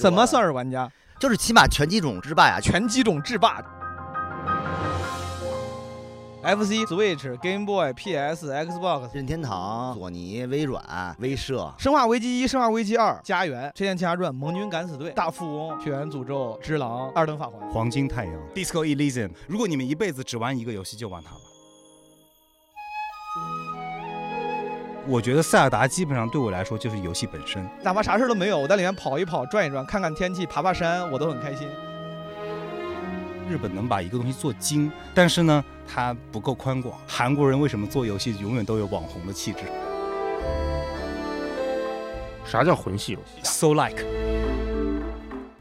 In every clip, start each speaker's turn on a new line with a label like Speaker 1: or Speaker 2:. Speaker 1: 怎么算是玩家？
Speaker 2: 就是起码拳击种之霸呀，拳
Speaker 1: 拳击种制霸。FC、Switch、Game Boy、PS、Xbox、
Speaker 2: 任天堂、索尼、微软、威社，
Speaker 1: 生化危机一、生化危机二、家园、拆弹奇侠传、盟军敢死队、大富翁、血缘诅咒、只狼、二等法环。
Speaker 3: 黄金太阳、Disco Elysium。如果你们一辈子只玩一个游戏，就玩它吧。我觉得塞尔达基本上对我来说就是游戏本身。
Speaker 1: 哪怕啥事儿都没有，我在里面跑一跑、转一转、看看天气、爬爬山，我都很开心。
Speaker 3: 日本能把一个东西做精，但是呢，它不够宽广。韩国人为什么做游戏永远都有网红的气质
Speaker 4: 啥叫魂系游戏？
Speaker 3: ？So like，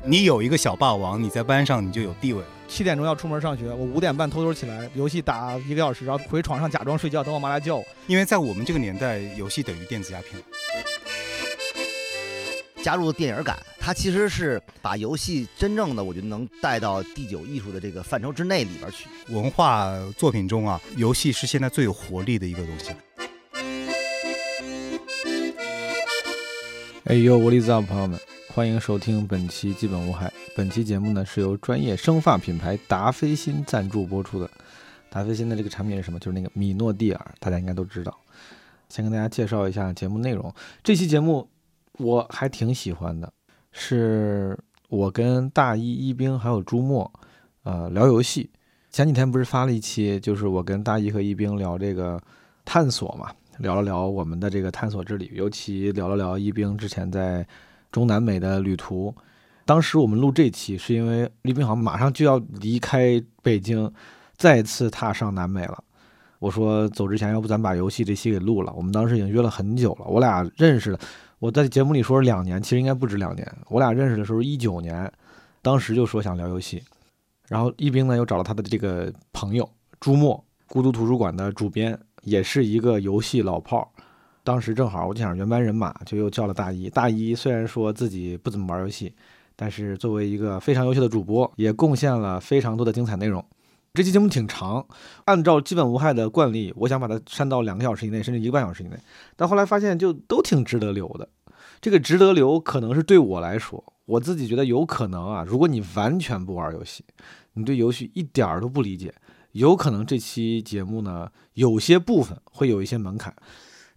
Speaker 3: 你有一个小霸王，你在班上你就有地位了。
Speaker 1: 七点钟要出门上学，我五点半偷偷起来，游戏打一个小时，然后回床上假装睡觉，等我妈来叫我。
Speaker 3: 因为在我们这个年代，游戏等于电子鸦片。
Speaker 2: 加入了电影感，它其实是把游戏真正的我觉得能带到第九艺术的这个范畴之内里边去。
Speaker 3: 文化作品中啊，游戏是现在最有活力的一个东西。
Speaker 5: 哎呦，我力子啊，朋友们，欢迎收听本期《基本无害》。本期节目呢是由专业生发品牌达霏欣赞助播出的。达霏欣的这个产品是什么？就是那个米诺地尔，大家应该都知道。先跟大家介绍一下节目内容。这期节目我还挺喜欢的，是我跟大一一兵还有朱墨，呃，聊游戏。前几天不是发了一期，就是我跟大一和一兵聊这个探索嘛，聊了聊我们的这个探索之旅，尤其聊了聊一冰之前在中南美的旅途。当时我们录这期是因为一冰好像马上就要离开北京，再次踏上南美了。我说走之前，要不咱把游戏这期给录了。我们当时已经约了很久了，我俩认识的，我在节目里说是两年，其实应该不止两年。我俩认识的时候一九年，当时就说想聊游戏，然后一冰呢又找了他的这个朋友朱墨，孤独图书馆的主编，也是一个游戏老炮儿。当时正好我就想原班人马，就又叫了大一。大一虽然说自己不怎么玩游戏，但是作为一个非常优秀的主播，也贡献了非常多的精彩内容。这期节目挺长，按照基本无害的惯例，我想把它删到两个小时以内，甚至一个半小时以内。但后来发现，就都挺值得留的。这个值得留，可能是对我来说，我自己觉得有可能啊。如果你完全不玩游戏，你对游戏一点儿都不理解，有可能这期节目呢，有些部分会有一些门槛，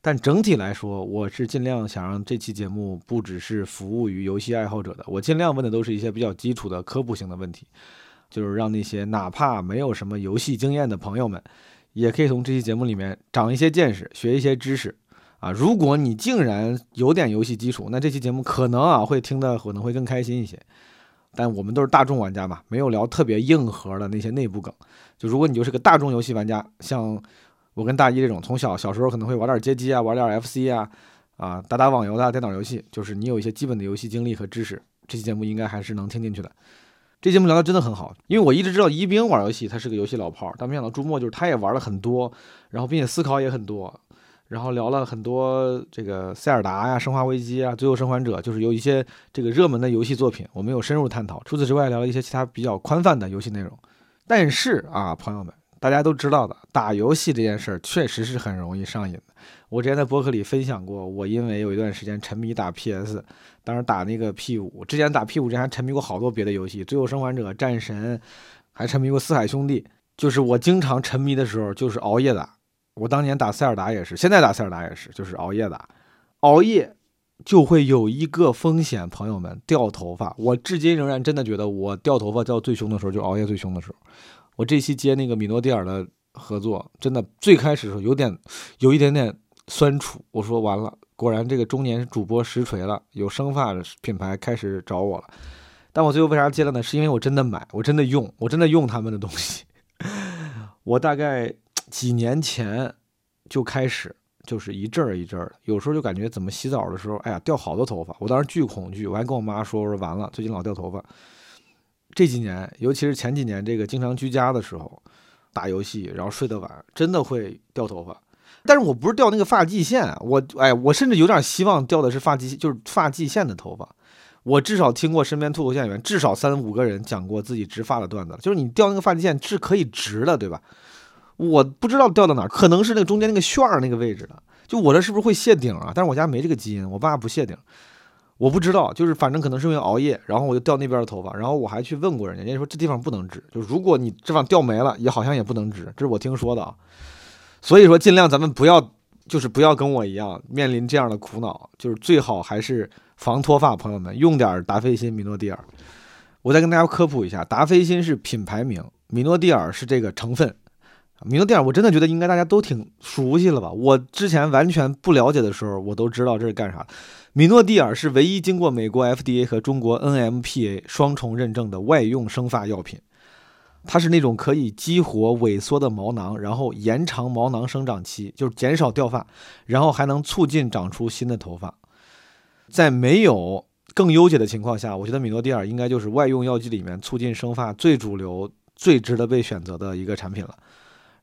Speaker 5: 但整体来说，我是尽量想让这期节目不只是服务于游戏爱好者的，我尽量问的都是一些比较基础的科普性的问题，就是让那些哪怕没有什么游戏经验的朋友们，也可以从这期节目里面长一些见识，学一些知识。啊，如果你竟然有点游戏基础，那这期节目可能啊会听的可能会更开心一些。但我们都是大众玩家嘛，没有聊特别硬核的那些内部梗。就如果你就是个大众游戏玩家，像我跟大一这种，从小小时候可能会玩点街机啊，玩点 FC 啊，啊，打打网游的电脑游戏，就是你有一些基本的游戏经历和知识，这期节目应该还是能听进去的。这节目聊的真的很好，因为我一直知道一冰玩游戏，他是个游戏老炮儿，但没想到朱墨就是他也玩了很多，然后并且思考也很多，然后聊了很多这个塞尔达呀、生化危机啊、最后生还者，就是有一些这个热门的游戏作品，我们有深入探讨。除此之外，聊了一些其他比较宽泛的游戏内容。但是啊，朋友们，大家都知道的，打游戏这件事儿确实是很容易上瘾的。我之前在博客里分享过，我因为有一段时间沉迷打 PS，当时打那个 P 五，之前打 P 五之前还沉迷过好多别的游戏，《最后生还者》《战神》，还沉迷过《四海兄弟》。就是我经常沉迷的时候，就是熬夜打。我当年打塞尔达也是，现在打塞尔达也是，就是熬夜打，熬夜就会有一个风险，朋友们掉头发。我至今仍然真的觉得我掉头发掉最凶的时候，就熬夜最凶的时候。我这期接那个米诺地尔的合作，真的最开始的时候有点有一点点酸楚，我说完了，果然这个中年主播实锤了，有生发品牌开始找我了。但我最后为啥接了呢？是因为我真的买，我真的用，我真的用他们的东西。 我大概几年前就开始，就是一阵儿一阵儿的，有时候就感觉怎么洗澡的时候，哎呀，掉好多头发。我当时巨恐惧，我还跟我妈说，我说完了，最近老掉头发。这几年，尤其是前几年，这个经常居家的时候，打游戏，然后睡得晚，真的会掉头发。但是我不是掉那个发际线，我哎，我甚至有点希望掉的是发际，就是发际线的头发。我至少听过身边脱口秀演员至少三五个人讲过自己植发的段子，就是你掉那个发际线是可以直的，对吧？我不知道掉到哪儿，可能是那个中间那个旋儿那个位置的。就我这是不是会谢顶啊？但是我家没这个基因，我爸不谢顶。我我不知道，就是反正可能是因为熬夜，然后我就掉那边的头发，然后我还去问过人家，人家说这地方不能植，就如果你这方掉没了，也好像也不能植，这是我听说的啊。所以说，尽量咱们不要，就是不要跟我一样面临这样的苦恼，就是最好还是防脱发，朋友们用点达霏欣、米诺地尔。我再跟大家科普一下，达霏欣是品牌名，米诺地尔是这个成分。米诺地尔，我真的觉得应该大家都挺熟悉了吧？我之前完全不了解的时候，我都知道这是干啥的。米诺地尔是唯一经过美国 FDA 和中国 NMPA 双重认证的外用生发药品，它是那种可以激活萎缩的毛囊，然后延长毛囊生长期，就是减少掉发，然后还能促进长出新的头发。在没有更优解的情况下，我觉得米诺地尔应该就是外用药剂里面促进生发最主流、最值得被选择的一个产品了。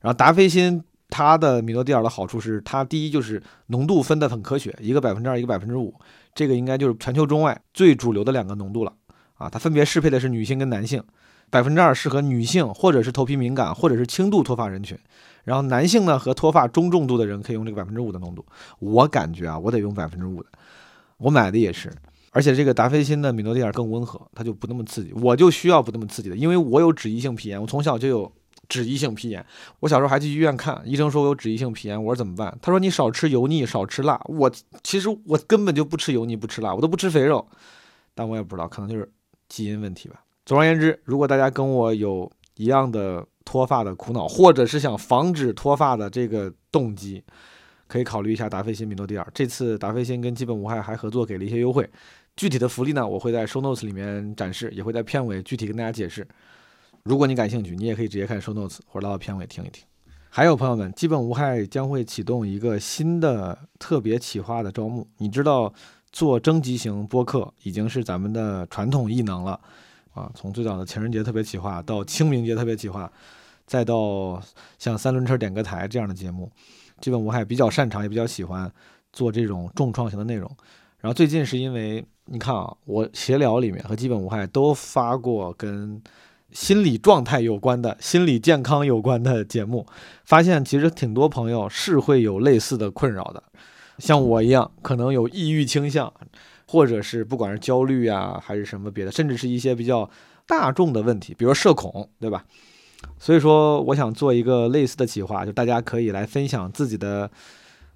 Speaker 5: 然后达霏欣它的米诺地尔的好处是，它第一就是浓度分得很科学，一个百分之二，一个百分之五，这个应该就是全球中外最主流的两个浓度了啊。它分别适配的是女性跟男性，百分之二适合女性或者是头皮敏感或者是轻度脱发人群，然后男性呢和脱发中重度的人可以用这个百分之五的浓度。我感觉啊，我得用百分之五的，我买的也是。而且这个达霏欣的米诺地尔更温和，它就不那么刺激，我就需要不那么刺激的，因为我有脂溢性皮炎，我从小就有脂溢性皮炎，我小时候还去医院看，医生说我有脂溢性皮炎，我说怎么办？他说你少吃油腻，少吃辣。我其实我根本就不吃油腻，不吃辣，我都不吃肥肉，但我也不知道，可能就是基因问题吧。总而言之，如果大家跟我有一样的脱发的苦恼，或者是想防止脱发的这个动机，可以考虑一下达霏欣、米诺地尔。这次达霏欣跟基本无害还合作给了一些优惠，具体的福利呢，我会在 show notes 里面展示，也会在片尾具体跟大家解释。如果你感兴趣，你也可以直接看 show notes 或者拉到片尾听一听。还有朋友们，基本无害将会启动一个新的特别企划的招募。你知道，做征集型播客已经是咱们的传统异能了啊！从最早的情人节特别企划，到清明节特别企划，再到像三轮车点歌台这样的节目，基本无害比较擅长，也比较喜欢做这种重创型的内容。然后最近是因为你看啊，我闲聊里面和基本无害都发过跟心理状态有关的、心理健康有关的节目，发现其实挺多朋友是会有类似的困扰的，像我一样，可能有抑郁倾向，或者是不管是焦虑啊，还是什么别的，甚至是一些比较大众的问题，比如社恐，对吧？所以说，我想做一个类似的企划，就大家可以来分享自己的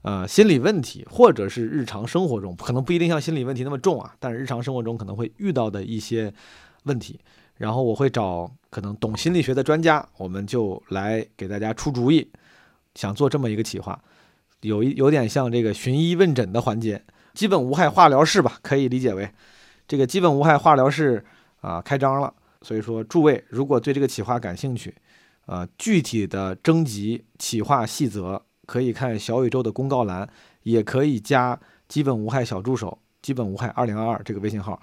Speaker 5: 呃心理问题，或者是日常生活中可能不一定像心理问题那么重啊，但是日常生活中可能会遇到的一些问题。然后我会找可能懂心理学的专家，我们就来给大家出主意，想做这么一个企划，有一有点像这个寻医问诊的环节，基本无害化疗室吧，可以理解为这个基本无害化疗室啊、开张了。所以说，诸位如果对这个企划感兴趣，呃，具体的征集企划细则可以看小宇宙的公告栏，也可以加基本无害小助手“基本无害二零二二”这个微信号，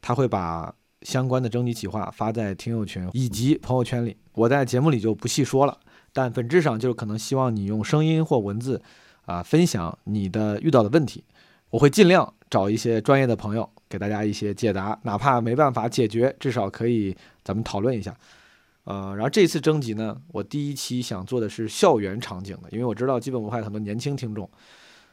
Speaker 5: 他会把相关的征集企划发在听友群以及朋友圈里，我在节目里就不细说了。但本质上就是可能希望你用声音或文字啊、分享你的遇到的问题，我会尽量找一些专业的朋友给大家一些解答，哪怕没办法解决，至少可以咱们讨论一下。呃，然后这次征集呢，我第一期想做的是校园场景的，因为我知道基本无害很多年轻听众，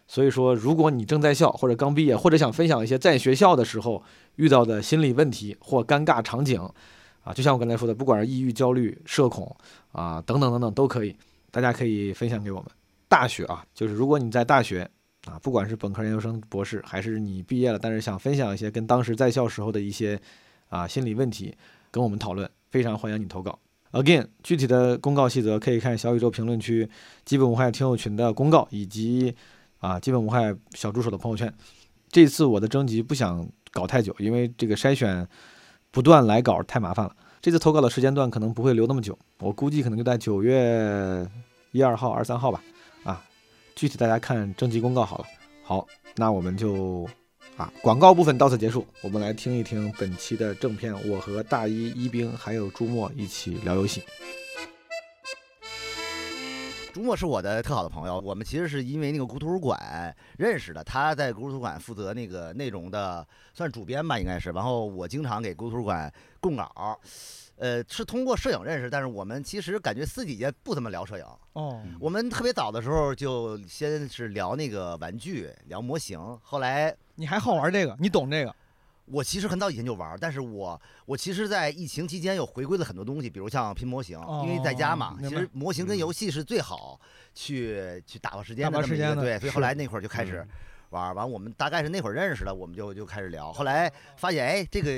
Speaker 5: 所以说如果你正在校或者刚毕业，或者想分享一些在学校的时候遇到的心理问题或尴尬场景，啊，就像我刚才说的，不管是抑郁、焦虑、社恐啊等等等等都可以，大家可以分享给我们。大学啊，就是如果你在大学啊，不管是本科、研究生、博士，还是你毕业了，但是想分享一些跟当时在校时候的一些啊心理问题，跟我们讨论，非常欢迎你投稿。Again，具体的公告细则可以看小宇宙评论区基本无害听友群的公告，以及啊基本无害小助手的朋友圈。这次我的征集不想搞太久，因为这个筛选不断来稿太麻烦了。这次投稿的时间段可能不会留那么久，我估计可能就在九月一二号、二三号吧。啊，具体大家看征集公告好了。好，那我们就啊广告部分到此结束，我们来听一听本期的正片，我和大一一兵还有朱墨一起聊游戏。
Speaker 2: 朱墨是我的特好的朋友，我们其实是因为那个古图书馆认识的。他在古图书馆负责那个内容的，算主编吧，应该是。然后我经常给古图书馆供稿，呃，是通过摄影认识。但是我们其实感觉私底下不怎么聊摄影。
Speaker 1: 哦，
Speaker 2: 我们特别早的时候就先是聊那个玩具，聊模型，后来
Speaker 1: 你还好玩这个，你懂这个
Speaker 2: 我其实很早以前就玩儿，但是我我其实，在疫情期间又回归了很多东西，比如像拼模型，因为在家
Speaker 1: 哦
Speaker 2: 嘛，
Speaker 1: 明
Speaker 2: 其
Speaker 1: 白
Speaker 2: 实模型跟游戏是最好去、去打发时间的
Speaker 1: 打发
Speaker 2: 这么
Speaker 1: 时
Speaker 2: 一个
Speaker 1: 间的
Speaker 2: 对，所
Speaker 1: 是
Speaker 2: 以
Speaker 1: 嗯
Speaker 2: 后来那会儿就开始玩儿，完我们大概是那会儿认识的，我们就就开始聊，后来发现哎，这个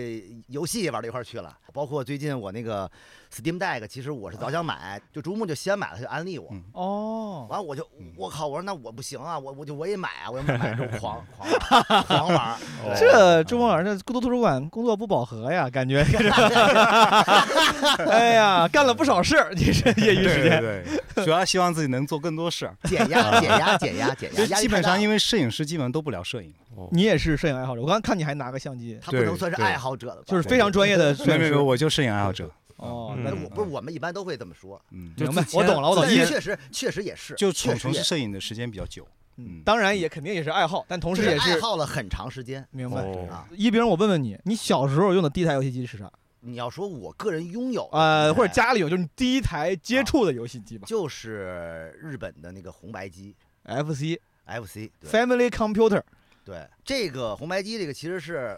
Speaker 2: 游戏也玩到一块儿去了，包括最近我那个 Steam Deck，其实我是早想买，就逐梦就先买了，他就安利我。
Speaker 3: 嗯
Speaker 1: 哦，
Speaker 2: 完我就
Speaker 3: 嗯
Speaker 2: 我靠，我说那我不行啊，我我就我也买啊，我也 买这种狂狂玩儿狂玩儿，对
Speaker 1: 这周梦老师这孤独图书馆工作不饱和呀，感觉。 哎呀，干了不少事儿，你这业余时间。
Speaker 3: 对对对，主要希望自己能做更多事儿。
Speaker 2: 减压减压减压减压，压力
Speaker 3: 基本上因
Speaker 2: 为
Speaker 3: 为摄影师基本上都不聊摄影，
Speaker 1: 你也是摄影爱好者，我刚看你还拿个相机，
Speaker 2: 他不能算是爱好者了吧，哎
Speaker 1: 就是非常专业的摄
Speaker 3: 没
Speaker 1: 影
Speaker 3: 没
Speaker 1: 师
Speaker 3: 没，。我就摄影爱好者。
Speaker 1: 哦，
Speaker 4: 嗯
Speaker 1: 那
Speaker 2: 我不是我们一般都会这么说，
Speaker 3: 嗯，
Speaker 4: 就
Speaker 1: 明白
Speaker 4: 之，前
Speaker 1: 我懂了，我懂
Speaker 2: 但
Speaker 1: 了。
Speaker 2: 是
Speaker 1: 也
Speaker 2: 确实确实也是，
Speaker 3: 就
Speaker 2: 确
Speaker 3: 从
Speaker 2: 实
Speaker 3: 从
Speaker 2: 也
Speaker 3: 事摄影的时间比较久。
Speaker 1: 嗯
Speaker 3: 嗯
Speaker 1: 当然也肯定也是爱好，但同
Speaker 2: 就
Speaker 1: 时
Speaker 2: 是
Speaker 1: 也
Speaker 2: 爱
Speaker 1: 是
Speaker 2: 好了很长时间
Speaker 1: 明白。
Speaker 4: 哦，
Speaker 2: 啊。
Speaker 1: 一冰，我问问你，你小时候用的第一台游戏机是啥？
Speaker 2: 你要说我个人拥有的
Speaker 1: 呃，
Speaker 2: 哎
Speaker 1: 或者家里有，就是你第一台接
Speaker 3: 啊
Speaker 1: 触的游戏机吧
Speaker 2: 就是日本的那个红白机
Speaker 1: ？FC
Speaker 2: FC，对
Speaker 1: Family Computer，
Speaker 2: 对，这个红白机这个其实是。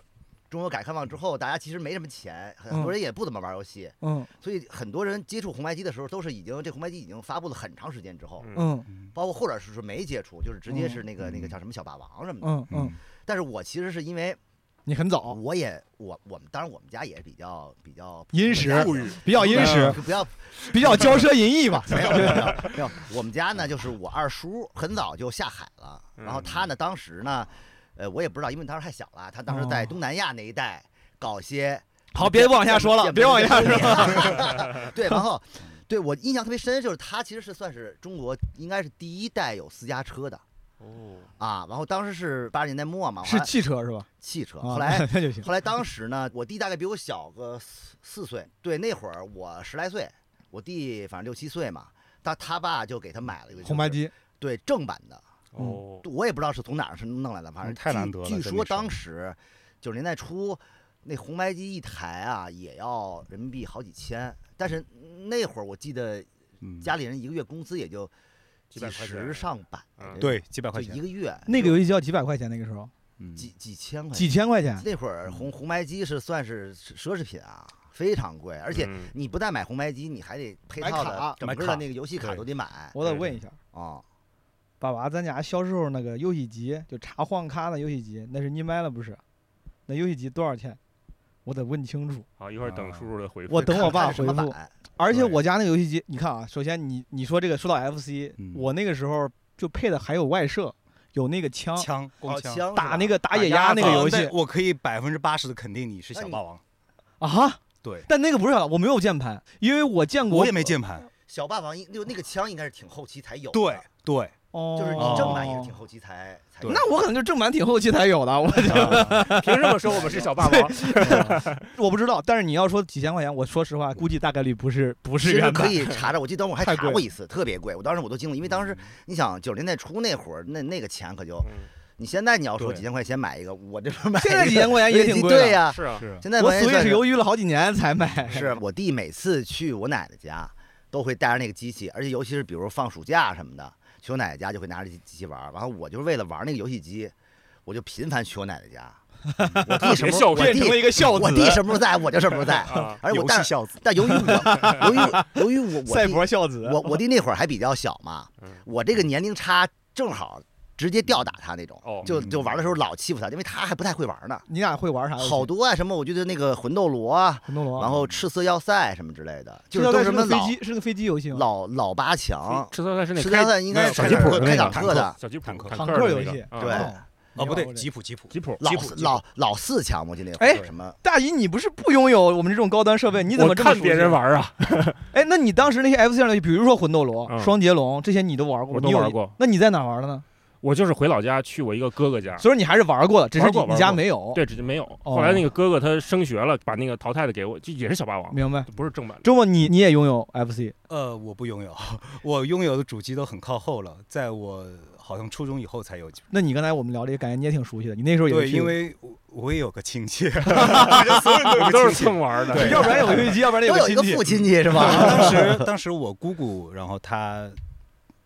Speaker 2: 中国改革开放之后，大家其实没什么钱，很
Speaker 1: 嗯
Speaker 2: 多人也不怎么玩游戏，
Speaker 1: 嗯
Speaker 2: 所以很多人接触红白机的时候，都是已经这红白机已经发布了很长时间之后，
Speaker 4: 嗯，
Speaker 1: 嗯
Speaker 3: 嗯
Speaker 2: 包括或者是说没接触，就是直接
Speaker 1: 嗯
Speaker 2: 是那个那个
Speaker 3: 嗯
Speaker 2: 叫什么小霸王什么的。
Speaker 1: 嗯嗯，
Speaker 2: 但是我其实是因为
Speaker 1: 你很早，
Speaker 2: 我也我我们当然我们家也比较比较
Speaker 1: 殷实
Speaker 2: 家
Speaker 1: 富
Speaker 2: 庭
Speaker 1: 比
Speaker 3: 嗯
Speaker 1: 较殷实，
Speaker 2: 不要。
Speaker 1: 比较骄奢淫逸吧
Speaker 2: 没有没有没有没有，我们家呢就是我二叔很早就下海了，然后他呢
Speaker 1: 嗯
Speaker 2: 当时呢，呃我也不知道，因为当时太小了，他当时在
Speaker 1: 哦
Speaker 2: 东南亚那一带搞一些
Speaker 1: 好，别往下说了，
Speaker 2: 也不
Speaker 1: 别
Speaker 2: 是
Speaker 1: 往下说。
Speaker 2: 说。 对，然后对我印象特别深，就是他其实是算是中国应该是第一代有私家车的
Speaker 4: 哦，
Speaker 2: 啊，然后当时是八十年代末嘛，后
Speaker 1: 是
Speaker 2: 来
Speaker 1: 汽车是吧？
Speaker 2: 汽车，
Speaker 1: 啊
Speaker 2: 后来
Speaker 1: 那就行。
Speaker 2: 后来当时呢，我弟大概比我小个四四岁，对，那会儿我十来岁，我弟反正六七岁嘛。他他爸就哎给他买了一个
Speaker 1: 红白，机，
Speaker 2: 对，正版的，
Speaker 4: 哦，
Speaker 2: 我也不知道是从哪儿是弄来的，反正
Speaker 3: 嗯太
Speaker 2: 据
Speaker 3: 难得了
Speaker 2: 据
Speaker 3: 真
Speaker 2: 说
Speaker 3: 的是
Speaker 2: 当时九十年代初，那红白机一台啊也要人民币好几千，但是那会儿我记得
Speaker 3: 嗯，
Speaker 2: 家里人一个月工资也就
Speaker 4: 几百块钱
Speaker 2: 十上百，
Speaker 4: 嗯
Speaker 3: 对几百块
Speaker 2: 就一
Speaker 3: 钱，
Speaker 2: 个月
Speaker 1: 那个游戏机要几百块钱，那个时候
Speaker 3: 嗯
Speaker 2: 几几千块钱，
Speaker 1: 几千块钱。
Speaker 2: 那会儿
Speaker 1: 嗯
Speaker 2: 红红白机是算是奢侈品啊，非常贵，而且
Speaker 4: 嗯
Speaker 2: 你不但买红白机，你还得配
Speaker 1: 买
Speaker 2: 套
Speaker 1: 卡
Speaker 2: 的整
Speaker 3: 买
Speaker 2: 个
Speaker 3: 卡
Speaker 2: 的那个游戏卡
Speaker 4: 对
Speaker 2: 都得买哦啊、
Speaker 1: 我得问一下，爸爸，咱家小时候那个游戏机，就插晃卡的游戏机，那是你买了不是？那游戏机多少钱？我得问清楚。
Speaker 4: 好，一会儿等叔叔的回复。
Speaker 1: 我等我爸
Speaker 2: 看什
Speaker 1: 回
Speaker 2: 么
Speaker 1: 复。
Speaker 2: 版
Speaker 1: 而且
Speaker 3: 对
Speaker 1: 我家那个游戏机，你看啊，首先你你说这个说到 FC，、
Speaker 3: 嗯
Speaker 1: 我那个时候就配的还有外设，有那个枪，
Speaker 3: 枪
Speaker 2: 哦
Speaker 3: 光
Speaker 2: 枪
Speaker 3: 枪
Speaker 2: 是吧
Speaker 1: 打那个打野鸭那个游戏
Speaker 3: 对我可以百分之八十的肯定你是小霸王。
Speaker 1: 啊哈，
Speaker 3: 对，
Speaker 1: 但那个不是小我没有键盘，因为我见过，
Speaker 3: 我也没键盘。
Speaker 2: 小霸王应就那个枪应该是挺后期才有的，
Speaker 3: 对对，
Speaker 1: 哦，
Speaker 2: 就是你正版也是挺后期才才有的。
Speaker 1: 那我可能就正版挺后期才有的， 我
Speaker 4: 凭什么说我们是小霸王？
Speaker 1: 我不知道。但是你要说几千块钱，我说实话，估计大概率不是不
Speaker 2: 其
Speaker 1: 是
Speaker 2: 实
Speaker 1: 原
Speaker 2: 可
Speaker 1: 版。
Speaker 2: 以查查，我记得当时我还
Speaker 1: 太
Speaker 2: 查
Speaker 1: 贵嗯
Speaker 2: 过一次，特别贵。我当时我都惊了，因为当时
Speaker 3: 嗯
Speaker 2: 你想九十年代初那会儿，那那个钱可就，你现在你要说
Speaker 3: 对
Speaker 2: 几千块钱买一个，我这边儿买
Speaker 1: 现在
Speaker 2: 一
Speaker 1: 几
Speaker 2: 个
Speaker 1: 千块钱也挺贵的，
Speaker 2: 对呀、
Speaker 4: 是啊，
Speaker 3: 是
Speaker 2: 现在
Speaker 1: 我
Speaker 2: 玩意算
Speaker 1: Switch
Speaker 2: 是
Speaker 1: 犹豫了好几年才 买。
Speaker 2: 是我弟每次去我奶奶家都会带着那个机器，而且尤其是比如放暑假什么的，去我奶奶家就会拿着机器玩儿。然后我就是为了玩那个游戏机，我就频繁去我奶奶家。我弟 什么时候？我
Speaker 1: 变成了
Speaker 2: 弟
Speaker 1: 一个孝子，
Speaker 2: 我弟什么时候在，我就什么时候在。
Speaker 4: 啊，
Speaker 2: 而且我
Speaker 3: 游戏
Speaker 2: 但
Speaker 3: 孝子。
Speaker 2: 但由 于我由于由于我
Speaker 1: 赛
Speaker 2: 我
Speaker 1: 博孝子
Speaker 2: 弟，我我弟那会儿还比较小嘛
Speaker 4: 嗯，
Speaker 2: 我这个年龄差正好直接吊打他那种，
Speaker 4: 哦，
Speaker 2: 就就玩的时候老欺负他，因为他还不太会玩呢。
Speaker 1: 你俩会玩啥游戏？
Speaker 2: 好多啊，什么我觉得那个魂斗罗啊，
Speaker 1: 魂斗罗，
Speaker 2: 然后赤色要塞什么之类的，就
Speaker 1: 知
Speaker 2: 是
Speaker 1: 道它
Speaker 2: 都
Speaker 1: 是
Speaker 2: 什
Speaker 1: 个
Speaker 2: 么
Speaker 1: 飞
Speaker 2: 老
Speaker 1: 机，是个飞机游戏吗？
Speaker 2: 老老八强，
Speaker 4: 赤色要塞是那
Speaker 2: 赤色
Speaker 4: 开
Speaker 2: 要塞应该是
Speaker 4: 小
Speaker 2: 开
Speaker 4: 吉
Speaker 2: 坦
Speaker 4: 普
Speaker 2: 克
Speaker 4: 的那
Speaker 2: 开
Speaker 4: 个
Speaker 2: 坦克的，
Speaker 4: 小吉普
Speaker 3: 坦克
Speaker 4: 坦
Speaker 1: 坦
Speaker 4: 的
Speaker 1: 克游
Speaker 4: 那个
Speaker 1: 戏，
Speaker 4: 啊
Speaker 2: 对
Speaker 1: 哦
Speaker 3: 哦，不对，
Speaker 1: 吉
Speaker 3: 吉普吉普。
Speaker 4: 吉普
Speaker 2: 老
Speaker 4: 吉普
Speaker 2: 老老四强，我记得那会
Speaker 1: 哎
Speaker 2: 儿什么
Speaker 1: 大姨，你不是不拥有我们这种高端设备，你怎么
Speaker 4: 我
Speaker 1: 这么
Speaker 4: 看
Speaker 1: 熟
Speaker 4: 别
Speaker 1: 悉
Speaker 4: 人？玩啊？
Speaker 1: 哎，那你当时那些 FC 上的游戏，比如说魂斗罗、
Speaker 4: 嗯
Speaker 1: 双截龙这些，你都玩过吗？
Speaker 4: 我都
Speaker 1: 你有
Speaker 4: 玩过
Speaker 1: 那你在哪玩的呢？
Speaker 4: 我就是回老家去我一个哥哥家，
Speaker 1: 所以你还是玩过的，只是
Speaker 4: 玩过
Speaker 1: 你你
Speaker 4: 玩
Speaker 1: 家
Speaker 4: 过
Speaker 1: 没有。，哦
Speaker 4: 对，直接没有。后来那个哥哥他升学了，把那个淘汰的给我，就也是小霸王，
Speaker 1: 明白。
Speaker 4: 不是正版的。
Speaker 1: 周末你你也拥有 FC，
Speaker 3: 呃，我不拥有，我拥有的主机都很靠后了，在我好像初中以后才有。
Speaker 1: 那你刚才我们聊这个，感觉你也挺熟悉的。你那时候也
Speaker 3: 对，
Speaker 1: 是去
Speaker 3: 因为我我也有个亲戚，所有人都有
Speaker 4: 我们都是
Speaker 3: 个亲戚
Speaker 4: 蹭玩的，
Speaker 3: 对
Speaker 1: 要不然有 个游戏机，要不然嗯
Speaker 2: 都
Speaker 1: 有
Speaker 2: 有一个
Speaker 1: 亲戚
Speaker 2: 父。亲戚是
Speaker 3: 然后
Speaker 2: 吧？
Speaker 3: 当时当时我姑姑，然后她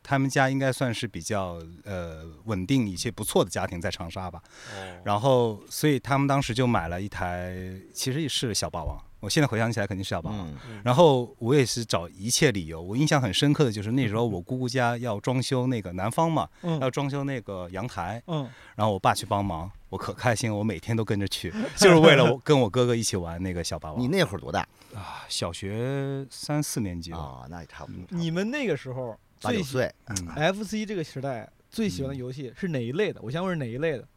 Speaker 3: 他们家应该算是比较呃稳定一些不错的家庭在长沙吧。
Speaker 4: 哦
Speaker 3: 然后，所以他们当时就买了一台，其实也是小霸王。我现在回想起来肯定是小霸王。
Speaker 2: 嗯，
Speaker 3: 然后我也是找一切理由，我印象很深刻的就是那时候我姑姑家要装修那个南方嘛，要
Speaker 1: 嗯
Speaker 3: 装修那个阳台，
Speaker 1: 嗯，
Speaker 3: 然后我爸去帮忙，我可开心了，我每天都跟着去，就是为了我跟我哥哥一起玩那个小霸
Speaker 2: 你
Speaker 3: 王。
Speaker 2: 那会儿多大
Speaker 3: 啊，小学三四年级吧，
Speaker 2: 啊？那也差不多，
Speaker 1: 你们那个时候
Speaker 2: 八
Speaker 1: 最
Speaker 2: 九
Speaker 1: 喜
Speaker 2: 岁，
Speaker 3: 嗯，
Speaker 1: FC 这个时代最喜欢的游戏是哪一类的？我先问是哪一类的？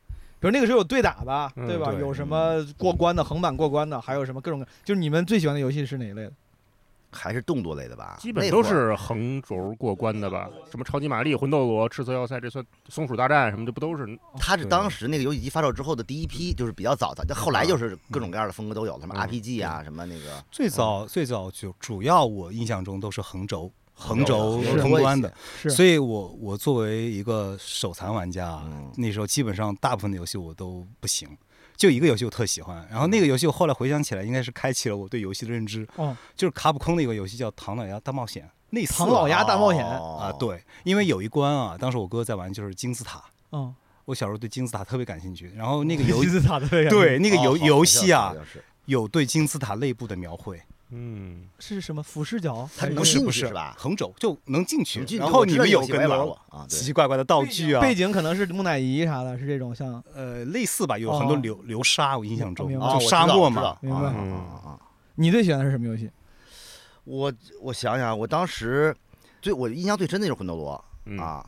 Speaker 1: 比如那个时候有对打的，
Speaker 4: 嗯
Speaker 1: 对吧？
Speaker 3: 对
Speaker 1: 有什么过关的、横版过关的，还有什么各种各，就是你们最喜欢的游戏是哪一类的？
Speaker 2: 还是动作类的吧？
Speaker 4: 基本
Speaker 2: 那
Speaker 4: 都
Speaker 2: 会儿
Speaker 4: 是横轴过关的吧？
Speaker 3: 嗯
Speaker 4: 什么超级玛丽、魂斗罗、赤色要塞，这算松鼠大战什么，这不都是？
Speaker 2: 它是
Speaker 3: 对
Speaker 2: 当时那个游戏机发售之后的第一批，就是比较早的，但后来
Speaker 4: 啊
Speaker 2: 就是各种各样的风格都有了，什么
Speaker 4: 嗯
Speaker 2: RPG 啊，什么那个
Speaker 3: 最早最早就主要我印象中都是横轴。横轴
Speaker 1: 是
Speaker 3: 通关的，
Speaker 1: 是
Speaker 3: 所以我我作为一个手残玩家啊，
Speaker 2: 嗯
Speaker 3: 那时候基本上大部分的游戏我都不行，就一个游戏我特喜欢，然后那个游戏我后来回想起来，应该是开启了我对游戏的认知，
Speaker 1: 哦
Speaker 3: 就是卡普空的一个游戏叫《唐老鸭大冒险》，类似
Speaker 1: 唐老鸭大冒险
Speaker 2: 哦
Speaker 3: 啊，，对，因为有一关啊，当时我哥在玩就是金字塔，
Speaker 1: 嗯，
Speaker 3: 我小时候对金字塔特别感兴趣，然后那个 游
Speaker 1: 金字塔的类啊
Speaker 3: 对那个游
Speaker 2: 哦好
Speaker 3: 游
Speaker 2: 好
Speaker 3: 戏
Speaker 2: 像
Speaker 3: 啊
Speaker 2: 好，像是
Speaker 3: 有对金字塔内部的描绘，
Speaker 4: 嗯，
Speaker 1: 是什么俯视角？
Speaker 2: 它能
Speaker 3: 不是
Speaker 2: 进
Speaker 3: 不
Speaker 2: 去
Speaker 3: 是
Speaker 2: 是吧
Speaker 3: 啊横轴就能进去
Speaker 2: 挺，近
Speaker 3: 然
Speaker 2: 的
Speaker 3: 后
Speaker 2: 我知
Speaker 3: 你
Speaker 2: 道
Speaker 3: 们
Speaker 2: 游
Speaker 3: 有
Speaker 2: 戏
Speaker 3: 更
Speaker 2: 我也玩
Speaker 3: 多
Speaker 2: 过啊，
Speaker 3: 奇
Speaker 2: 对，
Speaker 3: 奇怪怪的道具啊，
Speaker 1: 背景可能是木乃伊啥的，是这种像
Speaker 3: 呃，类似吧，有很多
Speaker 1: 哦
Speaker 3: 流流沙，我印象中
Speaker 1: 明白
Speaker 2: 啊
Speaker 1: 哦
Speaker 3: 就沙漠，嘛
Speaker 2: 我，知
Speaker 1: 明
Speaker 2: 道
Speaker 1: 白
Speaker 2: 我知道啊啊啊啊啊
Speaker 1: 你最喜欢的是什么游戏？
Speaker 2: 我我想想，我当时最我印象最深的就是魂斗罗
Speaker 4: 嗯，
Speaker 2: 啊。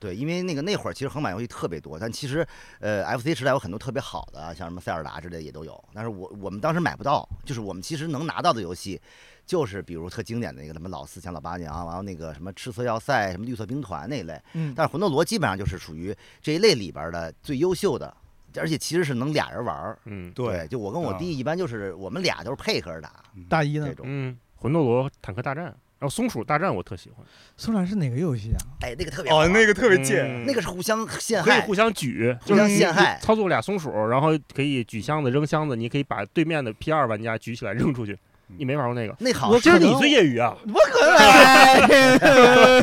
Speaker 2: 对，因为那个那会儿其实横版游戏特别多，但其实，呃，FC 时代有很多特别好的，像什么塞尔达之类也都有。但是我我们当时买不到，就是我们其实能拿到的游戏，就是比如特经典的那个什么老四强、老八强，然后那个什么赤色要塞、什么绿色兵团那一类。
Speaker 1: 嗯，
Speaker 2: 但是魂斗罗基本上就是属于这一类里边儿的最优秀的，而且其实是能俩人玩儿。
Speaker 4: 嗯
Speaker 3: 对，
Speaker 2: 就我跟我弟一般就是我们俩都是配合着打
Speaker 1: 大一呢
Speaker 2: 这？种。
Speaker 4: 嗯，魂斗罗、坦克大战，然后松鼠大战我特喜欢，
Speaker 1: 苏然是哪个游戏啊？
Speaker 2: 哎，那个特别好
Speaker 3: 哦，
Speaker 2: 玩
Speaker 3: 那个特别贱，
Speaker 4: 嗯
Speaker 2: 那个是互相陷
Speaker 4: 可以
Speaker 2: 害，
Speaker 4: 互相举，
Speaker 2: 互
Speaker 4: 就是
Speaker 2: 相
Speaker 4: 你
Speaker 2: 陷害。
Speaker 4: 操作俩松鼠，然后可以举箱子、扔箱子，你可以把对面的 P 二玩家举起来扔出去。
Speaker 3: 嗯
Speaker 4: 你没玩过那个？
Speaker 2: 那好
Speaker 1: 我
Speaker 2: 像
Speaker 4: 这
Speaker 1: 可
Speaker 2: 是
Speaker 4: 是你
Speaker 1: 能
Speaker 4: 最业余啊！
Speaker 1: 我可能哎，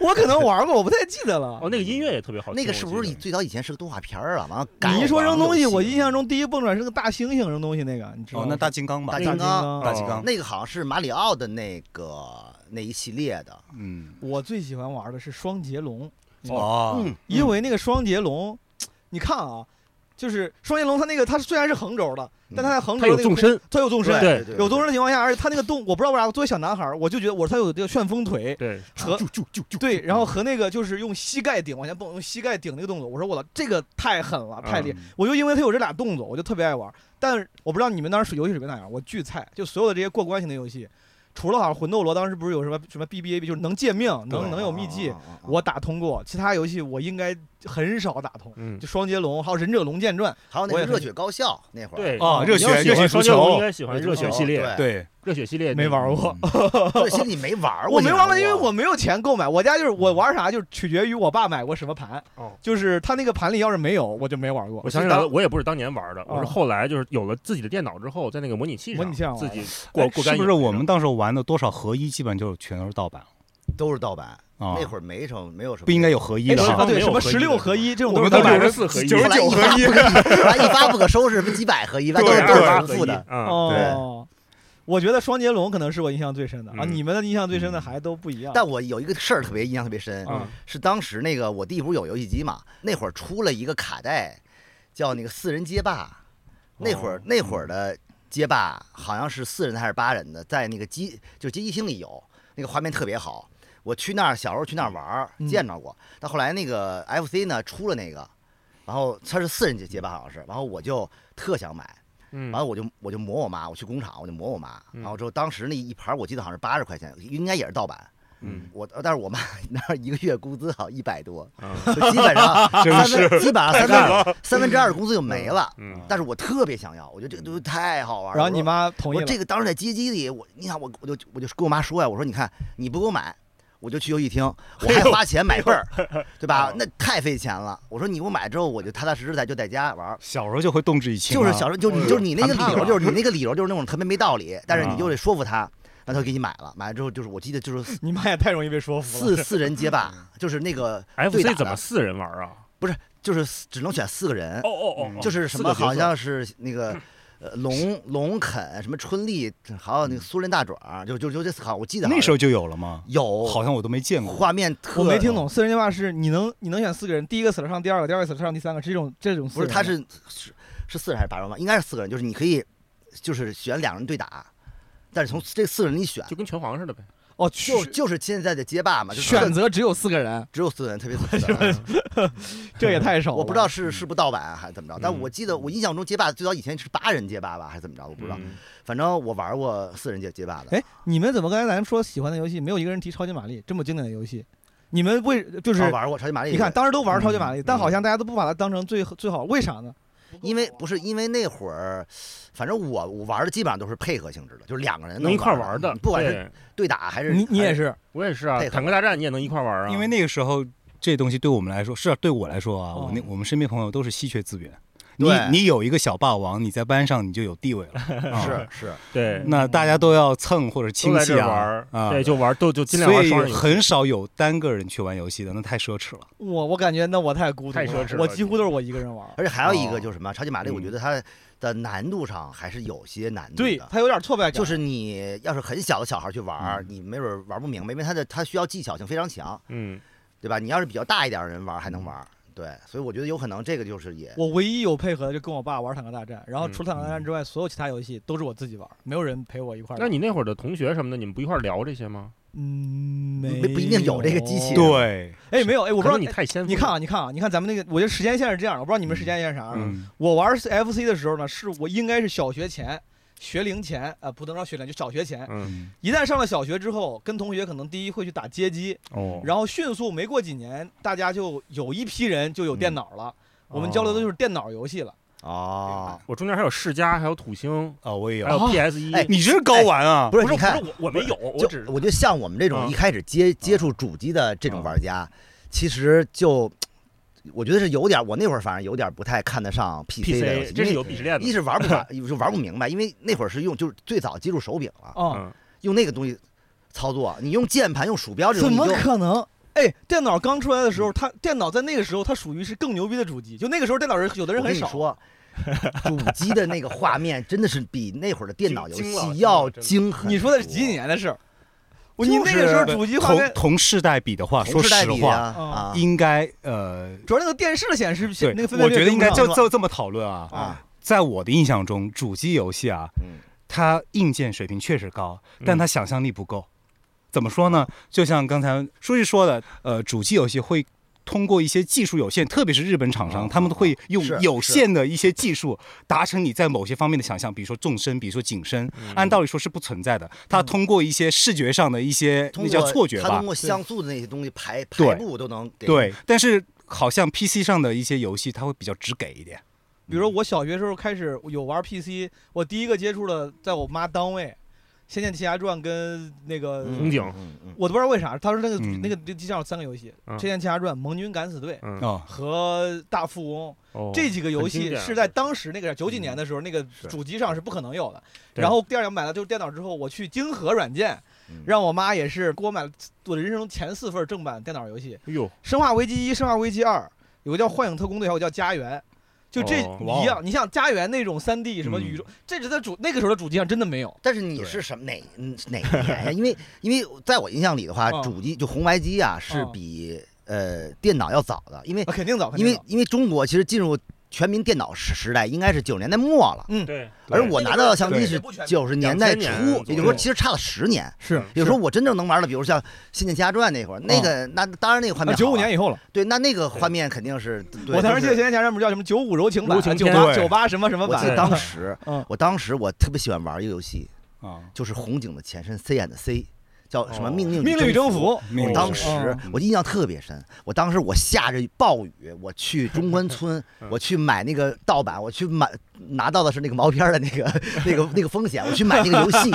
Speaker 1: 我可能玩过，我不太记得了
Speaker 4: 哦，。那个音乐也特别好听。
Speaker 2: 那个是不
Speaker 4: 我
Speaker 2: 是
Speaker 4: 记
Speaker 2: 你
Speaker 4: 得
Speaker 2: 最早以前是个动画片儿啊？完了改
Speaker 1: 你一说
Speaker 2: 网
Speaker 1: 扔东西，
Speaker 2: 游戏
Speaker 1: 我印象中第一蹦出来是个大猩猩扔东西那个，你知道吗？
Speaker 3: 哦，那大金刚吧啊
Speaker 2: 大，
Speaker 1: 大
Speaker 2: 金刚，
Speaker 4: 啊
Speaker 1: 刚
Speaker 3: 大金刚，
Speaker 2: 那个好像是马里奥的那个那一系列的，
Speaker 3: 嗯，
Speaker 1: 我最喜欢玩的是双截
Speaker 4: 嗯
Speaker 1: 龙，
Speaker 3: 哦，
Speaker 2: 嗯，
Speaker 1: 因为那个双截龙，你看啊，就是双截龙，它那个它虽然是横轴的，但它在横轴
Speaker 4: 嗯它有
Speaker 1: 那个
Speaker 4: 纵
Speaker 1: 空，
Speaker 4: 深，
Speaker 1: 它有纵深，
Speaker 4: 对
Speaker 1: 有纵深的情况下，而且它那个动，我不知道为啥，作为小男孩儿，我就觉得我它有这个旋风腿，
Speaker 4: 对，
Speaker 1: 和
Speaker 4: 就就就就
Speaker 1: 对，然后和那个就是用膝盖顶往前蹦，用膝盖顶那个动作，我说我操，这个太狠了，太
Speaker 4: 嗯
Speaker 1: 厉害！我就因为它有这俩动作，我就特别爱玩。但是我不知道你们当时游戏水平咋样，我巨菜，就所有的这些过关型的游戏，除了好像魂斗罗当时不是有什么什么 BBAB，就是能借命，能
Speaker 3: 对
Speaker 1: 能有秘籍
Speaker 2: 啊，，啊啊啊
Speaker 1: 我打通过，其他游戏我应该很少打通。
Speaker 4: 嗯
Speaker 1: 就，双截龙，还有忍者龙剑传，
Speaker 2: 还有那
Speaker 1: 我
Speaker 2: 个
Speaker 1: 也很
Speaker 2: 热血高校那会儿，哦
Speaker 4: 对
Speaker 3: 哦
Speaker 4: 你
Speaker 3: 热血
Speaker 4: 要喜
Speaker 3: 热
Speaker 4: 欢
Speaker 3: 血
Speaker 4: 双
Speaker 3: 足
Speaker 4: 截龙
Speaker 3: 球
Speaker 4: 应该喜欢热血系列，，
Speaker 3: 对，
Speaker 4: 热血系列
Speaker 1: 没
Speaker 4: 那
Speaker 1: 玩过，
Speaker 2: 对，其实你没玩 儿，
Speaker 1: 我没玩过，因为
Speaker 2: 我
Speaker 1: 我没有钱购买。我家就是我玩啥，就是取决于我爸买过什么盘
Speaker 4: 哦，
Speaker 1: 就是他那个盘里要是没有，我就没玩过哎
Speaker 4: 我。想起来了，我也不是当年玩的，
Speaker 1: 哦
Speaker 4: 我是后来就是有了自己的电脑之后，在那个模拟器
Speaker 1: 模拟器上
Speaker 4: 自
Speaker 1: 玩
Speaker 4: 己过
Speaker 3: 哎
Speaker 4: 过干
Speaker 3: 是
Speaker 4: 瘾。
Speaker 3: 不是我们当时玩的多少合一，基本就全都是盗版了
Speaker 2: 都是盗版，
Speaker 3: 啊？
Speaker 2: 那会儿没什么没有什么，
Speaker 3: 不应该有合一
Speaker 1: 哎，
Speaker 3: 的
Speaker 1: 对
Speaker 4: 当
Speaker 1: 啊
Speaker 3: 啊
Speaker 4: 时
Speaker 1: 对，
Speaker 4: 没有
Speaker 1: 什么
Speaker 4: 合一
Speaker 1: 十
Speaker 4: 的
Speaker 1: 六
Speaker 4: 是
Speaker 1: 合
Speaker 4: 吧
Speaker 1: 一这种
Speaker 3: 我
Speaker 1: 都
Speaker 3: 们
Speaker 1: 是
Speaker 3: 都
Speaker 1: 盗版
Speaker 3: 买
Speaker 1: 的
Speaker 3: 了
Speaker 4: 94合一
Speaker 3: 九十九合
Speaker 2: 后
Speaker 3: 一，
Speaker 2: 来一发不可收拾，什么几百合一，完都是都是重复的，
Speaker 4: 啊，
Speaker 1: 哦，我觉得双截龙可能是我印象最深的啊，
Speaker 4: 嗯
Speaker 1: 你们的印象最深的还都不一样。
Speaker 2: 但我有一个事儿特别印象特别深，
Speaker 1: 啊
Speaker 2: 是当时那个我弟不是有游戏机嘛，那会儿出了一个卡带，叫那个四人街霸，那会儿、
Speaker 1: 哦
Speaker 2: 那会儿的街霸好像是四人的还是八人的，在那个机就是街机厅里有，那个画面特别好。我去那儿小时候去那儿玩儿
Speaker 1: 嗯
Speaker 2: 见着过，但后来那个 FC 呢出了那个，然后它是四人街街霸好像是，然后我就特想买，
Speaker 4: 嗯
Speaker 2: 完了我就我就磨我妈，我去工厂我就磨我妈，
Speaker 4: 嗯
Speaker 2: 然后之后当时那一盘儿我记得好像是八十块钱，应该也是盗版。
Speaker 4: 嗯
Speaker 2: 我但是我妈 那儿一个月工资好一百多，
Speaker 4: 啊
Speaker 2: 就基本上
Speaker 3: 真
Speaker 2: 三
Speaker 3: 是
Speaker 2: 分基本上三
Speaker 4: 干
Speaker 2: 分三分之二的工资就没了。
Speaker 4: 嗯
Speaker 2: 但是我特别想要，我觉得这个东西太好玩了。
Speaker 1: 然后你
Speaker 2: 我说
Speaker 1: 妈同意
Speaker 2: 我
Speaker 1: 了，
Speaker 2: 这个当时在街机里，我你想我我就我就跟我妈说呀，我说你看你不给我买，我就去游戏厅，我
Speaker 4: 哎
Speaker 2: 还花钱买份儿， 对吧
Speaker 4: 哦？
Speaker 2: 那太费钱了。我说你给我买之后，我就踏踏实实在就在家玩儿。
Speaker 3: 小时候就会动之以情
Speaker 2: 就
Speaker 3: 啊，
Speaker 2: 是小时候就你就是你那个
Speaker 3: 谈判
Speaker 2: 理由
Speaker 3: 了
Speaker 2: 就是你那个理由就是那种特别没道理，但是你就得说服他。那他就给你买了，买了之后就是我记得 就是
Speaker 1: 你妈也太容易被说服了。
Speaker 2: 四四人街霸，就是那个对打
Speaker 4: ，FC
Speaker 2: 的
Speaker 4: 怎么四人玩啊？
Speaker 2: 就是四只能选四个人
Speaker 4: 哦，哦哦，
Speaker 2: 就是什
Speaker 4: 四
Speaker 2: 么
Speaker 4: 个角色
Speaker 2: 好像是那个。呃，龙龙肯什么春丽，还有那个苏人大爪，就就就这好，我记得好像哦
Speaker 3: 那时候就有了吗？
Speaker 2: 有，
Speaker 3: 好像我都没见过。
Speaker 2: 画面特，
Speaker 1: 我没听懂，四人街霸是你能你能选四个人，第一个死了上第二个，第二个死了上第三个，是这种这种四
Speaker 2: 不是，
Speaker 1: 人吗
Speaker 2: 他是是是四人还是八人吧？应该是四个人，就是你可以就是选两人对打，但是从这四个人里选，
Speaker 4: 就跟拳皇似的呗。
Speaker 1: 哦，
Speaker 2: 就
Speaker 1: 选
Speaker 2: 就是现在的街霸嘛，就是
Speaker 1: 选择只有四个 人，
Speaker 2: 只有四个人，特别自私
Speaker 1: 这也太少了。
Speaker 2: 我不知道是是不盗版啊还是怎么着，但
Speaker 4: 嗯嗯
Speaker 2: 我记得我印象中街霸最早以前是八人街霸吧，还是怎么着，我不知道。反正我玩过四人街街霸的，
Speaker 1: 哎，你们怎么刚才咱们说喜欢的游戏，没有一个人提超级玛丽这么经典的游戏？你们为就
Speaker 2: 就是哦玩过超级玛丽。
Speaker 1: 你看，当时都玩超级玛丽，
Speaker 4: 嗯
Speaker 1: 但好像大家都不把它当成最最好，为啥呢？
Speaker 2: 因为不是因为那会儿，反正我我玩的基本上都是配合性质的，就是两个人
Speaker 4: 能
Speaker 2: 能
Speaker 4: 一块
Speaker 2: 玩
Speaker 4: 玩的，
Speaker 2: 不管是
Speaker 4: 对
Speaker 2: 对打还是
Speaker 1: 你你也
Speaker 2: 还是
Speaker 1: 是，
Speaker 4: 我也是啊
Speaker 2: 配，合
Speaker 4: 坦克大战你也能一块玩啊，
Speaker 3: 因为那个时候这东西对我们来说，是啊对我来说啊，
Speaker 1: 哦
Speaker 3: 我那我们身边朋友都是稀缺资源。你
Speaker 2: 对
Speaker 3: 你有一个小霸王，你在班上你就有地位 了。啊
Speaker 2: 是是
Speaker 4: 对
Speaker 3: 那大家都要蹭或者
Speaker 4: 都
Speaker 3: 亲
Speaker 4: 在
Speaker 3: 戚
Speaker 4: 这
Speaker 3: 啊
Speaker 4: 玩儿
Speaker 3: 啊，
Speaker 4: 对，就玩儿都就尽量
Speaker 3: 所
Speaker 4: 玩双人
Speaker 3: 以
Speaker 4: 游戏。
Speaker 3: 很少有单个人去玩游戏的，那太奢侈了。
Speaker 1: 我我感觉那我太孤独
Speaker 4: 太奢侈了
Speaker 1: 我几乎都是我一个人玩。
Speaker 2: 而且还有一
Speaker 3: 哦
Speaker 2: 个就是什么，超级玛丽，我
Speaker 3: 嗯
Speaker 2: 觉得它的难度上还是有些难度
Speaker 1: 对
Speaker 2: 的。
Speaker 1: 他有点挫败感，
Speaker 2: 就是你要是很小的小孩去玩儿，你没准儿玩不明白，因为它的它需要技巧性非常强，
Speaker 4: 嗯，
Speaker 2: 对吧？你要是比较大一点儿的人玩儿还能玩儿，对，所以我觉得有可能这个就是也
Speaker 1: 我唯一有配合的就跟我爸玩坦克大战，然后
Speaker 4: 嗯
Speaker 1: 除了坦克大战之外，所有其他游戏都是我自己玩，没有人陪我一块儿玩。
Speaker 4: 那你那会儿的同学什么的，你们不一块儿聊这些吗？
Speaker 1: 嗯，没
Speaker 2: 不一定有这个机器人
Speaker 1: 有
Speaker 3: 对，
Speaker 1: 哎，没有哎，我不知
Speaker 4: 可
Speaker 1: 道
Speaker 4: 能你太先锋了，
Speaker 1: 你看啊，你看啊，你看咱们那个，我觉得时间线是这样的，我不知道你们时间线是啥啊。
Speaker 3: 嗯，
Speaker 1: 我玩 FC 的时候呢，是我应该是小学前。学龄前啊、呃不能说学龄，就小学前。
Speaker 4: 嗯，
Speaker 3: 嗯
Speaker 1: 一旦上了小学之后，跟同学可能第一会去打街机，
Speaker 4: 哦，
Speaker 1: 然后迅速没过几年，大家就有一批人就有电脑了。我们交流的就是电脑游戏了。
Speaker 2: 哦，
Speaker 4: 我中间还有世嘉，还有土星，
Speaker 3: 哦，我也
Speaker 4: 还有
Speaker 3: 有。
Speaker 4: PS 一，
Speaker 2: 哎
Speaker 3: 你这是高玩啊？
Speaker 2: 不是
Speaker 4: 不是
Speaker 2: 你看
Speaker 4: 不，是我我没有，我
Speaker 2: 就
Speaker 4: 只
Speaker 2: 我觉得像我们这种
Speaker 4: 嗯
Speaker 2: 一开始接接触主机的这种玩家，其实就我觉得是有点儿，我那会儿反正有点儿不太看得上 PC 的游
Speaker 4: PC，
Speaker 2: 戏，
Speaker 4: 这
Speaker 2: 因
Speaker 4: 是
Speaker 2: 为
Speaker 4: 有鄙视链的
Speaker 2: 一。是玩不 玩，就玩不明白，因为那会儿是用就是最早接触手柄了，
Speaker 1: 啊、
Speaker 4: 嗯，
Speaker 2: 用那个东西操作，你用键盘用鼠标这种，
Speaker 1: 怎
Speaker 2: 你
Speaker 1: 么
Speaker 2: 就
Speaker 1: 可能？嗯哎，电脑刚出来的时候，它电脑在那个时候它属于是更牛逼的主机，就那个时候电脑人有的人
Speaker 2: 我跟
Speaker 1: 很
Speaker 2: 你
Speaker 1: 少。
Speaker 2: 说，主机的那个画面真的是比那会儿的电脑游
Speaker 4: 精精了
Speaker 2: 戏要
Speaker 4: 真的
Speaker 2: 精很多。
Speaker 1: 你说的是几几年的事儿？我你
Speaker 2: 就
Speaker 1: 那个时候
Speaker 2: 是
Speaker 1: 主机画
Speaker 3: 同
Speaker 1: 面，
Speaker 3: 同世代比的话，说
Speaker 2: 同时代
Speaker 3: 实
Speaker 2: 比
Speaker 3: 话，
Speaker 2: 啊
Speaker 1: 嗯
Speaker 2: 啊
Speaker 3: 应该呃，
Speaker 1: 主要那个电视的显示
Speaker 3: 对
Speaker 1: 那个，分辨
Speaker 3: 我
Speaker 1: 率
Speaker 3: 觉得应该
Speaker 1: 跟不
Speaker 3: 就
Speaker 1: 上
Speaker 3: 就这么讨论啊。
Speaker 2: 啊，
Speaker 3: 在我的印象中，主机游戏啊，
Speaker 2: 嗯，
Speaker 3: 它硬件水平确实高，
Speaker 4: 嗯
Speaker 3: 但它想象力不够。怎么说呢？就像刚才书记说的，呃，主机游戏会通过一些技术有限，特别是日本厂商，
Speaker 2: 哦
Speaker 3: 他们都会用
Speaker 2: 是
Speaker 3: 有限的一些技术达成你在某些方面的想象，比如说纵深，比如说景深，
Speaker 4: 嗯
Speaker 3: 按道理说是不存在的。它通过一些视觉上的一些
Speaker 2: 嗯通
Speaker 3: 那
Speaker 2: 过
Speaker 3: 叫错觉
Speaker 2: 他
Speaker 3: 吧
Speaker 2: 通，过像素的那些东西排
Speaker 3: 对
Speaker 2: 排布都能给你
Speaker 3: 对。但是好像 PC 上的一些游戏，它会比较直给一点。
Speaker 1: 比如我小学时候开始有玩 PC，我第一个接触的，在我妈单位，《仙剑奇侠传》跟那个，
Speaker 2: 嗯
Speaker 4: 红警
Speaker 2: 嗯嗯
Speaker 1: 我都不知道为啥，当时那个、
Speaker 3: 嗯
Speaker 1: 那个机上有三个游戏，
Speaker 4: 嗯
Speaker 1: 《仙剑奇侠传》《盟军敢死队》
Speaker 4: 嗯，
Speaker 3: 哦，
Speaker 1: 和《大富翁》
Speaker 4: 哦
Speaker 1: 这几个游
Speaker 4: 很经
Speaker 1: 戏
Speaker 4: 典嗯
Speaker 1: 是在当时那个九几年的时候，那个主机上是不可能有的。
Speaker 4: 对
Speaker 1: 然后第二个买了就是电脑之后，我去金河软件，
Speaker 2: 嗯
Speaker 1: 让我妈也是给我买了我人生中前四份正版电脑游戏，
Speaker 4: 哎呦，
Speaker 1: 《生化危机一》《生化危机二》，有个叫《幻影特工队》，还有个叫《家园》，就这
Speaker 4: 哦
Speaker 3: 哇哦
Speaker 1: 一样。你像《家园》那种三 D 什么
Speaker 3: 嗯
Speaker 1: 宇宙，这是在主那个时候的主机上真的没有。
Speaker 2: 但是你
Speaker 3: 对
Speaker 2: 是什么哪嗯哪一年呀？因为因为在我印象里的话，
Speaker 1: 嗯
Speaker 2: 主机就红白机啊是
Speaker 1: 嗯
Speaker 2: 比呃电脑要早的，因为
Speaker 1: 啊肯定早，肯
Speaker 2: 因
Speaker 1: 定
Speaker 2: 为
Speaker 1: 早
Speaker 2: 因为中国其实进入全民电脑时时代应该是九十年代末了，
Speaker 1: 嗯，
Speaker 4: 对，
Speaker 2: 而
Speaker 3: 对
Speaker 2: 我拿到的相机
Speaker 3: 对
Speaker 2: 是
Speaker 1: 不全
Speaker 2: 九十年代初，
Speaker 4: 2000
Speaker 2: 也
Speaker 4: 年
Speaker 2: 就是说
Speaker 1: 左右
Speaker 2: 其实差了十年。
Speaker 1: 是
Speaker 2: 有时候我真正能玩的，比如像《仙剑奇侠传》那会儿，那个那当然那个画面
Speaker 1: 九
Speaker 2: 好
Speaker 1: 五
Speaker 2: 啊
Speaker 1: 年以后了。
Speaker 2: 对，那那个画面肯定是。对
Speaker 1: 我当时记
Speaker 2: 就
Speaker 1: 得《仙
Speaker 2: 是
Speaker 1: 剑奇侠传》不是叫什么九五柔情版啊
Speaker 4: 柔、情
Speaker 1: 九
Speaker 4: 片
Speaker 1: 八
Speaker 3: 对
Speaker 1: 九八什么什么
Speaker 2: 我
Speaker 1: 版
Speaker 2: 记得？当时
Speaker 1: 嗯，
Speaker 2: 我当时我特别喜欢玩一个游戏，
Speaker 3: 啊，
Speaker 2: 就是红警的前身 C 演的 C，叫什么
Speaker 4: 哦
Speaker 2: 《命令
Speaker 1: 命令与征服。
Speaker 3: 命
Speaker 4: 哦
Speaker 3: 令
Speaker 2: 当时
Speaker 1: 哦
Speaker 2: 我印象特别深，我当时我下着暴雨，我去中关 村
Speaker 4: 嗯，
Speaker 2: 我去买那个盗版，我去买拿到的是那个毛片儿的那个 那个那个风险，我去买那个游戏。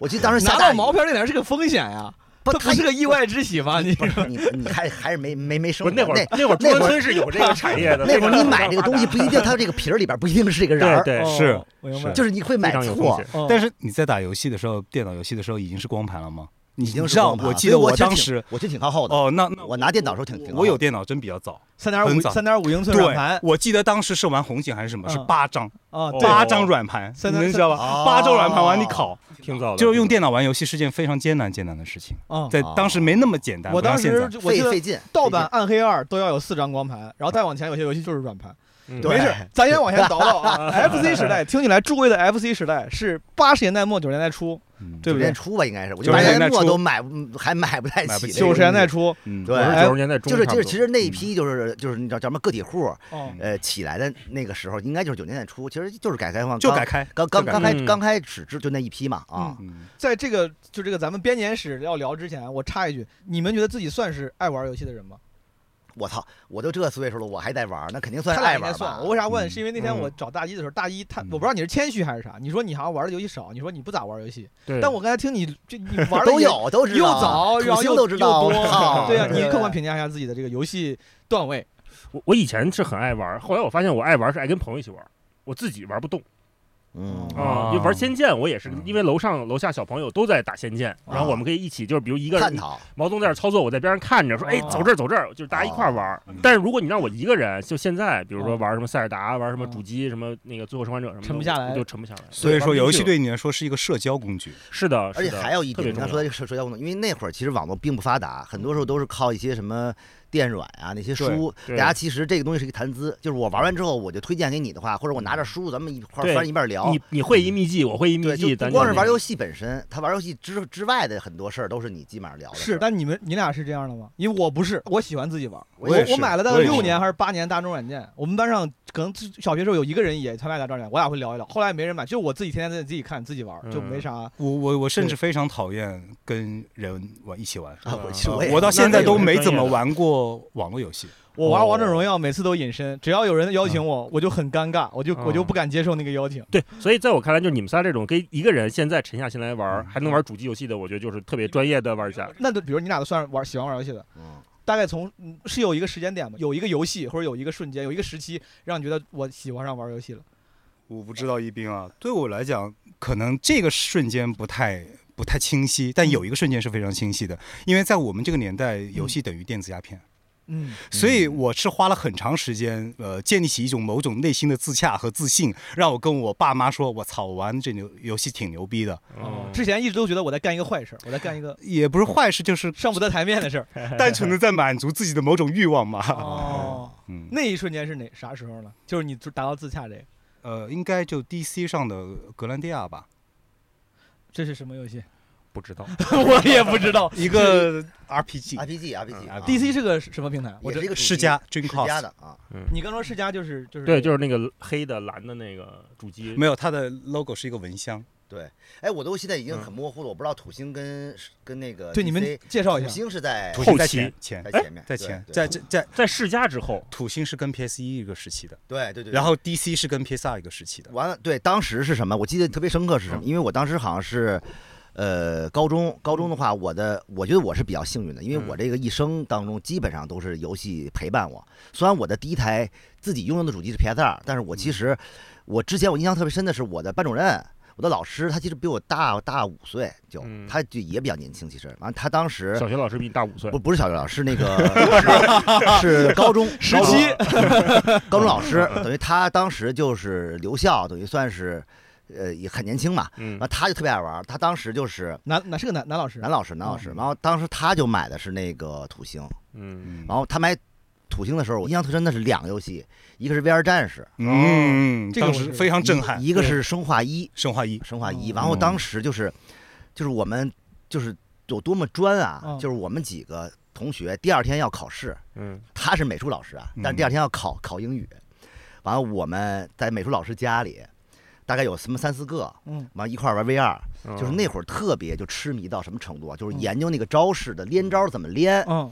Speaker 2: 我记得当时下
Speaker 1: 拿
Speaker 2: 大
Speaker 1: 到
Speaker 2: 雨
Speaker 1: 毛片儿那点儿是个风险呀，
Speaker 2: 不，
Speaker 1: 这
Speaker 2: 他
Speaker 1: 不是个意外之喜吗？你
Speaker 2: 不是你你还还是没没没生
Speaker 4: 不是那会
Speaker 2: 活
Speaker 4: 儿
Speaker 2: 那
Speaker 4: 那会儿中
Speaker 2: 那
Speaker 4: 关
Speaker 2: 会儿
Speaker 4: 村是有这个产业的，
Speaker 2: 那会儿
Speaker 4: 非
Speaker 2: 你
Speaker 4: 常
Speaker 2: 买这个东西不一定，它这个皮儿里边不一定是这个瓤
Speaker 4: 对
Speaker 2: 儿，
Speaker 4: 对，
Speaker 3: 哎是
Speaker 1: 哦我明白，
Speaker 3: 是
Speaker 2: 就、是你会
Speaker 4: 非
Speaker 2: 买
Speaker 4: 常有
Speaker 2: 错
Speaker 4: 风。险。
Speaker 1: 哦、
Speaker 3: 但是你在打游戏的时候，电脑游戏的时候已经是光盘了吗？你
Speaker 2: 已经
Speaker 3: 你
Speaker 2: 是
Speaker 3: 知道，
Speaker 2: 光盘
Speaker 3: 我
Speaker 2: 了
Speaker 3: 记
Speaker 2: 所以
Speaker 3: 得
Speaker 2: 我
Speaker 3: 当
Speaker 2: 其实
Speaker 3: 时
Speaker 2: 我就挺靠后的。
Speaker 3: 哦，那那
Speaker 2: 我拿电脑时候挺挺靠后的，
Speaker 3: 我有电脑真比较早，
Speaker 1: 三点五
Speaker 3: 很早
Speaker 1: 三点五英寸
Speaker 3: 对
Speaker 1: 软盘，
Speaker 3: 我记得当时是玩红警还是什么，是
Speaker 1: 嗯
Speaker 3: 八张
Speaker 1: 啊，
Speaker 4: 哦
Speaker 1: 对
Speaker 3: 八张软盘，
Speaker 1: 三
Speaker 3: 你
Speaker 1: 三
Speaker 3: 能知道吧？
Speaker 2: 哦
Speaker 3: 八张软盘往里拷，
Speaker 4: 挺早的，嗯
Speaker 3: 就是用电脑玩游戏是件非常艰难艰难的事情，
Speaker 2: 哦
Speaker 1: 啊，
Speaker 3: 在当时没那么简单。
Speaker 1: 我
Speaker 3: 不像
Speaker 1: 当
Speaker 3: 现在
Speaker 1: 时就我记
Speaker 2: 费
Speaker 1: 得
Speaker 2: 费劲。
Speaker 1: 盗版《暗黑二》都要有四张光盘，然后再往前有些游戏就是软盘。
Speaker 4: 嗯
Speaker 2: 对
Speaker 1: 没事，咱先往前 倒倒啊。FC 时代，听起来诸位的 FC 时代是八十年代末九十年代初，
Speaker 3: 嗯
Speaker 1: 对不
Speaker 2: 九
Speaker 1: 对
Speaker 2: 年？初吧，应该是，我
Speaker 3: 九
Speaker 2: 觉
Speaker 3: 十
Speaker 2: 得
Speaker 3: 年代
Speaker 2: 年末
Speaker 3: 初
Speaker 2: 都买嗯还买不太
Speaker 3: 买不
Speaker 2: 起
Speaker 3: 起
Speaker 2: 那
Speaker 1: 九
Speaker 2: 个
Speaker 1: 十年代初，
Speaker 3: 嗯，
Speaker 2: 对
Speaker 4: 我是九十年代中
Speaker 2: 就
Speaker 4: 差
Speaker 2: 是
Speaker 4: 不
Speaker 2: 就
Speaker 4: 多，
Speaker 2: 是，其实那一批就是就是你知道叫什么个体户，
Speaker 1: 哦，
Speaker 2: 呃，起来的那个时候，应该就是九十年代初，其实就是改革开放
Speaker 3: 就
Speaker 2: 刚
Speaker 3: 改开，
Speaker 2: 刚刚
Speaker 3: 就改
Speaker 2: 刚开
Speaker 4: 嗯
Speaker 2: 刚开始就就那一批嘛啊，
Speaker 3: 嗯，
Speaker 1: 在这个就这个咱们编年史要聊之前，我插一句，你们觉得自己算是爱玩游戏的人吗？
Speaker 2: 我操，我都这岁数了，我还在玩儿，那肯定算
Speaker 1: 他
Speaker 2: 是
Speaker 1: 俩
Speaker 2: 爱
Speaker 1: 应该
Speaker 2: 玩儿
Speaker 1: 算。
Speaker 2: 吧
Speaker 1: 我。为啥问？
Speaker 3: 嗯
Speaker 1: 是因为那天
Speaker 4: 嗯
Speaker 1: 我找大一的时候，大一他
Speaker 3: 嗯
Speaker 1: 我不知道你是谦虚还是啥，你说你好像玩的游戏少，你说你不咋玩游戏，
Speaker 4: 对，
Speaker 1: 但我刚才听你这你玩的
Speaker 2: 都有都知
Speaker 1: 又
Speaker 2: 道，
Speaker 1: 早，
Speaker 2: 土
Speaker 1: 然后
Speaker 2: 星
Speaker 1: 又
Speaker 2: 都知道，
Speaker 1: 又
Speaker 2: 我
Speaker 1: 多，
Speaker 2: 操
Speaker 1: 对呀，啊你客观评价一下自己的这个游戏段位。
Speaker 4: 我我以前是很爱玩，后来我发现我爱玩是爱跟朋友一起玩，我自己玩不动
Speaker 2: 嗯
Speaker 3: 啊
Speaker 4: 啊。就玩仙剑，我也是
Speaker 3: 嗯
Speaker 4: 因为楼上楼下小朋友都在打仙剑，然后我们可以一起，就是比如一个
Speaker 2: 啊探
Speaker 4: 人
Speaker 2: 讨，
Speaker 4: 毛东在这儿操作，我在边上看着，说
Speaker 1: 哦
Speaker 4: 哎走这儿走这儿，就是大家一块儿玩
Speaker 3: 嗯。
Speaker 4: 但是如果你让我一个人，就现在，比如说
Speaker 1: 哦
Speaker 4: 玩什么塞尔达，玩什么
Speaker 1: 哦
Speaker 4: 主机，什么那个最后生还者什么
Speaker 1: 嗯
Speaker 4: 的，
Speaker 1: 沉不下来
Speaker 4: 我就沉不下来。
Speaker 3: 所以说游戏
Speaker 1: 对
Speaker 3: 对你来说是一个社交工具，
Speaker 4: 是的，
Speaker 2: 而
Speaker 4: 是
Speaker 2: 且
Speaker 4: 的
Speaker 2: 还有一
Speaker 4: 特
Speaker 2: 点，你
Speaker 4: 别重
Speaker 2: 刚
Speaker 4: 要
Speaker 2: 说。这个社社交活动，因为那会儿其实网络并不发达，很多时候都是靠一些什么电软啊那些书。大
Speaker 4: 对
Speaker 2: 家其实这个东西是一个谈资，就是我玩完之后我就推荐给你的话，或者我拿着书咱们一块儿
Speaker 4: 对
Speaker 2: 翻一边聊
Speaker 4: 你。你会一秘技，我会一秘
Speaker 2: 对，
Speaker 4: 技，
Speaker 2: 就
Speaker 4: 咱
Speaker 2: 不光是玩游
Speaker 4: 戏，
Speaker 2: 戏本身，他玩游戏之之外的很多事儿都是你基本上聊的事
Speaker 1: 是，
Speaker 2: 儿。
Speaker 1: 但你们你俩是这样的吗？因为我不是，我喜欢自己玩。
Speaker 2: 我
Speaker 1: 我
Speaker 3: 也是
Speaker 1: 我买了大概
Speaker 3: 我也是
Speaker 1: 六年还是八年大众软件，我们班上可能小学时候有一个人也参加大众软件，我俩会聊一聊。后来没人买，就我自己天天在自己看自己玩，就没啥。
Speaker 3: 我我我甚至非常讨厌跟人玩一起玩。
Speaker 2: 啊，我
Speaker 4: 是
Speaker 2: 我
Speaker 3: 呃
Speaker 2: 也
Speaker 3: 我到
Speaker 2: 是
Speaker 3: 现在都
Speaker 4: 那
Speaker 3: 没
Speaker 4: 也是
Speaker 3: 怎么
Speaker 4: 专业的
Speaker 3: 玩过网络游戏，
Speaker 1: 我
Speaker 4: 哦
Speaker 1: 玩王者荣耀每次都隐身，只要有人邀请我，我就很尴尬，我就
Speaker 4: 嗯
Speaker 1: 我就不敢接受那个邀请。
Speaker 4: 对，所以在我看来，就是你们仨这种跟一个人现在沉下心来玩，
Speaker 3: 嗯
Speaker 4: 还能玩主机游戏的，我觉得就是特别专业的玩家。
Speaker 1: 那就比如你俩都算是玩喜欢玩游戏的，
Speaker 2: 嗯
Speaker 1: 大概从嗯是有一个时间点吗？有一个游戏或者有一个瞬间，有一个时期让你觉得我喜欢上玩游戏了。
Speaker 3: 我不知道一冰啊，对我来讲，可能这个瞬间不太不太清晰，但有一个瞬间是非常清晰的，因为在我们这个年代，游戏等于电子鸦片，
Speaker 1: 嗯，
Speaker 3: 所以我是花了很长时间，呃，建立起一种某种内心的自洽和自信，让我跟我爸妈说，我操，我玩这牛游戏挺牛逼的，
Speaker 4: 哦
Speaker 1: 之前一直都觉得我在干一个坏事儿，我在干一 个
Speaker 3: 也不是坏事，就是
Speaker 1: 上不得台面的事儿。
Speaker 3: 单纯的在满足自己的某种欲望嘛。
Speaker 1: 哦，
Speaker 3: 嗯，
Speaker 1: 那一瞬间是哪啥时候呢？就是你就达到自洽这个，
Speaker 3: 呃，应该就 DC 上的格兰蒂亚吧，
Speaker 1: 这是什么游戏？
Speaker 4: 不知道，
Speaker 1: 我也不知道。
Speaker 3: 一个 RPG，
Speaker 2: RPG
Speaker 4: 嗯
Speaker 2: RPG 啊
Speaker 1: DC 是个什么平台？我
Speaker 2: 也
Speaker 1: 这
Speaker 2: 是一个主
Speaker 3: 世
Speaker 2: 机
Speaker 3: 家
Speaker 2: 世
Speaker 3: Dream
Speaker 2: 家
Speaker 3: Cross
Speaker 2: 的啊，
Speaker 1: 你刚说世嘉就是就是
Speaker 4: 对，就是是那个黑的、蓝的那个主机，
Speaker 3: 没有，它的 logo 是一个蚊香。
Speaker 2: 对。哎，我都现在已经
Speaker 4: 嗯
Speaker 2: 很模糊了，我不知道土星跟跟那个
Speaker 1: 对你们
Speaker 2: DC
Speaker 1: 介绍
Speaker 2: 哎土
Speaker 1: 一下。
Speaker 2: 星是在
Speaker 4: 土
Speaker 3: 星
Speaker 4: 后
Speaker 3: 在
Speaker 4: 期
Speaker 3: 前前
Speaker 2: 在前面，
Speaker 3: 在
Speaker 2: 对
Speaker 3: 前，
Speaker 2: 对
Speaker 3: 在在在
Speaker 4: 在世嘉之后，
Speaker 3: 土星是跟 PS 一一个时期的，
Speaker 2: 对对对，哦
Speaker 3: 然后 DC 是跟 PS 二一个时期的。
Speaker 2: 完了，对，当时是什么？我记得特别深刻是
Speaker 4: 嗯
Speaker 2: 什么？因为我当时好像是，呃，高中，高中的话，我的我觉得我是比较幸运的，因为
Speaker 4: 嗯
Speaker 2: 我这个一生当中基本上都是游戏陪伴我。虽然我的第一台自己拥有的主机是 PS 二，但是我
Speaker 4: 嗯
Speaker 2: 其实我之前我印象特别深的是我的班主任。我的老师他其实比我大大五岁，就
Speaker 4: 嗯
Speaker 2: 他就也比较年轻。其实，完了他当时
Speaker 4: 小学老师比你大五岁
Speaker 2: 不，不是小学老师，那个 是是高中
Speaker 1: 十
Speaker 2: 高中
Speaker 1: 七，
Speaker 2: 高中老师，等于他当时就是留校，等于算是，呃，也很年轻嘛。
Speaker 4: 嗯
Speaker 2: 然后，他就特别爱玩儿，他当时就是
Speaker 1: 男男是个男男老师
Speaker 2: 男老师，男老师。
Speaker 3: 嗯
Speaker 2: 然后当时他就买的是那个土星，
Speaker 4: 嗯，
Speaker 3: 哦
Speaker 2: 然后他买土星的时候，我印象特深的是两个游戏，一个是 VR 战士，
Speaker 3: 嗯，
Speaker 1: 这个
Speaker 3: 当
Speaker 1: 我
Speaker 3: 时
Speaker 1: 是
Speaker 3: 非常震撼。
Speaker 2: 一一个是生化一，
Speaker 3: 生化一，
Speaker 2: 生化一。
Speaker 1: 哦
Speaker 2: 然后当时就是，就是我们就是有多么专啊
Speaker 1: 嗯，
Speaker 2: 就是我们几个同学第二天要考试，
Speaker 4: 嗯，
Speaker 2: 他是美术老师啊，但
Speaker 3: 嗯
Speaker 2: 是第二天要考考英语，完了我们在美术老师家里，大概有什么三四个，
Speaker 1: 嗯，
Speaker 2: 完了一块儿玩 VR，
Speaker 4: 嗯
Speaker 2: 就是那会儿特别就痴迷到什么程度啊，就是研究那个招式的连招怎么连，
Speaker 1: 嗯，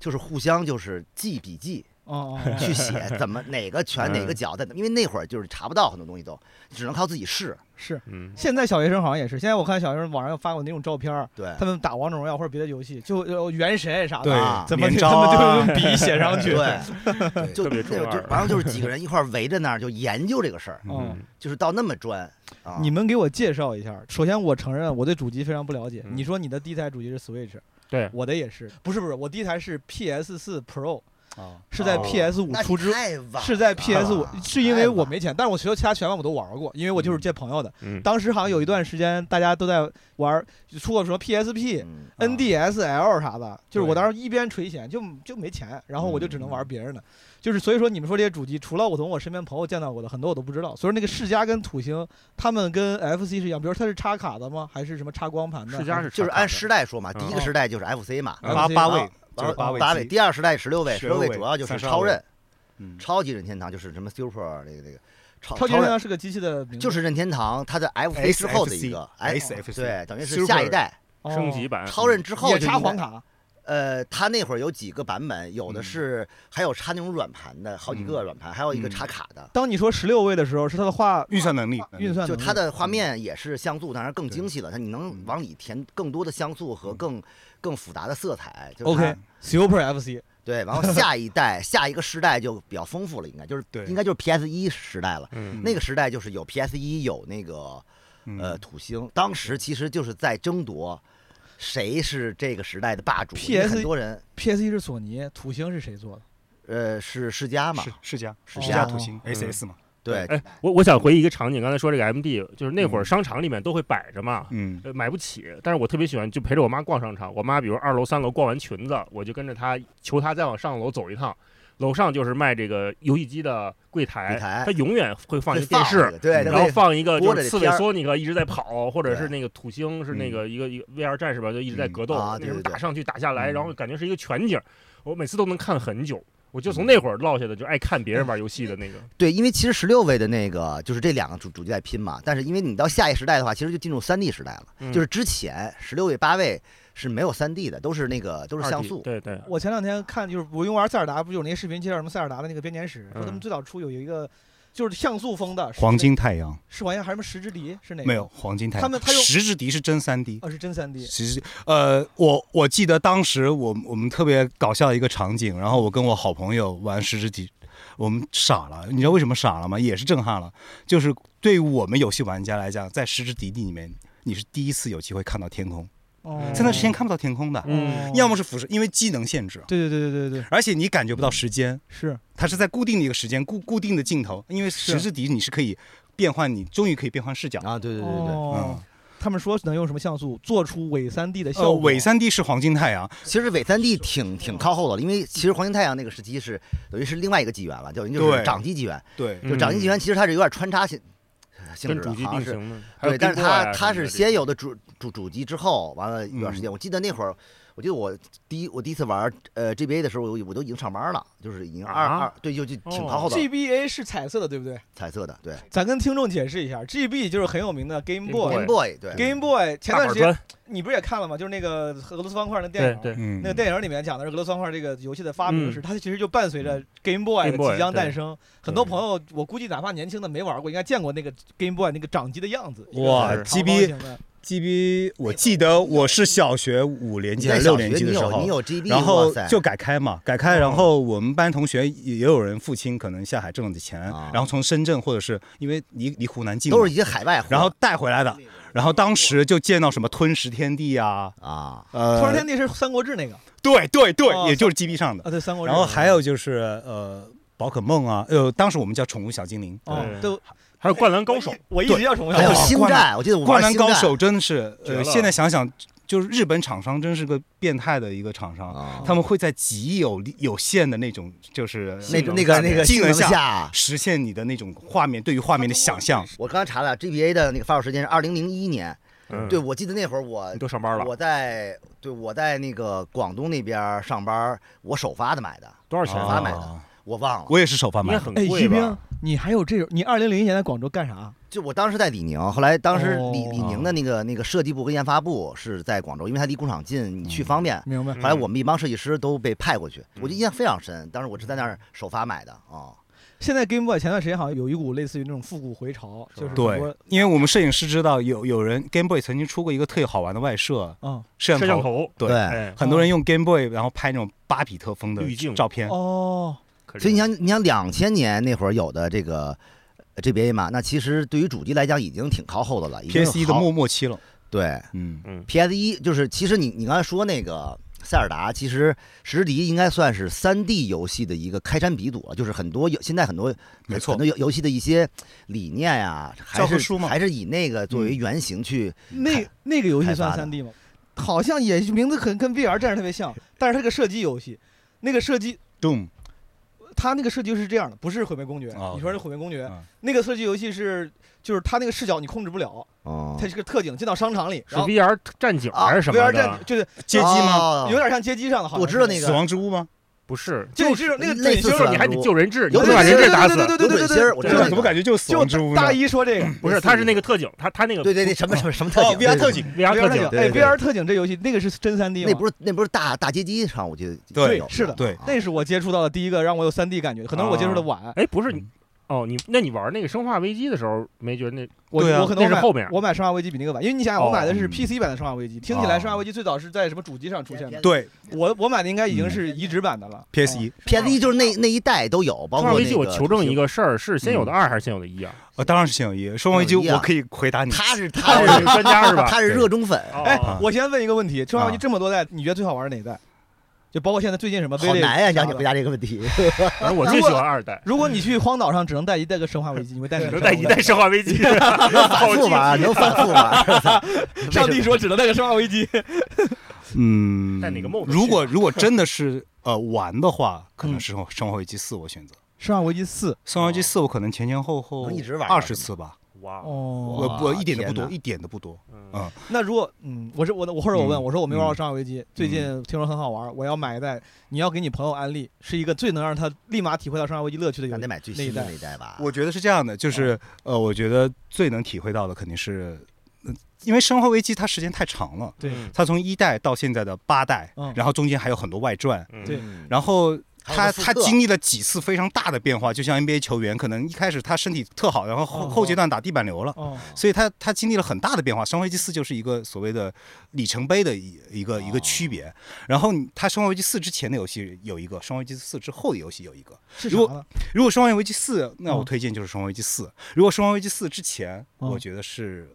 Speaker 2: 就是互相就是记笔记，
Speaker 1: 哦哦，
Speaker 2: 去写怎么哪个拳哪个脚在哪，因为那会儿就是查不到很多东西都，只能靠自己试。
Speaker 1: 是。
Speaker 4: 嗯，
Speaker 1: 现在小学生好像也是，现在我看小学生网上有发过那种照片儿，
Speaker 2: 对，
Speaker 1: 他们打王者荣耀或者别的游戏，就呃原神啥的，
Speaker 3: 对
Speaker 2: 啊，
Speaker 1: 怎么
Speaker 3: 连
Speaker 1: 就
Speaker 3: 招
Speaker 1: 他们就
Speaker 3: 啊
Speaker 1: 用笔写上去？ 嗯
Speaker 2: 对，
Speaker 3: 对
Speaker 2: 就
Speaker 4: 特别
Speaker 2: 那
Speaker 4: 中
Speaker 2: 会儿
Speaker 4: 二
Speaker 2: 就然后就是几个人一块儿围着那儿就研究这个事儿，
Speaker 1: 嗯，
Speaker 2: 就是到那么专啊。
Speaker 1: 你们给我介绍一下。首先，我承认我对主机非常不了解。
Speaker 4: 嗯
Speaker 1: 你说你的第一台主机是 Switch，
Speaker 4: 对
Speaker 1: 我的也是，不是不是，我第一台是 PS 4 Pro，
Speaker 3: 啊，
Speaker 1: 是在
Speaker 4: 哦
Speaker 1: PS 5
Speaker 2: 那
Speaker 1: 出
Speaker 2: 你啊
Speaker 1: 之。
Speaker 2: 太晚
Speaker 1: 是在 PS
Speaker 2: 了
Speaker 1: 5是因为我没钱，但是我所有其他全网我都玩过，因为我就是借朋友的。
Speaker 4: 嗯
Speaker 1: 当时好像有一段时间大家都在玩，出过什么 PSP、
Speaker 2: 嗯
Speaker 1: NDSL 啥的，就是我
Speaker 3: 对
Speaker 1: 当时一边垂涎，就就没钱，然后我就只能玩
Speaker 2: 嗯
Speaker 1: 别人的。就是所以说，你们说这些主机，除了我从我身边朋友见到过的，很多我都不知道。所以说那个世嘉跟土星，他们跟 FC 是一样，比如它是插卡的吗？还是什么插光盘的？
Speaker 4: 世嘉是
Speaker 2: 就是
Speaker 4: 插卡
Speaker 2: 按
Speaker 4: 的
Speaker 2: 时代说嘛，第一
Speaker 1: 嗯
Speaker 2: 个时代就是 FC 嘛，
Speaker 1: 嗯
Speaker 3: 哦八八位
Speaker 2: 啊
Speaker 3: 就是八位
Speaker 2: 八
Speaker 3: 机
Speaker 2: 位，第二时代十六位，十六
Speaker 3: 16位
Speaker 2: 主要就是
Speaker 3: 32
Speaker 2: 超任，
Speaker 3: 嗯
Speaker 2: 超级任天堂就是什么 Super 这个这个超
Speaker 1: 超级
Speaker 2: 超
Speaker 1: 任
Speaker 2: 任
Speaker 1: 天堂是个机器的名字，
Speaker 2: 就是任天堂它在 FC 之后的一个
Speaker 3: SFC
Speaker 2: 哎
Speaker 3: SFC
Speaker 2: 对，等于是下一代
Speaker 1: 哦
Speaker 4: 升级
Speaker 3: 嗯
Speaker 4: 版，
Speaker 2: 超任之后
Speaker 1: 也
Speaker 2: 就
Speaker 1: 插
Speaker 2: 应该
Speaker 1: 黄。卡。
Speaker 2: 呃，它那会儿有几个版本，有的是还有插那种软盘的，好几个
Speaker 3: 嗯
Speaker 2: 软盘，还有一个
Speaker 3: 嗯
Speaker 2: 插卡的，
Speaker 1: 当你说十六位的时候，是它的画
Speaker 3: 运算能力，
Speaker 1: 运算
Speaker 2: 就
Speaker 1: 能
Speaker 2: 它
Speaker 1: 力
Speaker 2: 的画面也是像素，当然更精细了，它你能
Speaker 3: 嗯
Speaker 2: 往里填更多的像素和更更复杂的色彩。就是它
Speaker 1: OK Super FC
Speaker 2: 对， 然后下一代、下一个时代就比较丰富了，应该就是
Speaker 3: 对
Speaker 2: 应该就是 PS 一时代了。
Speaker 4: 嗯
Speaker 2: 那个时代就是有 PS 一，有那个呃
Speaker 3: 呃，
Speaker 2: 土星，当时其实就是在争夺谁是这个时代的霸主。因为
Speaker 1: PS1
Speaker 2: 很多人
Speaker 1: PS 一是索尼，土星是谁做的？
Speaker 2: 呃是世嘉嘛
Speaker 3: 世，世嘉世
Speaker 1: 哦
Speaker 3: 嘉土星
Speaker 4: 嗯
Speaker 3: SS 嘛，
Speaker 2: 对，
Speaker 4: 哎，我我想回忆一个场景，刚才说这个 MD，就是那
Speaker 2: 嗯
Speaker 4: 会儿商场里面都会摆着嘛，
Speaker 3: 嗯
Speaker 4: 呃，买不起，但是我特别喜欢就陪着我妈逛商场。我妈比如二楼、三楼逛完裙子，我就跟着她，求她再往上楼走一趟。楼上就是卖这个游戏机的柜台，
Speaker 2: 柜台
Speaker 4: 它永远会放一
Speaker 2: 会
Speaker 4: 个电
Speaker 2: 这
Speaker 4: 视，
Speaker 2: 个对，
Speaker 3: 嗯
Speaker 2: 它
Speaker 4: 然后
Speaker 2: 会
Speaker 4: 放一个
Speaker 2: 播
Speaker 4: 就
Speaker 2: 着这
Speaker 4: 是刺猬
Speaker 2: 片儿
Speaker 4: 索尼克一直在跑，或者
Speaker 2: 对嗯
Speaker 4: 是那个土星是那个一个一个 VR 战士吧，就一直在
Speaker 3: 嗯
Speaker 4: 格斗，
Speaker 2: 啊
Speaker 4: 那
Speaker 2: 对
Speaker 4: 什
Speaker 2: 对
Speaker 4: 么
Speaker 2: 对
Speaker 4: 打上去打下
Speaker 3: 嗯
Speaker 4: 来，然后感觉是一个全景，我每次都能看很久。我就从
Speaker 2: 嗯
Speaker 4: 那会儿落下的，就爱看别人玩游戏的那个。
Speaker 2: 对，因为其实十六位的那个就是这两个主主机在拼嘛，但是因为你到下一时代的话，其实就进入三 D 时代了。
Speaker 4: 嗯
Speaker 2: 就是之前十六位、八位是没有三 D 的，都是那个都是
Speaker 4: 二
Speaker 2: 像
Speaker 4: D
Speaker 2: 素。
Speaker 4: 对对，
Speaker 1: 我前两天看，就是我用玩塞尔达，不是有那些视频介绍什么塞尔达的那个编年史，说他们
Speaker 4: 嗯
Speaker 1: 最早出有一个就是像素风的是
Speaker 3: 黄
Speaker 1: 那
Speaker 3: 金太阳
Speaker 1: 是黄金还是什么石之笛是哪个？
Speaker 3: 没有，黄金太阳，
Speaker 1: 他们他用
Speaker 3: 十之敌是真三 D，
Speaker 1: 哦是真三 D
Speaker 3: 其实，呃，我我记得当时我我们特别搞笑一个场景，然后我跟我好朋友玩十之敌，我们傻了，你知道为什么傻了吗？也是震撼了，就是对于我们游戏玩家来讲，在十之敌里面，你是第一次有机会看到天空，
Speaker 1: 哦，
Speaker 3: 在那之前看不到天空的，
Speaker 4: 嗯
Speaker 3: 要么是辐射，因为机能限制，
Speaker 1: 对对对对对对
Speaker 3: 而且你感觉不到时间，
Speaker 1: 是
Speaker 3: 它是在固定的一个时间，固固定的镜头，因为十之敌你是可以变换，你终于可以变换视角。
Speaker 2: 啊，对对
Speaker 1: 哦
Speaker 3: 嗯，
Speaker 1: 他们说能用什么像素做出伪三 D 的效
Speaker 3: 呃，
Speaker 1: 果？
Speaker 3: 伪三 D 是黄金太阳，
Speaker 2: 其实伪三 D 挺挺靠后的了，因为其实黄金太阳那个时期是等于是另外一个纪元了，等于就是
Speaker 3: 对
Speaker 2: 掌机纪元。
Speaker 3: 对，
Speaker 2: 就掌机纪元其实它是有点穿插性性
Speaker 4: 嗯跟
Speaker 2: 质
Speaker 4: 主
Speaker 2: 的，
Speaker 4: 机
Speaker 2: 好像
Speaker 4: 并
Speaker 2: 是
Speaker 4: 行的，还有
Speaker 2: 对，但是
Speaker 4: Game Boy
Speaker 2: 它
Speaker 4: 啊
Speaker 2: 它
Speaker 4: 什么
Speaker 2: 是
Speaker 4: 的
Speaker 2: 先有的主主主机之后，完了一段时间，
Speaker 3: 嗯
Speaker 2: 我记得那会儿。我记得我第一我第一次玩呃 GBA 的时候，我我都已经上班了，就是已经二
Speaker 4: 啊
Speaker 2: 二对，就就挺
Speaker 4: 哦
Speaker 2: 靠后的
Speaker 1: GBA 是彩色的，对不对？
Speaker 2: 彩色的，对
Speaker 1: 咱跟听众解释一下，GB 就是很有名的 Game
Speaker 4: Game
Speaker 1: Boy
Speaker 2: Game。Boy 对
Speaker 1: Game Boy 前
Speaker 4: 大
Speaker 1: 段
Speaker 4: 板
Speaker 1: 时间
Speaker 4: 砖，
Speaker 1: 你不是也看了吗？就是那个俄罗斯方块那电
Speaker 4: 对
Speaker 1: 影，
Speaker 4: 对，
Speaker 3: 嗯，
Speaker 1: 那个电影里面讲的是俄罗斯方块这个游戏的发明
Speaker 4: 嗯
Speaker 1: 史，它其实就伴随着 Game Boy 的
Speaker 4: Game Boy，
Speaker 1: 即将诞
Speaker 4: 对
Speaker 1: 生。很多朋友，我估计哪怕年轻的没玩过，应该见过那个 Game Boy 那个掌机的样子。一个
Speaker 3: 哇
Speaker 1: 长方
Speaker 3: GB
Speaker 1: 形的
Speaker 3: GB，我记得我是小学五年
Speaker 2: 你
Speaker 3: 级还
Speaker 2: 在
Speaker 3: 是六
Speaker 2: 小学
Speaker 3: 年级
Speaker 2: 你
Speaker 3: 的时
Speaker 2: 有你
Speaker 3: 候，
Speaker 2: 有 GB，
Speaker 3: 然
Speaker 2: 哇
Speaker 3: 后
Speaker 2: 塞
Speaker 3: 就改开嘛，改开，然后我们班同学也也有人父亲可能下海挣了点钱，
Speaker 2: 啊
Speaker 3: 然后从深圳或者是因为离离湖南近嘛，
Speaker 2: 都是一些海外货，
Speaker 3: 然后带回来的，然后当时就见到什么吞食天地啊，
Speaker 2: 啊，
Speaker 1: 突然
Speaker 3: 呃，
Speaker 1: 天地是《三国志》那个
Speaker 3: 对对
Speaker 1: 哦
Speaker 3: 对，也就是 GB 上的，
Speaker 1: 啊，对，《三国志》。
Speaker 3: 然后还有就是呃宝可梦啊，呃，当时我们叫宠物小精灵，
Speaker 1: 哦，都
Speaker 4: 还有灌篮高手，
Speaker 1: 我一直要重
Speaker 2: 还有
Speaker 1: 要
Speaker 3: 哦。
Speaker 2: 星
Speaker 3: 灌篮
Speaker 2: 战，我记得我
Speaker 3: 灌
Speaker 2: 玩
Speaker 3: 篮
Speaker 2: 星
Speaker 3: 高
Speaker 2: 战
Speaker 3: 手真的是，
Speaker 4: 绝了
Speaker 3: 呃，现在想想就是日本厂商真是个变态的一个厂商。
Speaker 2: 啊
Speaker 3: 他们会在极有力有限的那种，就是
Speaker 2: 那个那个那个
Speaker 3: 技
Speaker 2: 性
Speaker 3: 能
Speaker 2: 能
Speaker 3: 下
Speaker 2: 下。
Speaker 3: 实现你的那种画面对于画面的想象。
Speaker 2: 我刚才查了 GBA 的那个发售时间是二零零一年，
Speaker 4: 嗯
Speaker 2: 对，我记得那会儿我
Speaker 4: 你都上班了，
Speaker 2: 我在对我在那个广东那边上班，我首发的买的，
Speaker 4: 多少钱
Speaker 2: 首
Speaker 4: 啊
Speaker 2: 发买的，我忘了。
Speaker 3: 我也是首发
Speaker 4: 应
Speaker 3: 买
Speaker 4: 该
Speaker 3: 的。
Speaker 4: 很
Speaker 1: 哎，
Speaker 4: 贵
Speaker 1: 于
Speaker 4: 吧
Speaker 1: 冰？，你还有这种？你二零零一年在广州干啥？
Speaker 2: 就我当时在李宁，后来当时
Speaker 1: 哦
Speaker 2: 李李宁的那个那个设计部跟研发部是在广州，因为它离工厂近，你去方便。
Speaker 1: 明白
Speaker 4: 嗯
Speaker 2: 后来我们一帮设计师都被派过去，
Speaker 4: 嗯
Speaker 2: 我就印象非常深。当时我是在那儿首发买的啊、
Speaker 1: 现在 Game Boy 前段时间好像有一股类似于那种复古回潮，就是很
Speaker 3: 对
Speaker 1: 多，
Speaker 3: 因为我们摄影师知道有有人 Game Boy 曾经出过一个特别好玩的外设
Speaker 1: 嗯
Speaker 3: 摄
Speaker 4: 摄像
Speaker 3: 像头，
Speaker 4: 头，
Speaker 3: 对
Speaker 4: 哎，
Speaker 3: 很多人用 Game Boy 然后拍那种巴比特风的
Speaker 4: 滤镜
Speaker 3: 照片，
Speaker 1: 哦，
Speaker 4: 可
Speaker 2: 所以你
Speaker 4: 是
Speaker 2: 想，你想两千年那会儿有的这个呃 GBA 嘛，那其实对于主机来讲已经挺靠后的了。已经
Speaker 3: PS 一的
Speaker 2: 好
Speaker 3: 末末期了，
Speaker 2: 对
Speaker 3: 嗯，
Speaker 2: PS 一就是，其实你你刚才说那个塞尔达，其实实迪应该算是三 D 游戏的一个开山鼻祖了，就是很多有现在很多
Speaker 3: 没
Speaker 2: 很
Speaker 3: 错
Speaker 2: 多，游游戏的一些理念呀、还
Speaker 3: 教科
Speaker 2: 是
Speaker 3: 书嘛
Speaker 2: 还是以那个作为
Speaker 3: 嗯
Speaker 2: 原型去，
Speaker 1: 那那个游戏
Speaker 2: 开
Speaker 1: 算
Speaker 2: 发的
Speaker 1: 三 D 吗？好像也名字很跟 VR 战士特别像，但是它是个射击游戏，那个射击
Speaker 3: Doom
Speaker 1: 它那个射击是这样的，不是毁灭公爵。
Speaker 3: 哦
Speaker 1: 你说是毁灭公爵，
Speaker 3: 嗯
Speaker 1: 那个射击游戏是就是它那个视角你控制不了，
Speaker 2: 哦
Speaker 1: 它是个特警进到商场里，
Speaker 4: 是
Speaker 1: 然后
Speaker 4: VR 战警
Speaker 2: 啊
Speaker 4: 还是什
Speaker 1: VR
Speaker 4: 么
Speaker 1: 战
Speaker 4: 的？
Speaker 1: 就是
Speaker 3: 街机吗？
Speaker 2: 哦
Speaker 1: 有点像街机上的，好像
Speaker 2: 我知道
Speaker 1: 是
Speaker 2: 那个
Speaker 3: 死亡之屋吗？
Speaker 4: 不是，
Speaker 1: 就你知道那个
Speaker 2: 类
Speaker 1: 准
Speaker 2: 似
Speaker 1: 星
Speaker 2: 死
Speaker 1: 儿
Speaker 2: 亡
Speaker 4: 你还得救人质，你
Speaker 2: 有
Speaker 4: 不能把
Speaker 2: 本
Speaker 4: 人
Speaker 2: 事
Speaker 4: 质打死
Speaker 1: 对。对对对对对
Speaker 2: 有准星儿我
Speaker 1: 对对
Speaker 2: 知道那
Speaker 1: 对
Speaker 2: 个
Speaker 3: 怎么感觉就是死
Speaker 1: 就
Speaker 3: 亡之屋呢？
Speaker 1: 大一说这个
Speaker 4: 不是，他是那个特警，他他那个
Speaker 2: 对对对，什么什么什么特
Speaker 3: 哦
Speaker 2: 警
Speaker 3: ，VR
Speaker 2: 对
Speaker 3: 特，警，
Speaker 4: VR 特警，
Speaker 2: 对
Speaker 1: 哎
Speaker 2: 对对
Speaker 1: ，VR 特警这游戏那个是真三 D 吗？
Speaker 2: 那不是那不是大大街机上，我记得
Speaker 3: 对
Speaker 2: 有啊
Speaker 1: 是的
Speaker 3: 对
Speaker 1: 那是我接触到的第一个让我有三 D 感觉，可能是我接触的晚，
Speaker 4: 哎，不是
Speaker 3: 嗯
Speaker 4: 你，哦，你那你玩那个《生化危机》的时候没觉得那
Speaker 1: 我
Speaker 3: 对啊
Speaker 1: 我可能
Speaker 4: 那是
Speaker 1: 买
Speaker 4: 后面
Speaker 1: 我买《生化危机》比那个晚，因为你想想，我
Speaker 4: 哦
Speaker 1: 买的是
Speaker 3: 嗯
Speaker 1: PC 版的《生化危机》，听起来
Speaker 3: 哦
Speaker 1: 《生化危机》最早是在什么主机上出现的？
Speaker 3: 对
Speaker 1: 我我买的应该已经是移植版的了。
Speaker 3: PS
Speaker 1: 嗯
Speaker 3: 一，
Speaker 2: ，PS 一就是那那一代都有，包括
Speaker 4: 《生化
Speaker 2: 那
Speaker 4: 危
Speaker 2: 个
Speaker 4: 机》，我求证一，个事儿，是先有的二还是先有的一啊？
Speaker 3: 呃，当然是先有一，生化危机
Speaker 2: 先有一啊
Speaker 3: 我可以回答你，
Speaker 2: 他是他
Speaker 4: 他
Speaker 2: 是
Speaker 4: 是专家是吧？
Speaker 2: 他是热衷粉，
Speaker 4: 哦
Speaker 1: 哎
Speaker 3: 啊，
Speaker 1: 我先问一个问题，《生化危机
Speaker 3: 啊》
Speaker 1: 这么多代，你觉得最好玩的哪一代？就包括现在最近什么？
Speaker 2: 好难呀，让你回
Speaker 1: 答。
Speaker 2: 答这个问题。
Speaker 4: 反正我最喜欢二代，
Speaker 1: 如果你去荒岛上只能带一代个《生化危机》，你会带哪个？。
Speaker 4: 能带一代《生化危机》
Speaker 2: 反复玩，能反复玩。
Speaker 1: 上帝说只能带个《生化危机》，
Speaker 3: 嗯
Speaker 4: 带哪个 mode 去
Speaker 3: 如果 如果真的是呃玩的话，可能
Speaker 1: 嗯
Speaker 3: 是生生化危机四我选择，
Speaker 1: 《生化危机四》
Speaker 3: 生化危机四我可能前前后后
Speaker 2: 能一直玩
Speaker 3: 二十次吧，
Speaker 4: 哇，
Speaker 1: 哦。
Speaker 3: 我不
Speaker 2: 哇
Speaker 3: 一点都不
Speaker 2: 天
Speaker 3: 多，
Speaker 2: 哪
Speaker 3: 一点都不多，
Speaker 4: 嗯，
Speaker 3: 嗯，
Speaker 1: 那如果嗯，我是我的，我或者我问
Speaker 3: 嗯
Speaker 1: 我说我没玩过《生化危机》，最近听说很好玩，我要买一代。你要给你朋友安利，是一个最能让他立马体会到《生化危机》乐趣的游
Speaker 2: 那
Speaker 1: 戏
Speaker 2: 得。买最新的那一代吧。
Speaker 3: 我觉得是这样的，就是
Speaker 2: 哦
Speaker 3: 呃，我觉得最能体会到的肯定是，呃因为生化危机它时间太长了，
Speaker 1: 对
Speaker 4: 嗯
Speaker 3: 它从一代到现在的八代
Speaker 1: 嗯，
Speaker 3: 然后中间还有很多外传，
Speaker 4: 嗯
Speaker 1: 对
Speaker 3: 然后
Speaker 2: 还
Speaker 3: 他
Speaker 2: 有个复
Speaker 3: 他
Speaker 2: 刻
Speaker 3: 经历了几次非常大的变化，就像 NBA 球员，可能一开始他身体特好，然后后
Speaker 1: 哦
Speaker 3: 后阶段打地板流了。
Speaker 1: 哦，
Speaker 3: 所以他他经历了很大的变化，《生化危机四》就是一个所谓的里程碑的一一个一个区别。然后你他《生化危机四》之前的游戏有一个，《生化危机四》之后的游戏有一个。
Speaker 1: 是啥
Speaker 3: 如果嗯
Speaker 1: 呢？
Speaker 3: 如果《生化危机四》，那
Speaker 1: 嗯
Speaker 3: 我推荐就是《生化危机四》；如果《生化危机四》之前，
Speaker 1: 嗯
Speaker 3: 我觉得是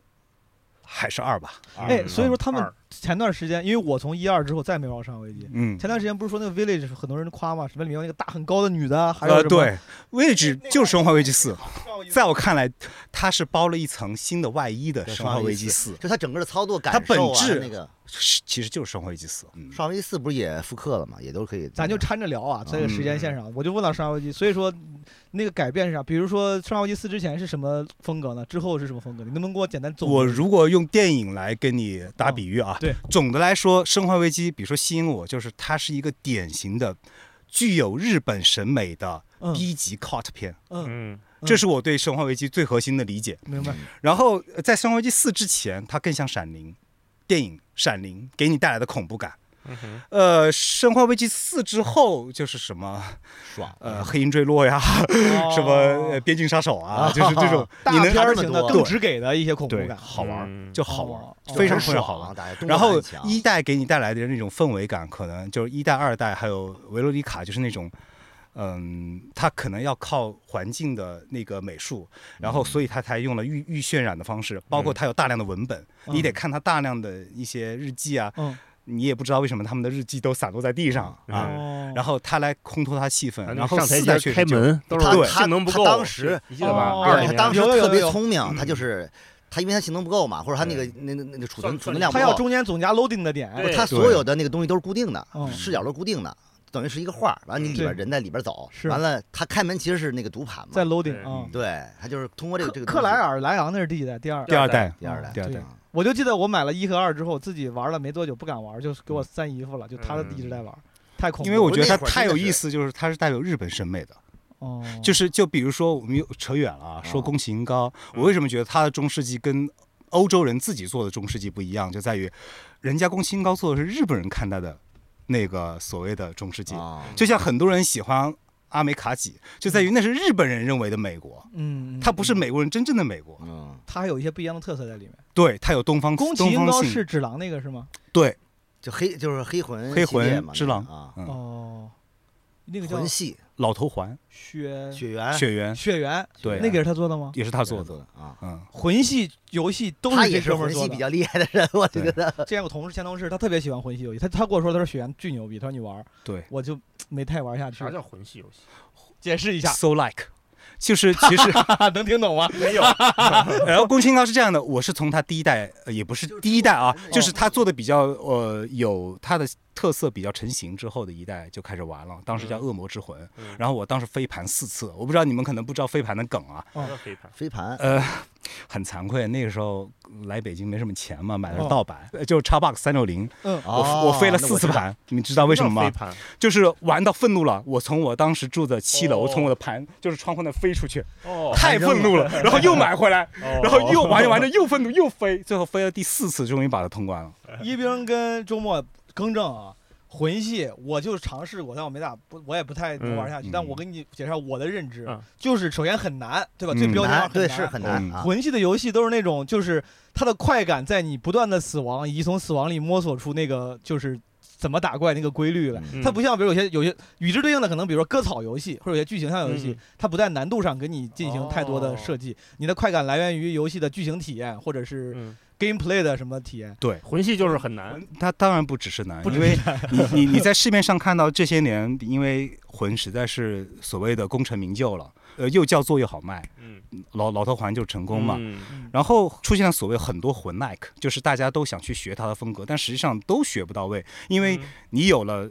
Speaker 3: 还是二吧。
Speaker 1: 哎，所以
Speaker 3: 嗯
Speaker 1: 说他们
Speaker 4: 二
Speaker 1: 前段时间，因为我从一二之后再没玩过《生化危机》。
Speaker 3: 嗯，
Speaker 1: 前段时间不是说那个 Village 很多人夸嘛，什么里面有那个大很高的女的，还有
Speaker 3: 呃，
Speaker 1: 什么
Speaker 3: 对，位置就是《生化危机四》。
Speaker 1: 上过一次
Speaker 3: 在我看来，它是包了一层新的外衣的《
Speaker 2: 对
Speaker 3: 生化危机四》，
Speaker 2: 就它整个的操作感
Speaker 3: 它
Speaker 2: 受
Speaker 3: 本
Speaker 2: 啊
Speaker 3: 质
Speaker 2: 那个
Speaker 3: 是其实就是《生化危机四》。嗯
Speaker 2: 《生化危机四》不是也复刻了吗？也都可以。
Speaker 1: 咱就掺着聊
Speaker 3: 嗯
Speaker 1: 啊，在这个时间线上，我就问到《生化危机》，所以说那个改变是啥？比如说《生化危机四》之前是什么风格呢？之后是什么风格？你能不能给我简单总结？
Speaker 3: 我如果用电影来跟你打比喻啊，
Speaker 1: 哦对，
Speaker 3: 总的来说，《生化危机》比如说吸引我，就是它是一个典型的具有日本审美的
Speaker 1: 嗯
Speaker 3: B 级 cult 片，
Speaker 1: 嗯，
Speaker 4: 嗯，
Speaker 1: 嗯
Speaker 3: 这是我对《生化危机》最核心的理解。
Speaker 1: 明白。
Speaker 2: 嗯
Speaker 3: 然后呃在《生化危机四》之前，它更像《闪灵》电影，《闪灵》给你带来的恐怖感。
Speaker 4: 嗯哼
Speaker 3: 呃，《生化危机四》之后就是什么
Speaker 2: 爽
Speaker 3: 呃，《黑鹰坠落》
Speaker 1: 哦
Speaker 3: 呀， 什么呃边境杀手啊，
Speaker 2: 啊
Speaker 3: 就是这种
Speaker 1: 大
Speaker 3: 你能
Speaker 1: 哦片儿
Speaker 2: 看
Speaker 1: 型
Speaker 2: 得
Speaker 1: 的
Speaker 2: 多
Speaker 1: 更直给的一些恐怖
Speaker 3: 对
Speaker 1: 感，
Speaker 3: 好玩儿
Speaker 4: 嗯
Speaker 3: 就好玩
Speaker 1: 哦
Speaker 3: 儿，
Speaker 1: 哦
Speaker 3: 非常非
Speaker 2: 爽
Speaker 3: 常好玩儿。
Speaker 2: 大家动
Speaker 3: 然
Speaker 2: 作
Speaker 3: 后
Speaker 2: 很强
Speaker 3: 一代给你带来的那种氛围感，可能就是一代、二代还有维罗妮卡，就是那种。嗯，它可能要靠环境的那个美术，然后所以它才用了预预渲染的方式，包括它有大量的文本，
Speaker 1: 嗯
Speaker 3: 你得看它大量的一些日记啊，
Speaker 1: 嗯
Speaker 3: 你也不知道为什么他们的日记都散落在地上啊，
Speaker 4: 嗯
Speaker 1: 哦，
Speaker 3: 然后它来烘托它气氛，
Speaker 4: 然
Speaker 3: 然后
Speaker 4: 后上台
Speaker 3: 四代
Speaker 4: 阶
Speaker 3: 确
Speaker 4: 开
Speaker 3: 实就
Speaker 4: 门都是
Speaker 3: 他
Speaker 4: 性能不够，
Speaker 2: 他当时
Speaker 4: 你记得吧？
Speaker 1: 哦
Speaker 4: 二
Speaker 2: 对
Speaker 4: 十
Speaker 2: 他
Speaker 4: 年
Speaker 2: 当时
Speaker 1: 有有有
Speaker 2: 特别
Speaker 1: 有
Speaker 2: 聪明，他就是他，因为他性能不够嘛，或者他那个那那那个储存
Speaker 4: 算
Speaker 2: 储存量不
Speaker 1: 他要
Speaker 2: 够，
Speaker 1: 中间总加 loading 的点，
Speaker 4: 对
Speaker 2: 他所有的那个东西都是固定的
Speaker 1: 嗯，
Speaker 2: 视角都是固定的，等于是一个画儿。完了你里边
Speaker 1: 对
Speaker 2: 人在里边走
Speaker 1: 是，
Speaker 2: 完了他开门其实是那个读盘嘛
Speaker 1: 在，loading
Speaker 4: 对
Speaker 1: 啊。
Speaker 2: 对他就是通过这个这
Speaker 1: 克
Speaker 2: 个
Speaker 1: 克莱尔莱昂那是第几代？第二
Speaker 3: 第二代，
Speaker 2: 第二代
Speaker 3: 第二代
Speaker 1: 对我就记得我买了一和二之后，自己玩了没多久不敢玩，就给我三姨夫了，就他一直在玩。太恐怖了，
Speaker 3: 因为我觉得它
Speaker 2: 那会儿
Speaker 3: 太有
Speaker 2: 真的是
Speaker 3: 意思，就是它是代表日本审美的。
Speaker 1: 哦，
Speaker 3: 就是就比如说，我们又扯远了啊，说
Speaker 2: 啊
Speaker 3: 宫崎英高，
Speaker 1: 嗯
Speaker 3: 我为什么觉得他的中世纪跟欧洲人自己做的中世纪不一样，就在于人家宫崎英高做的是日本人看待的那个所谓的中世纪，
Speaker 1: 哦
Speaker 2: 啊，
Speaker 3: 就像很多人喜欢阿美卡几，就在于那是日本人认为的美国，
Speaker 1: 嗯嗯，嗯
Speaker 3: 它不是
Speaker 1: 嗯
Speaker 3: 美国人真正的美国，
Speaker 2: 嗯，
Speaker 1: 它还有一些不一样的特色在里面。
Speaker 3: 对，它有东方
Speaker 1: 宫崎
Speaker 3: 东
Speaker 1: 英
Speaker 3: 方
Speaker 1: 高
Speaker 3: 性
Speaker 1: 是只狼那个是吗？
Speaker 3: 对，
Speaker 2: 就黑就是黑魂
Speaker 3: 黑
Speaker 2: 系列
Speaker 3: 魂
Speaker 2: 嘛
Speaker 3: 之
Speaker 2: 那个
Speaker 3: 狼
Speaker 2: 啊，
Speaker 3: 嗯
Speaker 1: 哦，那个叫呃
Speaker 2: 魂系
Speaker 3: 老头环
Speaker 1: 雪
Speaker 2: 血缘
Speaker 3: 血缘
Speaker 1: 雪原，
Speaker 3: 对
Speaker 1: 哎那个是他做的吗？
Speaker 3: 也是他
Speaker 2: 他
Speaker 3: 做的，
Speaker 2: 做的啊，
Speaker 3: 嗯，
Speaker 1: 魂系游戏都
Speaker 2: 他
Speaker 1: 是这
Speaker 2: 也是
Speaker 1: 哥们
Speaker 2: 魂
Speaker 1: 儿做
Speaker 2: 系比
Speaker 1: 的。
Speaker 2: 较厉害的人，我觉
Speaker 3: 对
Speaker 2: 得
Speaker 1: 之前有同事前同事，他特别喜欢魂系游戏，他他跟我说他说雪原巨牛逼，他说你玩儿，
Speaker 3: 对
Speaker 1: 我就没太玩下去
Speaker 4: 啥。叫魂系游戏？
Speaker 1: 解释一下，
Speaker 3: ，so like。就是其实，
Speaker 1: 能听懂吗？
Speaker 4: 没有，
Speaker 3: 然呃后宫崎英高是这样的，我是从他第一代，呃也不是第一代啊，就是他做的比较呃有他的特色比较成型之后的一代就开始玩了，当时叫
Speaker 4: 嗯
Speaker 3: 恶魔之魂，
Speaker 4: 嗯
Speaker 3: 然后我当时飞盘四次，我不知道你们可能不知道飞盘的梗啊，
Speaker 4: 啥叫飞盘？
Speaker 2: 飞盘
Speaker 3: 呃， 很惭愧，那个时候来北京没什么钱嘛，买的是盗版，呃就是 Xbox 三六零，
Speaker 1: 嗯，
Speaker 3: 我我飞了四次，
Speaker 2: 哦
Speaker 3: 盘，你们知道为什么
Speaker 4: 飞
Speaker 3: 吗？
Speaker 4: 盘？
Speaker 3: 就是玩到愤怒了，我从我当时住的七楼，
Speaker 4: 哦
Speaker 3: 从我的盘就是窗户那飞出去，
Speaker 4: 哦，
Speaker 3: 太愤 怒了，然后又买回来，
Speaker 4: 然
Speaker 3: 然后又玩着玩着又愤怒又飞，最后飞了第四次，终于把它通关了。
Speaker 1: 一冰跟周末更正啊，魂系我就尝试过，但我没咋不，我也不太能玩下去。
Speaker 3: 嗯
Speaker 1: 但我给你介绍我的认知，
Speaker 4: 嗯
Speaker 1: 就是首先很难，对吧？
Speaker 3: 嗯
Speaker 1: 最
Speaker 2: 那
Speaker 1: 标
Speaker 2: 我知道
Speaker 1: 签化
Speaker 2: 难，对，
Speaker 1: 难
Speaker 2: 是很难
Speaker 3: 嗯
Speaker 2: 啊，
Speaker 1: 魂系的游戏都是那种，就是它的快感在你不断的死亡，以及从死亡里摸索出那个就是怎么打怪那个规律来。
Speaker 4: 嗯
Speaker 1: 它不像，比如有些有些与之对应的，可能比如说割草游戏或者有些剧情向游戏，
Speaker 4: 嗯
Speaker 1: 它不在难度上给你进行太多的设计，你的快感来源于游戏的剧情体验或者是
Speaker 4: 嗯，
Speaker 1: gameplay 的什么体验。
Speaker 3: 对，
Speaker 4: 魂系就是很难。
Speaker 3: 它当然不只是难，
Speaker 1: 不只
Speaker 3: 因为你你你在市面上看到这些年，因为魂实在是所谓的功成名就了，呃，又叫座又好卖，
Speaker 4: 嗯，
Speaker 3: 老老头环就是成功嘛。
Speaker 4: 嗯
Speaker 1: 嗯
Speaker 3: 然后出现了所谓很多魂 like，就是大家都想去学他的风格，但实际上都学不到位，因为你有了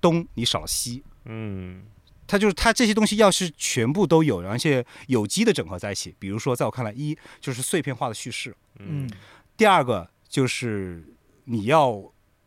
Speaker 3: 东，你少了西。
Speaker 4: 嗯
Speaker 3: 它就是它这些东西要是全部都有，而且有机的整合在一起，比如说在我看来，一就是碎片化的叙事，
Speaker 1: 嗯
Speaker 4: 嗯，
Speaker 3: 第二个就是你要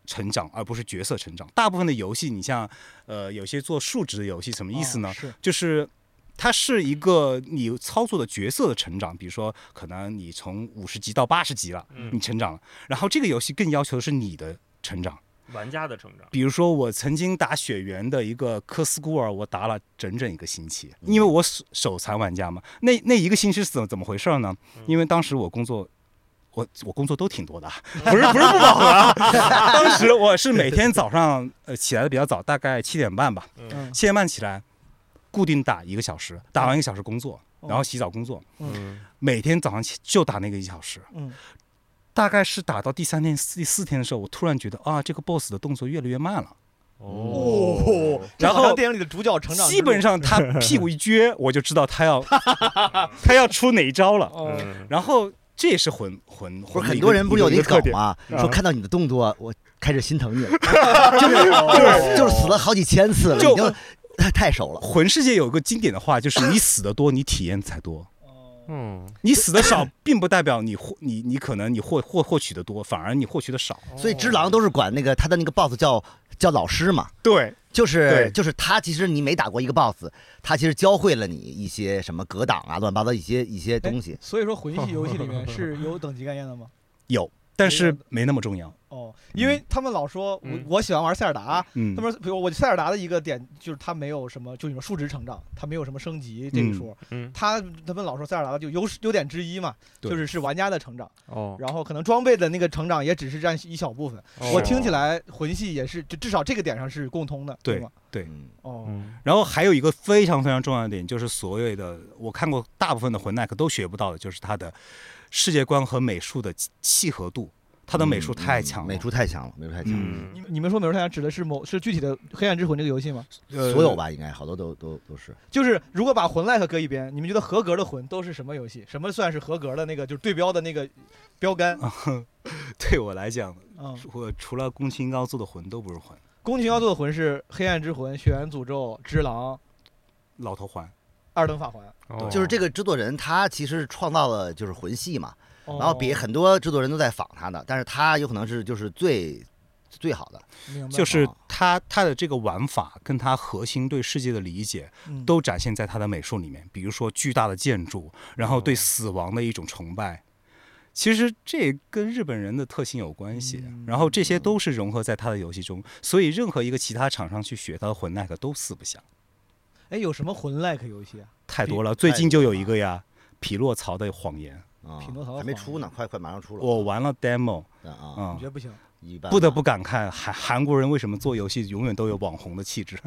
Speaker 3: 成长，而不是角色成长。大部分的游戏，你像呃有些做数值的游戏，什么嗯意思呢？
Speaker 1: 哦是
Speaker 3: 就是它是一个你操作的角色的成长，比如说可能你从五十级到八十级了，
Speaker 4: 嗯
Speaker 3: 你成长了，然后这个游戏更要求的是你的成长。
Speaker 4: 玩家的成长。
Speaker 3: 比如说我曾经打雪原的一个科斯孤儿，我打了整整一个星期，因为我手手残玩家嘛。那那一个星期是怎么怎么回事呢
Speaker 4: 嗯？
Speaker 3: 因为当时我工作。我我工作都挺多的啊，不是不是不饱和啊。 当时我是每天早上呃起来的比较早，大概七点半吧，
Speaker 1: 嗯
Speaker 3: 七点半起来，固定打一个小时，打完一个小时工作，
Speaker 1: 哦
Speaker 3: 然后洗澡工作，
Speaker 4: 嗯
Speaker 3: 每天早上起就打那个一小时。
Speaker 1: 嗯
Speaker 3: 大概是打到第三天、第四天的时候，我突然觉得啊，这个 boss 的动作越来越慢了。
Speaker 1: 哦，
Speaker 3: 然后
Speaker 1: 这好像电影里的主角成长之路，
Speaker 3: 基本上他屁股一撅，我就知道他 要他要出哪一招了。
Speaker 1: 哦，
Speaker 4: 嗯
Speaker 3: 然后这也是魂魂
Speaker 2: 不
Speaker 3: 魂
Speaker 2: 是
Speaker 3: 的
Speaker 2: 很
Speaker 3: 一个，
Speaker 2: 多人不是有
Speaker 3: 一
Speaker 2: 那
Speaker 3: 个特
Speaker 2: 梗
Speaker 3: 点？
Speaker 2: 吗？
Speaker 4: 嗯
Speaker 2: 说看到你的动作，我开始心 疼你了，就是就是就是死了好几千次了，
Speaker 3: 就
Speaker 2: 已经
Speaker 1: 哦
Speaker 2: 太熟了。
Speaker 3: 魂世界有个经典的话，就是你死的多，你体验才多。
Speaker 1: 哦
Speaker 4: 嗯，
Speaker 3: 你死 的少，并不代表你获你你可能你获获获取的多，反而你获取的少。
Speaker 2: 所以只
Speaker 4: 哦
Speaker 2: 狼都是管那个他的那个 boss 叫叫老师嘛，
Speaker 3: 对
Speaker 2: 就是
Speaker 3: 对
Speaker 2: 就是他其实你每打过一个 boss，他其实教会了你一些什么格挡啊、乱七八糟一些一些东西。
Speaker 1: 所以说魂系游戏里面是有等级概念的吗？
Speaker 3: 有，但是没那么重要。
Speaker 1: 哦，因为他们老说我
Speaker 4: 嗯
Speaker 1: 我喜欢玩塞尔达，
Speaker 3: 嗯
Speaker 1: 他，们说比如我塞尔达的一个点就是它没有什么，就你说数值成长，它没有什么升级这一说。
Speaker 4: 嗯
Speaker 1: 他他们老说塞尔达就优势优点之一嘛，
Speaker 3: 对
Speaker 1: 就是是玩家的成长，
Speaker 4: 哦，
Speaker 1: 然后可能装备的那个成长也只是占一小部分。
Speaker 4: 哦
Speaker 1: 我听起来魂系也是，就至少这个点上是共通的，
Speaker 3: 对
Speaker 1: 吗？
Speaker 3: 对。
Speaker 2: 嗯，
Speaker 1: 哦，
Speaker 4: 嗯
Speaker 3: 然后还有一个非常非常重要的点，就是所谓的我看过大部分的魂耐克都学不到的，就是它的世界观和美术的契契合度。它的美术太强了，
Speaker 2: 嗯美术太强了，美术太强了，
Speaker 4: 嗯
Speaker 1: 你们你们说美术太阳指的是某是具体的《黑暗之魂》这个游戏吗？
Speaker 3: 呃
Speaker 2: 所有吧应该好多都都都是。
Speaker 1: 就是如果把魂 like 搁一边，你们觉得合格的魂都是什么游戏？什么算是合格的那个就是对标的那个标杆？
Speaker 3: 对我来讲，
Speaker 1: 嗯，
Speaker 3: 我除了宫崎英高做的魂都不是魂，
Speaker 1: 宫崎英高做的魂是《黑暗之魂》《血缘诅咒》《只狼》《
Speaker 3: 老头环。
Speaker 1: 二等法环》
Speaker 4: 哦
Speaker 2: 就是这个制作人他其实创造了就是魂系嘛，
Speaker 1: 哦，
Speaker 2: 然后别很多制作人都在仿他的，但是他有可能是就是最最好的。
Speaker 1: 明白
Speaker 3: 就是
Speaker 2: 哦
Speaker 3: 他他的这个玩法跟他核心对世界的理解，
Speaker 1: 嗯
Speaker 3: 都展现在他的美术里面，比如说巨大的建筑，然后对
Speaker 2: 哦
Speaker 3: 死亡的一种崇拜。其实这跟日本人的特性有关系
Speaker 1: 嗯，
Speaker 3: 然后这些都是融合在他的游戏中，所以任何一个其他厂商去学他的魂 like 都四不像，
Speaker 1: 哎，有什么魂 like 游戏啊？
Speaker 3: 太多
Speaker 2: 比
Speaker 3: 了。最近就有一
Speaker 2: 太
Speaker 3: 个呀，匹诺曹的谎言，
Speaker 2: 啊
Speaker 1: 匹诺曹的
Speaker 2: 还没
Speaker 1: 谎
Speaker 2: 出呢，快快马上出了。
Speaker 3: 我玩了 demo
Speaker 2: 啊，
Speaker 1: 我
Speaker 3: 啊
Speaker 1: 觉、得不行，
Speaker 2: 一般
Speaker 3: 不得
Speaker 2: 吧
Speaker 3: 不感慨韩韩国人为什么做游戏永远都有网红的气质，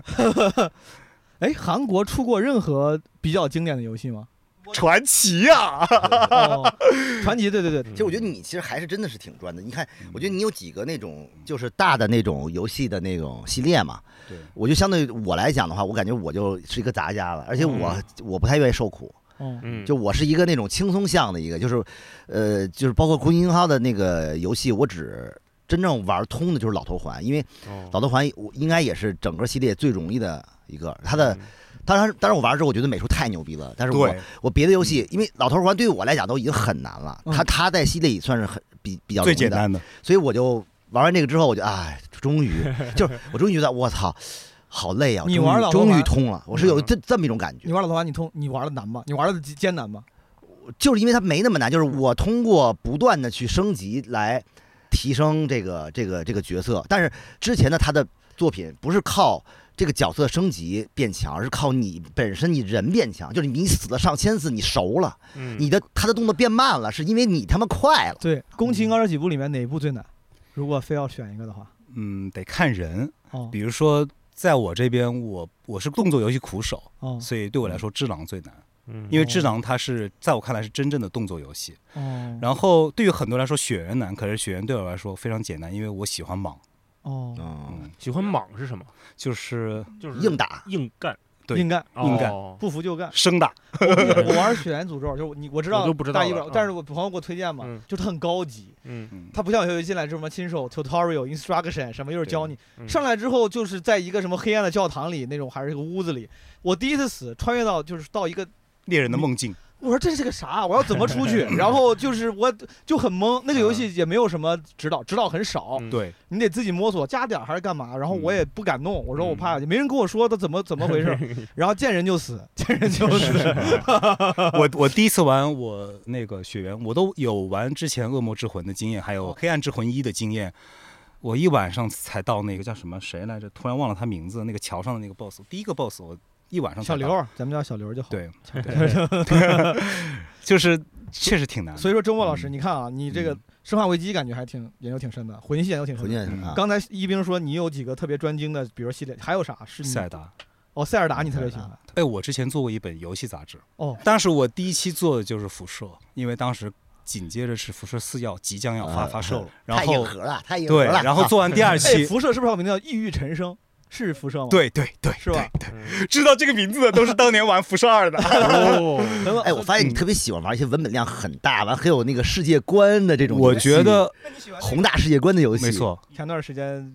Speaker 1: 哎，韩国出过任何比较经典的游戏吗？
Speaker 3: 传奇呀、
Speaker 1: 哦， 传奇，对对对，
Speaker 4: 嗯
Speaker 2: 其实我觉得你其实还是真的是挺专的。你看，我觉得你有几个那种就是大的那种游戏的那种系列嘛。
Speaker 3: 对，
Speaker 2: 我就相对于我来讲的话，我感觉我就是一个杂家了，而且我、
Speaker 3: 嗯
Speaker 2: 我不太愿意受苦，
Speaker 1: 哦，
Speaker 4: 嗯，
Speaker 2: 就我是一个那种轻松向的一个，就是，呃，就是包括《空英号》的那个游戏，我只真正玩通的就是《老头环》，因为《
Speaker 4: 哦
Speaker 2: 老头环》我应该也是整个系列最容易的一个。它的
Speaker 4: 嗯
Speaker 2: 当然，当然我玩之后我觉得美术太牛逼了，但是我
Speaker 3: 对，嗯
Speaker 2: 我别的游戏，因为老头环对于我来讲都已经很难了，
Speaker 1: 嗯
Speaker 2: 它它在系列里算是很比比较容
Speaker 3: 最
Speaker 2: 易
Speaker 3: 简
Speaker 2: 的，
Speaker 3: 单的，
Speaker 2: 所以我就玩完这个之后，我就哎，终于就是我终于觉得我操，好累啊！
Speaker 1: 你
Speaker 2: 终于
Speaker 1: 玩老嗯头环
Speaker 2: 终于通了，我是有这这么一种感
Speaker 1: 你
Speaker 2: 觉，
Speaker 1: 玩老头环，你通，你玩的难吗？你玩的艰难吗？
Speaker 2: 就是因为它没那么难，就是
Speaker 1: 嗯
Speaker 2: 我通过不断的去升级来提升这个这个这个角色，但是之前的他的作品不是靠。这个角色升级变强，而是靠你本身你人变强，就是你死了上千次，你熟了，
Speaker 4: 嗯
Speaker 2: 你的他的动作变慢了，是因为你他妈快了。
Speaker 1: 对，宫崎英高这几部里面哪一部最难？如果非要选一个的话，
Speaker 3: 嗯，得看人。
Speaker 1: 哦
Speaker 3: 比如说，在我这边，我我是动作游戏苦手，
Speaker 1: 哦
Speaker 3: 所以对我来说，《智狼》最难，
Speaker 4: 嗯
Speaker 3: 因为《智狼》它是在我看来是真正的动作游戏。
Speaker 1: 哦，
Speaker 3: 然后对于很多人来说，《雪原》难，可是《雪原》对我来说非常简单，因为我喜欢莽，
Speaker 1: 哦，
Speaker 2: 嗯，
Speaker 4: 喜欢莽是什么？
Speaker 3: 就是
Speaker 4: 就是
Speaker 2: 硬打，
Speaker 4: 硬干，
Speaker 3: 对
Speaker 1: 硬干，
Speaker 3: 硬干
Speaker 1: 嗯
Speaker 4: 哦
Speaker 1: 不服就干。
Speaker 3: 生打。
Speaker 1: 我玩血缘诅咒，就是你我知道
Speaker 4: 我就不知道
Speaker 1: 大一
Speaker 4: 了
Speaker 1: 本，但是我朋友给我推荐嘛
Speaker 4: 嗯，
Speaker 1: 就是它很高级，
Speaker 4: 嗯，
Speaker 3: 嗯，
Speaker 1: 它不像有些进来就什么亲手 tutorial instruction 什么，又是教你
Speaker 4: 嗯
Speaker 1: 上来之后就是在一个什么黑暗的教堂里那种，还是一个屋子里。我第一次死，穿越到就是到一个，
Speaker 3: 猎人的梦境，
Speaker 1: 我说这是个啥？啊我要怎么出 去？然后就是我就很懵，那个游戏也没有什么指导，指导很少。
Speaker 4: 嗯
Speaker 3: 对，
Speaker 1: 你得自己摸索加点儿还是干嘛，然后
Speaker 3: 嗯
Speaker 1: 我也不敢弄，我说我
Speaker 4: 嗯
Speaker 1: 怕没人跟我说他怎么怎么回 事，然后见人就死，见人就死，
Speaker 3: 我我第一次玩我那个《雪原》，我都有玩之前《恶魔之魂》的经验，还有
Speaker 1: 哦
Speaker 3: 《黑暗之魂一》的经验。我一晚上才到那个叫什么谁来着？突然忘了他名字，那个桥上的那个 boss，第一个 boss，我一晚上才
Speaker 1: 小
Speaker 3: 到
Speaker 1: 刘，咱们叫小刘就好。
Speaker 3: 对，对就是确实挺难的。
Speaker 1: 所以说周末老师，
Speaker 3: 嗯
Speaker 1: 你看啊，你这个《生化危机》感觉还挺研究挺深的，魂系研究挺深
Speaker 2: 纯
Speaker 1: 的。
Speaker 2: 键啊，
Speaker 1: 刚才一兵说你有几个特别专精的，比如系列，还有啥是你
Speaker 3: 塞尔达，
Speaker 1: 哦塞尔达你特别喜欢
Speaker 3: 哎，我之前做过一本游戏杂志，
Speaker 1: 哦
Speaker 3: 当时我第一期做的就是辐射，因为当时紧接着是辐射四要即将要发
Speaker 2: 啊
Speaker 3: 发售了，然
Speaker 2: 太硬
Speaker 3: 后
Speaker 2: 核了，太硬核
Speaker 3: 对，
Speaker 2: 了。
Speaker 3: 然后做完第二
Speaker 1: 哎，
Speaker 3: 期，
Speaker 1: 辐射是不是有名字叫《异域沉声》？是辐射吗？，
Speaker 3: 对对对，
Speaker 1: 是吧？
Speaker 3: 对？
Speaker 4: 嗯
Speaker 3: 知道这个名字的都是当年玩辐 射二的，
Speaker 2: 哎
Speaker 4: 哦，
Speaker 1: 很
Speaker 2: 啊，哎，我发现你
Speaker 3: 嗯
Speaker 2: 特别喜欢玩一些文本量很大，完很有那个世界观的这种游戏，
Speaker 3: 我觉得
Speaker 1: 那你喜欢那个
Speaker 2: 宏大世界观的游戏，
Speaker 3: 没。错
Speaker 1: 前段时间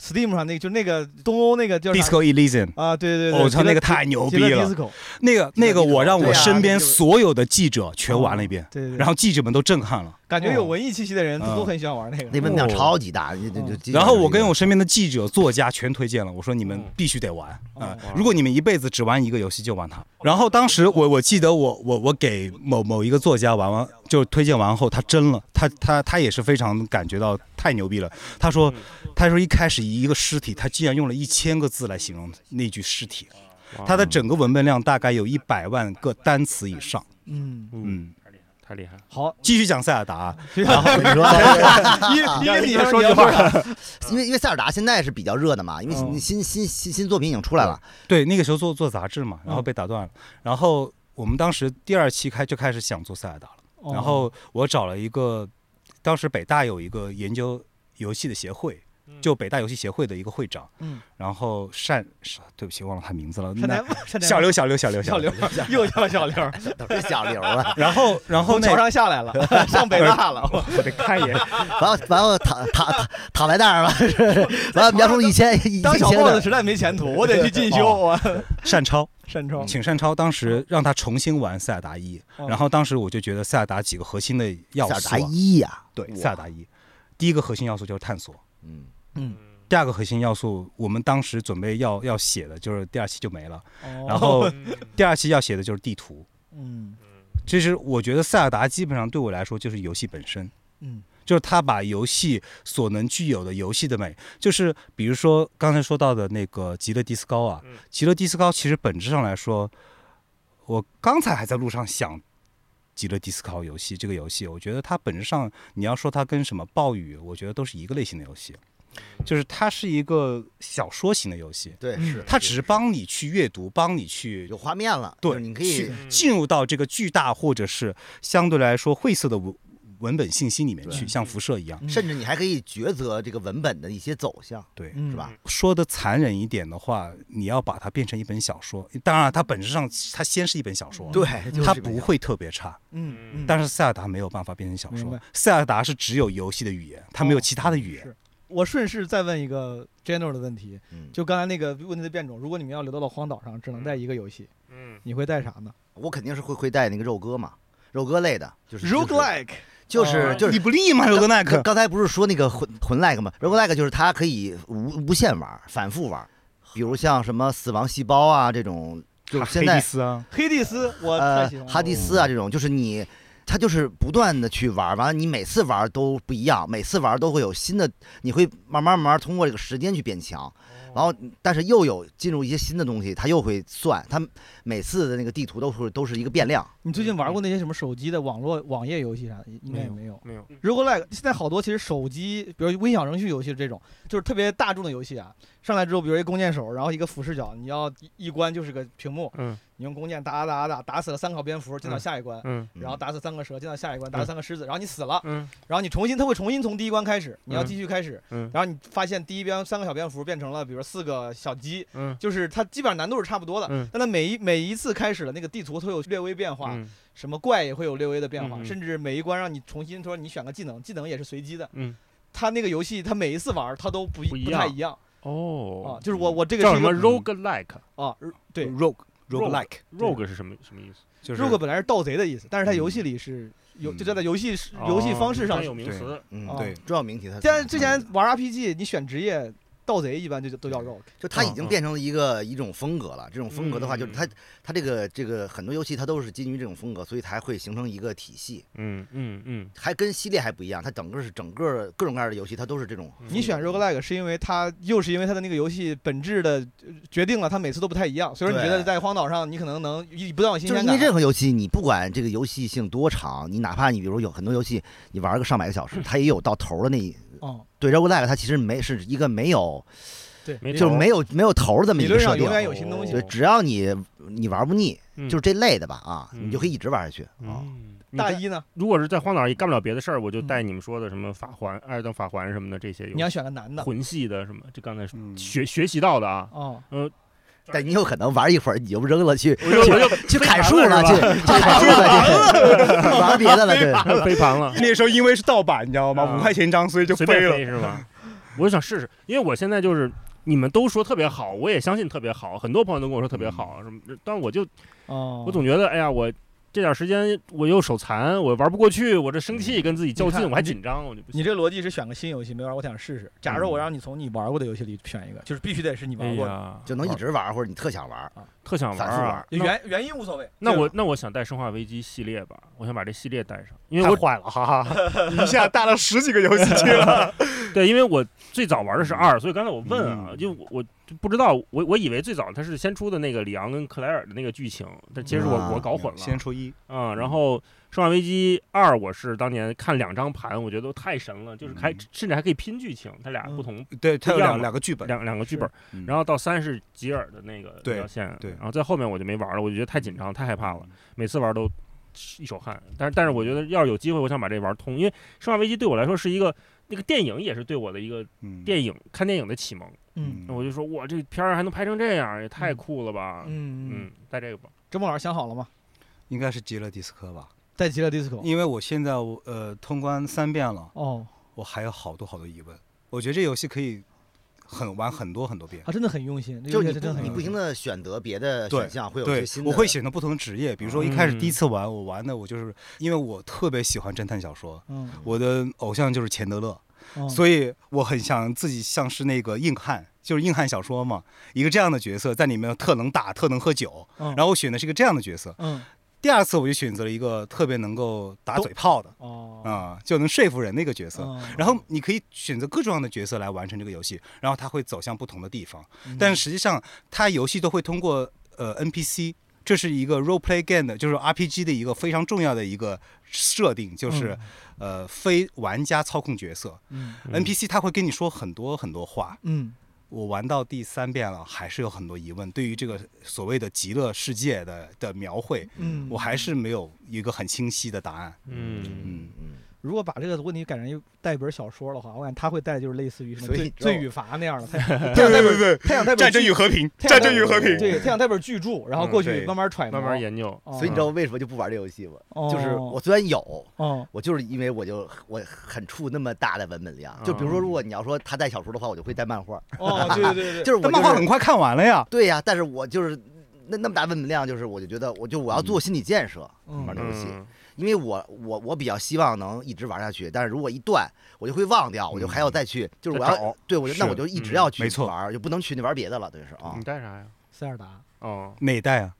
Speaker 1: Steam 上那个就那个东欧那个叫啥
Speaker 3: ，Disco Elysium。
Speaker 1: 啊，对对对，
Speaker 3: 我操，
Speaker 1: 极乐
Speaker 3: 那个太牛
Speaker 1: 极
Speaker 3: 逼
Speaker 1: 乐
Speaker 3: 了！
Speaker 1: disco，
Speaker 3: 那
Speaker 2: 极
Speaker 3: 个
Speaker 2: 乐
Speaker 3: 那
Speaker 2: 迪斯
Speaker 3: 个，
Speaker 2: 科
Speaker 3: 我让
Speaker 2: 对
Speaker 3: 我
Speaker 2: 啊
Speaker 3: 身边
Speaker 2: 那个哦
Speaker 3: 所有的记者全玩了一遍，
Speaker 1: 对对对，
Speaker 3: 然后记者们都震撼了。
Speaker 1: 感觉有文艺气息的人
Speaker 3: 嗯
Speaker 1: 都很喜欢玩那
Speaker 2: 那
Speaker 1: 个。
Speaker 2: 文本量超级大，就
Speaker 1: 哦
Speaker 2: 就就
Speaker 3: 然后我跟我身边的记者、作家全推荐了，我说你们
Speaker 4: 嗯
Speaker 3: 必须得玩啊、
Speaker 1: 哦
Speaker 4: 哇
Speaker 3: 如果你们一辈子只玩一个游戏，就玩它。然后当时我我记得我我我给某某一个作家玩完，就推荐完后，他真了，他他他也是非常感觉到太牛逼了。他说他说一开始一个尸体，他竟然用了一千个字来形容那具尸体，
Speaker 4: 哇嗯
Speaker 3: 他的整个文本量大概有一百万个单词以上。
Speaker 1: 嗯，
Speaker 4: 嗯，
Speaker 3: 嗯，
Speaker 4: 太厉害了，
Speaker 1: 好，
Speaker 3: 继续讲塞尔达啊，
Speaker 1: 然后
Speaker 2: 你说，
Speaker 1: 一一你说句
Speaker 4: 话，
Speaker 2: 因为因为塞尔达现在是比较热的嘛，因为
Speaker 1: 嗯
Speaker 2: 新新新新新作品已经出来了，
Speaker 3: 对，那个时候做做杂志嘛，然后
Speaker 1: 嗯
Speaker 3: 被打断了，然后我们当时第二期开就开始想做塞尔达了。
Speaker 1: 哦
Speaker 3: 然后我找了一个，当时北大有一个研究游戏的协会，
Speaker 2: 嗯
Speaker 3: 就北大游戏协会的一个会长，
Speaker 1: 嗯，
Speaker 3: 然后单，是对不起，忘了他名字了，
Speaker 1: 单
Speaker 3: 那
Speaker 1: 单
Speaker 3: 小刘，小刘，小刘，
Speaker 1: 小刘
Speaker 3: 刘。
Speaker 1: 又叫小刘，
Speaker 2: 都是小流了。
Speaker 3: 然 后，然后
Speaker 1: 从
Speaker 3: 那
Speaker 1: 桥上下来了，上北大了，
Speaker 4: 我得看一眼，
Speaker 2: 完了完了，躺躺躺躺 白蛋了，完了描述一千一一
Speaker 1: 当小
Speaker 2: 千
Speaker 1: 豹子
Speaker 2: 个
Speaker 1: 实在没前途，我得去进修，我
Speaker 3: 单超，
Speaker 1: 山超。
Speaker 3: 嗯请单超当
Speaker 2: 嗯
Speaker 3: 时让他重新玩塞尔达一，然后当时我就觉得塞尔达几个核心的要
Speaker 2: 塞尔
Speaker 3: 素
Speaker 2: 达
Speaker 3: 啊，
Speaker 2: 一呀，
Speaker 3: 对，
Speaker 2: 哇
Speaker 3: 塞尔达一，第一个核心要素就是探索，
Speaker 2: 嗯，
Speaker 1: 嗯，
Speaker 3: 第二个核心要素，我们当时准备要要写的就是第二期就没了，
Speaker 2: 哦
Speaker 1: 然
Speaker 3: 然后
Speaker 4: 嗯
Speaker 3: 第二期要写的就是地图。
Speaker 1: 哦嗯
Speaker 3: 其实我觉得塞尔达基本上对我来说就是游戏本身，
Speaker 1: 嗯
Speaker 3: 就是它把游戏所能具有的游戏的美，就是比如说刚才说到的那个极乐迪斯高啊
Speaker 4: 嗯，
Speaker 3: 极乐迪斯高其实本质上来说，我刚才还在路上想。极乐迪斯高游戏这个游戏，我觉得它本质上你要说它跟什么暴雨，我觉得都是一个类型的游戏，
Speaker 4: 嗯
Speaker 3: 就是它是一个小说型的游戏，
Speaker 2: 对，
Speaker 1: 嗯
Speaker 2: 是
Speaker 3: 它只是帮你去阅读，帮你去
Speaker 2: 有画面了，
Speaker 3: 对
Speaker 2: 就是你可以
Speaker 4: 嗯
Speaker 3: 去进入到这个巨大或者是相对来说晦涩的文文本信息里面去，
Speaker 1: 对
Speaker 3: 像辐射一样。
Speaker 1: 嗯
Speaker 2: 甚至你还可以抉择这个文本的一些走向，
Speaker 3: 对，
Speaker 1: 嗯
Speaker 2: 是吧？
Speaker 3: 说的残忍一点的话，你要把它变成一本小说。当然了，它本质上它先是一本小说，
Speaker 1: 对，
Speaker 2: 就是
Speaker 3: 它
Speaker 2: 这个
Speaker 3: 不
Speaker 2: 样
Speaker 3: 会特别差。
Speaker 1: 嗯嗯，
Speaker 3: 但是塞尔达没有办法变成小
Speaker 1: 明
Speaker 3: 说
Speaker 1: 白，
Speaker 3: 塞尔达是只有游戏的语言，它没有其他的语言。
Speaker 1: 是我顺势再问一个 general 的问题，
Speaker 2: 子，嗯
Speaker 1: 就刚才那个问题的变种，如果你们要留到了荒岛上，只能带一个游戏，
Speaker 4: 嗯
Speaker 1: 你会带啥呢
Speaker 2: 我肯定是会会带那个肉鸽嘛，肉鸽类的，就是就
Speaker 1: 哦
Speaker 2: 是就是
Speaker 3: 你不利吗？罗格奈
Speaker 2: 刚
Speaker 3: 克，
Speaker 2: 刚才不是说那个魂魂 lag 吗？魂 lag 就是它可以无无限玩，反复玩，比如像什么死亡细胞啊这种，就
Speaker 3: 黑
Speaker 2: 现
Speaker 3: 迪
Speaker 2: 在
Speaker 3: 斯啊，
Speaker 1: 黑蒂斯，我
Speaker 2: 呃
Speaker 1: 太喜欢了嗯
Speaker 2: 哈迪斯啊这种，就是你。它就是不断的去玩，完了你每次玩都不一样，每次玩都会有新的，你会慢慢慢慢通过这个时间去变强，然
Speaker 4: 哦
Speaker 2: 后但是又有进入一些新的东西，它又会算，它每次的那个地图都会都是一个变量，
Speaker 1: 你最近玩过那些什么手机的网络网页游戏啥的？应该也没有。
Speaker 4: 嗯没有，
Speaker 1: 如果 like 现在好多其实手机，比如微小程序游戏这种，就是特别大众的游戏啊，上来之后，比如一弓箭手，然后一个俯视角，你要一一关就是个屏幕，
Speaker 4: 嗯
Speaker 1: 你用弓箭打打打打，打死了三个蝙蝠，进到下一关，
Speaker 4: 嗯
Speaker 1: 然后打死三个蛇，进到下一关，打死
Speaker 4: 嗯
Speaker 1: 三个狮子，然后你死了，
Speaker 4: 嗯
Speaker 1: 然后你重新，它会重新从第一关开始，你要
Speaker 4: 嗯
Speaker 1: 继续开始，
Speaker 4: 嗯
Speaker 1: 然后你发现第一边三个小蝙蝠变成了，比如四个小鸡，
Speaker 4: 嗯
Speaker 1: 就是它基本上难度是差不多的，
Speaker 4: 嗯
Speaker 1: 但它每一每一次开始的那个地图都有略微变化，
Speaker 4: 嗯
Speaker 1: 什么怪也会有略微的变化，
Speaker 4: 嗯嗯
Speaker 1: 甚至每一关让你重新说你选个技能，技能也是随机的。
Speaker 4: 嗯，
Speaker 1: 它那个游戏它每一次玩儿它都不一
Speaker 4: 不一
Speaker 1: 太
Speaker 4: 样
Speaker 1: 一样啊
Speaker 4: 哦，，
Speaker 1: 就是我我这个
Speaker 4: 叫
Speaker 1: 是
Speaker 4: 什
Speaker 1: 一
Speaker 4: 么
Speaker 1: 个
Speaker 4: roguelike
Speaker 1: 啊，对
Speaker 3: rogue rogue like
Speaker 4: rogue 是什么什么意思？
Speaker 3: 就是
Speaker 1: ，rogue 本来是盗贼的意思，但是它
Speaker 3: 嗯
Speaker 1: 游戏里是有就
Speaker 3: 嗯
Speaker 1: 在在游戏是游戏方式上
Speaker 4: 专
Speaker 1: 是
Speaker 4: 哦有，嗯名词，
Speaker 2: 嗯，
Speaker 1: 哦
Speaker 3: 对
Speaker 2: 重要命题它。嗯
Speaker 1: 但是之前玩 RPG 你选职业盗贼一般就都叫 rogue，
Speaker 2: 就它已
Speaker 4: 嗯
Speaker 2: 经
Speaker 4: 嗯
Speaker 2: 变成了一个一种风格了。这种风格的话，就是它
Speaker 4: 嗯
Speaker 2: 它这个这个很多游戏它都是基于这种风格，所以才会形成一个体系，
Speaker 4: 嗯嗯嗯
Speaker 2: 还跟系列还不一样。它整个是整个各种各样的游戏，它都是这种。
Speaker 4: 嗯，
Speaker 1: 你选 roguelike 是因为它又是因为它的那个游戏本质的呃决定了它每次都不太一样，所以说你觉得
Speaker 2: 对
Speaker 1: 在荒岛上你可能能一不断有新
Speaker 2: 就是
Speaker 1: 鲜
Speaker 2: 因为
Speaker 1: 感。
Speaker 2: 任何游戏，你不管这个游戏性多长，你哪怕你比如有很多游戏，你玩个上百个小时，它也有到头的那一。
Speaker 1: 嗯，
Speaker 2: 对 roguelike，它其实没是一个没有，
Speaker 1: 对，
Speaker 4: 没
Speaker 2: 就是
Speaker 4: 头儿
Speaker 2: 没有没有头的这么
Speaker 1: 理
Speaker 2: 一个
Speaker 1: 论
Speaker 2: 设
Speaker 1: 上
Speaker 2: 定
Speaker 1: 永。远有新东西
Speaker 2: 就。只要你你玩不腻，
Speaker 4: 嗯
Speaker 2: 就是这类的吧啊，
Speaker 4: 嗯
Speaker 2: 你就可以一直玩下去啊。
Speaker 4: 嗯，你
Speaker 1: 大
Speaker 4: 在
Speaker 1: 一呢，
Speaker 4: 如果是在荒岛上也干不了别的事儿，我就
Speaker 1: 嗯
Speaker 4: 带你们说的什么法环、艾尔登法环什么的这些游
Speaker 1: 你要选个男的
Speaker 4: 魂系的什么，这刚才说
Speaker 3: 嗯
Speaker 4: 学学习到的啊，
Speaker 1: 哦，
Speaker 2: 但你有可能玩一会儿，你就扔了去
Speaker 4: 我就我就
Speaker 2: 去
Speaker 4: 飞
Speaker 2: 砍
Speaker 4: 盘
Speaker 2: 树了，去
Speaker 4: 是吧
Speaker 2: 去砍树了，去 玩别的了，对。
Speaker 4: 飞盘了，
Speaker 3: 嗯那时候因为是盗版，你知道吗？
Speaker 4: 啊
Speaker 3: 五块钱一张，所以 就
Speaker 4: 随
Speaker 3: 飞
Speaker 4: 便
Speaker 3: 了。
Speaker 4: 飞是吗？我就想试试，因为我现在就是你们都说特别好，我也相信特别好，很多朋友都跟我说特别好什么，但是我就
Speaker 1: 哦，
Speaker 4: 我总觉得哎呀我。这点时间我又手残，我玩不过去，我这生气跟自己较
Speaker 1: 你
Speaker 4: 劲，
Speaker 1: 看
Speaker 4: 我还
Speaker 1: 你
Speaker 4: 紧张，我就不行
Speaker 1: 你这逻辑是选个新游戏没玩，我想试试。假如我让你从你玩过的游戏里选一个，就是必须得是你
Speaker 4: 嗯哎
Speaker 1: 玩过的，
Speaker 4: 呀，
Speaker 2: 就能一直玩，或者你特想玩，
Speaker 4: 特想玩
Speaker 2: 反复
Speaker 4: 啊
Speaker 2: 玩！
Speaker 4: 那
Speaker 1: 原原因无所谓。
Speaker 4: 那
Speaker 1: 这
Speaker 4: 我
Speaker 1: 个
Speaker 4: 那我想带《生化危机》系列吧，我想把这系列带上，因为
Speaker 3: 太
Speaker 4: 我
Speaker 3: 坏了，哈哈！一下带了十几个游戏去了。
Speaker 4: 对，因为我最早玩的是二，所以刚才我问啊，
Speaker 3: 嗯
Speaker 4: 就我我就不知道，我我以为最早它是先出的那个里昂跟克莱尔的那个剧情，但其实我、
Speaker 2: 啊
Speaker 4: 我搞混了。
Speaker 3: 先出一，
Speaker 4: 嗯，然后《生化危机二》我是当年看两张盘，我觉得都太神了，就是还、
Speaker 3: 嗯
Speaker 4: 甚至还可以拼剧情，它俩不同、
Speaker 3: 对，它有
Speaker 4: 不一样
Speaker 3: 两
Speaker 4: 嘛
Speaker 3: 两个剧本，
Speaker 4: 两两个剧本，
Speaker 3: 嗯
Speaker 4: 然后到三是吉尔的那个
Speaker 3: 对
Speaker 4: 表现，
Speaker 3: 对嗯
Speaker 4: 然后在后面我就没玩了，我就觉得太紧张太害怕了。。每次玩都一手汗。但是但是我觉得要是有机会，我想把这玩通，因为《生化危机》对我来说是一个那个电影，也是对我的一个
Speaker 3: 嗯，
Speaker 4: 电影看电影的启蒙。
Speaker 1: 嗯
Speaker 4: 那我就说哇，这片儿还能拍成这样，也太
Speaker 1: 嗯
Speaker 4: 酷了吧！
Speaker 1: 嗯嗯，
Speaker 4: 嗯，带这个吧。
Speaker 1: 周梦老师想好了吗？
Speaker 3: 应该是极乐迪斯科吧，
Speaker 1: 带极乐 disco。
Speaker 3: 因为我现在我呃通关三遍了，
Speaker 1: 哦，
Speaker 3: 我还有好多好多疑问。我觉得这游戏可以很玩很多很多遍。
Speaker 1: 他真的很用心，这 游
Speaker 2: 就你
Speaker 1: 戏
Speaker 2: 不
Speaker 1: 真的很
Speaker 2: 你
Speaker 1: 用
Speaker 2: 不
Speaker 1: 心
Speaker 2: 停的选择别的选项，会有一
Speaker 3: 对
Speaker 2: 些新，的。
Speaker 3: 我会选择不同的职业，比如说一开始
Speaker 4: 嗯
Speaker 3: 第一次玩，我玩的我就是因为我特别喜欢侦探小说，
Speaker 1: 嗯
Speaker 3: 我的偶像就是钱德勒，
Speaker 2: 哦
Speaker 1: 嗯
Speaker 3: 所以我很想自己像是那个硬汉，就是硬汉小说嘛，一个这样的角色在里面特能打、特能喝酒，
Speaker 1: 嗯
Speaker 3: 然后我选的是一个这样的角色。
Speaker 1: 嗯
Speaker 3: 第二次我就选择了一个特别能够打嘴炮的
Speaker 1: 哦，
Speaker 3: 啊、就能说服人的一个角色。
Speaker 1: 嗯
Speaker 3: 然后你可以选择各种各样的角色来完成这个游戏，然后它会走向不同的地方。
Speaker 1: 嗯
Speaker 3: 但实际上，它游戏都会通过呃 NPC，这是一个 role play game 的，就是 RPG 的一个非常重要的一个设定，就是、呃非玩家操控角色。
Speaker 1: 嗯
Speaker 3: NPC 他会跟你说很多很多话，
Speaker 1: 嗯
Speaker 3: 我玩到第三遍了，还是有很多疑问，对于这个所谓的极乐世界的的描绘，
Speaker 1: 嗯，
Speaker 3: 我还是没有一个很清晰的答案。
Speaker 4: 嗯，
Speaker 3: 嗯，
Speaker 1: 如果把这个问题改成一带一本小说的话，我感觉他会带就是类似于什么
Speaker 2: 所以
Speaker 1: 罪
Speaker 2: 你知道
Speaker 1: 罪与罚那 样的，他
Speaker 3: 对
Speaker 1: 想带本
Speaker 3: 对对，
Speaker 1: 他想带本
Speaker 3: 战争
Speaker 1: 巨
Speaker 3: 与和平，
Speaker 1: 他想
Speaker 3: 战
Speaker 1: 带
Speaker 3: 争与和平，
Speaker 1: 对，他想带本巨著，然后
Speaker 4: 嗯
Speaker 1: 过
Speaker 3: 对
Speaker 1: 去慢慢揣摩，
Speaker 4: 慢慢研究。
Speaker 1: 哦。
Speaker 2: 所以你知道我为什么就不玩这游戏吗？
Speaker 1: 道
Speaker 2: 就是我虽然有，
Speaker 1: 哦
Speaker 2: 我就是因为我就我很怵那么大的文本量。就比如说，
Speaker 4: 嗯
Speaker 2: 如果你要说他带小说的话，我就会带漫 画，
Speaker 1: 哦，对对对对，
Speaker 2: 就是我
Speaker 3: 但漫画
Speaker 2: 就是
Speaker 3: 很快看完了呀。
Speaker 2: 对呀，但是我就是那那么大文本量，就是我就觉得我就我要做心理建设
Speaker 1: 嗯
Speaker 2: 玩这游戏，
Speaker 4: 嗯，
Speaker 2: 因为我我我比较希望能一直玩下去，但是如果一断，我就会忘掉，我就还要再
Speaker 3: 嗯
Speaker 2: 去，就是我
Speaker 4: 再
Speaker 2: 要
Speaker 4: 找
Speaker 2: 对我就是那我就一直
Speaker 4: 嗯
Speaker 2: 要去
Speaker 3: 没错嗯
Speaker 2: 玩，就不能去那玩别的了，等于是啊
Speaker 4: 你。带啥呀？
Speaker 1: 塞尔达
Speaker 4: 哦，
Speaker 3: 哪代啊？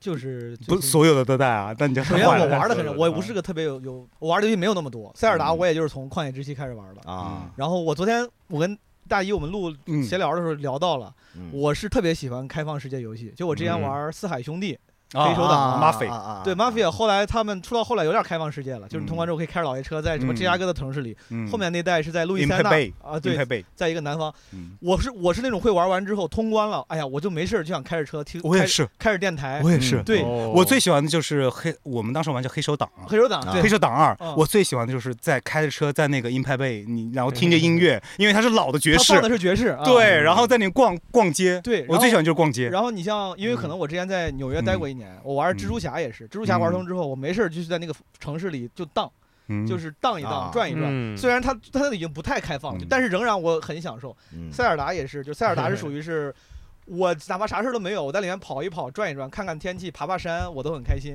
Speaker 1: 就是最
Speaker 3: 不，
Speaker 1: 近
Speaker 3: 所有的都带啊，但你就
Speaker 1: 首
Speaker 3: 很
Speaker 1: 先
Speaker 4: 换
Speaker 1: 我
Speaker 4: 了
Speaker 1: 玩的
Speaker 4: 再
Speaker 1: 很
Speaker 4: 说
Speaker 1: 少，我
Speaker 4: 吧
Speaker 1: 不是个特别有有，我玩的游戏没有那么多。塞尔达
Speaker 2: 嗯
Speaker 1: 我也就是从旷野之息开始玩的，
Speaker 2: 啊，
Speaker 1: 然后我昨天我跟大一我们录
Speaker 3: 嗯
Speaker 1: 闲聊的时候聊到了，
Speaker 2: 嗯
Speaker 1: 我是特别喜欢开放世界游戏，就我之前玩四海兄弟，
Speaker 3: 啊
Speaker 1: 黑手党
Speaker 3: 啊 Mafia
Speaker 2: 啊啊
Speaker 1: 对 Mafia，后来他们出到后来有点开放世界了，就是你通关之后可以开着老爷车在什么
Speaker 3: 嗯
Speaker 1: 芝加哥的城市里，
Speaker 3: 嗯
Speaker 1: 后面那代是在路易斯安
Speaker 3: Impact
Speaker 1: 那
Speaker 3: Bay，
Speaker 1: 啊，
Speaker 3: 林
Speaker 1: 对
Speaker 3: 太，背，
Speaker 1: 在一个南方，
Speaker 3: 嗯，
Speaker 1: 我是我是那种会玩完之后通关了，哎呀，我就没事儿就想开着车听，
Speaker 3: 我也
Speaker 1: 开
Speaker 3: 是，
Speaker 1: 开着电台，
Speaker 3: 我也
Speaker 2: 嗯
Speaker 3: 是，
Speaker 1: 哎对
Speaker 4: 哦
Speaker 3: 我最喜欢的就是黑，我们当时玩叫黑手党啊。
Speaker 1: 黑手党
Speaker 2: 啊
Speaker 1: 对
Speaker 3: 黑手党二
Speaker 1: 嗯，
Speaker 3: 我最喜欢的就是在开着车在那个 Impact Bay，你然后听着音乐，因为它是老的爵
Speaker 1: 他
Speaker 3: 士，
Speaker 1: 放的是爵士，啊
Speaker 3: 对，然后在那逛逛街，
Speaker 1: 对，然后
Speaker 3: 我最喜欢嗯就是逛街，
Speaker 1: 然后你像，因为可能我之前在纽约待过一年，我玩蜘蛛侠也是，蜘蛛侠玩通之后，我没事儿就去在那个城市里就荡，
Speaker 3: 嗯
Speaker 1: 就是荡一荡，
Speaker 2: 啊
Speaker 1: 转一转。
Speaker 4: 嗯
Speaker 1: 虽然它它那里已经不太开放了，
Speaker 3: 嗯
Speaker 1: 但是仍然我很享受。
Speaker 2: 嗯
Speaker 1: 塞尔达也是，就塞尔达是属于是。我哪怕啥事儿都没有，我在里面跑一跑、转一转、看看天气、爬爬山，我都很开心。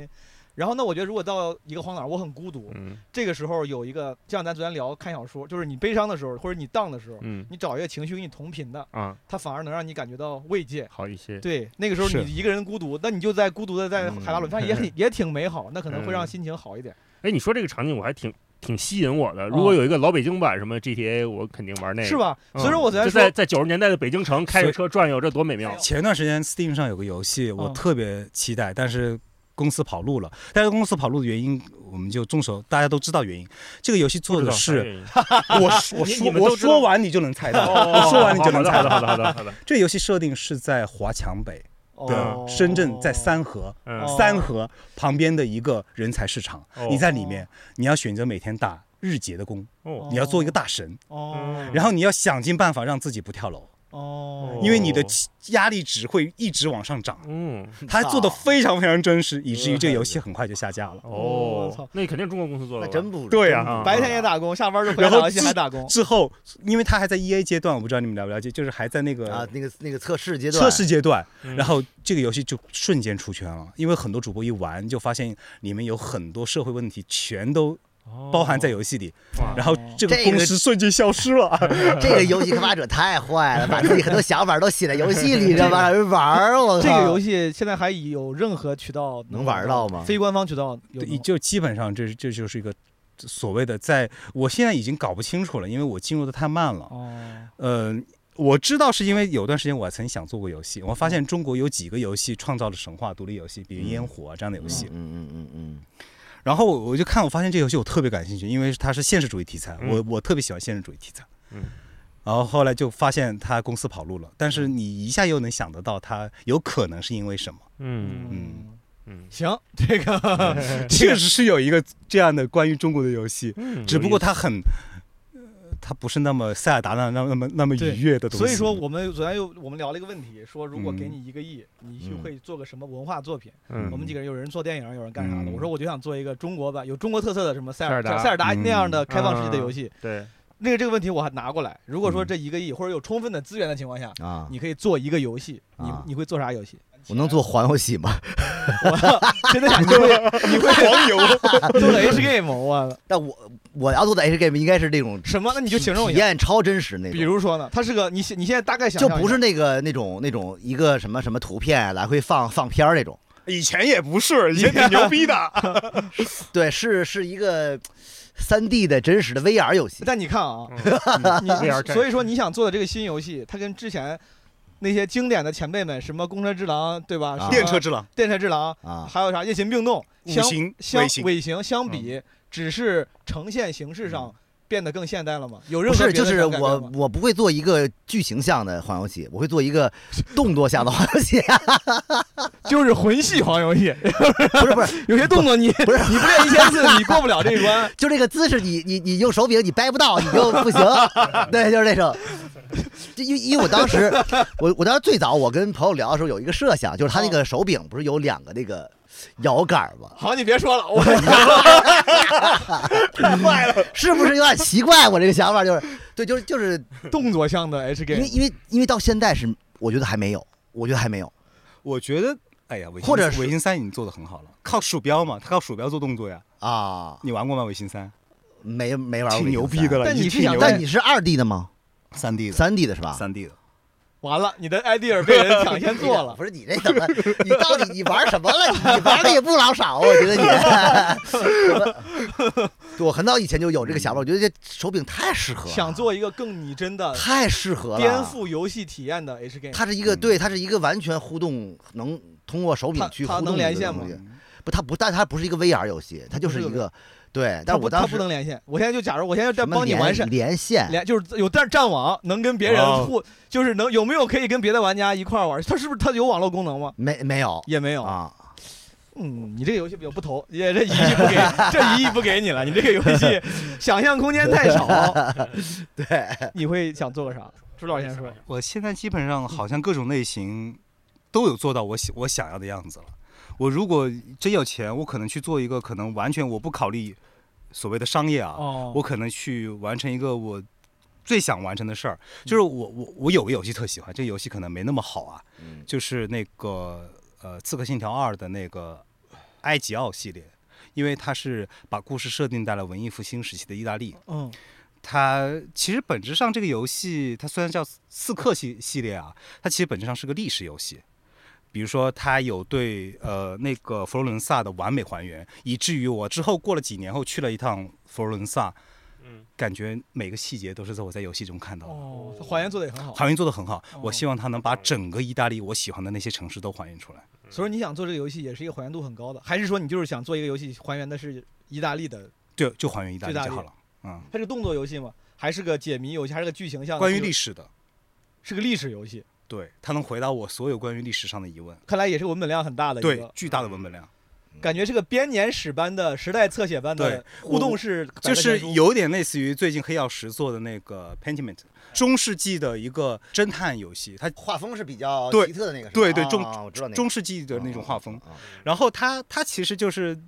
Speaker 1: 然后呢，我觉得如果到一个荒岛，我很孤独。
Speaker 4: 嗯
Speaker 1: 这个时候有一个，就像咱昨天聊看小说，就是你悲伤的时候，或者你荡的时候，
Speaker 4: 嗯
Speaker 1: 你找一个情绪跟你同频的，
Speaker 4: 啊，
Speaker 1: 它反而能让你感觉到慰藉。
Speaker 4: 好一些。
Speaker 1: 对，那个时候
Speaker 3: 是
Speaker 1: 你一个人孤独，那你就在孤独的在
Speaker 2: 嗯
Speaker 1: 海拉鲁，反正也很也挺美好，那可能会让
Speaker 4: 嗯
Speaker 1: 心情好一点。
Speaker 4: 哎，你说这个场景我还挺挺吸引我的。如果有一个老北京版什么 GTA，我肯定玩那个，
Speaker 1: 是？吧？
Speaker 4: 嗯
Speaker 1: 所以说我昨天
Speaker 4: 就
Speaker 1: 说
Speaker 4: 在在九十年代的北京城开着车转悠，这多美妙
Speaker 1: 哎！
Speaker 3: 前段时间 Steam 上有个游戏，我
Speaker 1: 嗯
Speaker 3: 特别期待，但是公司跑路了。但是公司跑路的原因，我们就众所大家都知道原因。这个游戏做的是，我 我
Speaker 4: 你
Speaker 3: 说
Speaker 4: 你们
Speaker 3: 我
Speaker 4: 都知道
Speaker 3: 说完你就能猜到，
Speaker 4: 哦
Speaker 3: 我说完你就能猜
Speaker 4: 好的
Speaker 3: 到。
Speaker 4: 好的好的好的，
Speaker 3: 这游戏设定是在华强北的
Speaker 1: 哦
Speaker 3: 呃深圳，在三河。
Speaker 4: 嗯
Speaker 1: 哦
Speaker 3: 三河旁边的一个人才市场，
Speaker 4: 哦
Speaker 3: 你在里面，你要选择每天打日结的工，
Speaker 4: 哦
Speaker 3: 你要做一个大神，
Speaker 1: 哦，
Speaker 3: 然后你要想尽办法让自己不跳楼，
Speaker 1: 哦，
Speaker 3: 因为你的
Speaker 4: 哦
Speaker 3: 压力值会一直往上涨。
Speaker 4: 嗯
Speaker 3: 他做的非常非常真实，以至于这个游戏
Speaker 2: 操
Speaker 3: 很快就下架了。
Speaker 1: 我操
Speaker 4: 哦，那肯定是中国公司做的
Speaker 2: 那
Speaker 4: 吧，
Speaker 2: 真不
Speaker 3: 对呀
Speaker 2: 真不
Speaker 4: 啊
Speaker 1: 白天也打工，下班就回来
Speaker 3: 然后
Speaker 1: 打游戏
Speaker 3: 自
Speaker 1: 还打工。
Speaker 3: 之后，因为他还在 E A 阶段，我不知道你们了不了解，就是还在那
Speaker 2: 啊
Speaker 3: 个，
Speaker 2: 那个那个测试阶段，
Speaker 3: 测试阶段，
Speaker 4: 嗯
Speaker 3: 然后这个游戏就瞬间出圈了，因为很多主播一玩就发现里面有很多社会问题全都包含在
Speaker 4: 哦
Speaker 3: 游戏里，
Speaker 4: 哇
Speaker 3: 然后
Speaker 1: 哦
Speaker 3: 这个
Speaker 2: 哦这个
Speaker 3: 公司瞬间消失了。
Speaker 2: 这个游戏开发者太坏了，把自己很多想法都写在游戏里，知 道吧？让人玩儿，我
Speaker 1: 这个游
Speaker 2: 戏
Speaker 1: 戏现在还有任何渠道
Speaker 2: 能玩到吗
Speaker 1: 非官方渠道有
Speaker 3: 对，
Speaker 1: 能
Speaker 3: 就基本上这是这就是一个所谓的在，我现在已经搞不清楚了，因为我进入的太慢了。
Speaker 1: 哦，
Speaker 3: 呃，我知道是因为有段时间我曾想做过游戏，我发现中国有几个游戏创造了神话独立游戏，比如
Speaker 2: 嗯
Speaker 3: 《烟火》啊这样的游戏。
Speaker 2: 嗯嗯嗯嗯
Speaker 3: 然后我就看，我发现这个游戏我特别感兴趣，因为它是现实主义题材，
Speaker 4: 嗯
Speaker 3: 我我特别喜欢现实主义题材。
Speaker 4: 嗯。
Speaker 3: 然后后来就发现他公司跑路了，但是你一下又能想得到他有可能是因为什么，
Speaker 4: 嗯
Speaker 3: 嗯
Speaker 4: 嗯
Speaker 1: 行，这个
Speaker 3: 确实是有一个这样的关于中国的游戏，
Speaker 4: 嗯，
Speaker 3: 只不过它很，呃它不是那么塞尔达那那那么那么
Speaker 1: 对
Speaker 3: 愉悦的东西。
Speaker 1: 所以说我们昨天又我们聊了一个问题，说如果给
Speaker 3: 嗯
Speaker 1: 你一个亿，你去
Speaker 2: 嗯
Speaker 1: 会做个什么文化作品？
Speaker 4: 嗯
Speaker 1: 我们几个人有人做电影，有人干啥的。
Speaker 3: 嗯
Speaker 1: 我说我就想做一个中国版有中国特色的什么塞尔
Speaker 4: 塞尔达
Speaker 1: 像塞尔达那样的
Speaker 4: 嗯
Speaker 1: 开放世界的游戏。
Speaker 4: 对
Speaker 1: 那个这个问题我还拿过来。如果说这一个亿或者有充分的资源的情况下，
Speaker 2: 嗯啊，
Speaker 1: 你可以做一个游戏，你
Speaker 2: 啊
Speaker 1: 你会做啥游戏？
Speaker 2: 我能做环游戏吗？
Speaker 1: 我真的想就会你会黄油做的 H game，我
Speaker 2: 但我我要做的 H game 应该是 那种
Speaker 1: 什么？那你就形容
Speaker 2: 体
Speaker 1: 一下，
Speaker 2: 验超真实那
Speaker 1: 比
Speaker 2: 种，
Speaker 1: 如说呢，它是个你现你现在大概想
Speaker 2: 就
Speaker 1: 象一
Speaker 2: 不是
Speaker 1: 下
Speaker 2: 那个那种那种一个什么什么图片啊来回放放片儿那种。
Speaker 3: 以前也不是，以前挺牛逼的。
Speaker 2: 对，是是一个三 D 的真实的 VR 游戏。
Speaker 1: 但你看啊，你
Speaker 4: VR 战
Speaker 1: 所以说你想做的这个新游戏，它跟之前那些经典的前辈们，什么公车之狼，对吧？
Speaker 2: 啊
Speaker 1: 什么
Speaker 3: 电车之狼、
Speaker 1: 电车之狼，
Speaker 2: 啊，
Speaker 1: 还有啥夜勤并动，
Speaker 3: 五
Speaker 1: 相
Speaker 3: 行、
Speaker 1: 相
Speaker 3: 微型，
Speaker 1: 尾行相
Speaker 2: 嗯
Speaker 1: 比，只是呈现形式上变得更现代了吗？有任
Speaker 2: 不
Speaker 1: 何
Speaker 2: 是，
Speaker 1: 别
Speaker 2: 就
Speaker 1: 的
Speaker 2: 是
Speaker 1: 改变
Speaker 2: 我
Speaker 1: 吗
Speaker 2: 我不会做一个剧情向的环游戏，我会做一个动作向的环游戏。啊
Speaker 1: 就是魂系黄游戏，
Speaker 2: 不是不是，
Speaker 1: 有些动 作你不是你不练一千次你过不了这一关，
Speaker 2: 就这个姿势你，你你用手柄你掰不到，你就 不行。对，就是那种。就因为因为我当时，我我当时最早我跟朋友聊的时候有一个设想，就是他那个手柄不是有两个那个摇杆吗？
Speaker 1: 好，你别说了， 我
Speaker 2: 是不是有点奇怪？我这个想法就是，对，就是就是
Speaker 1: 动作向的 H
Speaker 2: 因
Speaker 1: game
Speaker 2: 为因为因为到现在是我觉得还没有，我觉得还没有。
Speaker 3: 我觉得，哎呀，尾行
Speaker 2: 或者是
Speaker 3: 尾行三已经做的很好了，靠鼠标嘛，他靠鼠标做动作呀。
Speaker 2: 啊，
Speaker 3: 你玩过吗？尾行三
Speaker 2: 没没玩过，
Speaker 3: 挺牛逼的。了，
Speaker 1: 但
Speaker 3: 已经
Speaker 1: 你是
Speaker 3: 挺
Speaker 1: 想
Speaker 3: 牛
Speaker 1: 在
Speaker 2: 但你是二 D 的吗？
Speaker 3: 三 D 的，
Speaker 2: 三 D 的是吧？
Speaker 3: 三 D 的，
Speaker 1: 完了，你的 idea 被人抢先做了。
Speaker 2: 不是你这怎么？你到底你玩什 么了？你你玩的也不老少，我觉得你。什么 对我很早以前就有这个想法，我觉得这手柄太适 合了，
Speaker 1: 想做一个更拟真的、
Speaker 2: 太适合了，
Speaker 1: 颠。覆游戏体验的 H game，
Speaker 2: 它是一个
Speaker 3: 嗯
Speaker 2: 对，它是一个完全互动，能通过手柄去
Speaker 1: 它它
Speaker 2: 互动
Speaker 1: 能
Speaker 2: 的
Speaker 1: 连
Speaker 2: 一个
Speaker 1: 线
Speaker 2: 东
Speaker 1: 吗
Speaker 2: 西？不，它不，但它不是一个 VR 游戏，它就是
Speaker 1: 不
Speaker 2: 一
Speaker 1: 是个
Speaker 2: 个对。
Speaker 1: 它
Speaker 2: 但
Speaker 1: 不
Speaker 2: 我当
Speaker 1: 它
Speaker 2: 时
Speaker 1: 不能连线。我现在就假如我现在在
Speaker 2: 什么
Speaker 1: 帮你完
Speaker 2: 连
Speaker 1: 善
Speaker 2: 连线，
Speaker 1: 连，就是有战战网能跟别人
Speaker 3: 哦
Speaker 1: 互，就是能有没有可以跟别的玩家一块儿玩？它是不是它有网络功能吗？
Speaker 2: 没没有
Speaker 1: 也没有。
Speaker 2: 啊？
Speaker 1: 嗯，你这个游戏比较不投，也这一亿不给，这一亿不给你了。你这个游 戏想象空间太少。对，你会想做个啥？朱老师先说。
Speaker 3: 我现在基本上好像各种类型都有做到我想我想要的样子了。我如果真有钱，我可能去做一个可能完全我不考虑所谓的商业啊，
Speaker 1: 哦
Speaker 3: 我可能去完成一个我最想完成的事儿。就是我我我有个游戏特喜欢，这个游戏可能没那么好啊，
Speaker 2: 嗯
Speaker 3: 就是那个呃《刺客信条二》的那个埃及奥系列，因为它是把故事设定在了文艺复兴时期的意大利。
Speaker 1: 嗯，
Speaker 3: 它其实本质上这个游戏，它虽然叫刺客系系列啊，它其实本质上是个历史游戏。比如说，它有对呃那个佛罗伦萨的完美还原，以至于我之后过了几年后去了一趟佛罗伦萨，
Speaker 4: 嗯，
Speaker 3: 感觉每个细节都是在我在游戏中看到的。
Speaker 1: 哦，它还原做的也很好。
Speaker 3: 还原做得很好，我
Speaker 1: 哦
Speaker 3: 希望它能把整个意大利我喜欢的那些城市都还原出来。
Speaker 1: 所以说你想做这个游戏，也是一个还原度很高的，还是说你就是想做一个游戏，还原的是意大利的？
Speaker 3: 对，就还原意大利
Speaker 1: 意大利
Speaker 3: 就好了。嗯，
Speaker 1: 它是个动作游戏吗？还是个解谜游戏？还是个剧情向的？
Speaker 3: 关于
Speaker 1: 是个
Speaker 3: 历史的，
Speaker 1: 是个历史游戏，
Speaker 3: 对，它能回答我所有关于历史上的疑问。
Speaker 1: 看来也是文本量很大的一
Speaker 3: 对
Speaker 1: 个，，
Speaker 3: 巨大的文本量。
Speaker 1: 感觉是个编年史般的时代侧写般的
Speaker 3: 对
Speaker 1: 互动式百科
Speaker 3: 就
Speaker 1: 全书，
Speaker 3: 是有点类似于最近黑曜石做的那个《Pentiment》，中世纪的一个侦探游戏，它
Speaker 2: 画风是比较
Speaker 3: 对
Speaker 2: 奇特的那个是吧，
Speaker 3: 对对
Speaker 2: 啊
Speaker 3: 中
Speaker 2: 啊我知道那个
Speaker 3: 中世纪的那种画风。
Speaker 2: 啊啊
Speaker 3: 然后它它其实就是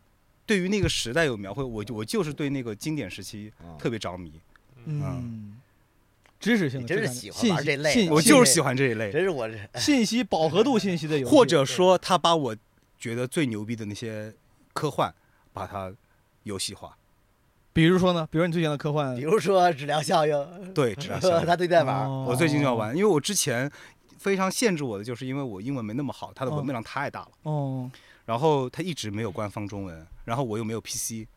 Speaker 3: 对于那个时代有描绘，我就我就是对那个经典时期
Speaker 2: 啊
Speaker 3: 特别着迷，
Speaker 1: 嗯，知识性的
Speaker 2: 你真
Speaker 1: 质感
Speaker 2: 是
Speaker 1: 的
Speaker 2: 喜欢
Speaker 1: 信
Speaker 2: 玩
Speaker 1: 息
Speaker 2: 这类的
Speaker 1: 信
Speaker 2: 啊
Speaker 3: 我
Speaker 1: 信
Speaker 3: 就是
Speaker 1: 息
Speaker 3: 喜欢这一类，
Speaker 2: 真是我这
Speaker 1: 信息饱和度信息的游戏，
Speaker 3: 或者说他把我觉得最牛逼的那些科幻，把它游 戏化，
Speaker 1: 比如说呢，比如你最喜欢的科幻
Speaker 2: 比，如说质量效应，
Speaker 3: 对，质量
Speaker 2: 他对待玩儿，
Speaker 1: 哦
Speaker 3: 我最近就要玩，因为我之前非常限制我的，就是因为我英文没那么好，它的文本量太大了。
Speaker 1: 哦，
Speaker 3: 然后它一直没有官方中文，然后我又没有 PC，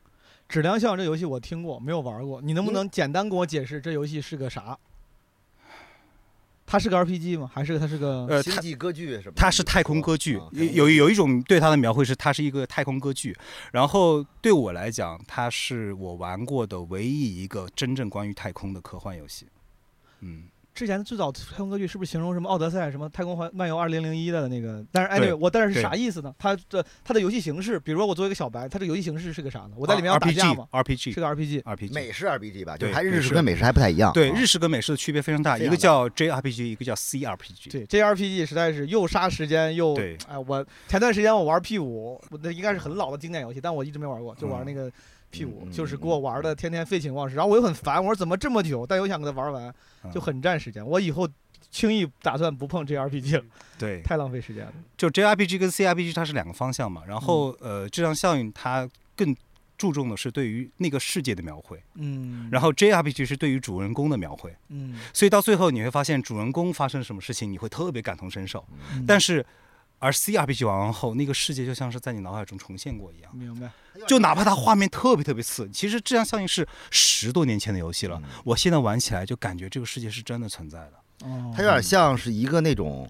Speaker 1: 质量效应这游戏我听过，没有玩过。你能不
Speaker 3: 嗯
Speaker 1: 能简单给我解释这游戏是个啥？它是个 RPG 吗？还是它是个？
Speaker 3: 呃，
Speaker 2: 星
Speaker 3: 它
Speaker 2: 际歌剧什么的？
Speaker 3: 它是太空歌剧
Speaker 1: 哦
Speaker 2: 啊，
Speaker 3: 有有有一种对它的描绘是它是一个太空歌剧，然后对我来讲，它是我玩过的唯一一个真正关于太空的科幻游戏，嗯，
Speaker 1: 之前最早太空歌剧是不是形容什么《奥德赛》、什么《太空环漫游二零零一》的那个？但是
Speaker 3: 对
Speaker 1: anyway，我但是是
Speaker 3: 对
Speaker 1: 啥意思呢？它的它的游戏形式，比如说我作为一个小白，它这游戏形式是个啥呢？我
Speaker 3: 啊
Speaker 1: 在里面要打架吗？是
Speaker 3: RPG
Speaker 1: 个啊 RPG，
Speaker 2: 嗯
Speaker 3: RPG
Speaker 2: 美式 RPG 吧，就
Speaker 3: 对
Speaker 2: 还日
Speaker 3: 美
Speaker 2: 式
Speaker 3: 式
Speaker 2: 跟美式还不太一样。
Speaker 3: 对
Speaker 1: 哦
Speaker 2: 啊
Speaker 3: 日式跟美式的区别非常大，
Speaker 2: 非
Speaker 3: 一
Speaker 2: 常
Speaker 3: 个叫 JRPG，一个叫 CRPG，
Speaker 1: 对 JRPG 实在是又杀时间又
Speaker 3: 对
Speaker 1: 哎，我前段时间我玩 P 五，我那应该是很老的经典游戏，但我一直没玩过，就玩那个 P 五、
Speaker 2: 嗯嗯
Speaker 1: 就是给我玩的天天废寝忘食，然后我又很烦，我说怎么这么久，但又想给它玩完，就
Speaker 3: 嗯
Speaker 1: 很占时间。我以后轻易打算不碰 JRPG 了，
Speaker 3: 对，
Speaker 1: 太浪费时间了。
Speaker 3: 就 JRPG 跟 CRPG 它是两个方向嘛，然后、
Speaker 1: 嗯
Speaker 3: 呃，质量效应它更注重的是对于那个世界的描绘，
Speaker 1: 嗯
Speaker 3: 然后 JRPG 是对于主人公的描绘，
Speaker 1: 嗯，
Speaker 3: 所以到最后你会发现主人公发生什么事情，你会特别感同身受。但
Speaker 1: 是
Speaker 3: 是，而 CRPG 玩完后，那个世界就像是在你脑海中重现过一样，
Speaker 1: 明白，
Speaker 2: 嗯
Speaker 3: 就哪怕它画面特别特别次，其实质量效应是十多年前的游
Speaker 2: 嗯
Speaker 3: 戏了，我现在玩起来就感觉这个世界是真的存在的。
Speaker 1: 哦
Speaker 2: 它有点像是一个那种，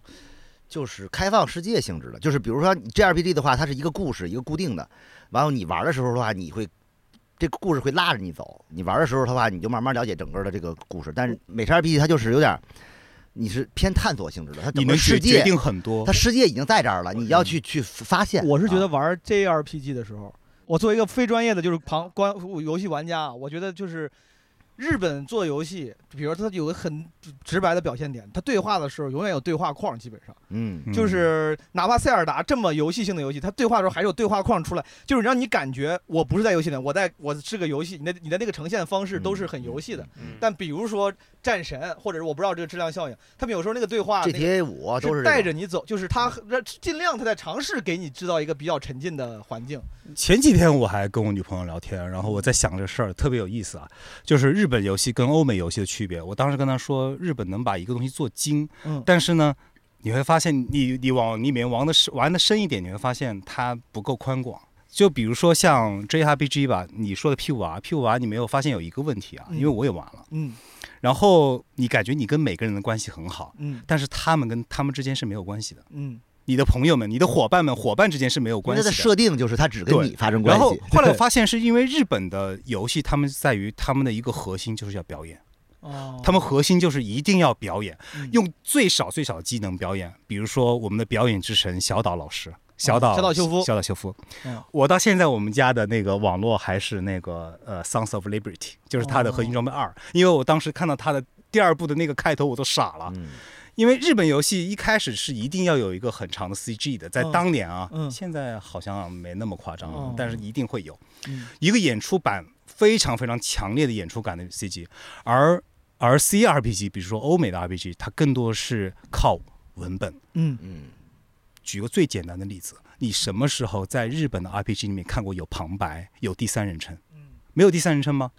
Speaker 2: 就是开放世界性质的，就是比如说你 JRPG 的话，它是一个故事，一个固定的，完后你玩的时候的话，你会。这个故事会拉着你走，你玩的时候的话，你就慢慢了解整个的这个故事。但是美式 RPG 它就是有点，你是偏探索性质的，它
Speaker 3: 你
Speaker 2: 整
Speaker 3: 能
Speaker 2: 个世
Speaker 3: 决决
Speaker 2: 界，
Speaker 3: 定很多
Speaker 2: 它，世界已经在这儿了，你要去去发
Speaker 4: 嗯
Speaker 2: 现。
Speaker 1: 嗯我是觉得
Speaker 2: 啊，
Speaker 1: 玩 JRPG 的时候，我作为一个非专业的就是旁观游戏玩家啊，我觉得就是日本做游戏，比如它有个很直白的表现点，它对话的时候永远有对话框，基本上
Speaker 2: 嗯，
Speaker 3: 嗯
Speaker 1: 就是哪怕塞尔达这么游戏性的游戏，它对话的时候还是有对话框出来，就是让你感觉我不是在游戏里，我在我是个游戏，你的你的那个呈现方式都是很游戏的。
Speaker 4: 嗯
Speaker 1: 但比如说战神，或者是我不知道这个质量效应，他们有时候那个对啊话那个
Speaker 2: GTA
Speaker 3: 啊
Speaker 2: 五啊都
Speaker 1: 是
Speaker 2: 是
Speaker 1: 带着你走，就是他让尽量他在尝试给你制造一个比较沉浸的环境。
Speaker 3: 前几天我还跟我女朋友聊天，然后我在想这事儿，特别有意思啊，就是日本游戏跟欧美游戏的区别。我当时跟她说，日本能把一个东西做精，
Speaker 1: 嗯
Speaker 3: 但是呢，你会发现你你往里面玩的玩的深一点，你会发现它不够宽广。就比如说像 JRPG 吧，你说的 P 五 R P 五 R，你没有发现有一个问题啊，
Speaker 1: 嗯
Speaker 3: 因为我也玩了。
Speaker 1: 嗯
Speaker 3: 然后你感觉你跟每个人的关系很好，
Speaker 1: 嗯
Speaker 3: 但是他们跟他们之间是没有关系的。
Speaker 1: 嗯，
Speaker 3: 你的朋友们、你的伙伴们、伙伴之间是没有
Speaker 2: 因
Speaker 3: 关
Speaker 2: 为它
Speaker 3: 系
Speaker 2: 的
Speaker 3: 的。
Speaker 2: 设定就是它只跟
Speaker 3: 对
Speaker 2: 你发生关
Speaker 3: 然后
Speaker 2: 系。
Speaker 3: 后来我发现，是因为日本的游戏，他们在于他们的一个核心就是要表演，
Speaker 1: 哦
Speaker 3: 他们核心就是一定要表演，
Speaker 1: 嗯
Speaker 3: 用最少最少的技能表演。比如说我们的表演之神小岛老师，小岛、
Speaker 1: 哦小岛秀夫
Speaker 3: 小岛秀夫
Speaker 1: 嗯。
Speaker 3: 我到现在我们家的那个网络还是那个呃《Sons of Liberty》，就是他的核心装备二，
Speaker 1: 哦
Speaker 3: 因为我当时看到他的。第二部的那个开头我都傻
Speaker 1: 啊
Speaker 3: 了，
Speaker 2: 嗯，
Speaker 3: 因为日本游戏一开始是一定要有一个很长的 CG 的，在
Speaker 1: 嗯
Speaker 3: 当年啊，
Speaker 1: 嗯
Speaker 3: 现在好像没那么夸张了，
Speaker 1: 哦
Speaker 3: 但是一定会有。
Speaker 1: 嗯
Speaker 3: 一个演出版非常非常强烈的演出感的 CG，而而 CRPG，比如说欧美的 RPG，它更多是靠文本。
Speaker 1: 嗯
Speaker 2: 嗯，
Speaker 3: 举个最简单的例子，你什么时候在日本的 RPG 里面看过有旁白、有第三人称？
Speaker 1: 嗯
Speaker 3: 没有第三人称吗？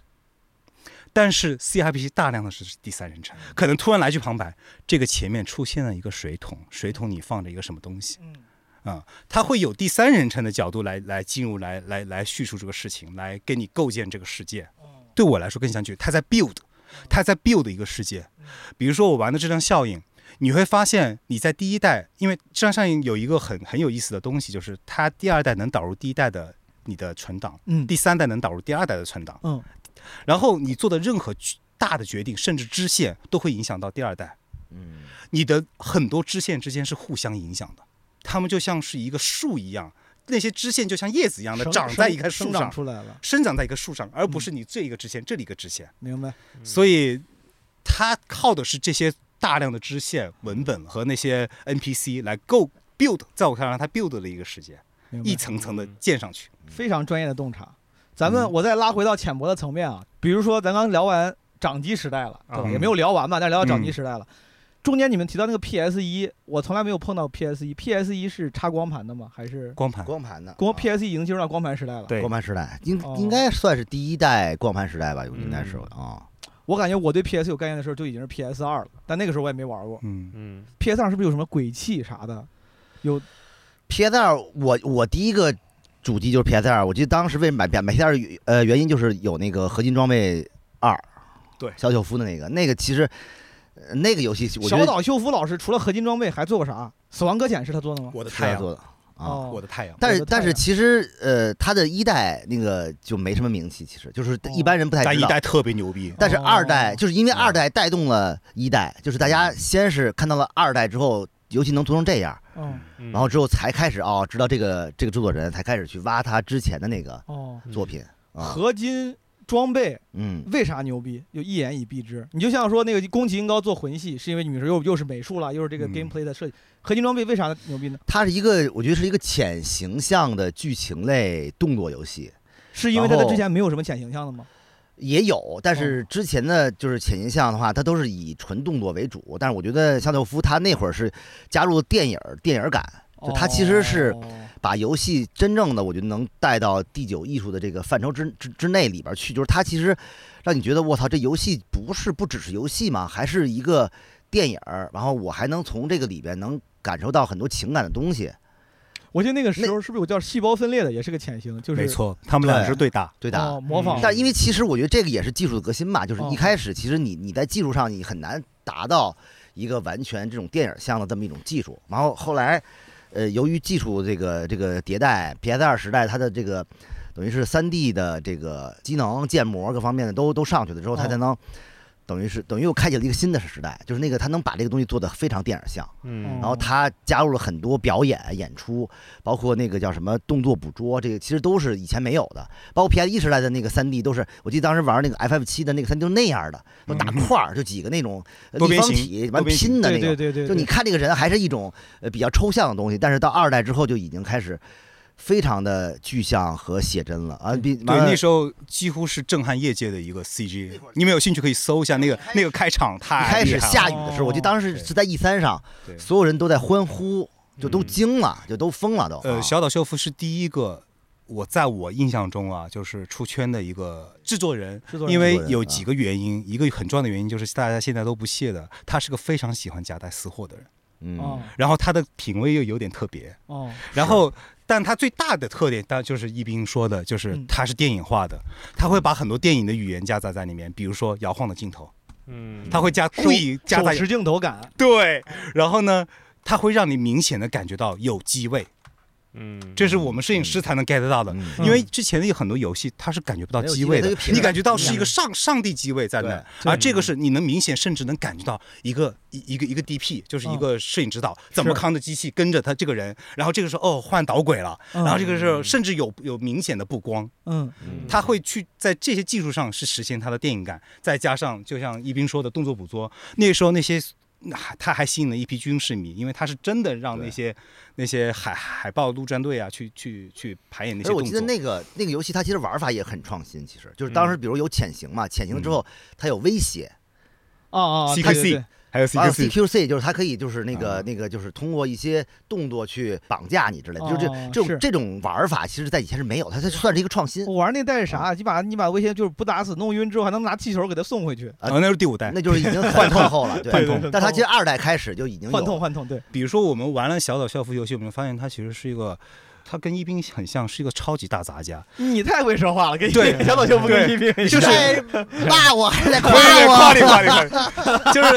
Speaker 3: 但是 CRPG 大量的是第三人称，可能突然来句旁白，这个前面出现了一个水桶，水桶里放着一个什么东西。
Speaker 1: 嗯
Speaker 3: 啊、他会有第三人称的角度来来进入来来来叙述这个事情，来给你构建这个世界。对我来说更像剧，他在 build，他在 build 一个世界。比如说我玩的质量效应，你会发现你在第一代，因为质量效应有一个很很有意思的东西，就是它第二代能导入第一代的你的存档，
Speaker 1: 嗯
Speaker 3: 第三代能导入第二代的存档，
Speaker 1: 嗯
Speaker 3: 然后你做的任何巨大的决定，甚至支线都会影响到第二代。
Speaker 2: 嗯，
Speaker 3: 你的很多支线之间是互相影响的，它们就像是一个树一样，那些支线就像叶子一样的
Speaker 1: 生
Speaker 3: 长嗯在一棵
Speaker 1: 生
Speaker 3: 树
Speaker 1: 生长
Speaker 3: 上，
Speaker 1: 出来了，
Speaker 3: 生长在一棵树上，而不是你这一个支线，这里一个支线。
Speaker 1: 明白？
Speaker 4: 嗯
Speaker 3: 所以，它靠的是这些大量的支线文本和那些 NPC 来构 build，在我看来，它 build 了一个世界，
Speaker 1: 明白
Speaker 3: 一层层的建上去。
Speaker 1: 非常专业的洞察。咱们
Speaker 3: 嗯
Speaker 1: 我再拉回到浅薄的层面啊，比如说咱刚聊完掌机时代了，对吧？
Speaker 4: 嗯
Speaker 1: 也没有聊完吧，但是聊到掌机
Speaker 3: 嗯
Speaker 1: 时代了。中间你们提到那个 PS 一，我从来没有碰到 PS 一。PS 一是插光盘的吗？还是
Speaker 3: 光盘，
Speaker 2: 光盘的，
Speaker 1: 光
Speaker 2: 啊
Speaker 1: PS 已经进入到光盘时代了？
Speaker 3: 对
Speaker 2: 光盘时代，应
Speaker 1: 哦
Speaker 2: 应该算是第一代光盘时代吧，应该是
Speaker 4: 嗯
Speaker 2: 啊。
Speaker 1: 我感觉我对 PS 有概念的时候就已经是 PS 二了，但那个时候我也没玩过。
Speaker 3: 嗯，
Speaker 4: 嗯
Speaker 1: PS 二是不是有什么鬼泣啥的？有
Speaker 2: PS 二，我我第一个主机就是 PS 二，我记得当时为什么买 PS 买 PS 二，呃，原因就是有那个合金装备二，
Speaker 3: 对
Speaker 2: 小朽夫的那个，那个其实呃那个游戏我觉
Speaker 1: 小
Speaker 2: 得
Speaker 1: 岛秀夫老师除了合金装备还做过啥？死亡搁浅是他做的吗？
Speaker 3: 我的
Speaker 2: 是
Speaker 3: 太
Speaker 2: 他
Speaker 3: 阳，
Speaker 2: 做的啊。
Speaker 1: 哦，
Speaker 3: 我的太阳。
Speaker 2: 但
Speaker 1: 我
Speaker 2: 是
Speaker 1: 的太
Speaker 2: 但是
Speaker 1: 阳
Speaker 2: 其实呃，它的一代那个就没什么名气，其实就是一般人不太
Speaker 3: 但
Speaker 2: 知
Speaker 3: 一
Speaker 2: 道。
Speaker 3: 代特别牛逼，
Speaker 2: 但是二代、
Speaker 1: 哦嗯
Speaker 2: 就是因为二代带动了一代，就是大家先是看到了二代之后，游戏能做成这样，
Speaker 1: 哦
Speaker 4: 嗯
Speaker 2: 然后之后才开始哦，知道这个这个制作人才开始去挖他之前的那个
Speaker 1: 哦，
Speaker 2: 作品啊，
Speaker 1: 合金装备
Speaker 2: 嗯，
Speaker 1: 为啥牛逼？就一言以蔽之。你就像说那个宫崎英高做魂系，是因为你们说又又是美术了，又是这个
Speaker 3: 嗯
Speaker 1: gameplay 的设计。合金装备为啥牛逼呢？
Speaker 2: 它是一个我觉得是一个浅形象的剧情类动作游戏，
Speaker 1: 是因为它
Speaker 2: 然
Speaker 1: 跟
Speaker 2: 后
Speaker 1: 之前没有什么潜形象的吗？
Speaker 2: 也有，但是之前的就是潜印象的话，它都是以纯动作为主。但是我觉得夏洛夫他那会儿是加入了电影儿电影儿感，就他其实是
Speaker 1: 哦
Speaker 2: 把游戏真正的我觉得能带到第九艺术的这个范畴之之之内里边去，就是它其实让你觉得我操，这游戏不是不只是游戏嘛，还是一个电影儿，然后我还能从这个里边能感受到很多情感的东西，
Speaker 1: 我记得那个时候是不是有叫细胞分裂的，也是个潜行，就是
Speaker 3: 没错，他们俩
Speaker 2: 对
Speaker 3: 是对打，
Speaker 2: 对的。
Speaker 1: 哦，模仿
Speaker 4: 嗯
Speaker 2: 但因为其实我觉得这个也是技术的革新吧，就是
Speaker 1: 哦
Speaker 2: 一开始其实你你在技术上你很难达到一个完全这种电影像的这么一种技术，然后后来，呃，由于技术这个这个迭代，PS 二时代它的这个等于是三 D 的这个机能、建模各方面的都都上去了之后，它
Speaker 1: 哦
Speaker 2: 才能。等于是等于又开启了一个新的时代，就是那个它能把这个东西做得非常电影像，
Speaker 4: 嗯
Speaker 2: 然后它加入了很多表演、演出，包括那个叫什么动作捕捉，这个其实都是以前没有的。包括 PS 一时代的那个3 D 都是，我记得当时玩那个 FF 七的那个3 D 就那样的，就
Speaker 3: 嗯
Speaker 2: 大块儿，就几个那种呃
Speaker 3: 多
Speaker 2: 立
Speaker 3: 边
Speaker 2: 方
Speaker 3: 形
Speaker 2: 体完
Speaker 3: 多边形
Speaker 2: 拼的那
Speaker 1: 对
Speaker 2: 种
Speaker 1: 对。对对，
Speaker 2: 就你
Speaker 1: 对
Speaker 2: 看这个人还是一种呃比较抽象的东西，但是到二代之后就已经开始非常的具象和写真了啊！比
Speaker 3: 嗯对，那时候几乎是震撼业界的一个 CG。你们有兴趣可以搜一下那个那个开场
Speaker 2: 一
Speaker 3: 太
Speaker 2: 开
Speaker 3: 厉
Speaker 2: 始
Speaker 3: 害了
Speaker 2: 下雨的时候，我记得当时
Speaker 3: 对
Speaker 2: 是在 E 三上
Speaker 3: 对，
Speaker 2: 所有人都在欢呼，就都
Speaker 4: 嗯
Speaker 2: 惊了，就都疯了都。
Speaker 3: 呃，
Speaker 2: 啊
Speaker 3: 小岛秀夫是第一个，我在我印象中啊，就是出圈的一个制作人。
Speaker 1: 制作人
Speaker 3: 因为
Speaker 2: 制作人
Speaker 3: 有
Speaker 2: 啊
Speaker 3: 几个原因，一个很重要的原因就是大家现在都不屑的，他是个非常喜欢夹带私货的人，
Speaker 2: 嗯
Speaker 1: 哦，
Speaker 3: 然后他的品味又有点特别，
Speaker 1: 哦
Speaker 3: 然后，但他最大的特点，当然就是一冰说的，就是
Speaker 1: 嗯
Speaker 3: 他是电影化的，
Speaker 2: 嗯
Speaker 3: 他会把很多电影的语言夹杂在里面，比如说摇晃的镜头，
Speaker 4: 嗯，
Speaker 3: 他会加故意夹
Speaker 1: 手
Speaker 3: 杂
Speaker 1: 持镜头感，
Speaker 3: 对，然后呢，他会让你明显的感觉到有机位，
Speaker 4: 嗯，
Speaker 3: 这是我们摄影师才能 get 到的，
Speaker 2: 嗯
Speaker 1: 嗯
Speaker 3: 因为之前的有很多游戏它是感觉不到
Speaker 2: 没有
Speaker 3: 机
Speaker 2: 机
Speaker 3: 位
Speaker 2: 位
Speaker 3: 的
Speaker 2: 它就，平
Speaker 3: 你
Speaker 2: 了
Speaker 3: 感觉到
Speaker 2: 嗯
Speaker 3: 是一个上上帝机位在那
Speaker 2: 对
Speaker 3: 儿，而
Speaker 1: 对
Speaker 3: 这个是你能明显甚至能感觉到一个一一个一个 DP，就是一
Speaker 1: 嗯
Speaker 3: 个摄影指导怎么
Speaker 1: 是
Speaker 3: 扛着机器跟着他这个人，然后这个时候哦换导轨了，
Speaker 1: 嗯
Speaker 3: 然后这个时候甚至有有明显的布光，
Speaker 1: 嗯
Speaker 2: 嗯
Speaker 3: 他会去在这些技术上是实现他的电影感，再加上就像一斌说的动作捕捉，那时候那些。那他还吸引了一批军事迷，因为他是真的让那
Speaker 2: 对
Speaker 3: 些那些海海豹陆战队啊去去去排演那些
Speaker 2: 而哎我
Speaker 3: 动
Speaker 2: 记得
Speaker 3: 作。
Speaker 2: 那个那个游戏，它其实玩法也很创新。其实就是
Speaker 3: 嗯
Speaker 2: 当时，比如有潜行嘛，潜行之后它有威胁，
Speaker 1: 哦哦
Speaker 3: CQC
Speaker 2: 啊
Speaker 1: 对对对
Speaker 3: 还有
Speaker 2: 完了
Speaker 3: CQC
Speaker 2: CQC 就是它可以就是那个
Speaker 3: 啊
Speaker 2: 那个就是通过一些动作去绑架你之类的，就
Speaker 1: 哦
Speaker 2: 这这
Speaker 1: 是
Speaker 2: 种这种玩法，其实在以前是没有，它它算是一个创新
Speaker 3: 哦
Speaker 1: 我玩那代是啥？你把你把威胁就是不打死弄晕之后，还能拿气球给他送回去，
Speaker 2: 啊
Speaker 3: 啊，那是第五代。
Speaker 2: 那就是已经很落后了。
Speaker 3: 换
Speaker 2: 对，
Speaker 3: 痛
Speaker 1: 对对
Speaker 2: 但它其实二代开始就已经
Speaker 1: 换痛
Speaker 2: 有，
Speaker 1: 换痛，对，
Speaker 3: 比如说我们玩了小岛校服游戏，我们发现它其实是一个，它跟一冰很像，是一个超级大杂家。
Speaker 1: 你太会说话了，给你
Speaker 3: 对
Speaker 1: 小岛秀夫跟
Speaker 3: 对
Speaker 1: 一比，
Speaker 3: 就是
Speaker 2: 在哎骂 我还是在夸
Speaker 3: 夸你
Speaker 2: 我？
Speaker 3: 夸你夸你，就是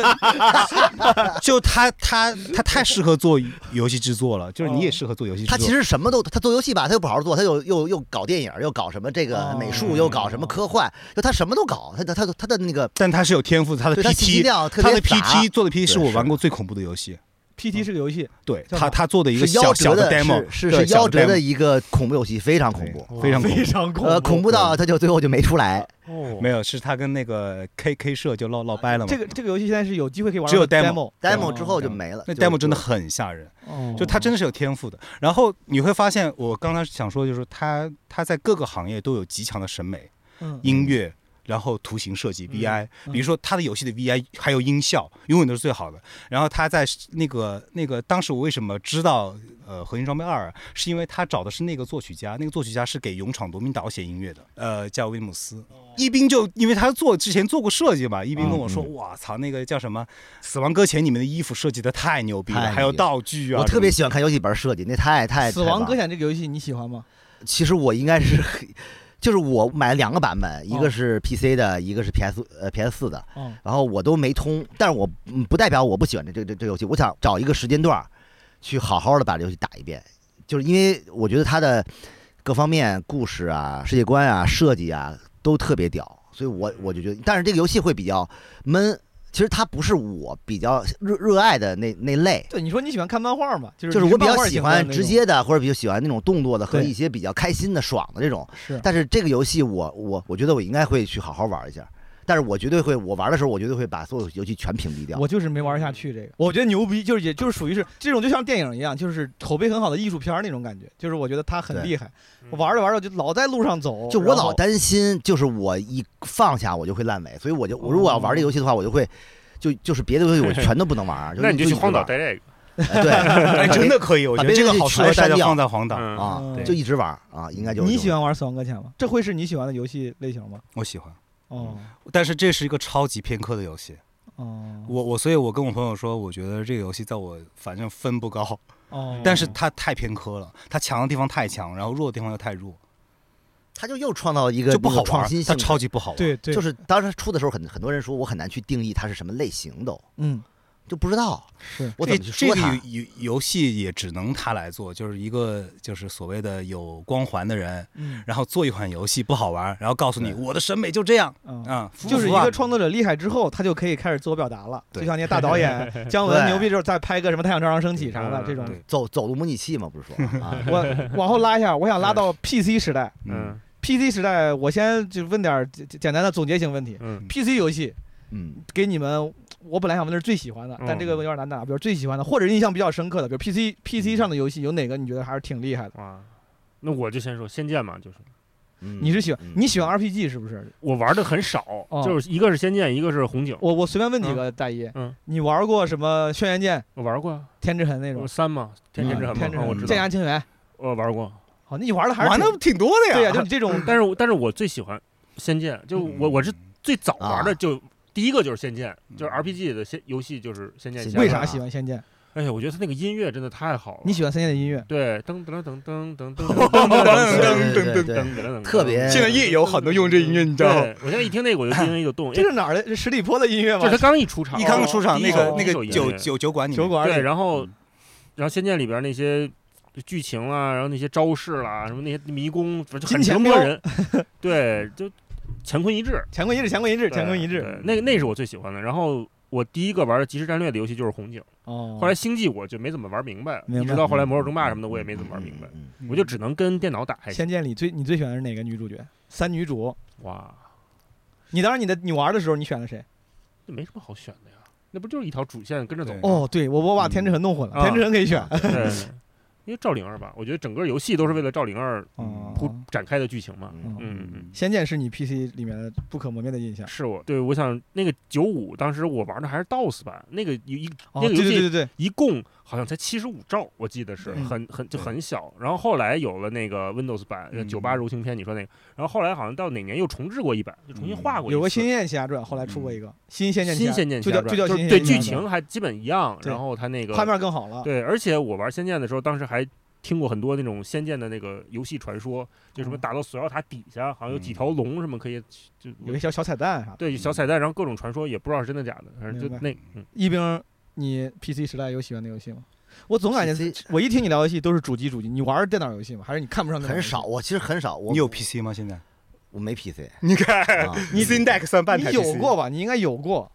Speaker 3: 就他他他太适合做游戏制作了，就是你也适合做游戏制
Speaker 2: 哦他
Speaker 3: 作。
Speaker 2: 其实什么都，他做游戏吧，他又不好好做，他又又又搞电影，又搞什么这个
Speaker 1: 哦
Speaker 2: 美术，又搞什么科幻，就他什么都搞，他的他的他的那个
Speaker 3: 但他是有天赋的，他的
Speaker 2: 对它信息
Speaker 3: PT，
Speaker 2: 量特
Speaker 3: 呃他
Speaker 2: 别
Speaker 3: 的
Speaker 2: 杂
Speaker 3: PT 做的 PT
Speaker 2: 对
Speaker 3: 是我
Speaker 2: 是
Speaker 3: 玩过最恐怖的游戏。
Speaker 1: PT 是个游戏，
Speaker 3: 对
Speaker 1: 叫啥
Speaker 3: 他他做的一个
Speaker 2: 是
Speaker 3: 小
Speaker 2: 夭
Speaker 3: 小
Speaker 2: 折的，
Speaker 3: demo，
Speaker 2: 是
Speaker 3: 对
Speaker 2: 是是
Speaker 3: 小
Speaker 2: 夭折
Speaker 3: 的 demo
Speaker 2: 的一个恐怖游戏，非常恐怖，
Speaker 3: 对非常恐怖
Speaker 1: 非。常恐怖，
Speaker 2: 呃，恐怖到他就最后就没出来。
Speaker 4: 哦，
Speaker 3: 没有，是他跟那个 KK 社就闹闹掰了嘛。
Speaker 1: 这个这个游戏现在是有机会可以玩
Speaker 3: 只有
Speaker 1: 到
Speaker 3: demo
Speaker 2: demo 之后
Speaker 3: 对
Speaker 2: 就没了，
Speaker 3: 那
Speaker 2: 就
Speaker 3: demo 真的，很吓人。
Speaker 1: 哦
Speaker 3: 就他真的是有天赋的。然后你会发现，我刚才想说，就是他他在各个行业都有极强的审美，
Speaker 1: 嗯
Speaker 3: 音乐，然后图形设计
Speaker 4: 嗯
Speaker 3: VI，、
Speaker 1: 嗯
Speaker 3: 比如说他的游戏的 VI 还有音效，永远都是最好的。然后他在那个那个当时我为什么知道呃《合金装备二》，是因为他找的是那个作曲家，那个作曲家是给《勇闯夺命岛》写音乐的，呃，叫威姆斯。一冰就因为他做之前做过设计嘛，一冰跟我说：“
Speaker 2: 嗯
Speaker 3: 哇操，那个叫什么《死亡搁浅》里面的衣服设计的太牛逼
Speaker 2: 太
Speaker 3: 了，
Speaker 2: 牛
Speaker 3: 还有
Speaker 2: 逼了
Speaker 3: 道具啊。”
Speaker 2: 我特别喜欢看游戏里边设计，那太太。
Speaker 1: 死亡搁
Speaker 2: 浅，
Speaker 1: 浅这个游戏你喜欢吗？
Speaker 2: 其实我应该是， 就是我买了两个版本，一
Speaker 3: 哦
Speaker 2: 个是 PC 的，一个是 PS 呃 PS 四的，
Speaker 1: 嗯，
Speaker 2: 然后我都没通，但是我嗯不代表我不喜欢这这这这游戏，我想找一个时间段儿去好好的把这游戏打一遍，就是因为我觉得它的各方面故事啊、世界观啊、设计啊都特别屌，所以我我就觉得，但是这个游戏会比较闷。其实它不是我比较热热爱的那那类，
Speaker 1: 对，你说你喜欢看漫画吗？就是
Speaker 2: 就是
Speaker 1: 你
Speaker 2: 我比较
Speaker 1: 漫画
Speaker 2: 喜
Speaker 1: 型的那
Speaker 2: 欢
Speaker 1: 种
Speaker 2: 直接的，或者比较喜欢那种动作的和
Speaker 1: 对
Speaker 2: 一些比较开心的、爽的这种。
Speaker 1: 是
Speaker 2: 但是这个游戏我，我我觉得我应该会去好好玩一下。但是我绝对会，我玩的时候我绝对会把所有游戏全屏蔽掉
Speaker 1: 我。就是没玩下去这个，我觉得牛逼，就是也就是属于是这种，就像电影一样，就是口碑很好的艺术片儿那种感觉，就是我觉得它很
Speaker 2: 对
Speaker 1: 厉害，
Speaker 4: 嗯
Speaker 1: 我玩着玩着就老在路上走，
Speaker 2: 就我
Speaker 1: 然
Speaker 2: 老
Speaker 1: 后
Speaker 2: 担心，就是我一放下我就会烂尾，所以我就我如果要玩这游戏的话，我就会。就就是别的游戏我全都不能 玩，
Speaker 4: 那你就
Speaker 2: 一
Speaker 4: 去
Speaker 2: 直
Speaker 4: 荒岛
Speaker 2: 玩
Speaker 4: 待这个，
Speaker 2: 哎对，
Speaker 3: 哎，真的可以，我觉得
Speaker 2: 把
Speaker 3: 这个
Speaker 2: 别的
Speaker 3: 好
Speaker 2: 剧
Speaker 3: 适
Speaker 2: 全
Speaker 3: 合大
Speaker 2: 删
Speaker 3: 家
Speaker 2: 掉
Speaker 3: 放在荒岛。
Speaker 4: 嗯
Speaker 2: 啊
Speaker 1: 嗯，
Speaker 2: 就一直玩啊，应该就是
Speaker 1: 你
Speaker 2: 这种
Speaker 1: 喜欢玩《死亡搁浅》吗？这会是你喜欢的游戏类型吗？
Speaker 3: 我喜欢，
Speaker 1: 哦
Speaker 3: 但是这是一个超级偏科的游戏。
Speaker 1: 哦
Speaker 3: 我我所以，我跟我朋友说，我觉得这个游戏在我反正分不高，
Speaker 1: 哦，
Speaker 3: 但是它太偏科了，它强的地方太强，然后弱的地方又太弱，
Speaker 2: 他就又创造了一个
Speaker 3: 就不
Speaker 2: 那个
Speaker 3: 好
Speaker 2: 创
Speaker 3: 玩
Speaker 2: 新，性
Speaker 3: 它
Speaker 2: 的，
Speaker 3: 超级不好玩。
Speaker 1: 对对，
Speaker 2: 就是是当时出的时候很，很多人说我很难去定义它是什么类型的，哦
Speaker 1: 嗯
Speaker 2: 就不知道
Speaker 1: 是
Speaker 2: 我怎
Speaker 3: 这
Speaker 2: 么去说嗯
Speaker 3: 这个
Speaker 2: 它。
Speaker 3: 游游游戏也只能他来做，就是一个就是所谓的有光环的人，
Speaker 1: 嗯
Speaker 3: 然后做一款游戏不好玩，然后告诉你
Speaker 2: 对
Speaker 3: 我的审美就这样
Speaker 1: 嗯
Speaker 3: 啊，服不
Speaker 1: 就是一
Speaker 3: 服啊
Speaker 1: 个创作者厉害之后，他就可以开始自我表达了，
Speaker 3: 对
Speaker 1: 就像那些大导演姜文
Speaker 2: 对
Speaker 1: 牛逼之后，再拍个什么《太阳照常升起》啥的
Speaker 4: 嗯
Speaker 1: 这种。，
Speaker 3: 对
Speaker 2: 走走路模拟器嘛，不是说啊
Speaker 1: 我往后拉一下，我想拉到 PC 时代。
Speaker 3: 嗯
Speaker 4: 嗯
Speaker 1: PC 时代，我先就问点儿简简单的总结性问题。
Speaker 4: 嗯
Speaker 1: PC 游戏
Speaker 2: 嗯，
Speaker 1: 给你们，我本来想问的是最喜欢的，但
Speaker 4: 嗯
Speaker 1: 这个有点难打。比如最喜欢的，或者印象比较深刻的，比如 PC
Speaker 4: 嗯
Speaker 1: PC 上的游戏有哪个你觉得还是挺厉害的？
Speaker 4: 哇，那我就先说《仙剑》嘛，就是
Speaker 2: 嗯
Speaker 1: 你是喜欢
Speaker 2: 嗯
Speaker 1: 你喜欢 RPG 是不是？
Speaker 4: 我玩的很少
Speaker 1: 哦，
Speaker 4: 就是一个是《仙剑》，一个是《红警》，
Speaker 1: 我我随便问你一个，大一
Speaker 4: 嗯，
Speaker 1: 你玩过什么《轩辕剑》《
Speaker 4: 我玩过啊，
Speaker 1: 天之痕》那种
Speaker 4: 我？三嘛，
Speaker 1: 嗯
Speaker 4: 天之痕嘛，
Speaker 1: 天之
Speaker 4: 啊我
Speaker 1: 痕
Speaker 4: 知》
Speaker 1: 《
Speaker 4: 道
Speaker 1: 剑，芽情缘》。
Speaker 4: 我玩过，
Speaker 1: 好，那你玩的还是
Speaker 3: 玩
Speaker 1: 挺
Speaker 3: 的挺多的呀。
Speaker 1: 对呀，啊就你这种
Speaker 4: 但是我但是我最喜欢《仙剑》，就我我是最早玩的
Speaker 2: 啊
Speaker 4: 就。第一个就是《仙剑》，就是
Speaker 3: 嗯嗯
Speaker 4: RPG 的仙游戏，就是《仙剑
Speaker 2: 仙》。
Speaker 1: 为
Speaker 2: 剑
Speaker 1: 啥喜欢《仙剑》？
Speaker 4: 哎呀，我觉得它那个音乐真的太好了。
Speaker 1: 你喜欢《仙剑》的音乐？
Speaker 4: 对，噔噔噔 噔
Speaker 2: 嗯
Speaker 4: 噔噔噔
Speaker 2: 对
Speaker 4: 噔
Speaker 2: 对对对
Speaker 4: 噔噔噔，
Speaker 2: 特别现
Speaker 3: 在夜游很多用这音乐你知道吗
Speaker 4: 对我现在一听那个，我就心里 就动，
Speaker 1: 这
Speaker 4: 因为
Speaker 1: 是哪儿的？是十里坡的音乐吗
Speaker 4: 就是他？刚一出场，哦
Speaker 3: 一刚出场
Speaker 4: 第
Speaker 3: 那
Speaker 4: 一
Speaker 3: 个
Speaker 4: 首
Speaker 3: 那
Speaker 4: 第一首
Speaker 3: 个
Speaker 4: 音
Speaker 3: 酒
Speaker 4: 乐
Speaker 3: 酒酒馆里面
Speaker 1: 酒馆
Speaker 4: 对，
Speaker 1: 里
Speaker 4: 然后
Speaker 3: 嗯
Speaker 4: 然后《仙剑》里边那些剧情啦，然后那些招式啦，什么那些迷宫，反正就很
Speaker 1: 金钱
Speaker 4: 折磨
Speaker 1: 镖
Speaker 4: 人。对，就乾坤一掷，
Speaker 1: 乾坤一致，乾坤一致，
Speaker 4: 对
Speaker 1: 乾坤一致。
Speaker 4: 对那个那是我最喜欢的。然后我第一个玩的即时战略的游戏就是《红警》，
Speaker 1: 哦
Speaker 4: 后来《星际》我就没怎么玩明白，
Speaker 1: 明
Speaker 4: 一
Speaker 1: 白
Speaker 4: 直到后来《魔兽争霸》什么的我也没怎么玩明白，
Speaker 2: 嗯，
Speaker 4: 我就只能跟电脑打
Speaker 1: 《
Speaker 4: 还行。
Speaker 1: 仙剑》里最你最喜欢的是哪个女主角？三女主。
Speaker 4: 哇，
Speaker 1: 你当时你的你玩的时候，你选了谁？
Speaker 4: 那没什么好选的呀，那不就是一条主线跟着走
Speaker 3: 对
Speaker 4: 吗？
Speaker 1: 哦，对我我把
Speaker 3: 嗯
Speaker 1: 田之痕弄混了，
Speaker 4: 啊
Speaker 1: 田之痕可以选。
Speaker 4: 对， 因为赵灵儿吧，我觉得整个游戏都是为了赵灵儿
Speaker 1: 哦
Speaker 4: 铺展开的剧情嘛。
Speaker 2: 嗯
Speaker 4: 嗯嗯，
Speaker 1: 仙剑是你 PC 里面的不可磨灭的印象。
Speaker 4: 是我对，我想那个九五，当时我玩的还是 DOS 版，那个一一
Speaker 1: 哦，
Speaker 4: 那
Speaker 1: 对
Speaker 4: 个游
Speaker 1: 对
Speaker 4: 戏
Speaker 1: 对对对，
Speaker 4: 一共好像才七十五兆，我记得是
Speaker 1: 嗯
Speaker 4: 很很就
Speaker 3: 对
Speaker 4: 很小。然后后来有了那个 Windows 版呃
Speaker 3: 嗯
Speaker 4: 九八柔情篇，你说那个，然后后来好像到哪年又重置过一版，就重新画过
Speaker 1: 嗯
Speaker 4: 一次。
Speaker 1: 有个《新仙剑奇侠传》，后来出过一个《新仙剑奇
Speaker 4: 新
Speaker 1: 侠传
Speaker 4: 仙剑》，奇
Speaker 1: 就
Speaker 4: 侠
Speaker 1: 叫叫
Speaker 4: 传，就
Speaker 1: 新仙
Speaker 4: 是对
Speaker 1: 剑
Speaker 4: 剧
Speaker 1: 奇侠传
Speaker 4: 情还基本一样，
Speaker 1: 对
Speaker 4: 然后它那个
Speaker 1: 画面更好了。
Speaker 4: 对，而且我玩《仙剑》的时候，当时还听过很多那种《仙剑》的那个游戏传说，就什么
Speaker 1: 嗯
Speaker 4: 打到索要塔底下，好像有几
Speaker 3: 嗯
Speaker 4: 条龙什么可以，就
Speaker 1: 有个小小彩蛋啥的。
Speaker 4: 对小彩蛋，然后各种传说，也不知道是真的假的，反正就
Speaker 1: 明白
Speaker 4: 那嗯，
Speaker 1: 一冰，你 PC 时代有喜欢的游戏吗？我总感觉
Speaker 2: PC
Speaker 1: 我一听你聊游戏都是主机主机，你玩电脑游戏吗？还是你看不上？
Speaker 2: 很少，。我其实很少，我
Speaker 3: 你有 PC 吗？现在
Speaker 2: 我没 PC，
Speaker 3: 你看
Speaker 2: 啊
Speaker 1: 你
Speaker 3: Steam Deck 算半
Speaker 1: 你
Speaker 3: 台 PC
Speaker 1: 有过吧？你应该有过。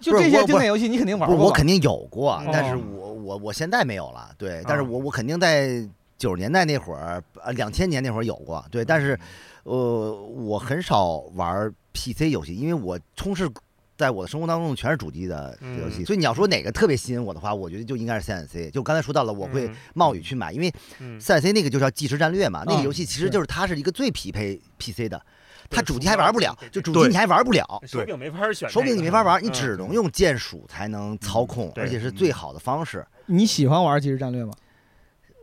Speaker 1: 就
Speaker 2: 不是
Speaker 1: 这些
Speaker 2: 我
Speaker 1: 经典游戏，你肯定玩
Speaker 2: 不是
Speaker 1: 过吧。
Speaker 2: 我肯定有过
Speaker 4: 嗯，
Speaker 2: 但是
Speaker 1: 哦
Speaker 2: 我我我现在没有了，对，但是
Speaker 4: 啊
Speaker 2: 我我肯定在九十年代那会儿，呃，两千年那会儿有过，对，但是呃，我很少玩 PC 游戏，因为我充斥在我的生活当中全是主机的
Speaker 4: 嗯
Speaker 2: 游戏，所以你要说哪个特别吸引我的话，我觉得就应该是 CNC，就刚才说到了，我会
Speaker 4: 嗯
Speaker 2: 冒雨去买，因为
Speaker 4: 嗯
Speaker 2: CNC 那个就叫即时战略嘛，那
Speaker 1: 嗯
Speaker 2: 个游戏其
Speaker 1: 是
Speaker 2: 实就是它是一个最匹配 PC 的，它
Speaker 4: 对
Speaker 2: 主机
Speaker 4: 鼠
Speaker 2: 还玩
Speaker 4: 标
Speaker 2: 不了
Speaker 4: 对，
Speaker 2: 就
Speaker 4: 对
Speaker 2: 主机
Speaker 3: 对
Speaker 2: 你还玩不了，
Speaker 4: 手柄没法选那个，
Speaker 2: 手柄你没法玩，你
Speaker 4: 嗯
Speaker 2: 只能用键鼠才能操控，
Speaker 4: 对嗯
Speaker 2: 而且是最好的方式。
Speaker 1: 你喜欢玩即时战略吗？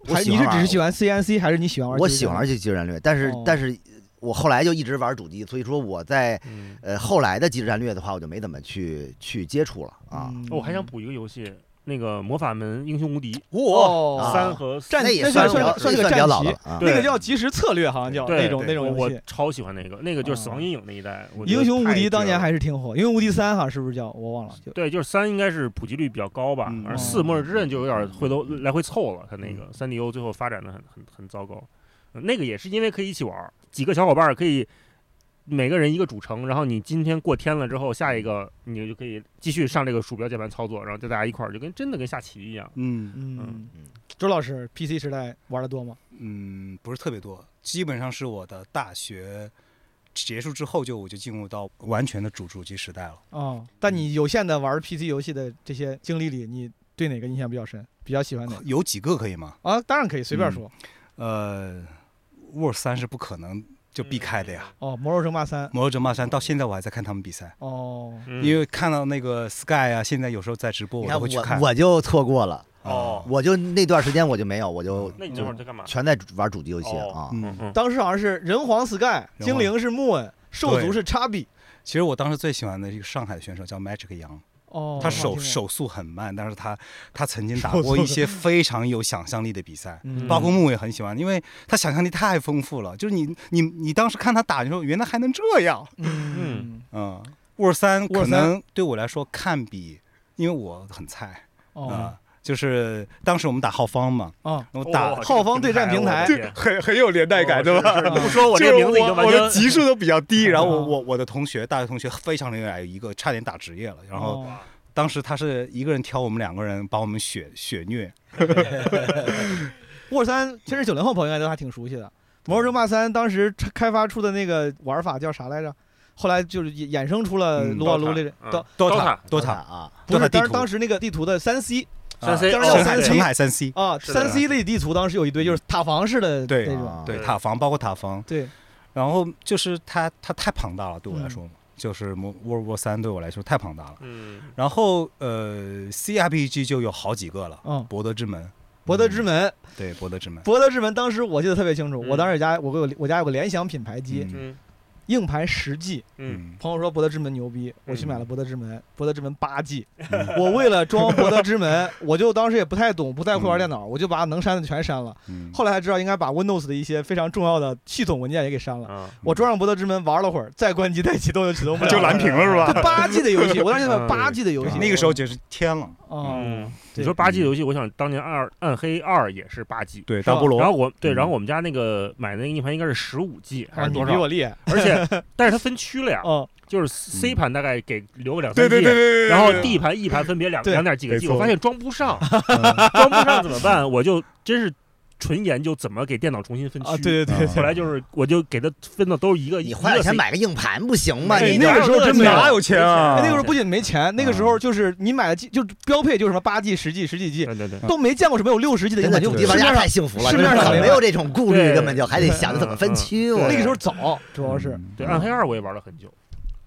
Speaker 2: 我
Speaker 1: 还
Speaker 2: 喜
Speaker 1: 你是
Speaker 2: 欢
Speaker 1: 只是
Speaker 2: 玩
Speaker 1: 喜欢 CNC，还是你喜欢玩？
Speaker 2: 我喜欢玩。这即时战略，但是
Speaker 1: 哦
Speaker 2: 但是我后来就一直玩主机，所以说我在
Speaker 4: 嗯。
Speaker 2: 呃后来的即时战略的话，我就没怎么去去接触了啊。
Speaker 1: 嗯
Speaker 4: 哦我还想补一个游戏，那个魔法门英雄无敌
Speaker 1: 哦
Speaker 2: 啊
Speaker 4: 三和四
Speaker 1: 战
Speaker 2: 那也
Speaker 1: 那
Speaker 2: 算
Speaker 1: 算
Speaker 2: 比较
Speaker 1: 是算是
Speaker 2: 那也
Speaker 1: 个
Speaker 2: 算比较
Speaker 1: 战
Speaker 2: 老
Speaker 1: 棋
Speaker 2: 了啊。
Speaker 1: 那个
Speaker 4: 对
Speaker 1: 叫即时策略，好像叫
Speaker 4: 对
Speaker 1: 那种那种游
Speaker 4: 我
Speaker 1: 戏。啊
Speaker 4: 超喜欢那个，那个就是死亡阴影那一代，我觉得
Speaker 1: 英雄无
Speaker 4: 太
Speaker 1: 敌
Speaker 4: 绝
Speaker 1: 当年
Speaker 4: 了
Speaker 1: 还是挺火，英雄无敌三哈是不是叫我忘了？就
Speaker 4: 对，就是三应该是普及率比较高吧，
Speaker 3: 嗯
Speaker 4: 而
Speaker 1: 哦
Speaker 4: 四末日之刃就有点回头来回凑了，它那个三 D O 最后发展的很很很糟糕、嗯那个也是因为可以一起玩儿，几个小伙伴儿可以每个人一个主城，然后你今天过天了之后，下一个你就可以继续上这个鼠标键盘操作，然后就大家一块儿就跟真的跟下棋一样。
Speaker 3: 嗯
Speaker 1: 嗯
Speaker 4: 嗯，
Speaker 1: 周老师 PC 时代玩的多吗？
Speaker 3: 嗯，不是特别多，基本上是我的大学结束之后就我就进入到完全的主主机时代了。
Speaker 4: 嗯
Speaker 1: 哦，但你有限的玩 PC 游戏的这些经历里，你对哪个印象比较深？比较喜欢哪 个？
Speaker 3: 有几个可以吗？
Speaker 1: 啊，当然可以随
Speaker 4: 嗯
Speaker 1: 便说。
Speaker 3: 呃，Word 三是不可能就避开的呀。
Speaker 1: 哦，《魔兽争霸三》。
Speaker 3: 魔兽争霸三到现在我还在看他们比赛，
Speaker 1: 哦，
Speaker 4: 嗯，
Speaker 3: 因为看到那个 Sky 啊，现在有时候在直播
Speaker 2: 你
Speaker 3: 我
Speaker 2: 看
Speaker 3: 都会去
Speaker 2: 我
Speaker 3: 看。
Speaker 2: 我就错过了，
Speaker 4: 哦，
Speaker 2: 我就那段时间我就没有，我就
Speaker 4: 那你这会儿在干嘛？
Speaker 2: 全在玩主机游戏啊
Speaker 4: 哦。嗯
Speaker 3: 嗯，
Speaker 4: 嗯，
Speaker 1: 当时好像是人皇 Sky，
Speaker 3: 皇
Speaker 1: 精灵是木恩，兽族
Speaker 3: 对
Speaker 1: 是叉比。
Speaker 3: 其实我当时最喜欢的一个上海的选手叫 Magic 杨，
Speaker 1: 哦，我好
Speaker 3: 他手
Speaker 1: 听啊，
Speaker 3: 手速很慢，但是他他曾经打
Speaker 1: 手
Speaker 3: 过
Speaker 1: 速
Speaker 3: 一些非常有想象力的比赛。
Speaker 1: 嗯
Speaker 3: 包括木也很喜欢，因为他想象力太丰富了。就是你你你当时看他打，你说原来还能这样。
Speaker 1: 嗯，
Speaker 3: 嗯，沃三
Speaker 1: 沃
Speaker 3: 可
Speaker 1: 尔三
Speaker 3: 能对我来说看比，因为我很菜啊、
Speaker 1: 哦，
Speaker 3: 就是当时我们打浩方嘛，
Speaker 1: 哦，
Speaker 3: 我打、
Speaker 1: 这个浩方对战平台
Speaker 4: 我的天
Speaker 3: 很很有年代感，对吧？
Speaker 4: 是
Speaker 1: 嗯
Speaker 4: 是不说我这
Speaker 3: 就
Speaker 4: 名字已经
Speaker 3: 哦我
Speaker 4: 完
Speaker 3: 我的
Speaker 4: 全
Speaker 3: 级数都比较低，然后我
Speaker 1: 啊
Speaker 3: 我我的同学，大学同学非常厉害，有一个差点打职业了。然后
Speaker 1: 哦
Speaker 3: 当时他是一个人挑我们两个人，把我们血血虐。
Speaker 1: 沃三，其实九零后朋友应该都还挺熟悉的。魔兽争霸三当时开发出的那个玩法叫啥来着？后来就是衍生出了
Speaker 3: 嗯
Speaker 1: 撸啊撸这
Speaker 4: 嗯
Speaker 1: 到
Speaker 3: 多
Speaker 4: 塔
Speaker 3: 塔多
Speaker 2: 塔
Speaker 3: 塔
Speaker 2: 啊，
Speaker 1: 不是
Speaker 3: Dota 地
Speaker 1: 当
Speaker 3: 图
Speaker 1: 时当时那个地图的三 C
Speaker 4: 三 C
Speaker 1: 当然
Speaker 4: 哦
Speaker 1: 有
Speaker 3: 啊
Speaker 1: 三
Speaker 3: 深海
Speaker 1: C
Speaker 3: 深海三 C，
Speaker 1: 啊，
Speaker 4: 是的
Speaker 1: 三 C 类地图当时有一堆，就是塔防式的
Speaker 3: 对
Speaker 1: 那种。
Speaker 2: 啊
Speaker 3: 对
Speaker 4: 对
Speaker 3: 塔防包括塔防，
Speaker 1: 对，
Speaker 3: 然后就是它它太庞大了，对我来说，就是魔 World War 三对我来说太庞大了。
Speaker 4: 嗯，
Speaker 3: 然后呃，CRPG 就有好几个了，
Speaker 1: 嗯，
Speaker 3: 博德之门，
Speaker 1: 博德之门，
Speaker 3: 对，博德之门，
Speaker 1: 博德之门，当时我记得特别清楚。
Speaker 4: 嗯
Speaker 1: 我当时有家，我有我家有个联想品牌机，
Speaker 3: 嗯
Speaker 4: 嗯
Speaker 1: 硬盘十 G。
Speaker 4: 嗯，
Speaker 1: 朋友说博德之门牛逼，我去
Speaker 4: 嗯
Speaker 1: 买了博德之门，博德之门八 G。
Speaker 3: 嗯
Speaker 1: 我为了装博德之门，我就当时也不太懂，不太会玩电脑，我就把能删的全删了。
Speaker 3: 嗯，
Speaker 1: 后来才知道应该把 Windows 的一些非常重要的系统文件也给删了。
Speaker 4: 啊，
Speaker 3: 嗯
Speaker 1: 我装上博德之门玩了会儿，再关机再启动就启动不了了，
Speaker 3: 就蓝屏了是吧？
Speaker 1: 八 G 的游戏，我当时买
Speaker 4: 嗯
Speaker 1: 八 G 的游戏，
Speaker 3: 那个时候就是天了，
Speaker 1: 哦，
Speaker 4: 嗯，
Speaker 1: 对
Speaker 4: 你说八 G 游戏，我想当年二暗黑二也是八 G，
Speaker 3: 对，
Speaker 1: 是吧
Speaker 3: 大菠
Speaker 4: 然后
Speaker 3: 萝，
Speaker 4: 我对，
Speaker 3: 嗯
Speaker 4: 然后我们家那个买的那个硬盘应该是十五 G 还
Speaker 1: 啊，
Speaker 4: 是
Speaker 1: 你
Speaker 4: 多
Speaker 1: 比
Speaker 4: 少
Speaker 1: 我？厉害，
Speaker 4: 而且，但是它分区了呀，
Speaker 1: 哦，
Speaker 4: 就是 C
Speaker 3: 嗯
Speaker 4: 盘大概给留个两
Speaker 3: 对
Speaker 4: 三 G，
Speaker 3: 对对对，
Speaker 4: 然后 D 盘、E 盘分别 两
Speaker 1: 对
Speaker 4: 两点几个 G，
Speaker 3: 没错
Speaker 4: 我发现装不上，
Speaker 3: 嗯
Speaker 4: 装不上怎么办？我就真是纯研究怎么给电脑重新分区。
Speaker 1: 啊，对对对，
Speaker 3: 啊
Speaker 4: 后来就是我就给它分的都是一个，
Speaker 2: 你花点钱买个硬盘不行吗？
Speaker 4: 哎
Speaker 2: 你
Speaker 3: 那个时候真没有哪有钱啊
Speaker 1: 哎 那个
Speaker 3: 哎
Speaker 1: 时候不仅没钱，那个时候就是你买的机就是标配就是什么八 G、十 G、十几 G，
Speaker 4: 对对对，
Speaker 1: 都没见过什么有六十 G 的
Speaker 2: 真
Speaker 1: 硬
Speaker 2: 的
Speaker 1: 盘，就
Speaker 2: 主机玩
Speaker 1: 市
Speaker 2: 家
Speaker 1: 面
Speaker 2: 太
Speaker 1: 上
Speaker 2: 幸福了，
Speaker 1: 市
Speaker 2: 真
Speaker 1: 面上
Speaker 2: 的
Speaker 1: 没有
Speaker 2: 没有这种顾虑，
Speaker 4: 对
Speaker 2: 根本就还得想着怎么分区。我
Speaker 1: 那个时候早，主要是
Speaker 3: 嗯
Speaker 4: 对啊暗黑二我也玩了很久，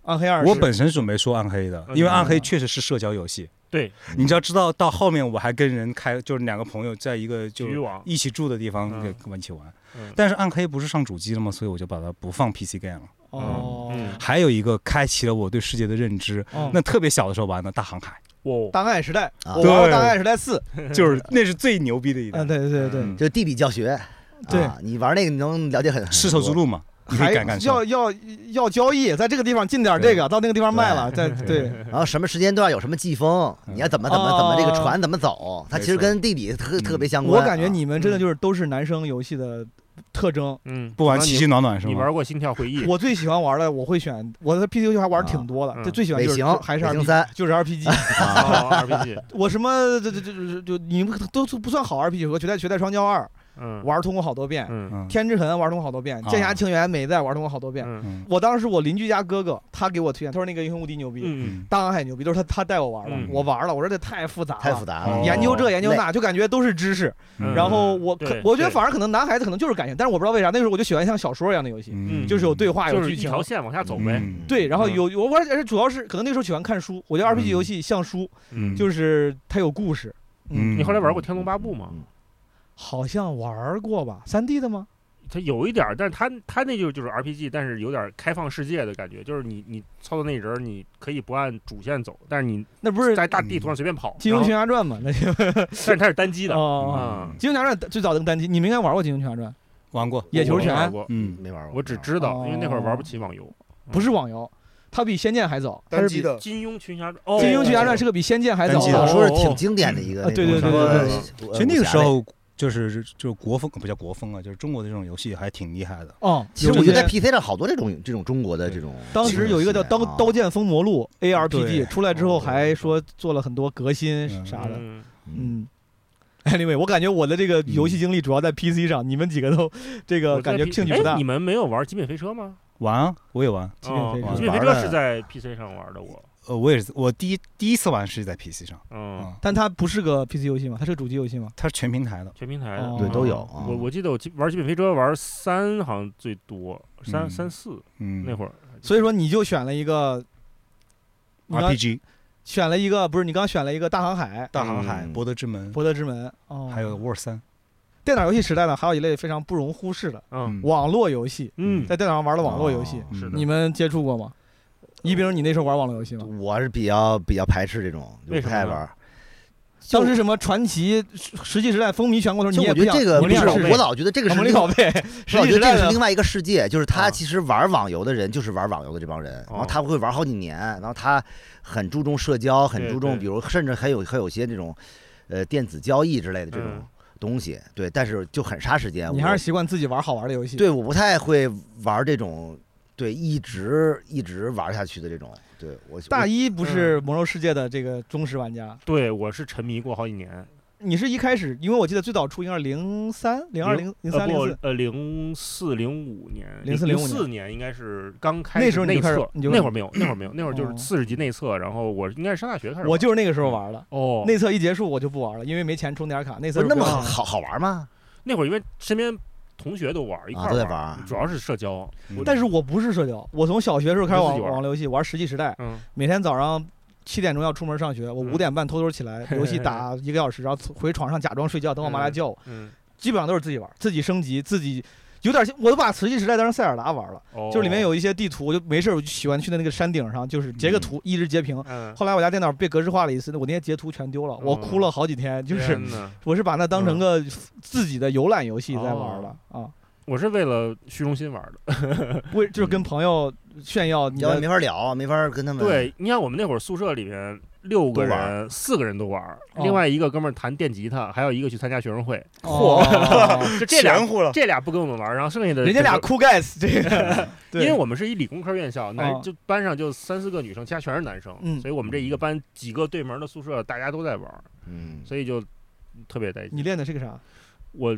Speaker 1: 暗黑二，
Speaker 3: 我本身准备说暗黑的，
Speaker 4: 嗯
Speaker 3: 因为暗黑确实是社交游戏。
Speaker 4: 对，
Speaker 3: 你知道，知道到后面我还跟人开，就是两个朋友在一个就
Speaker 4: 局域网
Speaker 3: 一起住的地方
Speaker 4: 嗯
Speaker 3: 给跟我一起玩
Speaker 4: 嗯。
Speaker 3: 但是暗黑不是上主机了吗？所以我就把它不放 PC game 了。
Speaker 1: 哦，
Speaker 4: 嗯
Speaker 3: 还有一个开启了我对世界的认知，
Speaker 1: 哦
Speaker 3: 那特别小的时候玩的《大航海
Speaker 4: 哦，
Speaker 1: 大航海时代，我
Speaker 2: 啊
Speaker 1: 玩过
Speaker 3: 对
Speaker 1: 大航海时代四，》，
Speaker 4: 嗯
Speaker 3: 就是那是最牛逼的一代
Speaker 1: 嗯，。对对对对
Speaker 3: 嗯
Speaker 2: 就地理教学，
Speaker 1: 对
Speaker 2: 啊，你玩那个你能了解很
Speaker 3: 丝绸之。路嘛，你
Speaker 1: 嗯
Speaker 3: 可
Speaker 1: 还
Speaker 3: 以感感受
Speaker 1: 要。要要交易，在这个地方进点这个，到那个地方卖了，再对，
Speaker 2: 很多然后什么时间段有什么季风，
Speaker 3: 嗯
Speaker 2: 你要怎么怎么
Speaker 1: 哦
Speaker 2: 怎么这个船怎么走，它
Speaker 3: 没
Speaker 2: 其实
Speaker 3: 错
Speaker 2: 跟地理特
Speaker 3: 嗯
Speaker 2: 特别相关
Speaker 1: 我
Speaker 2: 啊。
Speaker 1: 感觉你们真的就是都是男生游戏的特征。
Speaker 4: 嗯，
Speaker 3: 不玩
Speaker 4: 可能
Speaker 3: 奇
Speaker 4: 你
Speaker 3: 迹暖暖是
Speaker 4: 你
Speaker 3: 吗？
Speaker 4: 玩过《心跳回忆》？
Speaker 1: 我最喜欢玩的，我会选我的 PC 游戏还玩挺多
Speaker 4: 啊
Speaker 1: 的，就最喜欢
Speaker 2: 北
Speaker 1: 就是
Speaker 2: 行
Speaker 1: 就还是
Speaker 2: 北行
Speaker 1: RPG，
Speaker 2: 三
Speaker 1: 就是 RPG。
Speaker 4: 哦 RPG，
Speaker 1: 我什么这这这这就你们都都不算好 RPG，和《绝代绝代双骄二》
Speaker 4: 嗯，
Speaker 1: 玩通过好多遍，
Speaker 4: 嗯
Speaker 3: 嗯
Speaker 1: 天之痕》玩通过好多遍，
Speaker 3: 啊
Speaker 1: 《剑侠情缘》美代玩通过好多遍。
Speaker 4: 嗯
Speaker 3: 嗯
Speaker 1: 我当时我邻居家哥哥他给我推荐，他说那个《英雄无敌》牛逼，
Speaker 4: 嗯
Speaker 1: 大航海》牛逼，都是他他带我玩
Speaker 4: 嗯
Speaker 1: 的，我玩了，我说这太复杂了，
Speaker 2: 太复杂了啊
Speaker 4: 哦，
Speaker 1: 研究这研究那，就感觉都是知识。
Speaker 4: 嗯
Speaker 1: 然后我
Speaker 4: 对
Speaker 1: 可我觉得
Speaker 4: 对
Speaker 1: 反而可能男孩子可能就是感性，但是我不知道为啥那时候我就喜欢像小说一样的游戏，
Speaker 4: 嗯
Speaker 1: 就是有对话
Speaker 4: 就
Speaker 1: 有
Speaker 4: 是
Speaker 1: 剧
Speaker 4: 一
Speaker 1: 情。
Speaker 4: 条线往下走呗。
Speaker 3: 嗯
Speaker 1: 对，然后
Speaker 4: 嗯
Speaker 1: 有有我而且主要是可能那时候喜欢看书，我觉得 RPG
Speaker 3: 嗯
Speaker 1: 游戏像书，
Speaker 3: 嗯
Speaker 1: 就是它有故事。
Speaker 3: 嗯
Speaker 4: 你后来玩过《天龙八部》吗？
Speaker 1: 好像玩过吧？三 D 的吗？
Speaker 4: 它有一点儿，但是它它那就就是 RPG，但是有点儿开放世界的感觉，就是你你操作那人儿，你可以不按主线走，但是你
Speaker 1: 那不是《
Speaker 4: 在大地图上随便跑，
Speaker 1: 金
Speaker 4: 然
Speaker 1: 庸
Speaker 4: 后
Speaker 1: 群侠传》吗？那就
Speaker 4: 但是它是单机的，
Speaker 1: 哦，
Speaker 4: 啊
Speaker 1: 《金庸群侠传》最早的单机，你们应该玩过《金庸群侠传》，
Speaker 3: 嗯玩过，
Speaker 1: 野球
Speaker 4: 我没
Speaker 1: 拳
Speaker 4: 玩过
Speaker 3: 嗯，
Speaker 2: 没玩过，
Speaker 4: 我只知道，
Speaker 1: 哦
Speaker 4: 因为那会儿玩不起网游，
Speaker 1: 不
Speaker 4: 嗯
Speaker 1: 是网游，它比《仙剑》还早。它是比《
Speaker 4: 金庸群侠传，哦，
Speaker 1: 金庸群侠传》是个比《仙剑》还早
Speaker 3: 单机
Speaker 1: 的
Speaker 3: 的
Speaker 2: 小
Speaker 4: 哦
Speaker 2: 说是挺经典的一个
Speaker 1: 啊
Speaker 2: 那种
Speaker 1: 对对
Speaker 2: 什
Speaker 1: 对
Speaker 2: 么
Speaker 4: 对
Speaker 2: 武
Speaker 3: 其实那个时，
Speaker 2: 呃武侠类
Speaker 3: 候就是就是国风不叫国风啊，就是中国的这种游戏还挺厉害的。
Speaker 1: 哦，
Speaker 2: 其实我觉得在
Speaker 1: 有一些
Speaker 2: PC 上好多这种这种中国的这种，啊
Speaker 1: 当时有一个叫《刀刀
Speaker 2: 剑，
Speaker 1: 剑风魔录》
Speaker 3: 对
Speaker 1: ARPG 出来之后，
Speaker 3: 对
Speaker 1: 还说做了很多革新啥的。
Speaker 4: 嗯
Speaker 2: 嗯，
Speaker 1: 嗯，anyway，我感觉我的这个游戏经历主要在 PC 上，你们几个都这个
Speaker 4: 我
Speaker 1: 呃感觉
Speaker 4: 在 P-
Speaker 1: 兴趣不
Speaker 4: 哎
Speaker 1: 大
Speaker 4: 你。们没有玩《极品飞车》吗？
Speaker 3: 玩啊，我也玩。
Speaker 5: 极品飞车
Speaker 4: 哦极品飞
Speaker 3: 玩
Speaker 4: 车
Speaker 3: 了
Speaker 4: 是在 PC 上玩的，我，
Speaker 3: 呃，我也是，我第一第一次玩是在 PC 上，
Speaker 4: 嗯，
Speaker 3: 嗯，
Speaker 1: 但它不是个 PC 游戏嘛，它是个主机游戏嘛。
Speaker 3: 它是全平台的。
Speaker 4: 全平台的，
Speaker 1: 对
Speaker 4: 嗯
Speaker 2: 都有啊
Speaker 4: 我我记得我极玩极品飞车玩三好像最多，三
Speaker 3: 嗯
Speaker 4: 三四
Speaker 3: 嗯，
Speaker 4: 那会儿，
Speaker 1: 所以说你就选了一个，你刚
Speaker 3: RPG
Speaker 1: 选了一个不是你刚选了一个大航海、
Speaker 3: 大航海、
Speaker 2: 嗯
Speaker 3: 博德之门，
Speaker 1: 博德之门，哦，
Speaker 3: 还有 War 三。
Speaker 1: 电脑游戏时代呢，还有一类非常不容忽视的
Speaker 4: 嗯
Speaker 1: 网络游戏，
Speaker 4: 嗯，
Speaker 1: 在电脑上玩的网络游
Speaker 2: 哦啊
Speaker 1: 戏，
Speaker 4: 是
Speaker 3: 嗯
Speaker 2: 嗯
Speaker 4: 的
Speaker 1: 你们接触过吗？一冰，你那时候玩网络游戏吗？
Speaker 2: 我是比较比较排斥这种，就
Speaker 4: 为
Speaker 2: 不
Speaker 4: 什么
Speaker 2: 太
Speaker 4: 呢
Speaker 2: 玩儿。就
Speaker 1: 当时什么传奇、石器时代风靡全国的时
Speaker 2: 就
Speaker 1: 候，你也
Speaker 2: 我
Speaker 1: 不
Speaker 2: 觉得
Speaker 1: 想
Speaker 2: 这
Speaker 1: 你
Speaker 2: 个不
Speaker 1: 不想
Speaker 4: 想
Speaker 1: 试
Speaker 2: 是，我老觉得这个
Speaker 1: 啊
Speaker 2: 是
Speaker 1: 蒙力
Speaker 2: 另
Speaker 1: 宝 贝，
Speaker 2: 是
Speaker 1: 石
Speaker 2: 我
Speaker 1: 器时
Speaker 2: 觉得
Speaker 1: 代
Speaker 2: 这是
Speaker 1: 的
Speaker 2: 另外一个世界，就是
Speaker 4: 啊哦
Speaker 2: 他其实玩网游的人就是玩网游的这帮人，然后他会玩好几年，然后他很注重社交，很
Speaker 4: 对
Speaker 2: 注重，
Speaker 4: 对
Speaker 2: 比如甚至还有还有些这种，呃，电子交易之类的这种
Speaker 4: 嗯
Speaker 2: 东西，对，但是就很杀时间。
Speaker 1: 你
Speaker 2: 我
Speaker 1: 还是习惯自己玩好玩的游戏。
Speaker 2: 对，我不太会玩这种，对，一直一直玩下去的这种，对我
Speaker 1: 大
Speaker 2: 一
Speaker 1: 一不是
Speaker 2: 嗯
Speaker 1: 魔兽世界的这个忠实玩家，
Speaker 4: 对我是沉迷过好几年，
Speaker 1: 你是一开始，因为我记得最早出应该是零三、零二、零零
Speaker 4: 呃
Speaker 1: 三、零
Speaker 4: 不
Speaker 1: 四，
Speaker 4: 呃零四零五年，
Speaker 1: 04 05
Speaker 4: 零
Speaker 1: 年
Speaker 4: 四年应该是刚开
Speaker 1: 那
Speaker 4: 始
Speaker 1: 时候你
Speaker 4: 内
Speaker 1: 就开始
Speaker 4: 测，
Speaker 1: 你就
Speaker 4: 那会儿没有，那会 儿没有，那会儿就
Speaker 1: 哦
Speaker 4: 是四十级内测，然后我应该是上大学开始玩，
Speaker 1: 我就是那个时
Speaker 2: 嗯
Speaker 1: 候玩的。
Speaker 4: 哦，
Speaker 1: 内测一结束我就不玩了，因为没钱充点卡。内
Speaker 2: 不
Speaker 1: 测
Speaker 2: 是那
Speaker 1: 是
Speaker 2: 么
Speaker 1: 不要
Speaker 2: 好
Speaker 1: 钱的
Speaker 2: 好好玩吗？
Speaker 4: 那会儿因为身边同学都玩儿一块
Speaker 2: 啊，
Speaker 4: 儿
Speaker 2: 都在
Speaker 4: 玩
Speaker 2: 玩
Speaker 4: 儿，
Speaker 2: 儿。
Speaker 4: 主要是社交，
Speaker 3: 嗯
Speaker 1: 但是我不是社交，我从小学时候开始
Speaker 4: 你
Speaker 1: 玩
Speaker 4: 自己玩
Speaker 1: 网络游戏，玩《石器时代》，
Speaker 4: 嗯，
Speaker 1: 每天早上七点钟要出门上学，我
Speaker 4: 嗯
Speaker 1: 五点半偷偷起来，游戏打一个小时，然后回床上假装睡觉，等我妈来叫我。
Speaker 4: 嗯，
Speaker 1: 基本上都是自己玩，自己升级，自己有点像，我都把《石器时代》当成塞尔达玩了，
Speaker 4: 哦
Speaker 1: 就是里面，有一些地图，我就没事儿我就喜欢去那个山顶上，就是截个图，一直截屏。
Speaker 4: 嗯，
Speaker 1: 后来我家电脑被格式化了一次，我那些截图全丢了，我哭了好几天，就是
Speaker 4: 天嗯呐
Speaker 1: 我是把它当成个自己的游览游戏在玩了
Speaker 4: 哦
Speaker 1: 啊，
Speaker 4: 我是为了虚荣心玩儿的。
Speaker 1: 为就是跟朋友炫耀你
Speaker 2: 要不然
Speaker 1: 的
Speaker 2: 没法聊，没法跟他们。
Speaker 4: 对，你看我们那会儿宿舍里面六个
Speaker 2: 都玩儿
Speaker 4: 人，四个人都玩儿，
Speaker 1: 哦
Speaker 4: 另外一个哥们儿弹电吉他，还有一个去参加学生会，
Speaker 1: 嚯，
Speaker 4: 就这俩
Speaker 3: 玄乎了
Speaker 4: 这俩不跟我们玩儿，然后剩下的
Speaker 1: 人家俩
Speaker 4: 就是。
Speaker 1: 酷 guys 这 个，
Speaker 4: 因
Speaker 1: 对
Speaker 4: 为我们是一理工科院校，男
Speaker 1: 哦
Speaker 4: 就班上就三四个女生，其他全是男生，
Speaker 1: 嗯
Speaker 4: 所以我们这一个班几个对门的宿舍大家都在玩儿，
Speaker 2: 嗯，
Speaker 4: 所以就特别带劲。
Speaker 1: 你练的是个啥？
Speaker 4: 我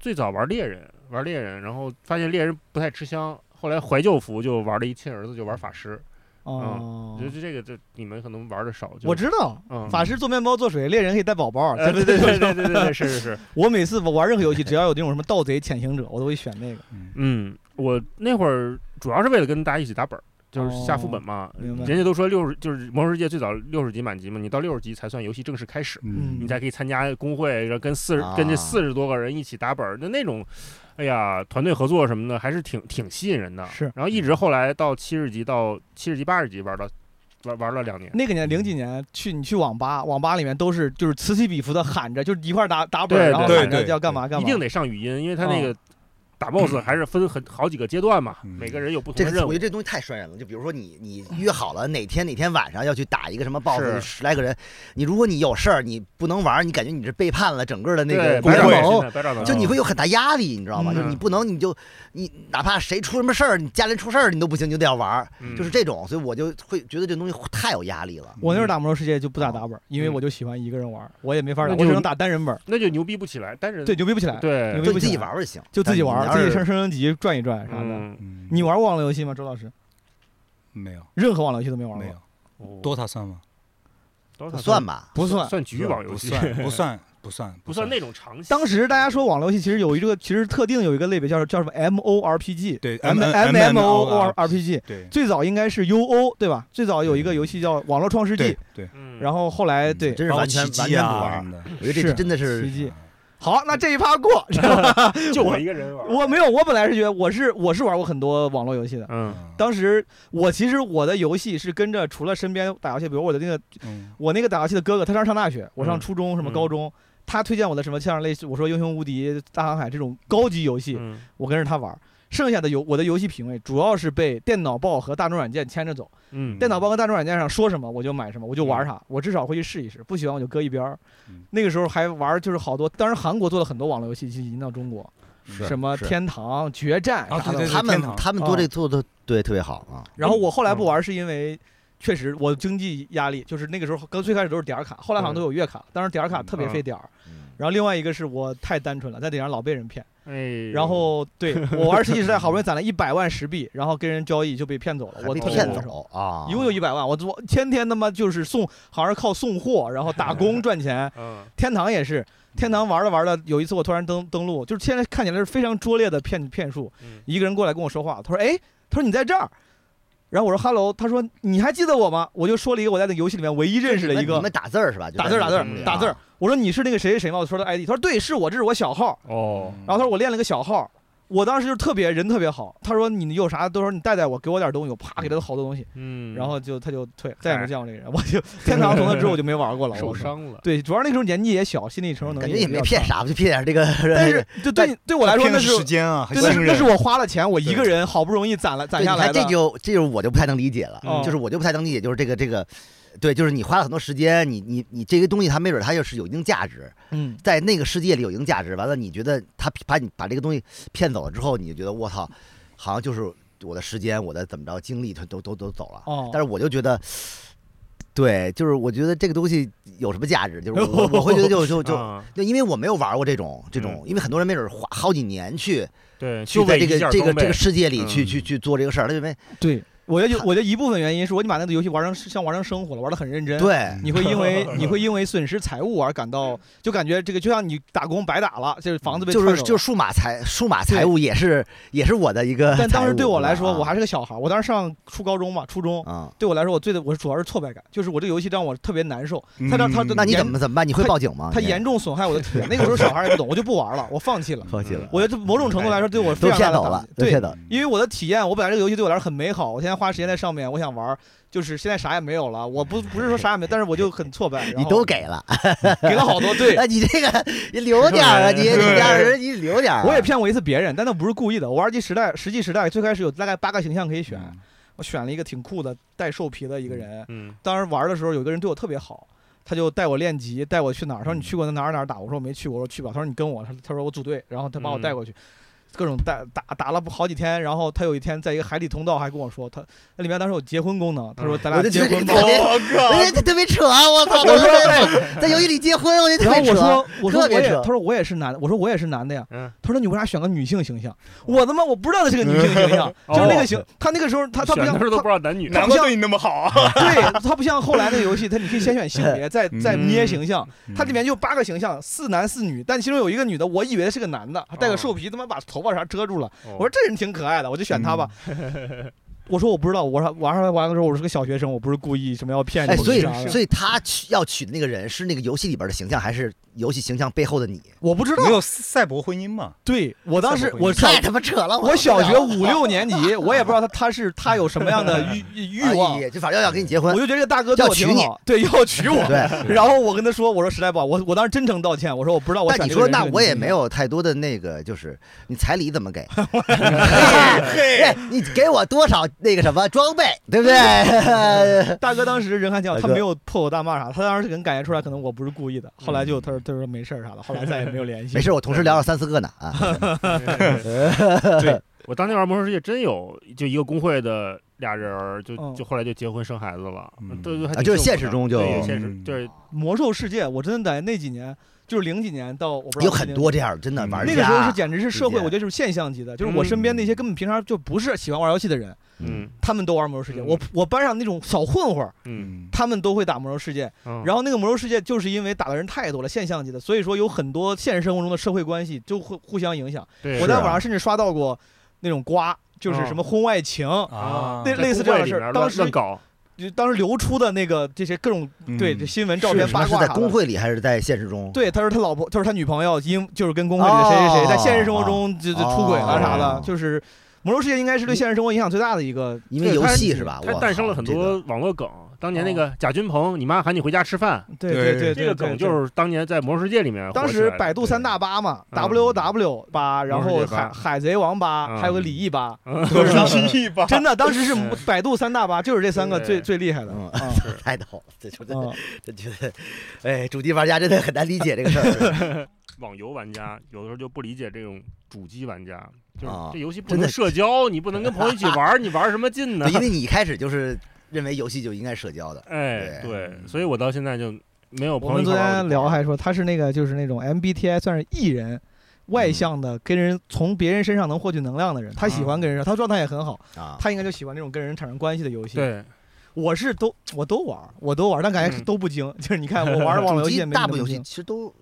Speaker 4: 最早玩猎人，玩猎人，然后发现猎人不太吃香，后来怀旧服就玩了一亲儿子，就玩法师。
Speaker 1: 哦
Speaker 4: 我觉，得这个这你们可能玩的少，就
Speaker 1: 我知道。
Speaker 4: 嗯。
Speaker 1: 法师做面包做水，猎人可以带宝宝。
Speaker 4: 呃，
Speaker 1: 对
Speaker 4: 对对对对对对对，是是是，
Speaker 1: 我每次玩任何游戏，只要有那种什么盗贼、潜行者，我都会选那个。
Speaker 4: 嗯，我那会儿主要是为了跟大家一起打本儿，就是下副本嘛。
Speaker 1: 明白
Speaker 4: 人家都说六十就是《魔兽世界》最早六十级满级嘛，你到六十级才算游戏正式开始，
Speaker 1: 嗯
Speaker 4: 你才可以参加工会，然后跟四十、
Speaker 2: 啊
Speaker 4: 跟这四十多个人一起打本儿，那那种，哎呀，团队合作什么的，还是挺挺吸引人的。
Speaker 1: 是
Speaker 4: 然后一直后来到七十级到七十级八十级玩到玩玩了两年。
Speaker 1: 那个年零几年去你去网吧，网吧里面都是就是此起彼伏的喊着，就是一块儿打打本儿，
Speaker 4: 对
Speaker 1: 然后
Speaker 4: 对
Speaker 1: 喊着
Speaker 3: 对
Speaker 1: 要干嘛干
Speaker 4: 一
Speaker 1: 嘛。
Speaker 4: 定得上语音，因为他那个打 BOSS 还是分很好几个阶段嘛，
Speaker 3: 嗯
Speaker 4: 每个人有不同
Speaker 2: 这
Speaker 4: 的
Speaker 2: 个
Speaker 4: 任
Speaker 2: 我
Speaker 4: 务
Speaker 2: 觉得。这东西太拴人了。就比如说你你约好了哪天哪天晚上要去打一个什么 boss，
Speaker 4: 是
Speaker 2: 就十来个人，你如果你有事儿你不能玩，你感觉你是背叛了整个的那
Speaker 4: 对
Speaker 2: 个
Speaker 4: 白
Speaker 2: 联
Speaker 4: 长
Speaker 3: 工会
Speaker 4: 脑
Speaker 2: 盟
Speaker 4: 袋，白长脑
Speaker 2: 就
Speaker 4: 袋
Speaker 3: 嗯
Speaker 2: 你会有很大压力，你知道吗？
Speaker 1: 嗯
Speaker 2: 就是你不能你就你哪怕谁出什么事儿，你家人出事儿你都不行，你就得要玩，
Speaker 4: 嗯
Speaker 2: 就是这种。所以我就会觉得这东西太有压力了。
Speaker 1: 我那时候打魔兽世界就不咋打本儿，因为
Speaker 4: 嗯
Speaker 1: 我就喜欢一个人玩儿，我也没法打，
Speaker 4: 那
Speaker 1: 我
Speaker 4: 就
Speaker 1: 只能打单人本儿，
Speaker 4: 那就牛逼不起来，但是
Speaker 1: 对，牛逼不起来，
Speaker 4: 对
Speaker 1: 牛
Speaker 2: 就
Speaker 1: 逼
Speaker 2: 你
Speaker 1: 不
Speaker 2: 自
Speaker 1: 起
Speaker 2: 己
Speaker 1: 来，
Speaker 2: 玩儿就行，
Speaker 1: 就自己玩
Speaker 2: 但
Speaker 1: 儿，自
Speaker 2: 你要
Speaker 1: 己
Speaker 2: 是
Speaker 1: 升升级转一转啥的。
Speaker 4: 嗯，
Speaker 3: 嗯
Speaker 1: 你玩过网络游戏吗，周老师？
Speaker 3: 没有
Speaker 1: 任何网络游戏都没玩
Speaker 3: 没
Speaker 1: 过，
Speaker 3: 有多塔算吗？
Speaker 4: 多
Speaker 2: 不算吧？
Speaker 1: 不算。
Speaker 4: 嗯算局域网游戏，
Speaker 3: 不算不算不算
Speaker 4: 不算那种长期。
Speaker 1: 当时大家说网络游戏其实有一个，其实特定有一个类别叫叫什么 M O R P G，呃
Speaker 3: 对
Speaker 1: M
Speaker 3: M-
Speaker 1: M O
Speaker 3: MMORPG
Speaker 1: R P G，
Speaker 3: 对
Speaker 1: 最早应该是 U O 对吧？最早有一个游戏叫《网络创世纪
Speaker 3: 对》，对，
Speaker 4: 嗯，
Speaker 1: 然后后来哎对，
Speaker 2: 真是完全
Speaker 3: 包括奇
Speaker 2: 完
Speaker 3: 迹
Speaker 2: 全
Speaker 3: 啊
Speaker 2: 不玩
Speaker 3: 什
Speaker 2: 儿。
Speaker 3: 么的
Speaker 2: 我觉得这
Speaker 1: 是
Speaker 2: 真的是
Speaker 1: 奇迹。好，那这一趴过， 知道吧
Speaker 4: 就我一个人玩，
Speaker 1: 我没有，我本来是觉得我是我是玩过很多网络游戏的。
Speaker 4: 嗯
Speaker 1: 当时我其实我的游戏是跟着除了身边打游戏，比如我的那个
Speaker 3: 嗯
Speaker 1: 我那个打游戏的哥哥，他上上大学，我上
Speaker 4: 嗯
Speaker 1: 初中什么
Speaker 4: 嗯
Speaker 1: 高中，他推荐我的什么像类似我说《英雄无敌》《大航海》这种高级游戏，
Speaker 4: 嗯
Speaker 1: 我跟着他玩儿。剩下的游我的游戏品味主要是被电脑报和大众软件牵着走，
Speaker 4: 嗯，
Speaker 1: 电脑报跟大众软件上说什么我就买什么，我就玩啥，我至少会去试一试，不喜欢我就搁一边儿
Speaker 3: 嗯。
Speaker 1: 那个时候还玩儿就是好多，当然韩国做了很多网络游戏引进到中国，
Speaker 2: 是
Speaker 1: 什么
Speaker 2: 是
Speaker 1: 天堂、决战
Speaker 3: 啊
Speaker 1: 啥
Speaker 3: 对
Speaker 1: 的
Speaker 3: 对。
Speaker 2: 他
Speaker 3: 天
Speaker 2: 们
Speaker 3: 堂
Speaker 2: 他们
Speaker 1: 啊
Speaker 2: 做这做的对特别好啊。
Speaker 1: 然后我后来不玩儿是因为。确实，我经济压力就是那个时候，刚最开始都是点儿卡，后来好像都有月卡。当时点儿卡特别费点儿。
Speaker 2: 嗯
Speaker 1: 然后另外一个是我太单纯了，在顶上老被人骗，
Speaker 2: 嗯
Speaker 4: 哎，
Speaker 1: 然后 对我玩实际时代好不容易攒了一百万石币，然后跟人交易就被骗走了，
Speaker 2: 还
Speaker 1: 我
Speaker 2: 被
Speaker 1: 特别
Speaker 2: 骗
Speaker 1: 难受
Speaker 2: 走啊！
Speaker 1: 一共有一百万，我我天天他妈就是送，好像是靠送货，然后打工赚钱。
Speaker 4: 嗯，
Speaker 1: 天堂也是，天堂玩着玩着，有一次我突然登登录，就是现在看起来是非常拙劣的骗骗术
Speaker 4: 嗯。
Speaker 1: 一个人过来跟我说话，他说：“哎，他说你在这儿。”然后我说：“Hello。”他说：“你还记得我吗？”我就说了一个我在那个游戏里面唯一认识的一
Speaker 2: 你
Speaker 1: 个
Speaker 2: 们打字儿是吧？就
Speaker 1: 打字儿打字
Speaker 2: 在
Speaker 1: 儿嗯
Speaker 2: 屏幕里
Speaker 1: 打字儿
Speaker 2: 啊。
Speaker 1: 我说：“你是那个谁谁谁吗？”我说的 ID。他说：“对，是我，这是我小号。”
Speaker 3: 嗯
Speaker 4: 哦，
Speaker 1: 然后他说：“我练了个小号。”我当时就特别人特别好，他说：“你有啥都说你带带我，给我点东西。”我啪给了他好多东西。
Speaker 4: 嗯，哎
Speaker 1: 然后就他就退，再也没见过这个人。我就天堂从那之后我就没玩过了。
Speaker 4: 受
Speaker 1: 我
Speaker 4: 伤了，
Speaker 1: 对，主要那时候年纪也小，心理承受能力
Speaker 2: 感觉也
Speaker 1: 比
Speaker 2: 没
Speaker 1: 较
Speaker 2: 骗
Speaker 1: 差。
Speaker 2: 啥，就骗点这个。
Speaker 1: 但 是就对你对我来说
Speaker 3: 骗
Speaker 1: 那
Speaker 3: 的
Speaker 1: 是
Speaker 3: 时间啊，还
Speaker 1: 对那是
Speaker 3: 信
Speaker 1: 那
Speaker 3: 任
Speaker 1: 是。我花了钱，我一
Speaker 3: 对
Speaker 1: 个人好不容易攒了攒
Speaker 2: 对，你
Speaker 1: 下来
Speaker 2: 看
Speaker 1: 的
Speaker 2: 这。就这就是我就不太能理解了，
Speaker 1: 嗯
Speaker 2: 就是我就不太能理解，就是这个这个，对，就是你花了很多时间，你你你这个东西它没准它就是有一定价值，
Speaker 1: 嗯，
Speaker 2: 在那个世界里有一定价值。完了，你觉得他把你把这个东西骗走了之后，你就觉得我操，好像就是我的时间，我的怎么着精力都都都都走了。
Speaker 1: 哦
Speaker 2: 但是我就觉得，对，就是我觉得这个东西有什么价值？就是我我会觉得就就就。
Speaker 4: 啊
Speaker 2: 就因为我没有玩过这种这种，
Speaker 1: 嗯
Speaker 2: 因为很多人没准花好几年去
Speaker 4: 对，
Speaker 2: 去
Speaker 4: 就
Speaker 2: 在
Speaker 4: 为
Speaker 2: 这
Speaker 4: 一
Speaker 2: 个
Speaker 4: 件
Speaker 2: 这个
Speaker 4: 装备
Speaker 2: 这个世界里去
Speaker 3: 嗯
Speaker 2: 去去做这个事儿，他就没
Speaker 1: 对，我觉得就
Speaker 2: 他
Speaker 1: 我觉得一部分原因是我你把那个游戏玩成像玩成生活了，玩的很认真。，
Speaker 2: 对，
Speaker 1: 你会因 为你会因为损失财物而感到就感觉这个就像你打工白打了，就是房子被
Speaker 2: 嗯就
Speaker 1: 踹
Speaker 2: 是
Speaker 1: 走
Speaker 2: 就
Speaker 1: 了
Speaker 2: 数码财数码财务也是也是我的一个财务，
Speaker 1: 但当时对我来说，
Speaker 2: 啊
Speaker 1: 我还是个小孩儿，我当时上初高中嘛，初中
Speaker 2: 啊，
Speaker 1: 对我来说，我最的我主要是挫败感，就是我这游戏让我特别难受。
Speaker 3: 嗯
Speaker 1: 他这他
Speaker 2: 那你
Speaker 1: 严
Speaker 2: 怎么怎么办？你会报警吗？
Speaker 1: 它
Speaker 2: 你
Speaker 1: 严重损害我的体验。那个时候小孩儿也不懂，我就不玩了，我放弃了。
Speaker 2: 放弃了，
Speaker 1: 嗯我觉得这某种程度来说对我非
Speaker 2: 嗯都
Speaker 1: 常大
Speaker 2: 骗
Speaker 1: 的
Speaker 2: 走
Speaker 1: 打
Speaker 2: 了
Speaker 1: 击，
Speaker 2: 都
Speaker 1: 对
Speaker 2: 骗，走
Speaker 3: 嗯
Speaker 2: 了。
Speaker 1: 因为我的体验，我本来这个游戏对我来说很美好，我现在花时间在上面，我想玩儿，就是现在啥也没有了。我不不是说啥也没有，但是我就很挫败。然
Speaker 2: 你
Speaker 1: 后
Speaker 2: 都给了，
Speaker 1: 给了好多，对
Speaker 2: 哎，你这个你留点儿啊，你
Speaker 3: 对
Speaker 2: 你让人你留点儿啊。
Speaker 1: 我也骗过一次别人，但那不是故意的。我玩《机时代》，《实际时代》最开始有大概八个形象可以选，
Speaker 2: 嗯
Speaker 1: 我选了一个挺酷的带兽皮的一个人，
Speaker 4: 嗯
Speaker 1: 当时玩的时候，有一个人对我特别好，他就带我练级，带我去哪儿。他说
Speaker 2: 嗯
Speaker 1: 你去过哪儿哪儿打？我说我没去过。我说去吧。他说你跟我。他他说我组队，然后他把我带过去，
Speaker 2: 嗯
Speaker 1: 各种带打打了好几天。然后他有一天在一个海底通道还跟我说，他那里面当时有结婚功能，他说咱
Speaker 2: 我
Speaker 1: 俩
Speaker 2: 就觉
Speaker 1: 结
Speaker 2: 得
Speaker 1: 婚吧。
Speaker 2: 我靠，特别扯，我操！
Speaker 1: 我
Speaker 2: 我
Speaker 1: 说哎
Speaker 2: 说在游戏里结婚，我觉 得
Speaker 1: 然
Speaker 2: 特
Speaker 1: 后
Speaker 2: 别
Speaker 1: 我
Speaker 2: 扯。
Speaker 1: 说我说
Speaker 2: 特别
Speaker 1: 我也，
Speaker 2: 扯
Speaker 1: 他说我也是男的，我说我也是男的呀。
Speaker 4: 嗯，
Speaker 1: 他说你为啥选个女性形象？我他妈我不知道他是个女性形象，就是那个形，他那个时候他他不
Speaker 4: 嗯哦选
Speaker 1: 像
Speaker 4: 的时候都
Speaker 1: 他
Speaker 4: 不知道男女，
Speaker 1: 他
Speaker 3: 难
Speaker 1: 不
Speaker 3: 怪
Speaker 1: 像
Speaker 3: 对你那么好啊！
Speaker 1: 对他不像后来的游戏，他你可以先选性别，再
Speaker 2: 嗯
Speaker 1: 再捏形象。它里面就八个形象，四男四女，但其中有一个女的，我以为是个男的，他戴
Speaker 4: 哦
Speaker 1: 个兽皮，他妈把头发啥遮住了。我说这人挺可爱的，我就选他吧。
Speaker 4: 嗯
Speaker 1: 我说我不知道，我说玩上玩的时候我是个小学生，我不是故意什么要骗你
Speaker 2: 哎，
Speaker 1: 们
Speaker 2: 所以
Speaker 1: 啥的，
Speaker 2: 所以他娶要娶的那个人是那个游戏里边的形象，还是游戏形象背后的你？
Speaker 1: 我不知道
Speaker 3: 没。有赛博婚姻嘛？
Speaker 1: 对我当时
Speaker 3: 这么回
Speaker 1: 我
Speaker 3: 事
Speaker 1: 小
Speaker 2: 太他妈扯 了！
Speaker 1: 我
Speaker 2: 受不
Speaker 1: 小
Speaker 2: 了
Speaker 1: 学五六年级，我也不知道他他是他有什么样的 欲欲欲望
Speaker 2: 哎，呀就反正要跟你结
Speaker 1: 我
Speaker 2: 婚
Speaker 1: 就，觉得这个大哥对我挺好，对要娶我。
Speaker 2: 对。
Speaker 1: 然后我跟他说，我说时代宝，我我当时真诚道歉，我说我不知道我选
Speaker 2: 但你
Speaker 1: 这个
Speaker 2: 说，
Speaker 1: 人
Speaker 2: 那
Speaker 1: 是个
Speaker 2: 我
Speaker 1: 女
Speaker 2: 也
Speaker 1: 性
Speaker 2: 没有太多的那个，就是你彩礼怎么给？ 哎你给我多少那个什么装备，对不对？
Speaker 1: 大哥当时人还挺好，
Speaker 2: 大
Speaker 1: 他
Speaker 2: 哥
Speaker 1: 没有破口大骂啥，他当时能感觉出来，可能我不是故意的。后来就他说他说没事儿啥的，后来再也没有联系。
Speaker 2: 嗯没事，我同事聊了三四个呢啊。
Speaker 4: 哦我当年玩《魔兽世界》真有，就一个工会的俩人儿，就
Speaker 1: 嗯
Speaker 4: 就后来就结婚生孩子了，
Speaker 3: 嗯
Speaker 4: 对对，还
Speaker 2: 啊
Speaker 4: 挺
Speaker 2: 就是
Speaker 4: 幸
Speaker 2: 现
Speaker 4: 福
Speaker 2: 实
Speaker 4: 的
Speaker 2: 中就
Speaker 4: 对现实
Speaker 3: 嗯
Speaker 4: 就是
Speaker 1: 魔兽世界，我真的在那几年，就是零几年到我不知道
Speaker 2: 有很多这样的真的
Speaker 3: 嗯
Speaker 2: 玩
Speaker 1: 那
Speaker 2: 家，
Speaker 1: 个时候是简直是社会，
Speaker 2: 理解
Speaker 1: 我觉得就是现象级的，就是我身边那些根本平常就不是喜欢玩游戏的人，
Speaker 4: 嗯
Speaker 1: 他们都玩魔兽世界。
Speaker 4: 嗯
Speaker 1: 我我班上那种小混混儿，
Speaker 4: 嗯，
Speaker 3: 嗯，
Speaker 1: 他们都会打魔兽世界。然后那个魔兽世界就是因为打的人太多了，现象级的，所以说有很多现实生活中的社会关系就会互相影响。
Speaker 4: 对
Speaker 1: 我在
Speaker 2: 是啊
Speaker 1: 网上甚至刷到过那种瓜，就是什么婚外情。
Speaker 3: 啊，
Speaker 1: 那
Speaker 4: 在
Speaker 1: 类似
Speaker 4: 工
Speaker 1: 这样的
Speaker 4: 会里
Speaker 1: 事儿
Speaker 4: 面
Speaker 1: 当
Speaker 4: 乱
Speaker 1: 时啊
Speaker 4: 乱搞，
Speaker 1: 就当时流出的那个这些各种对
Speaker 3: 嗯
Speaker 1: 这新闻、照片、
Speaker 2: 是
Speaker 1: 八
Speaker 2: 是
Speaker 1: 卦
Speaker 2: 在
Speaker 1: 啥
Speaker 2: 工
Speaker 1: 的。
Speaker 2: 会里还是在现实中？
Speaker 1: 对，他说他老婆，就是他女朋友，因就是跟工会里的谁谁谁在现实生活中就就出轨了啥的
Speaker 2: 哦，
Speaker 1: 就是《魔兽世界》应该是对现实生活影响最大的一个。
Speaker 2: 因为
Speaker 4: 对
Speaker 2: 游
Speaker 4: 它
Speaker 2: 戏是吧？
Speaker 4: 它
Speaker 2: 我
Speaker 4: 诞生了
Speaker 2: 靠
Speaker 4: 很
Speaker 2: 这个
Speaker 4: 多网络梗。当年那
Speaker 1: 哦
Speaker 4: 个贾君鹏，你妈喊你回家吃饭，
Speaker 1: 对
Speaker 3: 对
Speaker 1: 对对，
Speaker 4: 这个梗
Speaker 1: 是
Speaker 4: 就是当年在《魔兽世界》里面火起来
Speaker 1: 当
Speaker 4: 的。
Speaker 1: 时百度三大八嘛
Speaker 4: 对嗯
Speaker 1: ，W W 八，然
Speaker 4: 魔
Speaker 1: 后
Speaker 4: 兽世界
Speaker 1: 海
Speaker 4: 八
Speaker 1: 海贼王八，
Speaker 4: 嗯
Speaker 1: 还有个李毅八，
Speaker 3: 都是一把
Speaker 1: 真的当时是百度三大八，就是这三个
Speaker 4: 对
Speaker 1: 最最厉害的。
Speaker 2: 嗯
Speaker 1: 啊
Speaker 2: 太逗了，这就真
Speaker 1: 嗯
Speaker 2: 的真觉得，哎，主机玩家真的很难理解这个 事儿，
Speaker 4: 网游玩家有的时候就不理解这种主机玩家，就是
Speaker 2: 啊
Speaker 4: 这游戏不
Speaker 2: 真的
Speaker 4: 能社交，你不能跟朋友一起玩儿，你玩什么劲呢
Speaker 2: 对？因为你一开始就是认为游戏就应该社交的，
Speaker 4: 哎，
Speaker 2: 对
Speaker 4: 对，所以我到现在就没有朋
Speaker 1: 我们
Speaker 4: 友一块
Speaker 1: 昨
Speaker 4: 玩儿。
Speaker 1: 天聊还说他是那个就是那种 MBTI 算是 E 人，
Speaker 4: 嗯
Speaker 1: 外向的，跟人从别人身上能获取能量的人，他喜
Speaker 4: 嗯
Speaker 1: 欢跟人，他状态也很好，
Speaker 2: 啊，
Speaker 1: 他应该就喜欢这种跟人产生关系的游戏。
Speaker 4: 对，
Speaker 1: 我是都我都玩儿，我都玩儿，但感觉
Speaker 4: 嗯
Speaker 1: 都不精。 就是你看我玩儿网络游
Speaker 2: 主
Speaker 1: 戏
Speaker 2: 机
Speaker 1: 也没
Speaker 2: 大
Speaker 1: 那
Speaker 2: 部
Speaker 1: 么
Speaker 2: 分游戏
Speaker 1: 精。
Speaker 2: 其实都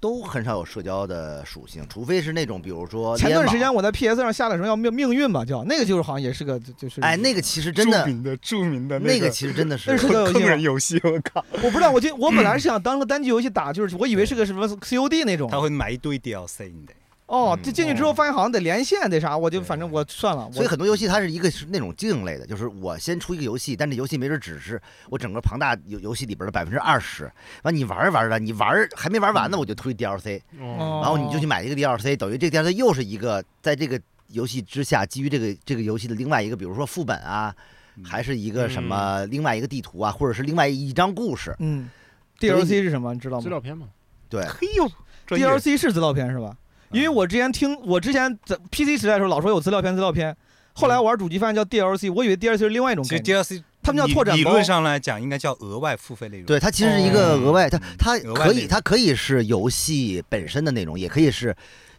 Speaker 2: 都很少有社交的属性，除非是那种比如说
Speaker 1: 前段时间
Speaker 2: 联网
Speaker 1: 我在 PS 上下了什么叫命命运吧，叫那个就是好像也是个就就是
Speaker 2: 哎，那个其实真的
Speaker 3: 著名的著名的
Speaker 2: 那
Speaker 3: 个
Speaker 2: 个其实真的
Speaker 1: 那
Speaker 2: 是
Speaker 1: 是个
Speaker 3: 坑人游戏，我靠！
Speaker 1: 我不知道，我 就我本来是想当个单机游戏打，就是我以为是个什
Speaker 2: 嗯
Speaker 1: 么 COD 那种。
Speaker 3: 他会买一堆 DLC，你得
Speaker 1: 哦，
Speaker 3: 嗯
Speaker 1: 这进去之后发现好像得连线得啥，我就
Speaker 3: 对
Speaker 1: 反正我算了，
Speaker 2: 所以
Speaker 1: 我
Speaker 2: 很多游戏它是一个是那种竞类的，就是我先出一个游戏，但这游戏没准只是我整个庞大游游戏里边的百分之二十。完你玩着玩着，你玩儿还没玩完
Speaker 1: 嗯
Speaker 2: 呢，我就推 DLC，
Speaker 1: 哦
Speaker 2: 然后你就去买一个 DLC，等于这个 DLC 又是一个在这个游戏之下，基于这个这个游戏的另外一个，比如说副本啊，
Speaker 3: 嗯
Speaker 2: 还是一个什么另外一个地图啊，或者是另外一张故事。
Speaker 1: 嗯
Speaker 2: 所以你
Speaker 1: ，DLC 是什么你知道吗哎
Speaker 4: 资料片嘛，
Speaker 2: 对，
Speaker 3: 嘿呦专业
Speaker 1: ？DLC 是资料片是吧？因为我之前听我之前在 PC 时代的时候老说有资料片资料片，后来玩主机发现叫 DLC，我以为 DLC 是另外一种概
Speaker 3: 其实
Speaker 1: 念。
Speaker 3: DLC
Speaker 1: 他们叫
Speaker 3: 理
Speaker 1: 拓展包
Speaker 3: 理论上来讲应该叫额外付费内容。
Speaker 2: 对，它其实是一个
Speaker 3: 哦
Speaker 2: 额外，它
Speaker 3: 嗯
Speaker 2: 它
Speaker 3: 额外
Speaker 2: 可
Speaker 3: 内
Speaker 2: 以
Speaker 3: 容
Speaker 2: 它可以是游戏本身的内容，也可以是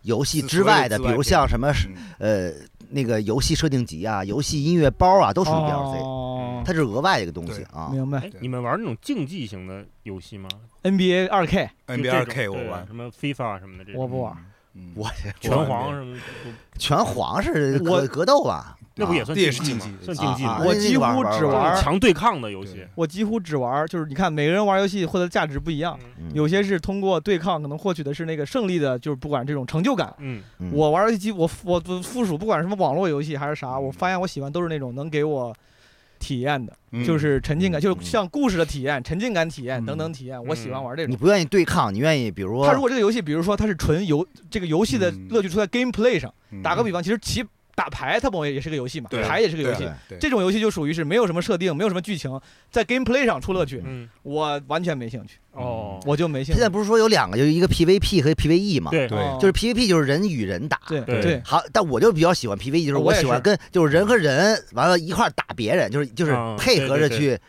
Speaker 2: 游戏
Speaker 3: 所
Speaker 2: 之
Speaker 3: 谓的
Speaker 2: 外的，
Speaker 3: 之
Speaker 2: 比
Speaker 3: 外
Speaker 2: 如
Speaker 3: 片
Speaker 2: 像什么
Speaker 3: 嗯，
Speaker 2: 呃那个游戏设定集啊、游戏音乐包啊，都属于 DLC，、
Speaker 1: 哦，
Speaker 2: 它是额外的一个东西
Speaker 3: 对
Speaker 2: 啊。
Speaker 1: 嗯明白
Speaker 4: 哎，你们玩那种竞技型的游戏吗
Speaker 1: NBA 二 K，
Speaker 4: 就
Speaker 3: NBA
Speaker 4: 这
Speaker 3: 二
Speaker 4: 种
Speaker 3: K 我
Speaker 4: 对
Speaker 3: 玩，
Speaker 4: 什么 FIFA 啊什么的这
Speaker 1: 我
Speaker 4: 种，
Speaker 1: 不玩。
Speaker 3: 嗯，
Speaker 2: 我
Speaker 4: 拳
Speaker 2: 我
Speaker 4: 皇什么的都，
Speaker 2: 拳皇是
Speaker 1: 我
Speaker 2: 格格斗吧？
Speaker 4: 那不也算
Speaker 3: 这也是
Speaker 4: 竞
Speaker 3: 竞
Speaker 4: 吗
Speaker 3: 技
Speaker 4: 算
Speaker 2: 啊
Speaker 4: 竞技
Speaker 2: 啊
Speaker 4: 吗？
Speaker 1: 我
Speaker 2: 那
Speaker 1: 几
Speaker 2: 玩
Speaker 1: 乎
Speaker 2: 玩
Speaker 1: 只
Speaker 4: 这种
Speaker 2: 玩
Speaker 1: 玩
Speaker 4: 强对抗的游戏
Speaker 3: 对，
Speaker 1: 我几乎只玩儿，就是你看每个人玩游戏获得的价值不一样，
Speaker 4: 嗯
Speaker 2: 嗯
Speaker 1: 有些是通过对抗可能获取的是那个胜利的，就是不管这种成就感。
Speaker 4: 嗯，
Speaker 2: 嗯
Speaker 1: 我玩游戏机，我我我附属不管什么网络游戏还是啥，
Speaker 3: 嗯
Speaker 1: 我发现我喜欢都是那种能给我体验的，
Speaker 3: 嗯
Speaker 1: 就是沉浸感，
Speaker 2: 嗯
Speaker 1: 就是像故事的体验、沉浸感体验等等体验，
Speaker 4: 嗯
Speaker 1: 我喜欢玩这
Speaker 2: 你
Speaker 1: 种。
Speaker 2: 不愿意对抗，你愿意比如说
Speaker 1: 它如果这个游戏，比如说它是纯游，这个游戏的
Speaker 3: 嗯
Speaker 1: 乐趣出在 gameplay 上。
Speaker 3: 嗯
Speaker 1: 打个比方，其实棋打牌它本也是个游戏嘛，
Speaker 3: 对
Speaker 1: 牌也是个游戏
Speaker 3: 对。对
Speaker 1: 这种游戏就属于是没有什么设定，没有什么剧情，在 gameplay 上出乐趣，
Speaker 4: 嗯，
Speaker 1: 我完全没兴趣，
Speaker 4: 哦，
Speaker 1: 我就没兴
Speaker 2: 现
Speaker 1: 趣
Speaker 2: 在。不是说有两个，就是一个 PVP 和 PVE 嘛？，
Speaker 4: 对，
Speaker 3: 对
Speaker 1: 哦
Speaker 2: 就是 PVP 就是人与人打。
Speaker 1: 对
Speaker 4: 对
Speaker 1: 对，
Speaker 2: 好，但我就比较喜欢 PVE，就是
Speaker 1: 我也
Speaker 2: 喜欢
Speaker 1: 是
Speaker 2: 跟就是人和人完了一块儿打别人，就是就是
Speaker 4: 嗯
Speaker 2: 配合着
Speaker 4: 对对
Speaker 2: 去、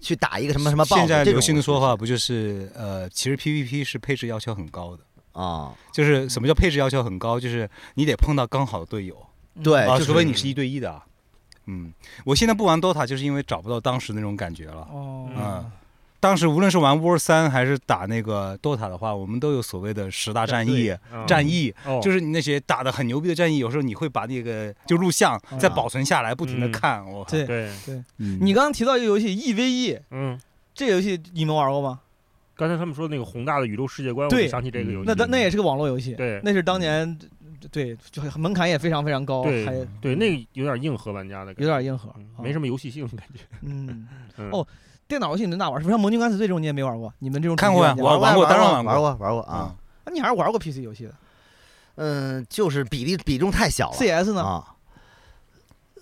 Speaker 2: 去打一个什么什么 boss。
Speaker 3: 现在
Speaker 2: 这
Speaker 3: 流
Speaker 2: 种
Speaker 3: 行的说法不就是呃，其实 PVP 是配置要求很高的，
Speaker 2: 啊、
Speaker 3: 就是什么叫配置要求很高，就是你得碰到刚好的队友
Speaker 1: 嗯
Speaker 2: 对，
Speaker 3: 啊，
Speaker 2: 就是
Speaker 3: 除非你是一对一的啊。嗯，我现在不玩 DOTA 就是因为找不到当时那种感觉了。
Speaker 1: 哦
Speaker 3: 嗯，当时无论是玩 War 三还是打那个 DOTA 的话，我们都有所谓的十大战役。
Speaker 4: 嗯
Speaker 3: 战役
Speaker 4: 哦
Speaker 3: 就是你那些打的很牛逼的战役，有时候你会把那个就录像
Speaker 1: 嗯
Speaker 3: 再保存下来，不停的
Speaker 4: 嗯
Speaker 3: 看。我靠
Speaker 1: 对
Speaker 4: 对，
Speaker 3: 嗯
Speaker 1: 你刚刚提到一个游戏 EVE，
Speaker 4: 嗯，
Speaker 1: 这个游戏你们玩过吗？
Speaker 4: 刚才他们说那个宏大的宇宙世界观，我
Speaker 1: 对
Speaker 4: 就想起这个游戏，
Speaker 1: 嗯那那那也是个网络游戏，
Speaker 4: 对
Speaker 1: 那是当年对，就门槛也非常非常高，
Speaker 4: 对
Speaker 1: 还
Speaker 4: 对，那个有点硬核玩家的感觉，
Speaker 1: 有点硬核
Speaker 4: 嗯，
Speaker 1: 啊
Speaker 4: 没什么游戏性感觉。
Speaker 1: 嗯。
Speaker 4: 嗯
Speaker 1: 哦电脑游戏你们哪玩？是不是像《盟军敢死队》这种你也没玩过？你们这种
Speaker 3: 看过呀
Speaker 1: 主机玩家
Speaker 3: 我玩过当然
Speaker 2: 玩
Speaker 3: 玩过
Speaker 2: 过玩过啊
Speaker 3: 啊，，
Speaker 1: 啊你还是玩过 PC 游戏的
Speaker 2: 嗯，就是比例比重太小了
Speaker 1: ？CS 呢？
Speaker 2: 啊。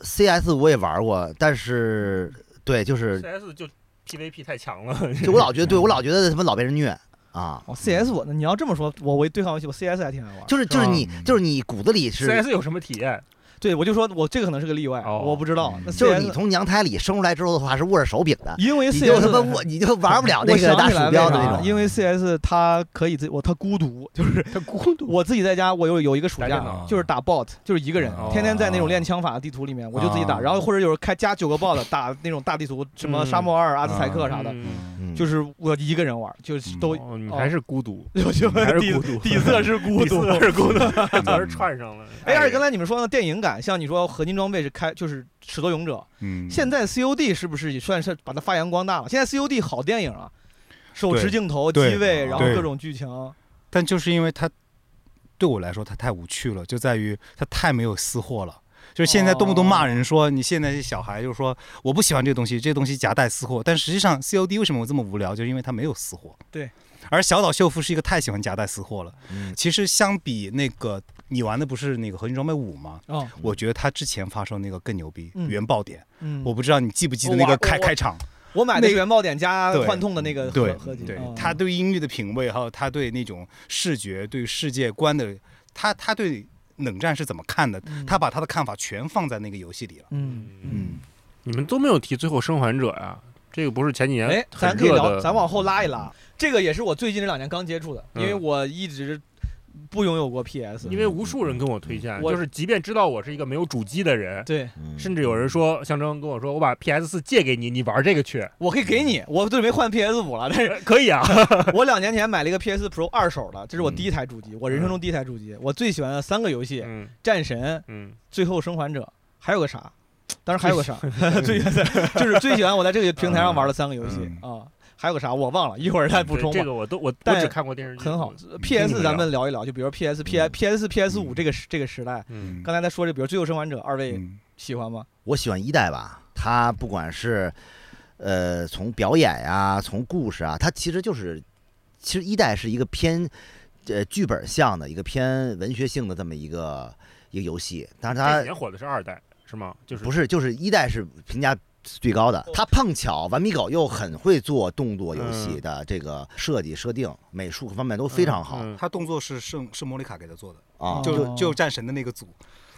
Speaker 2: CS 我也玩过，但是对， 就是
Speaker 4: ，CS 就 PVP 太强了，
Speaker 2: 就我老觉得，对我老觉得他们老被人虐啊，
Speaker 1: 哦，CS 我呢？你要这么说，我为对抗游戏，我 CS 还挺爱玩。
Speaker 2: 就是就是你
Speaker 1: 嗯
Speaker 2: 就是你骨子 里是
Speaker 4: CS 有什么体验？
Speaker 1: 对，我就说我这个可能是个例外，
Speaker 4: 哦
Speaker 1: 我不知道。那
Speaker 2: 嗯就是你
Speaker 1: CS
Speaker 2: 从娘胎里生出来之后的话是握着手柄的，
Speaker 1: 因为
Speaker 2: 你就
Speaker 1: CS
Speaker 2: 他妈
Speaker 1: 的
Speaker 2: 握你就玩不了
Speaker 1: 啊我
Speaker 2: 那个
Speaker 1: 想
Speaker 2: 打
Speaker 1: 起来
Speaker 2: 鼠
Speaker 1: 为
Speaker 2: 标的
Speaker 1: 啥
Speaker 2: 那
Speaker 1: 了
Speaker 2: 种，
Speaker 1: 因为 CS 它可以自己我它孤独，就是它孤独。我自己在家，我有有一个暑
Speaker 4: 打
Speaker 1: 假
Speaker 4: 电
Speaker 2: 啊
Speaker 3: 脑，
Speaker 1: 就是打 bot，就是一个人
Speaker 3: 哦，
Speaker 1: 天天在那种练枪法的地图里面，我就自己打，
Speaker 3: 哦
Speaker 1: 然后或者有时候开加九个 bot 打那种大地图，什 么沙漠二、阿兹采克啥的，
Speaker 4: 嗯
Speaker 3: 嗯
Speaker 2: 嗯
Speaker 1: 就是我一个人玩，就是都
Speaker 4: 哦，你还是孤独，
Speaker 1: 有些
Speaker 4: 还是
Speaker 1: 底
Speaker 4: 孤独
Speaker 1: 底色是 孤独。
Speaker 4: 是孤独， 早是串上了。
Speaker 1: 哎，而且刚才你们说的电影感，像你说合金装备是开，就是始作俑者，
Speaker 3: 嗯，
Speaker 1: 现在 COD 是不是也算是把它发扬光大了？现在 COD 好电影啊，手持
Speaker 3: 对
Speaker 1: 镜头、
Speaker 3: 对
Speaker 1: 机位，然后
Speaker 3: 对
Speaker 1: 各种剧情。
Speaker 3: 但就是因为它对我来说它太无趣了，就在于它太没有私货了。就是现在动不动骂人说、你现在这小孩，就是说我不喜欢这东西，这东西夹带私货。但实际上 COD 为什么我这么无聊，就是因为它没有私货。
Speaker 1: 对。
Speaker 3: 而小岛秀夫是一个太喜欢夹带私货了。
Speaker 2: 嗯
Speaker 3: 其实相比那个你玩的不是那个合金装备五吗？
Speaker 1: 哦，
Speaker 3: 我觉得他之前发售那个更牛逼，
Speaker 1: 嗯
Speaker 3: 原爆点。
Speaker 1: 嗯，
Speaker 3: 我不知道你记不记得
Speaker 1: 我
Speaker 3: 那个
Speaker 1: 玩
Speaker 3: 开
Speaker 1: 我
Speaker 3: 开场，
Speaker 1: 我买的是
Speaker 3: 那
Speaker 1: 原爆点加
Speaker 3: 对
Speaker 1: 幻痛的那个合
Speaker 3: 对
Speaker 1: 合集，
Speaker 3: 对
Speaker 1: 嗯，
Speaker 3: 他对音乐的品味，还有他对那种视觉、对世界观的，他他对冷战是怎么看的，
Speaker 1: 嗯
Speaker 3: 他把他的看法全放在那个游戏里了。
Speaker 1: 嗯。
Speaker 3: 嗯，
Speaker 4: 你们都没有提《最后生还者》呀？这个不是前
Speaker 3: 嗯
Speaker 4: 几年
Speaker 1: 哎，
Speaker 4: 很
Speaker 1: 咱可以
Speaker 4: 热
Speaker 1: 聊，
Speaker 4: 的，
Speaker 1: 咱往后拉一拉，这个也是我最近这两年刚接触的，因为
Speaker 4: 嗯
Speaker 1: 我一直不拥有过 PS，
Speaker 4: 因为无数人跟我推荐，
Speaker 1: 我
Speaker 4: 就是即便知道我是一个没有主机的人，
Speaker 1: 对
Speaker 2: 嗯
Speaker 4: 甚至有人说象征跟我说，我把 PS 四借给你，你玩这个 去，
Speaker 1: 我可以给你，我准备换 PS 五了，但是
Speaker 4: 呃可以啊。
Speaker 1: 我两年前买了一个 PS Pro 二手的，这是我第一台主机，我人生中第一台主机。我最喜欢的三个游戏：
Speaker 4: 嗯
Speaker 1: 战神、
Speaker 4: 嗯，
Speaker 1: 最后生还者，还有个啥？当然还有个啥？ 最就是最喜欢我在这个平台上玩的三个游戏啊、还有个啥我忘了，一会儿再补
Speaker 4: 嗯对嗯
Speaker 1: 充吧。
Speaker 4: 这个我都我我
Speaker 1: 但
Speaker 4: 只看过电视剧，
Speaker 1: 很好
Speaker 3: 这
Speaker 1: ，PS
Speaker 3: 个
Speaker 1: 咱们聊一聊，就比如 PS、P I、PS、PS 五这个时这个时代，
Speaker 4: 嗯，
Speaker 1: 刚才在说这，比如《最后生还者》，二位
Speaker 3: 嗯
Speaker 1: 喜欢吗？
Speaker 2: 我喜欢一代吧，它不管是呃从表演呀、从故事啊，它其实就是其实一代是一个偏呃剧本向的一个偏文学性的这么一个一个游戏，但是
Speaker 4: 这
Speaker 2: 它
Speaker 4: 几年火的是二代是吗？就是
Speaker 2: 不是就是一代是评价。最高
Speaker 1: 哦
Speaker 2: 的，它碰巧顽皮狗又很会做动作游戏
Speaker 4: 嗯
Speaker 2: 的这个设计、设定、美术各方面都非常好
Speaker 4: 嗯
Speaker 3: 他动作是圣圣莫里卡给他做的，
Speaker 2: 啊。
Speaker 1: 哦
Speaker 3: 就就战神的那个组，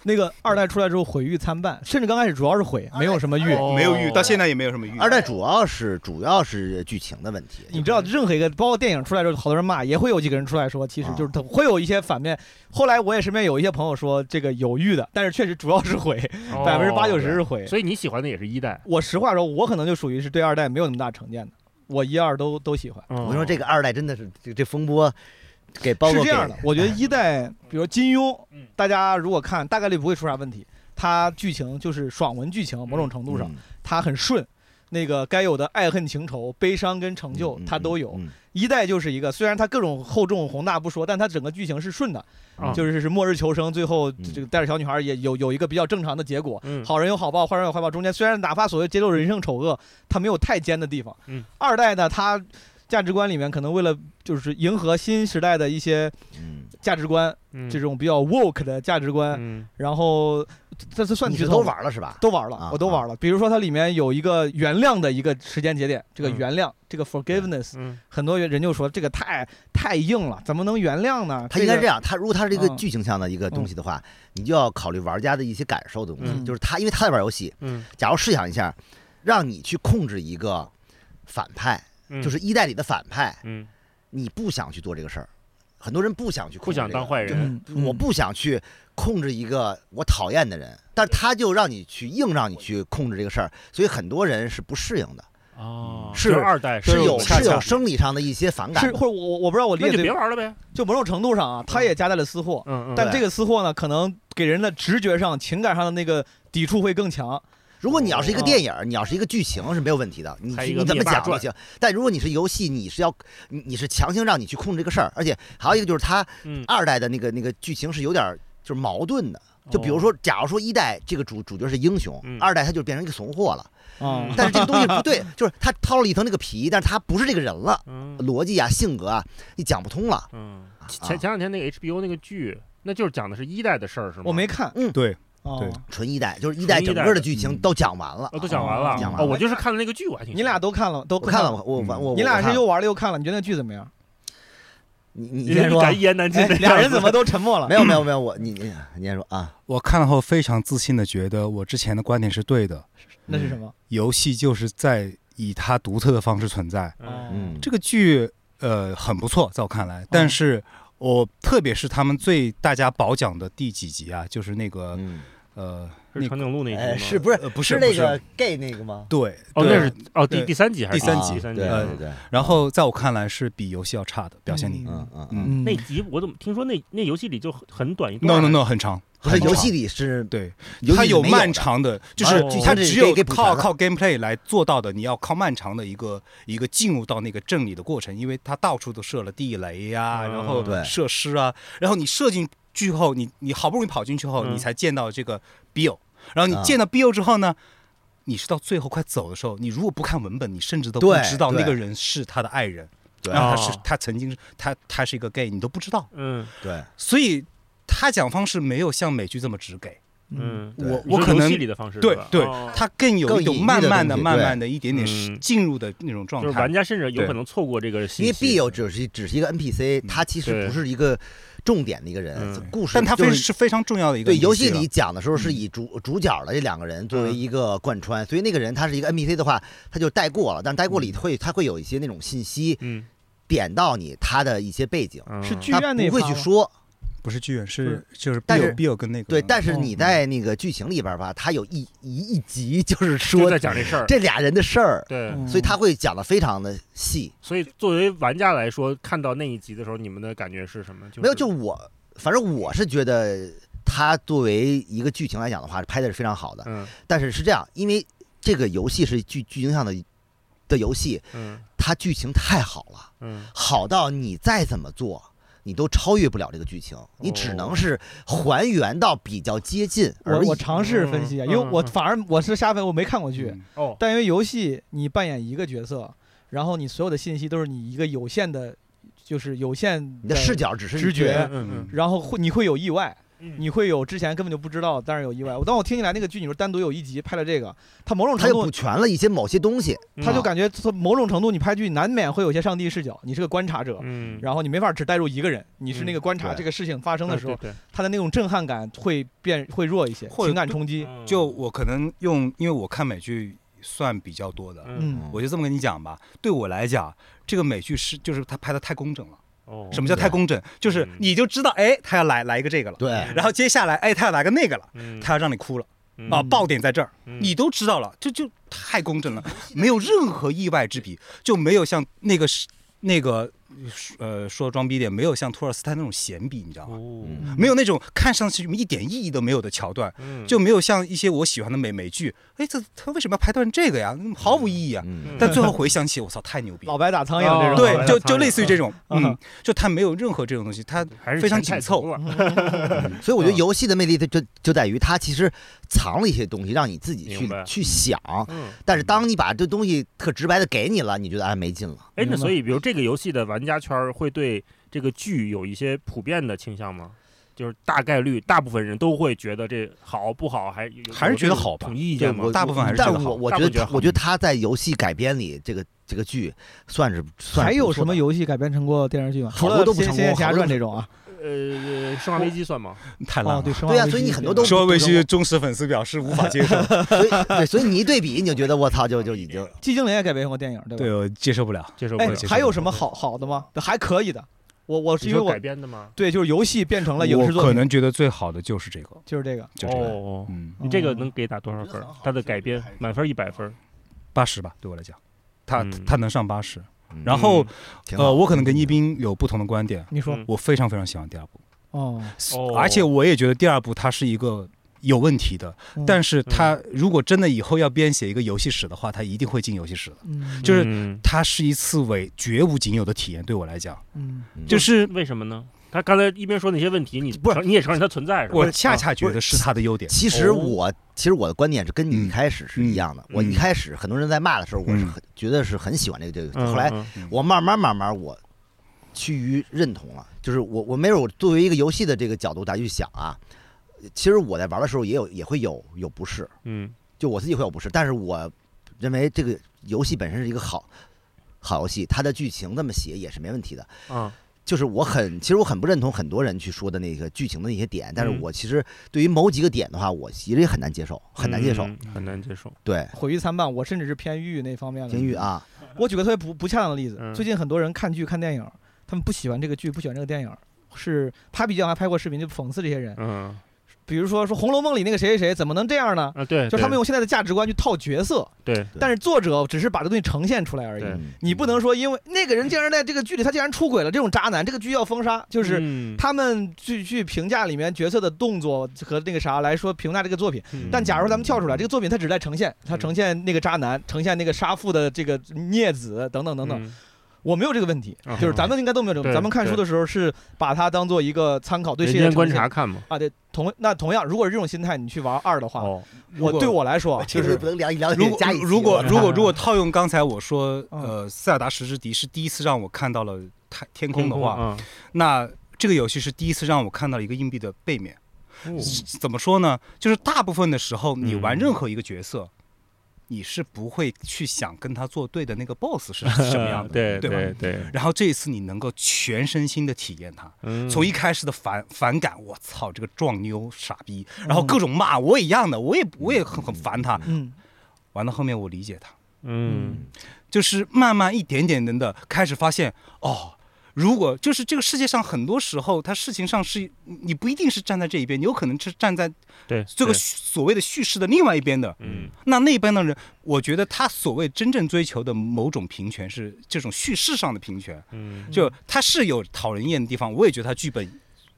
Speaker 1: 那个二代出来之后毁誉参半，甚至刚开始主要是毁，没有什么誉。
Speaker 4: 哦
Speaker 3: 没有遇，到现在也没有什么遇。
Speaker 2: 二代主要是主要是剧情的问题，
Speaker 1: 你知道，任何一个包括电影出来之后，好多人骂，也会有几个人出来说，其实
Speaker 2: 啊
Speaker 1: 就是他会有一些反面。后来我也身边有一些朋友说这个有誉的，但是确实主要是毁，
Speaker 4: 哦
Speaker 1: 百分之八九十是毁。
Speaker 4: 所以你喜欢的也是一代。
Speaker 1: 我实话说，我可能就属于是对二代没有那么大成见的，我一二都都喜欢。
Speaker 4: 我
Speaker 2: 我跟你说，这个二代真的是这这风波给包括
Speaker 1: 是这
Speaker 2: 给哎
Speaker 1: 样的，我觉得一代，比如金庸
Speaker 4: 嗯，
Speaker 1: 大家如果看，大概率不会出啥问题。它剧情就是爽文剧情，某种程度上
Speaker 2: 嗯
Speaker 1: 它很顺，那个该有的爱恨情仇、悲伤跟成就
Speaker 2: 嗯
Speaker 1: 它都有。
Speaker 2: 嗯嗯
Speaker 1: 一代就是一个，虽然它各种厚重宏大不说，但它整个剧情是顺的，
Speaker 4: 啊
Speaker 1: 就是是末日求生，最后
Speaker 2: 嗯
Speaker 1: 这个带着小女孩也有有一个比较正常的结果，
Speaker 4: 嗯
Speaker 1: 好人有好报，坏人有坏报。中间虽然哪怕所谓揭露人性丑恶，它没有太尖的地方。
Speaker 4: 嗯
Speaker 1: 二代呢，它价值观里面可能为了就是迎合新时代的一些
Speaker 2: 嗯，
Speaker 1: 价值观，这种比较 woke 的价值观，
Speaker 4: 嗯
Speaker 1: 然后这这算
Speaker 2: 你
Speaker 1: 剧
Speaker 2: 是
Speaker 1: 透
Speaker 2: 都
Speaker 1: 吗
Speaker 2: 玩了是吧？
Speaker 1: 都玩了
Speaker 2: 啊，
Speaker 1: 我都玩了。比如说它里面有一个原谅的一个时间节点，这个
Speaker 4: 嗯
Speaker 1: 原谅，这个 forgiveness，
Speaker 4: 嗯
Speaker 1: 很多人就说这个太太硬了，怎么能原谅呢？
Speaker 2: 他应该
Speaker 1: 这
Speaker 2: 这
Speaker 1: 个
Speaker 2: 样，他如果他是一个
Speaker 1: 嗯
Speaker 2: 剧情向的一个东西的话，你就要考虑玩家的一些感受的东西。
Speaker 1: 嗯
Speaker 2: 就是他，因为他在玩游戏，
Speaker 4: 嗯
Speaker 2: 假如试想一下，让你去控制一个反派，
Speaker 4: 嗯，
Speaker 2: 就是一代里的反派，
Speaker 4: 嗯
Speaker 2: 你不想去做这个事儿，很多人不想去控
Speaker 4: 不
Speaker 2: 制这个、
Speaker 4: 想当坏人，
Speaker 1: 嗯，嗯
Speaker 2: 我不想去控制一个我讨厌的人，但他就让你去硬让你去控制这个事儿，所以很多人是不适应的，
Speaker 4: 哦
Speaker 2: 是
Speaker 4: 就是二代
Speaker 2: 是有
Speaker 4: 恰
Speaker 2: 是有
Speaker 4: 恰
Speaker 2: 生理上的一些反感
Speaker 1: 是
Speaker 2: 的。
Speaker 1: 或者我我我不知道我理
Speaker 4: 那
Speaker 1: 解
Speaker 4: 就
Speaker 1: 对
Speaker 4: 别
Speaker 1: 不，
Speaker 4: 玩了呗。
Speaker 1: 就某种程度上啊，它也夹带了私货，
Speaker 4: 嗯嗯，
Speaker 1: 但这个私货呢，可能给人的直觉上、情感上的那个抵触会更强。
Speaker 2: 如果你要是一个
Speaker 1: 哦
Speaker 2: 电影儿，你要是一个剧情是没有问题的，你
Speaker 4: 还
Speaker 2: 去
Speaker 4: 一个
Speaker 2: 你怎么
Speaker 4: 灭霸
Speaker 2: 讲都
Speaker 4: 传
Speaker 2: 行。但如果你是游戏，你是要你你是强行让你去控制这个事儿，而且还有一个就是它
Speaker 4: 嗯
Speaker 2: 二代的那个那个剧情是有点儿就是矛盾的。就比如说，假如说一代这个主主角是英雄，
Speaker 4: 哦嗯
Speaker 2: 二代他就变成一个怂货了。
Speaker 1: 啊
Speaker 4: 嗯
Speaker 2: 但是这个东西不 对，就是他掏了一层那个皮，但是他不是这个人了，
Speaker 4: 嗯
Speaker 2: 逻辑啊、性格啊，你讲不通了。
Speaker 4: 嗯，
Speaker 2: 啊
Speaker 4: 前前两天那个 HBO 那个剧，那就是讲的是一代的事儿是吗？
Speaker 1: 我没看，
Speaker 2: 嗯
Speaker 3: 对，
Speaker 1: 啊
Speaker 3: 对
Speaker 2: 纯一代就是一代
Speaker 4: 纯一
Speaker 2: 整
Speaker 4: 代
Speaker 2: 个的
Speaker 4: 的
Speaker 2: 剧情
Speaker 3: 嗯
Speaker 2: 都讲完了，
Speaker 4: 哦，都讲完了
Speaker 1: 讲
Speaker 2: 完。了
Speaker 4: 哦，我就是看了那个剧，我还挺
Speaker 1: 你俩都看了，都
Speaker 2: 我看了，
Speaker 1: 吗？
Speaker 2: 我我我
Speaker 3: 嗯
Speaker 2: 我
Speaker 1: 你俩
Speaker 2: 我看
Speaker 1: 是
Speaker 2: 了
Speaker 1: 又玩了又看了，你觉得那剧怎 么样？
Speaker 2: 你你
Speaker 4: 你
Speaker 2: 先说啊，
Speaker 4: 敢一言难尽
Speaker 1: 哎，
Speaker 4: 的样子，
Speaker 1: 俩人怎么都沉默了？
Speaker 2: 啊没有没有没有，我你你你先说啊，
Speaker 3: 我看了后非常自信的觉得我之前的观点是对的，
Speaker 1: 那是什么？
Speaker 3: 游戏就是在以它独特的方式存在。
Speaker 1: 哦
Speaker 4: 嗯？
Speaker 2: 嗯
Speaker 3: 这个剧呃很不错，在我看来，但是我特别是他们最大家褒奖的第几集啊，就是那个
Speaker 2: 嗯，
Speaker 3: 呃
Speaker 4: 是长颈鹿那集
Speaker 2: 哎，
Speaker 4: 吗
Speaker 2: 是不是
Speaker 3: 呃不
Speaker 2: 是
Speaker 3: 是
Speaker 2: 那
Speaker 3: 不
Speaker 2: 个 gay 那个吗？
Speaker 3: 对
Speaker 4: 哦，
Speaker 3: 对
Speaker 4: 那是哦第
Speaker 3: 对
Speaker 4: 第三集还是
Speaker 3: 第三
Speaker 4: 啊
Speaker 3: 集
Speaker 2: 啊
Speaker 4: 三集
Speaker 2: 对
Speaker 3: 呃
Speaker 2: 对对，
Speaker 3: 然后在我看来是比游戏要差的表现力。
Speaker 2: 嗯嗯嗯，
Speaker 3: 嗯
Speaker 1: 嗯
Speaker 4: 那集我怎么听说那那游戏里就很很短一段
Speaker 3: No No No，很长，
Speaker 2: 不是
Speaker 3: 很
Speaker 2: 游
Speaker 3: 长
Speaker 2: 戏里是，
Speaker 3: 对，
Speaker 2: 游戏
Speaker 3: 它
Speaker 2: 里
Speaker 3: 有
Speaker 2: 没有
Speaker 3: 漫
Speaker 2: 的
Speaker 3: 长的，就
Speaker 2: 完
Speaker 3: 是
Speaker 2: 了剧情
Speaker 3: 它
Speaker 2: 这
Speaker 3: 只
Speaker 2: 给
Speaker 3: 有
Speaker 2: 给补
Speaker 3: 靠
Speaker 2: 全了
Speaker 3: 靠 gameplay 来做到的，你要靠漫长的一个一个进入到那个正里的过程，因为它到处都设了地雷呀、
Speaker 4: 嗯
Speaker 3: 然后
Speaker 2: 对
Speaker 3: 设施啊，然后你射进去后，你你好不容易跑进去后，
Speaker 4: 嗯
Speaker 3: 你才见到这个 Bill，然后
Speaker 2: 啊
Speaker 3: 你见到 Bill 之后呢？你是到最后快走的时候，你如果不看文本，你甚至都不
Speaker 2: 对
Speaker 3: 知道那
Speaker 2: 对
Speaker 3: 个人是他的啊爱人，
Speaker 2: 对
Speaker 3: 然后他是
Speaker 4: 哦
Speaker 3: 他曾经是他他是一个 gay，你都不知道。
Speaker 4: 嗯
Speaker 2: 对，
Speaker 3: 所以他讲方式没有像美剧这么直给，
Speaker 4: 嗯，
Speaker 2: 对
Speaker 3: 我
Speaker 4: 你
Speaker 3: 我
Speaker 4: 说
Speaker 3: 可
Speaker 4: 游
Speaker 3: 能
Speaker 4: 戏里的方式
Speaker 3: 对
Speaker 4: 是吧
Speaker 3: 对
Speaker 4: 哦，
Speaker 3: 他更有一
Speaker 2: 更隐
Speaker 3: 种
Speaker 2: 喻的
Speaker 3: 慢慢的、
Speaker 2: 东西
Speaker 3: 慢
Speaker 2: 对
Speaker 3: 慢的一点点
Speaker 4: 嗯
Speaker 3: 进入的那种状
Speaker 4: 就是
Speaker 3: 态
Speaker 4: 玩。家甚至有
Speaker 3: 对
Speaker 4: 可能错过这个信息，
Speaker 2: 因为 B 友只是只是一个 NPC，他其实
Speaker 4: 对
Speaker 2: 不是一个重点的一个人
Speaker 4: 嗯，
Speaker 2: 故事，
Speaker 3: 嗯但他
Speaker 2: 就
Speaker 3: 非
Speaker 2: 是。
Speaker 3: 是非常重要的一个
Speaker 2: 对游
Speaker 3: NPC
Speaker 2: 戏里
Speaker 3: 了嗯
Speaker 2: 讲的时候是以主主角的这两个人作为
Speaker 4: 嗯
Speaker 2: 一个贯穿，所以那个人他是一个 NPC 的话，他就带过了，但带过
Speaker 3: 嗯
Speaker 2: 里会他会有一些那种信息
Speaker 4: 嗯，
Speaker 2: 点到你他的一些背景，
Speaker 4: 嗯
Speaker 1: 是剧
Speaker 2: 他
Speaker 1: 院那
Speaker 2: 不会
Speaker 1: 趴
Speaker 2: 去
Speaker 1: 吗
Speaker 2: 说，
Speaker 3: 不是剧院，是就是
Speaker 2: 但
Speaker 3: Bill
Speaker 2: 是
Speaker 3: Bill 跟那个
Speaker 2: 对，但是
Speaker 3: 哦
Speaker 2: 你在那个剧情里边吧，它有一一一集就是
Speaker 4: 就
Speaker 2: 说
Speaker 4: 在讲这事儿。
Speaker 2: 这俩人的事儿，
Speaker 4: 对，
Speaker 1: 嗯
Speaker 2: 所以他会讲的非常的细。
Speaker 4: 所以作为玩家来说，看到那一集的时候，你们的感觉是什么？
Speaker 2: 没有，
Speaker 4: 是
Speaker 2: 就我，反正我是觉得它作为一个剧情来讲的话，拍的是非常好的。
Speaker 4: 嗯
Speaker 2: 但是是这样，因为这个游戏是剧剧情上的的游戏，
Speaker 4: 嗯
Speaker 2: 它剧情太好了。
Speaker 4: 嗯，
Speaker 2: 好到你再怎么做，你都超越不了这个剧情，你只能是还原到比较接近
Speaker 1: 我
Speaker 2: 而已
Speaker 1: 我。尝试分析一下，啊
Speaker 4: 嗯
Speaker 1: 因为我
Speaker 4: 嗯嗯
Speaker 1: 反而我是瞎分，我没看过剧，
Speaker 3: 嗯
Speaker 4: 哦，
Speaker 1: 但因为游戏你扮演一个角色，然后你所有的信息都是你一个有限的，就是有限
Speaker 2: 你的视，角只是
Speaker 1: 直觉
Speaker 4: 嗯嗯
Speaker 1: 然后会你会有意外，
Speaker 4: 嗯，
Speaker 1: 你会有之前根本就不知道，但是有意外。我当我听起来那个剧，你说单独有一集拍了这个，它某种
Speaker 2: 他
Speaker 1: 程
Speaker 2: 又
Speaker 1: 度
Speaker 2: 补，全了一些某些东西，
Speaker 4: 嗯
Speaker 1: 它就感觉它某种程度你拍剧难免会有一些上帝视角，你是个观察者。
Speaker 4: 嗯，
Speaker 1: 然后你没法只带入一个人，你是那个观察
Speaker 2: 对
Speaker 1: 这个事情发生
Speaker 4: 后
Speaker 1: 的时候，
Speaker 4: 嗯啊对，
Speaker 1: 它的那种震撼感会变会弱一些，
Speaker 3: 或者
Speaker 1: 情感冲击。
Speaker 4: 对
Speaker 3: 就我可能用，因为我看美剧算比较多的，
Speaker 1: 嗯
Speaker 3: 我就这么跟你讲吧。对我来讲，这个美剧是就是它拍的太工整了。
Speaker 4: 哦，
Speaker 3: 什么叫太工整？就是你就知道，哎，他要来来一个这个了，
Speaker 2: 啊对
Speaker 4: 嗯
Speaker 3: 然后接下来，哎，他要来个那个了，
Speaker 4: 嗯
Speaker 3: 他要让你哭了
Speaker 4: 嗯
Speaker 3: 啊，爆点在这儿，
Speaker 4: 嗯
Speaker 3: 你都知道了，这就太工整了，没有任何意外之笔，就没有像那个是那个呃说装逼点，没有像托尔斯泰那种闲笔，你知道吗？
Speaker 4: 哦
Speaker 1: 嗯
Speaker 3: 没有那种看上去一点意义都没有的桥段，
Speaker 4: 嗯
Speaker 3: 就没有像一些我喜欢的美美剧，哎，这他为什么要拍段这个呀？嗯毫无意义啊！
Speaker 2: 嗯
Speaker 3: 但最后回想起，我操，太牛逼！
Speaker 1: 老白打苍蝇这种，
Speaker 4: 哦
Speaker 3: 对，
Speaker 4: 白
Speaker 3: 就
Speaker 4: 苍
Speaker 3: 就
Speaker 4: 蝇
Speaker 3: 类似于这种，
Speaker 1: 嗯
Speaker 3: 嗯，就他没有任何这种东西，他
Speaker 4: 嗯还是
Speaker 3: 非常
Speaker 4: 钱太
Speaker 3: 紧凑
Speaker 4: 足了，
Speaker 2: 所以我觉得
Speaker 3: 嗯
Speaker 2: 游戏的魅力就就就在于它其实藏了一些东西，让你自己去
Speaker 4: 明白
Speaker 2: 去想。
Speaker 4: 嗯，
Speaker 2: 但是当你把这东西特直白的给你了，你觉得哎没劲了。
Speaker 4: 哎，
Speaker 1: 明
Speaker 4: 那
Speaker 1: 白
Speaker 4: 所以比如这个游戏的玩家圈儿会对这个剧有一些普遍的倾向吗？就是大概率，大部分人都会觉得这好不好，还有
Speaker 3: 还是
Speaker 4: 有
Speaker 3: 觉得
Speaker 4: 这种
Speaker 3: 好吧
Speaker 4: 统一意见吗
Speaker 2: 我？
Speaker 3: 大部分还是
Speaker 2: 但
Speaker 3: 觉得好
Speaker 2: 我我
Speaker 4: 大
Speaker 2: 觉
Speaker 4: 部分
Speaker 2: 得
Speaker 4: 觉得
Speaker 2: 他
Speaker 4: 好
Speaker 2: 我觉得他在游戏改编里这个这个剧算是算
Speaker 1: 还
Speaker 2: 是不
Speaker 1: 有
Speaker 2: 错
Speaker 1: 什么
Speaker 2: 的
Speaker 1: 游戏改编成过电视剧吗？
Speaker 2: 好
Speaker 1: 除
Speaker 2: 多
Speaker 1: 了
Speaker 2: 都
Speaker 1: 《
Speaker 2: 不
Speaker 1: 仙
Speaker 2: 成
Speaker 1: 仙剑
Speaker 2: 功
Speaker 1: 奇侠
Speaker 2: 好多
Speaker 1: 传》
Speaker 2: 都
Speaker 1: 这种啊，
Speaker 4: 呃，生化危机算吗？
Speaker 3: 太烂
Speaker 1: 哦，
Speaker 3: 了
Speaker 1: 对，。生化
Speaker 2: 对啊
Speaker 1: 危
Speaker 2: 所以
Speaker 1: 机
Speaker 2: 你很多
Speaker 1: 这种
Speaker 2: 都
Speaker 3: 说微信忠实粉丝表示无法接 受，
Speaker 2: 所以对所以你一对比，你就觉得我操，就就已经
Speaker 1: 寂静岭也改编过电影，对吧？
Speaker 3: 对我接受不了。
Speaker 4: 接受不
Speaker 1: 哎
Speaker 4: 了。
Speaker 3: 接，受
Speaker 1: 还有
Speaker 3: 不
Speaker 1: 什
Speaker 3: 了
Speaker 1: 么好好的吗？还可以的。我我是
Speaker 4: 你
Speaker 1: 因为
Speaker 4: 说
Speaker 1: 我
Speaker 4: 改编的吗？
Speaker 1: 对，就是游戏变成了影视
Speaker 3: 我
Speaker 1: 作
Speaker 3: 可
Speaker 1: 品，
Speaker 3: 能觉得最好的就是这个，
Speaker 1: 就是这个。
Speaker 3: 就这个，
Speaker 4: 哦，
Speaker 3: 嗯，
Speaker 4: 你这个能给打多少分
Speaker 2: 我觉得
Speaker 4: 儿
Speaker 2: 很好？
Speaker 4: 它的改编满分一百分儿，
Speaker 3: 八十吧，对我来讲，他
Speaker 4: 嗯
Speaker 3: 他能上八十。
Speaker 2: 嗯
Speaker 3: 然后
Speaker 2: 挺好
Speaker 3: 呃，我可能跟
Speaker 2: 嗯
Speaker 3: 一斌有不同的观点，
Speaker 1: 你说
Speaker 4: 嗯
Speaker 3: 我非常非常喜欢第二部，
Speaker 1: 哦，
Speaker 4: 哦
Speaker 3: 而且我也觉得第二部它是一个有问题的，
Speaker 1: 嗯
Speaker 3: 但是它如果真的以后要编写一个游戏史的话，它一定会进游戏史的。
Speaker 1: 嗯
Speaker 3: 就是
Speaker 4: 嗯
Speaker 3: 它是一次为绝无仅有的体验，对我来讲，
Speaker 1: 嗯
Speaker 3: 就是
Speaker 4: 为什么呢？他刚才一边说那些问题，你
Speaker 2: 不是
Speaker 4: 承你也承认它存在是吧？啊
Speaker 3: 我恰恰觉得是它的优点。
Speaker 2: 其实
Speaker 4: 哦
Speaker 2: 我、其实我的观点是跟你
Speaker 3: 嗯
Speaker 2: 一开始是一样的。
Speaker 3: 嗯
Speaker 2: 我一开始很多人在骂的时候，我是
Speaker 3: 嗯
Speaker 2: 很、觉得是很喜欢这个这个，
Speaker 4: 嗯
Speaker 2: 后来
Speaker 4: 嗯
Speaker 2: 我慢慢慢慢我趋于认同了，就是我我没有我作为一个游戏的这个角度再去想啊，其实我在玩的时候也有也会有有不适，
Speaker 4: 嗯
Speaker 2: 就我自己会有不适，但是我认为这个游戏本身是一个好好游戏，它的剧情这么写也是没问题的。
Speaker 4: 啊
Speaker 2: 就是我很，其实我很不认同很多人去说的那个剧情的那些点，但是
Speaker 4: 嗯
Speaker 2: 我其实对于某几个点的话，我其实也很难接受，很难接受。
Speaker 4: 嗯很难接受。
Speaker 2: 对，
Speaker 1: 嗯毁誉参半，我甚至是偏抑郁那方面的。
Speaker 2: 监狱，啊，
Speaker 1: 我举个特别不不恰当的例子，
Speaker 4: 嗯
Speaker 1: 最近很多人看剧看电影，他们不喜欢这个剧，不喜欢这个电影。是他比较还拍过视频，就讽刺这些人，
Speaker 4: 嗯
Speaker 1: 比如说说《红楼梦》里那个谁谁谁怎么能这样呢？
Speaker 4: 啊，对，
Speaker 1: 就是他们
Speaker 4: 对
Speaker 1: 用现在的价值观去套角色，
Speaker 4: 对
Speaker 2: 对
Speaker 1: 但是作者只是把这东西呈现出来而已
Speaker 4: 对。
Speaker 2: 嗯
Speaker 1: 你不能说因为那个人竟然在这个剧里他竟然出轨了，这种渣男，这个剧要封杀。就是
Speaker 4: 是
Speaker 1: 他们去去评价里面角色的动作和那个啥来说评价这个作品。
Speaker 4: 嗯
Speaker 1: 但假如咱们跳出来，这个作品它只是在呈现，它呈现那个渣男，呈现那个杀父的这个孽子等等等等。
Speaker 4: 等
Speaker 1: 我没有这个问题
Speaker 4: 嗯啊，
Speaker 1: 就是咱们应该都没有这个问题。
Speaker 4: 对
Speaker 1: 咱们看书的时候是把它当做一个参考，对世
Speaker 4: 人
Speaker 1: 界的
Speaker 4: 间观
Speaker 1: 呈现
Speaker 4: 察看嘛。
Speaker 1: 啊，对同那同样，如果是这种心态你去玩二的话，
Speaker 4: 哦，
Speaker 3: 如
Speaker 1: 我
Speaker 3: 果
Speaker 1: 对我来说啊
Speaker 2: 这
Speaker 1: 就
Speaker 2: 个
Speaker 1: 是
Speaker 2: 不能聊一聊
Speaker 3: 如
Speaker 2: 得
Speaker 3: 果
Speaker 2: 加一期
Speaker 3: 如果
Speaker 2: 了
Speaker 3: 如果如果套用刚才我说，
Speaker 1: 嗯
Speaker 3: 呃，《塞尔达时之笛》是第一次让我看到了太天空的话，
Speaker 4: 嗯，
Speaker 3: 那这个游戏是第一次让我看到了一个硬币的背面。
Speaker 4: 哦
Speaker 3: 是怎么说呢？就是大部分的时候，你玩
Speaker 4: 嗯
Speaker 3: 任何一个角色，你是不会去想跟他作对的那个 BOSS 是是什么样的。
Speaker 4: 对
Speaker 3: 对吧
Speaker 4: 对对，
Speaker 3: 然后这一次你能够全身心的体验它，
Speaker 4: 嗯
Speaker 3: 从一开始的反反感，我操这个壮妞傻逼，然
Speaker 4: 嗯
Speaker 3: 后各种骂我也一样的，我也我也很很烦他。
Speaker 1: 嗯
Speaker 3: 玩到后面我理解他，
Speaker 4: 嗯
Speaker 3: 就是慢慢一点点点的开始发现，哦，如果就是这个世界上很多时候，它事情上是你不一定是站在这一边，你有可能是站在
Speaker 4: 对
Speaker 3: 这个
Speaker 4: 对
Speaker 3: 叙所谓的叙事的另外一边的。
Speaker 4: 嗯
Speaker 3: 那那边的人，我觉得他所谓真正追求的某种平权是这种叙事上的平权，
Speaker 4: 嗯
Speaker 3: 就他是有讨人厌的地方，我也觉得他剧本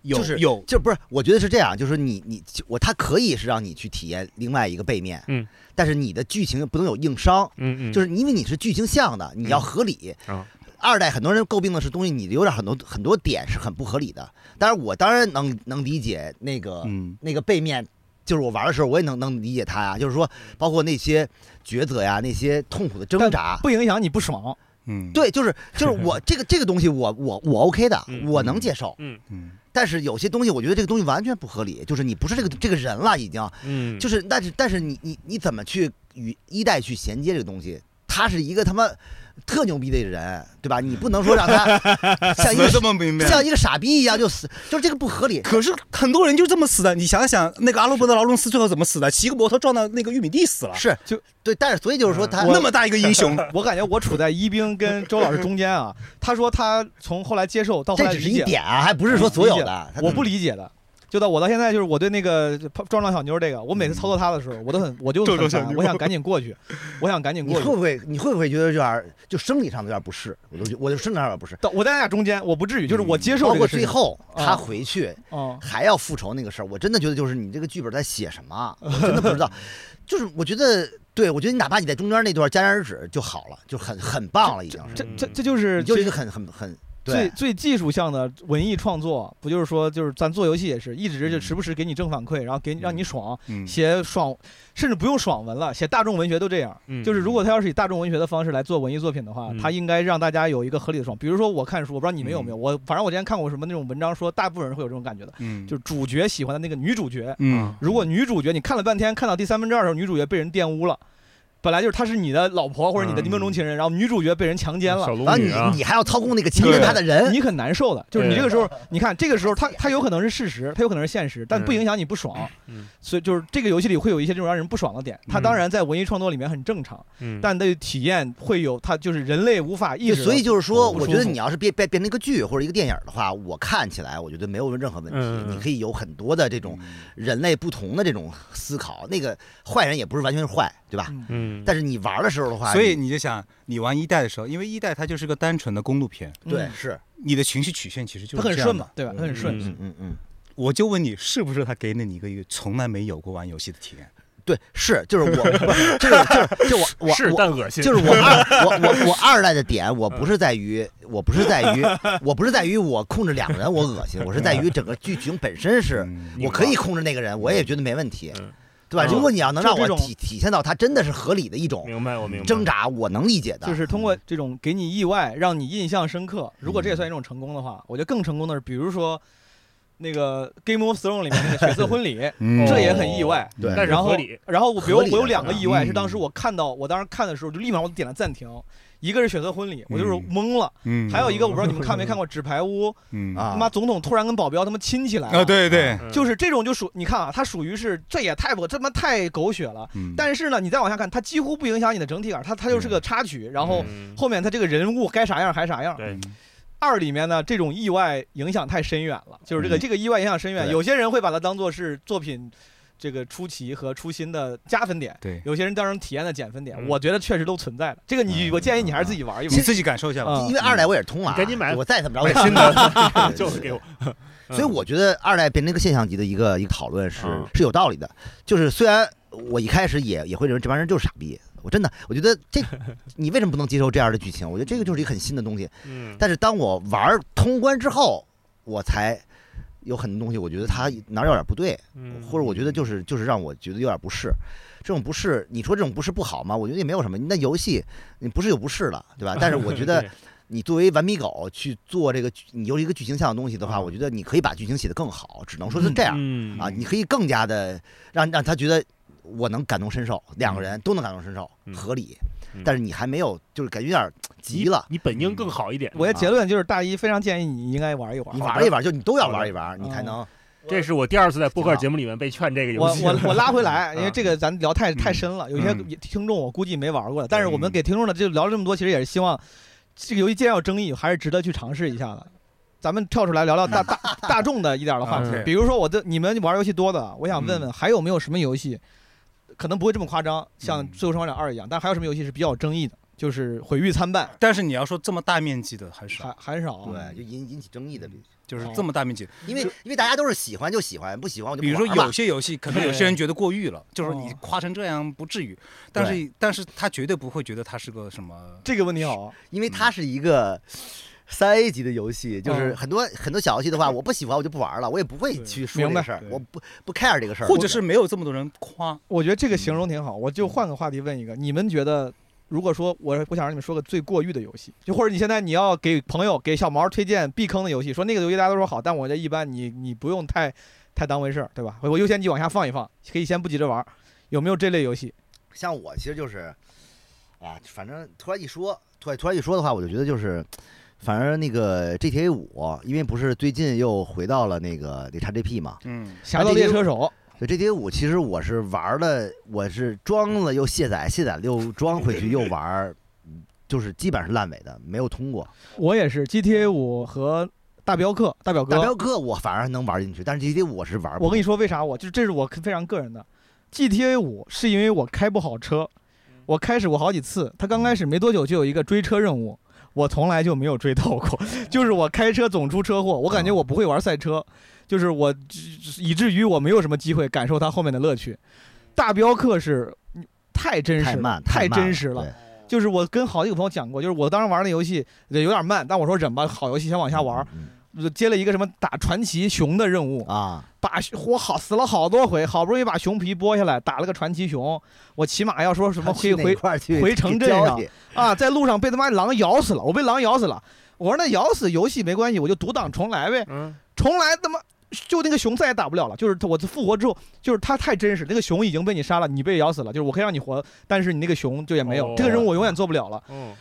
Speaker 3: 有、
Speaker 2: 就是
Speaker 3: 有
Speaker 2: 就不是，我觉得是这样，就是你你就我，它可以是让你去体验另外一个背面，
Speaker 4: 嗯，
Speaker 2: 但是你的剧情不能有硬伤，
Speaker 4: 嗯嗯，
Speaker 2: 就是因为你是剧情向的，你要合理。
Speaker 4: 嗯啊
Speaker 2: 二代很多人诟病的是东西，你有点很多很多点是很不合理的。当然，我当然能能理解那个、
Speaker 3: 嗯
Speaker 2: 那个背面，就是我玩的时候我也能能理解他呀、就是说包括那些抉择呀，那些痛苦的挣扎。
Speaker 1: 不影响你不爽。
Speaker 3: 嗯
Speaker 2: 对，就是就是我这个这个东西我，我我 OK 的，
Speaker 4: 嗯
Speaker 2: 我能接受。
Speaker 4: 嗯
Speaker 3: 嗯
Speaker 2: 但是有些东西，我觉得这个东西完全不合理，就是你不是这个这个人了，已经
Speaker 4: 嗯
Speaker 2: 就是，但是但是你你你怎么去与一代去衔接这个东西？他是一个他妈特牛逼的人，对 吧？你不能说让他像一
Speaker 3: 死得
Speaker 2: 个
Speaker 3: 这么明白。
Speaker 2: 像一个傻逼一样就死，就是这个不合理。
Speaker 3: 可是很多人就这么死的，你想想那个阿拉伯的劳伦斯最后怎么死的？骑个摩托撞到那个玉米地死了。
Speaker 2: 是
Speaker 1: 就嗯
Speaker 2: 对，但是所以就是说他
Speaker 3: 那么大一个英 雄，
Speaker 1: 我感觉我处在一冰跟周老师中间啊。他说他从后来接受到后
Speaker 2: 这
Speaker 1: 来
Speaker 2: 只是
Speaker 1: 理
Speaker 2: 一
Speaker 1: 解，
Speaker 2: 点啊，还不是说所有
Speaker 1: 理解
Speaker 2: 的。他嗯
Speaker 1: 我不理解的。就到我到现在，就是我对那个撞撞小妞这个，我每次操作他的时候，我都很我就
Speaker 3: 撞
Speaker 1: 很
Speaker 3: 撞小
Speaker 1: 烦，
Speaker 3: 妞
Speaker 1: 我想赶紧过去，我想赶紧
Speaker 2: 你
Speaker 1: 过
Speaker 2: 会
Speaker 1: 去。
Speaker 2: 不会你会不会觉得有点儿就生理上的有点不适？我就觉我就生理上有点不适。
Speaker 1: 到我在咱俩中间，我不至于，就是我接受
Speaker 2: 包
Speaker 1: 这
Speaker 2: 括
Speaker 1: 个事
Speaker 2: 最
Speaker 1: 情。
Speaker 2: 后他
Speaker 1: 啊
Speaker 2: 回去
Speaker 1: 嗯，
Speaker 2: 还要复仇那个事儿，我真的觉得就是你这个剧本在写什么，我真的不知道。 就是我觉得，对我觉得你哪怕你在中间那段戛然而止就好了，就很很棒了，已经是，
Speaker 1: 这这这嗯就是
Speaker 2: 你就是一个很很很
Speaker 1: 最
Speaker 2: 对
Speaker 1: 最技术向的文艺创作，不就是说，就是咱做游戏也是，一直就
Speaker 3: 嗯
Speaker 1: 时不时给你正反馈，然后给你让你爽，
Speaker 3: 嗯
Speaker 1: 写爽，甚至不用爽文了，写大众文学都这样。
Speaker 4: 嗯
Speaker 1: 就是如果他要是以大众文学的方式来做文艺作品的话，
Speaker 4: 嗯
Speaker 1: 他应该让大家有一个合理的爽。比如说我看书，我不知道你们有没有，我反正我之前看过什么那种文章说，大部分人会有这种感觉的，
Speaker 3: 嗯
Speaker 1: 就是主角喜欢的那个女主角，
Speaker 3: 嗯
Speaker 1: 如果女主角你看了半天，看到第三分之二的时候，女主角被人玷污了。本来就是她是你的老婆或者你的
Speaker 4: 嗯
Speaker 1: 梦中情人，然后女主角被人强奸了
Speaker 4: 小，龙
Speaker 2: 然后
Speaker 4: 女啊
Speaker 2: 你你还要操控那个强奸他的人，
Speaker 1: 你很难受的，就是你
Speaker 4: 对
Speaker 1: 这个时候，你看这个时候它，它有可能是事实，它有可能是现实，但不影响你不爽。
Speaker 4: 嗯
Speaker 1: 所以就是这个游戏里会有一些这种让人不爽的点，它
Speaker 4: 嗯
Speaker 1: 当然在文艺创作里面很正常，
Speaker 4: 嗯
Speaker 1: 但的体验会有它就是人类无法意
Speaker 2: 就
Speaker 1: 识的。
Speaker 2: 所以就是说，
Speaker 1: 不
Speaker 2: 我
Speaker 1: 舒
Speaker 2: 觉得
Speaker 1: 服
Speaker 2: 你要是变变变成一个剧或者一个电影的话，我看起来我觉得没有任何问
Speaker 4: 嗯嗯
Speaker 2: 题，
Speaker 4: 嗯
Speaker 2: 你可以有很多的这
Speaker 3: 嗯
Speaker 2: 种人类不同的这种思考。那个坏人也不是完全是坏，对吧？
Speaker 1: 嗯
Speaker 4: 嗯，
Speaker 2: 但是你玩的时候的话，
Speaker 3: 所以你就想，你玩一代的时候，因为一代它就是个单纯的公路片，
Speaker 1: 嗯
Speaker 2: 对是，
Speaker 3: 你的情绪曲线其实就
Speaker 1: 它
Speaker 3: 是
Speaker 1: 很
Speaker 3: 这
Speaker 1: 顺
Speaker 3: 样
Speaker 1: 嘛
Speaker 3: 的，。
Speaker 1: 对吧？它很顺。
Speaker 2: 嗯嗯嗯。
Speaker 3: 我就问你，是不是它给了你一个一个从来没有过玩游戏的体验？
Speaker 2: 对，是就是我， 不是就是就是就我我
Speaker 4: 是嗯
Speaker 2: 我
Speaker 4: 但恶心，
Speaker 2: 就是我 二我我我二代的点，我不是在于我不是在 于我不是在于我控制两个人我恶心，我是在于整个剧情本身是
Speaker 3: 嗯
Speaker 4: 你
Speaker 2: 我
Speaker 4: 玩
Speaker 2: 可以控制那个人，我也觉得没问题
Speaker 4: 嗯，
Speaker 2: 对吧？
Speaker 4: 嗯
Speaker 2: 如果你要能让
Speaker 1: 就
Speaker 2: 我
Speaker 1: 这种
Speaker 2: 体体现到它真的是合理的一种
Speaker 4: 明白我明白
Speaker 2: 挣扎，我能理解的，
Speaker 1: 就是通过这种给你意外，让你印象深刻。如果这也算一种成功的话，我觉得更成功的是，比如说那个《Game of Thrones》里面那个角色婚礼，
Speaker 3: 嗯
Speaker 1: 这也很意外。
Speaker 2: 对
Speaker 4: 但是
Speaker 1: 然后
Speaker 4: 合理，
Speaker 1: 然后我比如
Speaker 2: 合理的
Speaker 1: 我有两个意外
Speaker 3: 嗯
Speaker 1: 是当时我看到，我当时看的时候就立马我点了暂停，一个是选择婚礼，我就是
Speaker 3: 嗯
Speaker 1: 懵了，
Speaker 3: 嗯
Speaker 1: 还有一个我不知道你们看没看过《纸牌屋》，
Speaker 3: 嗯
Speaker 2: 啊
Speaker 1: 他妈总统突然跟保镖他妈亲起来
Speaker 3: 啊
Speaker 1: 了，，
Speaker 3: 对对，
Speaker 4: 嗯
Speaker 1: 就是这种就属你看啊，它属于是这也太不这他妈太狗血了，
Speaker 3: 嗯
Speaker 1: 但是呢，你再往下看，它几乎不影响你的整体感，它它就是个插曲，然后
Speaker 4: 嗯
Speaker 1: 后面它这个人物该啥样还啥样。
Speaker 4: 对
Speaker 1: 二里面呢，这种意外影响太深远了，就是这个、
Speaker 3: 嗯
Speaker 1: 这个意外影响深远，
Speaker 2: 对
Speaker 1: 有些人会把它当做是作品这个出奇和出新的加分点，
Speaker 3: 对，
Speaker 1: 有些人当成体验的减分点，
Speaker 4: 嗯
Speaker 1: 我觉得确实都存在的。这个你，
Speaker 3: 嗯
Speaker 1: 我建议你还是自己玩一
Speaker 3: 你
Speaker 1: 玩。
Speaker 3: 自己感受一下吧。
Speaker 1: 嗯
Speaker 2: 因为二代我也是通了啊，
Speaker 4: 你赶紧买
Speaker 2: 我再怎么着我
Speaker 4: 买
Speaker 2: 也
Speaker 4: 新的
Speaker 2: 对
Speaker 4: 就是给我，
Speaker 2: 所以我觉得二代变成一个现象级的一个一个讨论是、
Speaker 4: 嗯
Speaker 2: 是有道理的。就是虽然我一开始也也会认为这帮人就是傻逼，我真的我觉得 这你为什么不能接受这样的剧情？我觉得这个就是一个很新的东西。
Speaker 4: 嗯
Speaker 2: 但是当我玩通关之后，我才有很多东西，我觉得它哪儿有点不对，
Speaker 4: 嗯
Speaker 2: 或者我觉得就是就是让我觉得有点不适。这种不适，你说这种不适不好吗？我觉得也没有什么。那游戏你不是有不适了，对吧？但是我觉得
Speaker 4: 嗯对
Speaker 2: 你作为顽皮狗去做这个剧，你有一个剧情向的东西的话，
Speaker 4: 嗯
Speaker 2: 我觉得你可以把剧情写得更好，只能说是这样、
Speaker 4: 嗯
Speaker 2: 啊，你可以更加的让让他觉得我能感同身受，两个人都能感同身受，
Speaker 4: 嗯
Speaker 2: 合理。
Speaker 4: 嗯
Speaker 2: 但是你还没有，就是感觉有点急了。嗯
Speaker 4: 你本应更好一点，
Speaker 1: 我的结论就是，大一非常建议你应该玩一玩。
Speaker 2: 你玩一玩，就你都要
Speaker 4: 好的
Speaker 2: 玩一玩，你才
Speaker 1: 嗯
Speaker 2: 能。
Speaker 4: 这是我第二次在播
Speaker 2: 挺
Speaker 4: 客
Speaker 2: 好
Speaker 4: 节目里面被劝这个游
Speaker 1: 我
Speaker 4: 戏，
Speaker 1: 我我拉回来，
Speaker 4: 嗯
Speaker 1: 因为这个咱聊太
Speaker 3: 嗯
Speaker 1: 太深了，有些
Speaker 3: 嗯
Speaker 1: 听众我估计没玩过的，但是我们给听众的这聊了这么多，其实也是希望。这个游戏既然有争议，还是值得去尝试一下的。咱们跳出来聊聊大大大众的一点
Speaker 3: 啊
Speaker 1: 的话题
Speaker 4: 嗯，
Speaker 1: 比如说我的你们玩游戏多的，我想问问还有没有什么游戏，可能不会这么夸张，像
Speaker 3: 嗯
Speaker 1: 《最后生还者二》一样，但还有什么游戏是比较有争议的，就是毁誉参半，
Speaker 3: 但是你要说这么大面积的还是
Speaker 1: 还很少啊。
Speaker 2: 对，就引引起争议的，
Speaker 3: 就是这么大面积，
Speaker 2: 因为因为大家都是喜欢就喜欢，不喜欢我就不
Speaker 3: 比如说
Speaker 2: 玩嘛
Speaker 3: 有些游戏可能有些人觉得过誉了，就是说你
Speaker 1: 哦
Speaker 3: 夸成这样不至于，但是但是他绝对不会觉得他是个什么。
Speaker 1: 这个问题好，啊
Speaker 2: 因为它是一个三 A 级的游戏，就是
Speaker 1: 嗯
Speaker 2: 很多很多小游戏的话，我不喜欢我就不玩了，我也不会
Speaker 1: 对
Speaker 2: 去说
Speaker 1: 明
Speaker 2: 这
Speaker 1: 白
Speaker 2: 个事儿
Speaker 3: 对，
Speaker 2: 我不不 care 这个事儿，
Speaker 3: 或者是没有这么多人夸，
Speaker 1: 我觉得这个形容挺好。我就换个话题问一个，你们觉得，如果说我我想让你们说个最过誉的游戏，就或者你现在你要给朋友给小毛推荐避坑的游戏，说那个游戏大家都说好，但我这一般你你不用太太当回事儿，对吧？我优先级往下放一放，可以先不急着玩儿。有没有这类游戏？
Speaker 2: 像我其实就是，啊，反正突然一说，突然突然一说的话，我就觉得就是，反正那个 GTA 五，因为不是最近又回到了那个那 XGP 嘛，
Speaker 3: 嗯，
Speaker 1: 《侠盗猎车手》
Speaker 2: 所以 GTA 五其实我是玩了，我是装了又卸载，卸载了又装回去又玩儿，嗯就是基本上是烂尾的，没有通过。
Speaker 1: 我也是 GTA 五和大镖客、大表哥。
Speaker 2: 大镖客我反而能玩进去，但是 GTA 五我是玩不
Speaker 1: 我跟你
Speaker 2: 说，
Speaker 1: 说为啥我就是这是我非常个人的 GTA 五，是因为我开不好车，
Speaker 2: 嗯
Speaker 1: 我开始过好几次，它刚开始没多久就有一个追车任务。我从来就没有追到过，
Speaker 2: 嗯
Speaker 1: 就是我开车总出车祸，我感觉我不会玩赛车，就是我只以至于我没有什么机会感受它后面的乐趣。大镖客是嗯太真实
Speaker 2: 嗯太
Speaker 1: 了
Speaker 2: 慢，
Speaker 1: 太
Speaker 2: 慢
Speaker 1: 真实了，
Speaker 2: 对
Speaker 1: 就是我跟好几个朋友讲过，就是我当时玩那游戏呃有点慢，但我说忍吧，好游戏先往下玩儿。
Speaker 2: 嗯
Speaker 1: 呃接了一个什么打传奇熊的任务，
Speaker 2: 啊，
Speaker 1: 把熊我好死了好多回，好不容易把熊皮剥下来，打了个传奇熊，我骑马要说 什么
Speaker 2: 他去
Speaker 1: 回
Speaker 2: 哪
Speaker 1: 回
Speaker 2: 块儿去
Speaker 1: 回城镇
Speaker 2: 交
Speaker 1: 上
Speaker 2: 去
Speaker 1: 啊，在路上被他妈狼咬死了，我被狼咬死了。我说那咬死游戏没关系，我就独挡重来呗，
Speaker 4: 嗯，
Speaker 1: 重来他妈就那个熊再也打不了了。就是我复活之后，就是它太真实，那个熊已经被你杀了，你被咬死了，就是我可以让你活，但是你那个熊就也没有，
Speaker 4: 哦
Speaker 1: 这个任务我永远做不了了。
Speaker 4: 哦，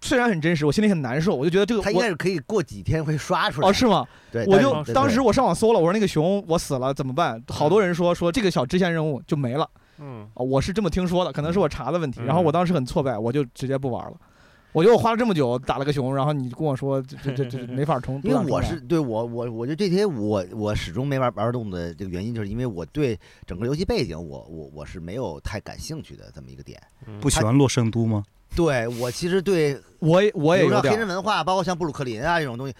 Speaker 1: 虽然很真实，我心里很难受，我就觉得这个
Speaker 2: 他应
Speaker 1: 我
Speaker 2: 该是可以过几天会刷出来。
Speaker 1: 哦是吗？
Speaker 2: 对，
Speaker 1: 我
Speaker 2: 但
Speaker 1: 就是当时我上网搜了，我说那个熊我死了怎么办？好多人说说这个小支线任务就没了。
Speaker 4: 嗯，
Speaker 1: 啊，我是这么听说的，可能是我查的问题。然后
Speaker 4: 嗯
Speaker 1: 我当时很挫败，我就直接不玩了。我觉得我花了这么久打了个熊，然后你跟我说这这这这 没法重，
Speaker 2: 因
Speaker 1: 不让
Speaker 2: 为
Speaker 1: 重
Speaker 2: 我
Speaker 1: 来
Speaker 2: 是对我我我觉得 GTA 五我我始终没玩玩动的这个原因，就是因为我对整个游戏背景我我我是没有太感兴趣的这么一个点。
Speaker 3: 不喜欢洛圣都吗？
Speaker 2: 对我其实 对
Speaker 1: 我也我
Speaker 2: 比
Speaker 1: 也
Speaker 2: 如
Speaker 1: 有
Speaker 2: 说黑
Speaker 1: 点
Speaker 2: 人文化，包括像布鲁克林啊这种东西，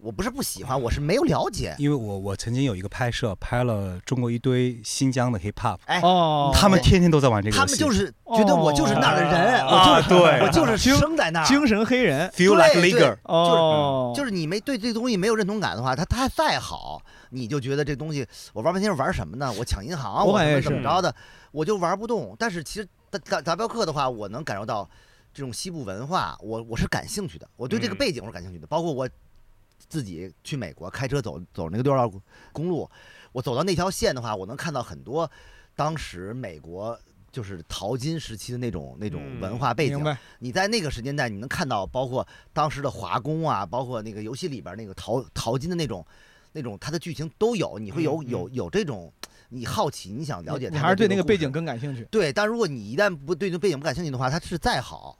Speaker 2: 我不是不喜欢，我是没有了解。
Speaker 3: 因为我我曾经有一个拍摄，拍了中国一堆新疆的 hip hop，
Speaker 2: 哎，
Speaker 1: 哦，
Speaker 3: 他们天天都在玩这个游
Speaker 2: 他
Speaker 3: 戏，
Speaker 2: 们就是觉得我就是那儿的人，
Speaker 3: 啊，
Speaker 2: 我
Speaker 3: 对
Speaker 2: 就我就是
Speaker 1: 精
Speaker 2: 生在那儿。
Speaker 1: 精神黑人
Speaker 3: ，feel like
Speaker 2: 对对
Speaker 3: nigger，
Speaker 1: 哦，
Speaker 2: 就是是你没对这东西没有认同感的话，它它再好，你就觉得这东西我玩半天玩什么呢？我抢银行，啊
Speaker 1: 我
Speaker 2: 我
Speaker 1: 感觉
Speaker 2: 怎么
Speaker 1: 也是
Speaker 2: 怎么着的，我就玩不动。但是其实大大大镖客的话，我能感受到这种西部文化，我我是感兴趣的，我对这个
Speaker 4: 嗯
Speaker 2: 背景我是感兴趣的，包括我自己去美国开车走走那个六道公路，我走到那条线的话，我能看到很多当时美国。就是淘金时期的那种那种
Speaker 4: 嗯
Speaker 2: 文化背景
Speaker 1: 明，白，
Speaker 2: 你在那个时间段，你能看到包括当时的华工啊，包括那个游戏里边那个淘淘金的那种，那种它的剧情都有，你会有
Speaker 4: 嗯嗯
Speaker 2: 有有这种你好奇，你想了解
Speaker 1: 你
Speaker 2: 它，
Speaker 1: 还是对那个背景更
Speaker 2: 更
Speaker 1: 感兴趣。
Speaker 2: 对。但如果你一旦不对这背景不感兴趣的话，它是再好，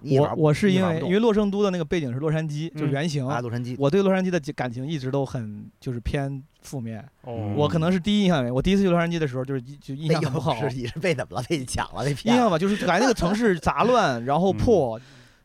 Speaker 2: 你也
Speaker 1: 我
Speaker 2: 玩不
Speaker 1: 我是
Speaker 2: 你也
Speaker 1: 因
Speaker 2: 玩
Speaker 1: 为
Speaker 2: 不
Speaker 1: 因
Speaker 2: 动
Speaker 1: 为洛圣都的那个背景是洛杉矶，就是
Speaker 4: 嗯
Speaker 1: 原型。
Speaker 2: 啊，洛杉矶
Speaker 1: 我对洛杉矶的感情一直都很就是偏负面，
Speaker 3: 嗯
Speaker 4: 哦，
Speaker 1: 我可能是第一印象，我第一次去洛杉矶的时候就是一就印
Speaker 2: 被
Speaker 1: 象很不好，
Speaker 2: 哎是也是被怎么了？被你抢了，被
Speaker 1: 印
Speaker 2: 骗
Speaker 1: 象
Speaker 2: 了。
Speaker 1: 吧，啊就是感觉那个城市杂乱，然后破。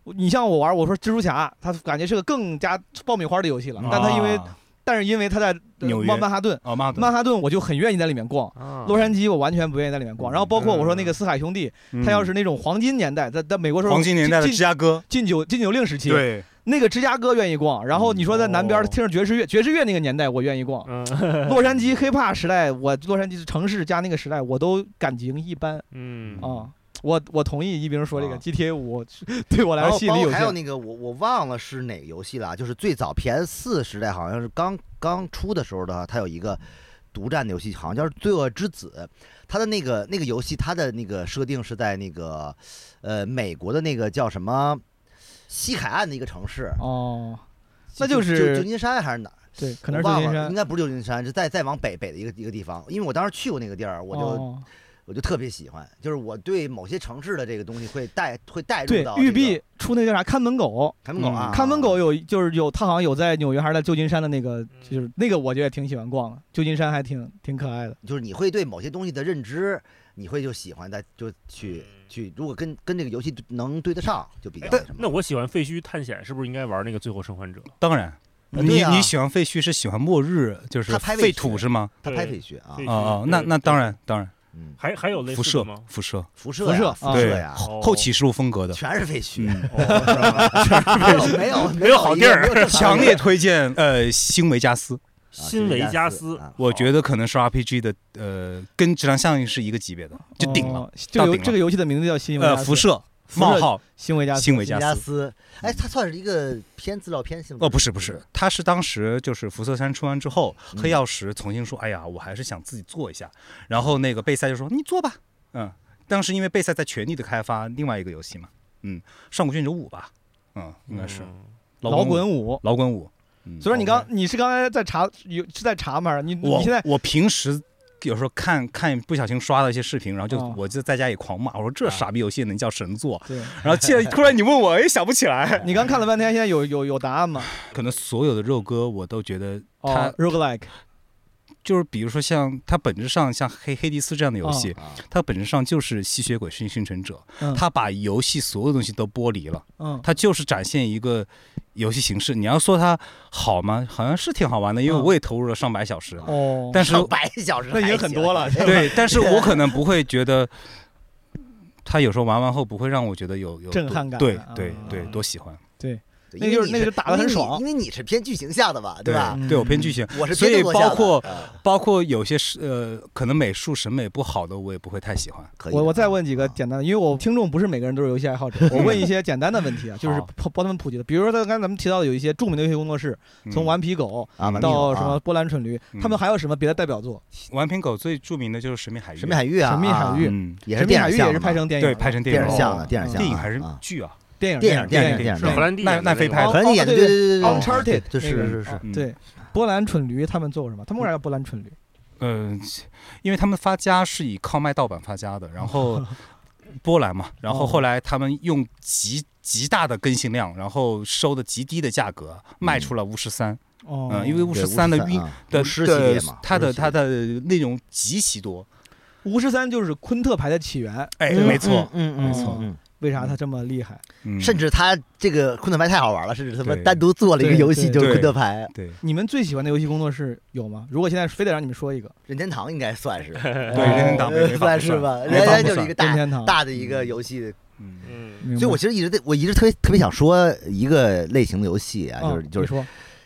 Speaker 1: 你像我玩，我说蜘蛛侠，它感觉是个更加爆米花的游戏了，嗯但它因为，
Speaker 3: 啊
Speaker 1: 但是因为它在呃
Speaker 3: 纽约
Speaker 1: 曼曼哈顿，
Speaker 3: 哦妈
Speaker 1: 曼哈顿我就很愿意在里面逛。
Speaker 4: 啊，
Speaker 1: 洛杉矶我完全不愿意在里面
Speaker 3: 嗯
Speaker 1: 逛，然后包括我说那个四海兄弟，他要是那种黄金年代，在在美国时候
Speaker 3: 黄金年代的
Speaker 1: 禁
Speaker 3: 芝加哥，
Speaker 1: 禁酒禁酒令时期，
Speaker 3: 对，
Speaker 1: 那个芝加哥愿意逛，然后你说在南边
Speaker 4: 哦
Speaker 1: 听着爵士乐，爵士乐那个年代我愿意 逛，
Speaker 4: 嗯，
Speaker 1: 洛杉矶 hiphop 时代，我洛杉矶城市加那个时代我都感情一般，
Speaker 4: 嗯，
Speaker 1: 啊，我我同意一冰说这个
Speaker 2: 啊
Speaker 1: GTA 五对我来说
Speaker 2: 然后
Speaker 1: 吸
Speaker 2: 包
Speaker 1: 引力
Speaker 2: 括
Speaker 1: 有
Speaker 2: 还有
Speaker 1: 限。
Speaker 2: 那个我我忘了是哪个游戏了啊，就是最早 PS 四时代好像是刚刚出的时候的话，它有一个独占的游戏，好像叫《罪恶之子》。它的那个那个游戏，它的那个设定是在那个呃美国的那个叫什么西海岸的一个城市，
Speaker 1: 哦，那就
Speaker 2: 旧
Speaker 1: 是
Speaker 2: 旧金山还是哪儿？
Speaker 1: 对，可能
Speaker 2: 我
Speaker 1: 是旧
Speaker 2: 忘
Speaker 1: 金
Speaker 2: 了，
Speaker 1: 山
Speaker 2: 应。该不是旧金山，是再再往北北的一个一个地方。因为我当时去过那个地儿，我就
Speaker 1: 哦
Speaker 2: 我就特别喜欢，就是我对某些城市的这个东西会带会带入
Speaker 1: 对
Speaker 2: 到，
Speaker 1: 玉
Speaker 2: 这个
Speaker 1: 璧出那叫啥看门狗，嗯
Speaker 2: 看门狗啊，
Speaker 1: 看门狗有就是有，他好像有在纽约还是在旧金山的那
Speaker 3: 嗯
Speaker 1: 个，就是那个我觉得也挺喜欢逛的，旧金山还挺挺可爱的。
Speaker 2: 就是你会对某些东西的认知，你会就喜欢它，就去
Speaker 4: 嗯
Speaker 2: 去，如果跟跟这个游戏能对得上，就比较
Speaker 4: 哎
Speaker 2: 什么。啊
Speaker 4: 那我喜欢废墟探险，是不是应该玩那个《最后生还者》？
Speaker 3: 当然，
Speaker 2: 对
Speaker 3: 你
Speaker 2: 啊
Speaker 3: 你喜欢废墟是喜欢末日，就是
Speaker 2: 他拍
Speaker 3: 废
Speaker 2: 废
Speaker 3: 土
Speaker 2: 墟
Speaker 3: 是吗？
Speaker 2: 他拍废墟啊
Speaker 4: 废墟
Speaker 3: 啊啊，那
Speaker 4: 对
Speaker 3: 那
Speaker 4: 对
Speaker 3: 当然当然，
Speaker 2: 嗯，
Speaker 4: 还还有类
Speaker 3: 辐
Speaker 4: 似
Speaker 3: 射
Speaker 4: 的
Speaker 2: 啊
Speaker 4: 吗？
Speaker 3: 辐射，
Speaker 2: 辐射
Speaker 1: 辐
Speaker 2: 呀
Speaker 1: 射啊
Speaker 2: 辐
Speaker 3: 对
Speaker 2: 射呀，
Speaker 4: 哦
Speaker 3: 后启示录风格的，
Speaker 2: 全是废墟，
Speaker 3: 嗯
Speaker 2: 没有 没有没
Speaker 4: 有好地儿
Speaker 2: 没 有正常
Speaker 3: 强烈推荐呃新维加斯，
Speaker 4: 新维加斯，
Speaker 2: 啊
Speaker 3: 我觉得可能是 RPG 的呃跟质量效应是一个级别的，就顶了。
Speaker 1: 哦，这个
Speaker 3: 到
Speaker 1: 游
Speaker 3: 顶了
Speaker 1: 这个游戏的名字叫新维
Speaker 3: 呃
Speaker 1: 加，斯
Speaker 3: 辐射
Speaker 1: 辐射
Speaker 3: 冒号
Speaker 1: 新维加斯
Speaker 3: 新维
Speaker 2: 新维
Speaker 3: 加
Speaker 2: 加
Speaker 3: 斯。
Speaker 2: 斯，哎，它算是一个偏资料片性质
Speaker 3: 哦，不是不是，，他是当时就是辐射三出完之后，
Speaker 2: 嗯
Speaker 3: 黑曜石重新说，哎呀，我还是想自己做一下。
Speaker 1: 嗯
Speaker 3: 然后那个贝塞就说，你做吧，嗯。当时因为贝塞在全力的开发另外一个游戏嘛，嗯，上古卷轴五吧，嗯，应该是
Speaker 4: 嗯
Speaker 1: 老
Speaker 3: 滚
Speaker 1: 滚五。
Speaker 3: 老滚五。嗯
Speaker 1: 所以说你刚你是刚才在查有是在查吗？你
Speaker 3: 我
Speaker 1: 你现在
Speaker 3: 我平时有时候看看不小心刷到一些视频，然后就、
Speaker 1: 哦
Speaker 3: 我就在家里狂骂，我说这
Speaker 4: 啊
Speaker 3: 傻逼游戏能叫神作？
Speaker 1: 对
Speaker 3: 然后既然突然你问我，哎，想不起来。
Speaker 1: 你刚看了半天，现在有有有答案吗？
Speaker 3: 可能所有的肉鸽我都觉得它
Speaker 1: 哦，roguelike
Speaker 3: 就是，比如说像它本质上像黑黑迪斯这样的游戏，
Speaker 2: 啊
Speaker 3: 它本质上就是吸血鬼生生成者，
Speaker 1: 嗯
Speaker 3: 它把游戏所有东西都剥离了，
Speaker 1: 嗯
Speaker 3: 它就是展现一个游戏形式。你要说它好吗？好像是挺好玩的，因为
Speaker 1: 嗯
Speaker 3: 我也投入了上百小时，
Speaker 1: 哦，
Speaker 3: 但是
Speaker 2: 上百小时
Speaker 1: 那已经很多了
Speaker 2: 啊还行
Speaker 3: 对，但是我可能不会觉得，他有时候玩完后不会让我觉得有有
Speaker 1: 震撼
Speaker 3: 多
Speaker 1: 感
Speaker 3: 对
Speaker 1: 啊
Speaker 3: 对对，多喜欢，
Speaker 2: 对
Speaker 1: 那
Speaker 2: 因为
Speaker 1: 就是
Speaker 2: 你
Speaker 1: 那个就打得很
Speaker 2: 因为你
Speaker 1: 爽
Speaker 2: 因为你是偏剧情向的吧，
Speaker 3: 对
Speaker 2: 吧？
Speaker 3: 对我偏剧情，
Speaker 2: 我是
Speaker 3: 所
Speaker 2: 偏
Speaker 3: 以
Speaker 2: 动作向的
Speaker 3: 包括
Speaker 2: 嗯
Speaker 3: 包括有些是呃，可能美术审美不好的，我也不会太喜欢。
Speaker 2: 可以的
Speaker 1: 我我再问几个
Speaker 2: 啊嗯
Speaker 1: 简单的，因为我听众不是每个人都是游戏爱好者，我问一些简单的问题啊，就是
Speaker 3: 好
Speaker 1: 帮帮他们普及的。比如说刚才咱们提到的有一些著名的游戏工作室，
Speaker 3: 嗯
Speaker 1: 从顽皮狗
Speaker 2: 啊，完美
Speaker 1: 到
Speaker 2: 有
Speaker 1: 什
Speaker 2: 啊
Speaker 1: 么波兰蠢驴，他们还有什么别的代表作？
Speaker 3: 顽皮狗最著名的就是《神秘海域》，
Speaker 2: 神秘海域啊，
Speaker 1: 神秘海域
Speaker 2: 啊
Speaker 3: 嗯，
Speaker 2: 也是
Speaker 1: 神秘
Speaker 2: 电
Speaker 1: 海
Speaker 2: 影
Speaker 1: 域
Speaker 2: 向
Speaker 1: 也是
Speaker 2: 的
Speaker 1: 拍
Speaker 2: 嘛
Speaker 1: 成电影
Speaker 3: 对，
Speaker 1: 了，
Speaker 3: 拍成
Speaker 2: 电
Speaker 3: 影
Speaker 2: 影
Speaker 1: 哦
Speaker 2: 像的电影
Speaker 1: 嗯
Speaker 2: 像
Speaker 3: 电
Speaker 2: 的
Speaker 3: 影还是
Speaker 2: 啊哎
Speaker 3: 剧啊？
Speaker 1: 电影
Speaker 2: 电影电影
Speaker 1: 影
Speaker 2: 电影
Speaker 1: 是
Speaker 4: 是荷
Speaker 1: 吧
Speaker 4: 兰弟
Speaker 3: 奈奈
Speaker 4: 演的嗯那
Speaker 3: 飞
Speaker 4: 个
Speaker 3: 拍
Speaker 4: 吗
Speaker 1: 哦
Speaker 2: 反正演的
Speaker 1: 对
Speaker 2: 对对对对
Speaker 1: ，Uncharted
Speaker 2: 对是
Speaker 1: 那个
Speaker 2: 是是
Speaker 3: 嗯
Speaker 1: 对，波兰蠢驴他们做什么？他们为啥叫波兰蠢驴？
Speaker 3: 嗯，因为他们发家是以靠卖盗版发家的，然后波兰嘛，然后后来他们用极极大的更新量，然后收的极低的价格卖出了巫师三，
Speaker 1: 哦，
Speaker 3: 嗯，因为巫
Speaker 2: 对
Speaker 3: 师三的
Speaker 2: 53
Speaker 3: 运
Speaker 2: 啊
Speaker 3: 的
Speaker 2: 巫师系列
Speaker 3: 的
Speaker 2: 嘛，
Speaker 3: 它的它
Speaker 2: 的
Speaker 3: 的内容极其多，
Speaker 1: 巫师三就是昆特牌的起源，
Speaker 3: 哎，
Speaker 1: 嗯
Speaker 3: 没错，
Speaker 2: 嗯
Speaker 1: 没错
Speaker 2: 嗯
Speaker 1: 为啥他这么厉害？
Speaker 3: 嗯
Speaker 2: 甚至他这个昆特牌太好玩了，甚至他妈
Speaker 3: 对
Speaker 2: 单独做了一个
Speaker 1: 对
Speaker 2: 游
Speaker 1: 对
Speaker 2: 戏，就是
Speaker 3: 对
Speaker 2: 昆特牌，
Speaker 3: 对
Speaker 1: 你们最喜欢的游戏工作室有吗？如果现在非得让你们说一个，
Speaker 2: 任天堂应该算是呃
Speaker 3: 对，
Speaker 1: 哦
Speaker 3: 任天堂没没法
Speaker 2: 算
Speaker 3: 不
Speaker 2: 是吧？
Speaker 3: 没
Speaker 2: 人
Speaker 3: 法
Speaker 2: 家
Speaker 3: 不
Speaker 2: 就是
Speaker 3: 算
Speaker 2: 一个
Speaker 1: 任
Speaker 2: 大
Speaker 1: 天堂，
Speaker 2: 大的一个游戏，
Speaker 3: 嗯
Speaker 4: 嗯，
Speaker 1: 明白
Speaker 2: 所以我其实一直在，我一直特别特别想说一个类型的游戏啊，
Speaker 1: 嗯
Speaker 2: 就是就
Speaker 1: 你
Speaker 2: 是
Speaker 1: 说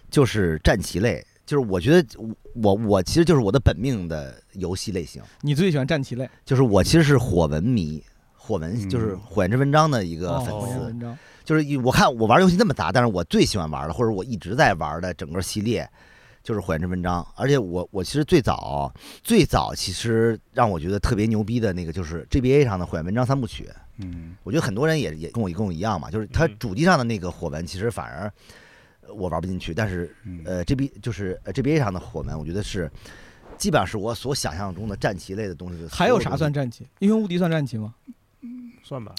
Speaker 2: 就是战棋类，就是我觉得我我我其实就是我的本命的游戏类型，
Speaker 1: 你最喜欢战棋类，
Speaker 2: 就是我其实是火纹迷。火纹就是
Speaker 3: 嗯
Speaker 2: 《火焰之文章》的一个
Speaker 1: 哦
Speaker 2: 粉
Speaker 1: 火
Speaker 2: 丝
Speaker 1: 焰，文章，
Speaker 2: 就是一我看我玩游戏那么杂，但是我最喜欢玩的，或者我一直在玩的整个系列，就是《火焰之文章》。而且我我其实最早最早其实让我觉得特别牛逼的那个就是 GBA 上的《火焰文章》三部曲。
Speaker 3: 嗯
Speaker 2: 我觉得很多人也也跟我跟我一样嘛，就是它
Speaker 4: 嗯
Speaker 2: 主机上的那个火纹其实反而呃我玩不进去，但是
Speaker 3: 嗯
Speaker 2: 呃 GB 就是呃 GBA 上的火纹，我觉得是基本上是我所想象中的战棋类的东西的。
Speaker 1: 还有啥算？战棋？英雄无敌算战棋吗？
Speaker 4: 算吧。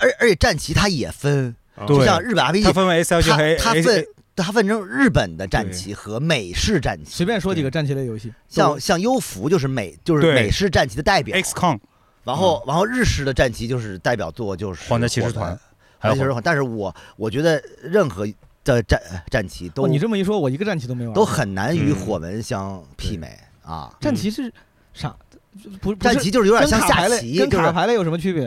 Speaker 2: 而而且战棋它也分，
Speaker 4: 啊
Speaker 3: 对
Speaker 2: 就像日本 RPG
Speaker 3: 它分为 SLG 和 A
Speaker 2: 它
Speaker 3: A-
Speaker 2: 分它分成日本的战
Speaker 3: 对
Speaker 2: 棋和美式战棋，
Speaker 1: 随便说几个战棋类游戏，
Speaker 2: 像像优服就是美就是
Speaker 3: 对
Speaker 2: 美式战棋的
Speaker 3: 呃
Speaker 2: 代表，
Speaker 3: XCOM
Speaker 2: 然后然后日式的战棋就是代表作就是
Speaker 3: 皇家骑士
Speaker 2: 火
Speaker 3: 团
Speaker 2: 纹，
Speaker 3: 还
Speaker 2: 皇家
Speaker 3: 有
Speaker 2: 骑士团。但是我我觉得任何的战战棋都、
Speaker 1: 哦，你这么一说，我一个战棋都没玩过。
Speaker 2: 都很难与
Speaker 4: 嗯
Speaker 2: 火纹相
Speaker 3: 嗯
Speaker 2: 媲美、啊。
Speaker 1: 战棋是啥？不，不是
Speaker 2: 战棋就是有点
Speaker 1: 跟
Speaker 2: 像
Speaker 1: 卡牌
Speaker 2: 下
Speaker 1: 类，
Speaker 2: 棋，
Speaker 1: 跟
Speaker 2: 就是
Speaker 1: 卡牌类有什么区别？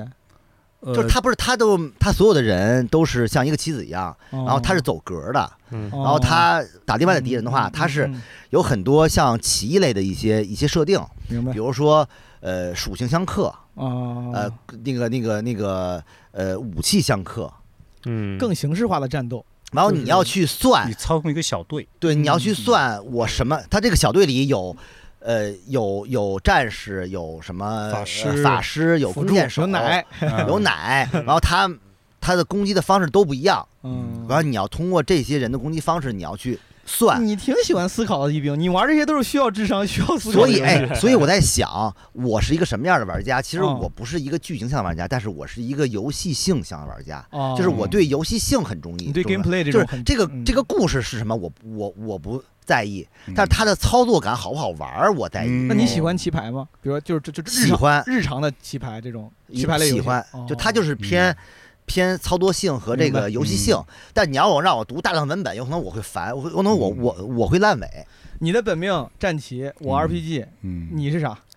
Speaker 2: 就是
Speaker 3: 呃
Speaker 2: 他不是他都他所有的人都是像一个棋子一样，
Speaker 1: 然
Speaker 2: 然后
Speaker 3: 哦
Speaker 2: 他是，走格的，
Speaker 4: 嗯
Speaker 1: 然
Speaker 2: 然后他打另外的敌人的
Speaker 3: 嗯
Speaker 1: 嗯
Speaker 2: 话，他是有很多像棋类的一些一些设定，
Speaker 1: 明白
Speaker 2: 比如说呃属性相克，
Speaker 3: 哦
Speaker 2: 呃
Speaker 1: 啊，
Speaker 2: 那个那个那个呃武器相克，
Speaker 4: 嗯，
Speaker 1: 更形式化的战斗。
Speaker 2: 然后
Speaker 1: 就是
Speaker 2: 你要去算
Speaker 3: 你，操控一个小队，
Speaker 2: 对，你要去
Speaker 3: 嗯
Speaker 2: 算我什么，他这个小队里有。呃，有有战士，有什么
Speaker 3: 法
Speaker 2: 呃
Speaker 3: 师
Speaker 2: 法师，有
Speaker 1: 辅
Speaker 2: 弓
Speaker 1: 助
Speaker 2: 箭手，
Speaker 1: 有奶，
Speaker 3: 嗯
Speaker 2: 有奶，然后他他的攻击的方式都不一样，
Speaker 1: 嗯，
Speaker 2: 然后你要通过这些人的攻击方式，你要去算。
Speaker 1: 你挺喜欢思考的，一冰，你玩这些都是需要智商、需要思考
Speaker 2: 所
Speaker 1: 的
Speaker 2: 以，
Speaker 1: 游戏。
Speaker 2: 哎，所以我在想，我是一个什么样的玩家？其实
Speaker 1: 嗯
Speaker 2: 我不是一个剧情向的玩家，但是我是一个游戏性向的玩家，
Speaker 1: 哦，
Speaker 2: 就是我对游戏性很中意。
Speaker 1: 你对
Speaker 2: 中意
Speaker 1: gameplay 这
Speaker 2: 就
Speaker 1: 种
Speaker 2: 是
Speaker 1: 很
Speaker 2: 这个
Speaker 1: 嗯
Speaker 2: 这个故事是什么，我我我不在意，
Speaker 3: 嗯
Speaker 2: 但是它的操作感好不好玩儿，我在意。
Speaker 3: 嗯
Speaker 1: 那你喜欢棋牌吗？比如说就是这这这日
Speaker 2: 喜
Speaker 1: 常
Speaker 2: 欢，
Speaker 1: 日常的棋牌这种棋牌类游戏哦嗯
Speaker 2: 喜欢，就它就是偏、偏操作性和这
Speaker 1: 明
Speaker 2: 个
Speaker 1: 白嗯
Speaker 2: 游戏性。但你要我让我读大量文本，有可能我会烦，我会，有可能我我我会烂尾。
Speaker 1: 你的本命战棋，我
Speaker 3: 嗯
Speaker 1: RPG，、
Speaker 3: 嗯，
Speaker 1: 你是啥？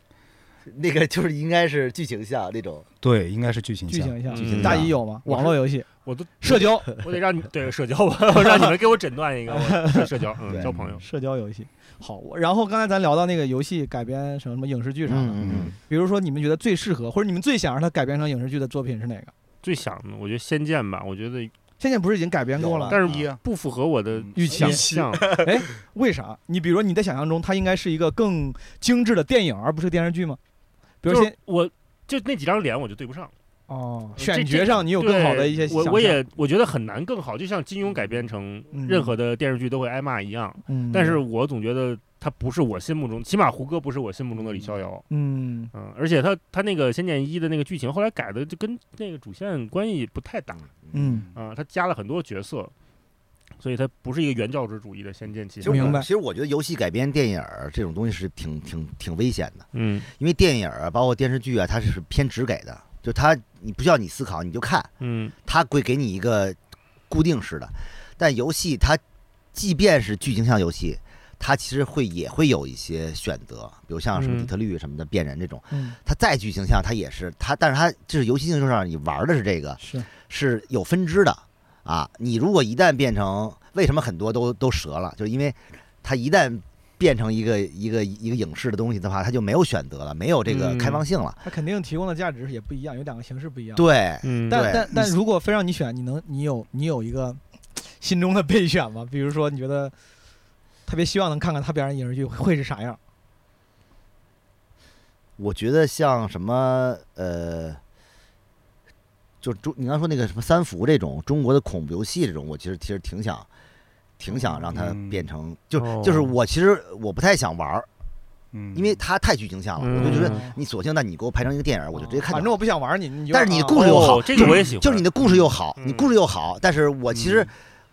Speaker 2: 那个就是应该是剧情向那种，
Speaker 3: 对，应该是剧情
Speaker 1: 剧
Speaker 3: 向。
Speaker 1: 情
Speaker 4: 剧
Speaker 1: 项，
Speaker 4: 情
Speaker 1: 大
Speaker 2: 向
Speaker 1: 姨有吗？
Speaker 4: 我
Speaker 1: 网
Speaker 4: 是
Speaker 1: 络游戏、
Speaker 4: 我都
Speaker 1: 社交、
Speaker 4: 我得让你对社交 吧，我让你们给我诊断一个我是 社交，嗯，
Speaker 2: 对
Speaker 4: 交朋友。
Speaker 1: 社交游戏。好，我然后刚才咱聊到那个游戏改编什么什么影视剧啥的，
Speaker 2: 嗯
Speaker 1: 比如说你们觉得最适合，或者你们最想让它改编成影视剧的作品是哪个？
Speaker 4: 最想的，我觉得《仙剑》吧，我觉得，
Speaker 2: 啊
Speaker 1: 现在不是已经改编过
Speaker 2: 有
Speaker 1: 了？
Speaker 4: 但
Speaker 3: 一
Speaker 4: 是
Speaker 3: 啊
Speaker 4: 不符合我的
Speaker 2: 嗯
Speaker 1: 预期
Speaker 4: 想象。
Speaker 1: 为啥？你比如说你在想象中，它应该是一个更精致的电影，而不是电视剧吗？比如
Speaker 4: 就
Speaker 1: 先
Speaker 4: 是我就那几张脸我就对不上，
Speaker 1: 哦，
Speaker 4: 这
Speaker 1: 选
Speaker 4: 这
Speaker 1: 角上你有更好的一些
Speaker 4: 我
Speaker 1: 想
Speaker 4: 我
Speaker 1: 象
Speaker 4: 也我觉得很难更好，就像金庸改编成
Speaker 1: 嗯
Speaker 4: 任何的电视剧都会挨骂一样。
Speaker 1: 嗯
Speaker 4: 但是我总觉得他不是我心目中，起码胡歌不是我心目中的李逍遥。
Speaker 1: 嗯，
Speaker 4: 嗯，而且他他那个《仙剑一》的那个剧情后来改的就跟那个主线关系不太大
Speaker 1: 嗯，
Speaker 4: 啊，他加了很多角色，所以他不是一个原教旨主义的《仙剑奇
Speaker 2: 其
Speaker 4: 侠
Speaker 2: 实》。
Speaker 1: 明
Speaker 2: 我
Speaker 1: 白
Speaker 2: 其实我觉得游戏改编电影儿这种东西是挺挺挺危险的，
Speaker 4: 嗯
Speaker 2: 因为电影儿啊包括电视剧啊，它是偏直给的，就它你不需要你思考，你就看，
Speaker 4: 嗯，
Speaker 2: 它会给你一个固定式的。但游戏它即便是剧情向游戏，它其实会也会有一些选择，比如像什么
Speaker 4: 嗯
Speaker 2: 底特律什么的变人这种，
Speaker 1: 嗯，
Speaker 2: 它再剧情向它也是它，但是它就是游戏性就是让你玩的是这个，
Speaker 1: 是
Speaker 2: 是有分支的啊。你如果一旦变成，为什么很多都都折了，就是因为它一旦变成一个一个一个影视的东西的话，它就没有选择了，没有这个
Speaker 4: 嗯
Speaker 2: 开放性了。
Speaker 1: 它肯定提供的价值也不一样，有两个形式不一样。，
Speaker 2: 对，
Speaker 4: 嗯
Speaker 1: 但
Speaker 2: 对
Speaker 1: 但
Speaker 2: 你
Speaker 1: 但如果非让你选，你能你有你有一个心中的备选吗？比如说你觉得特别希望能看看他表演影视剧会是啥样？
Speaker 2: 我觉得像什么呃。就中，你刚说那个什么三伏这种中国的恐怖游戏这种，我其实其实挺想，挺想让它
Speaker 3: 嗯
Speaker 2: 变成，就
Speaker 4: 哦
Speaker 2: 就是我其实我不太想玩儿，
Speaker 3: 嗯，
Speaker 2: 因为它太剧情向了，我就觉得
Speaker 1: 嗯哦
Speaker 2: 你索性那你给我拍成一个电影，我就直接看就好了。
Speaker 1: 反正我不想玩你，你就
Speaker 2: 但是你
Speaker 1: 啊
Speaker 2: 故事又好
Speaker 4: 哦这个我也喜 欢，
Speaker 2: 就是你的故事又好，
Speaker 4: 嗯
Speaker 2: 你故事又好，但是我其
Speaker 3: 嗯
Speaker 2: 实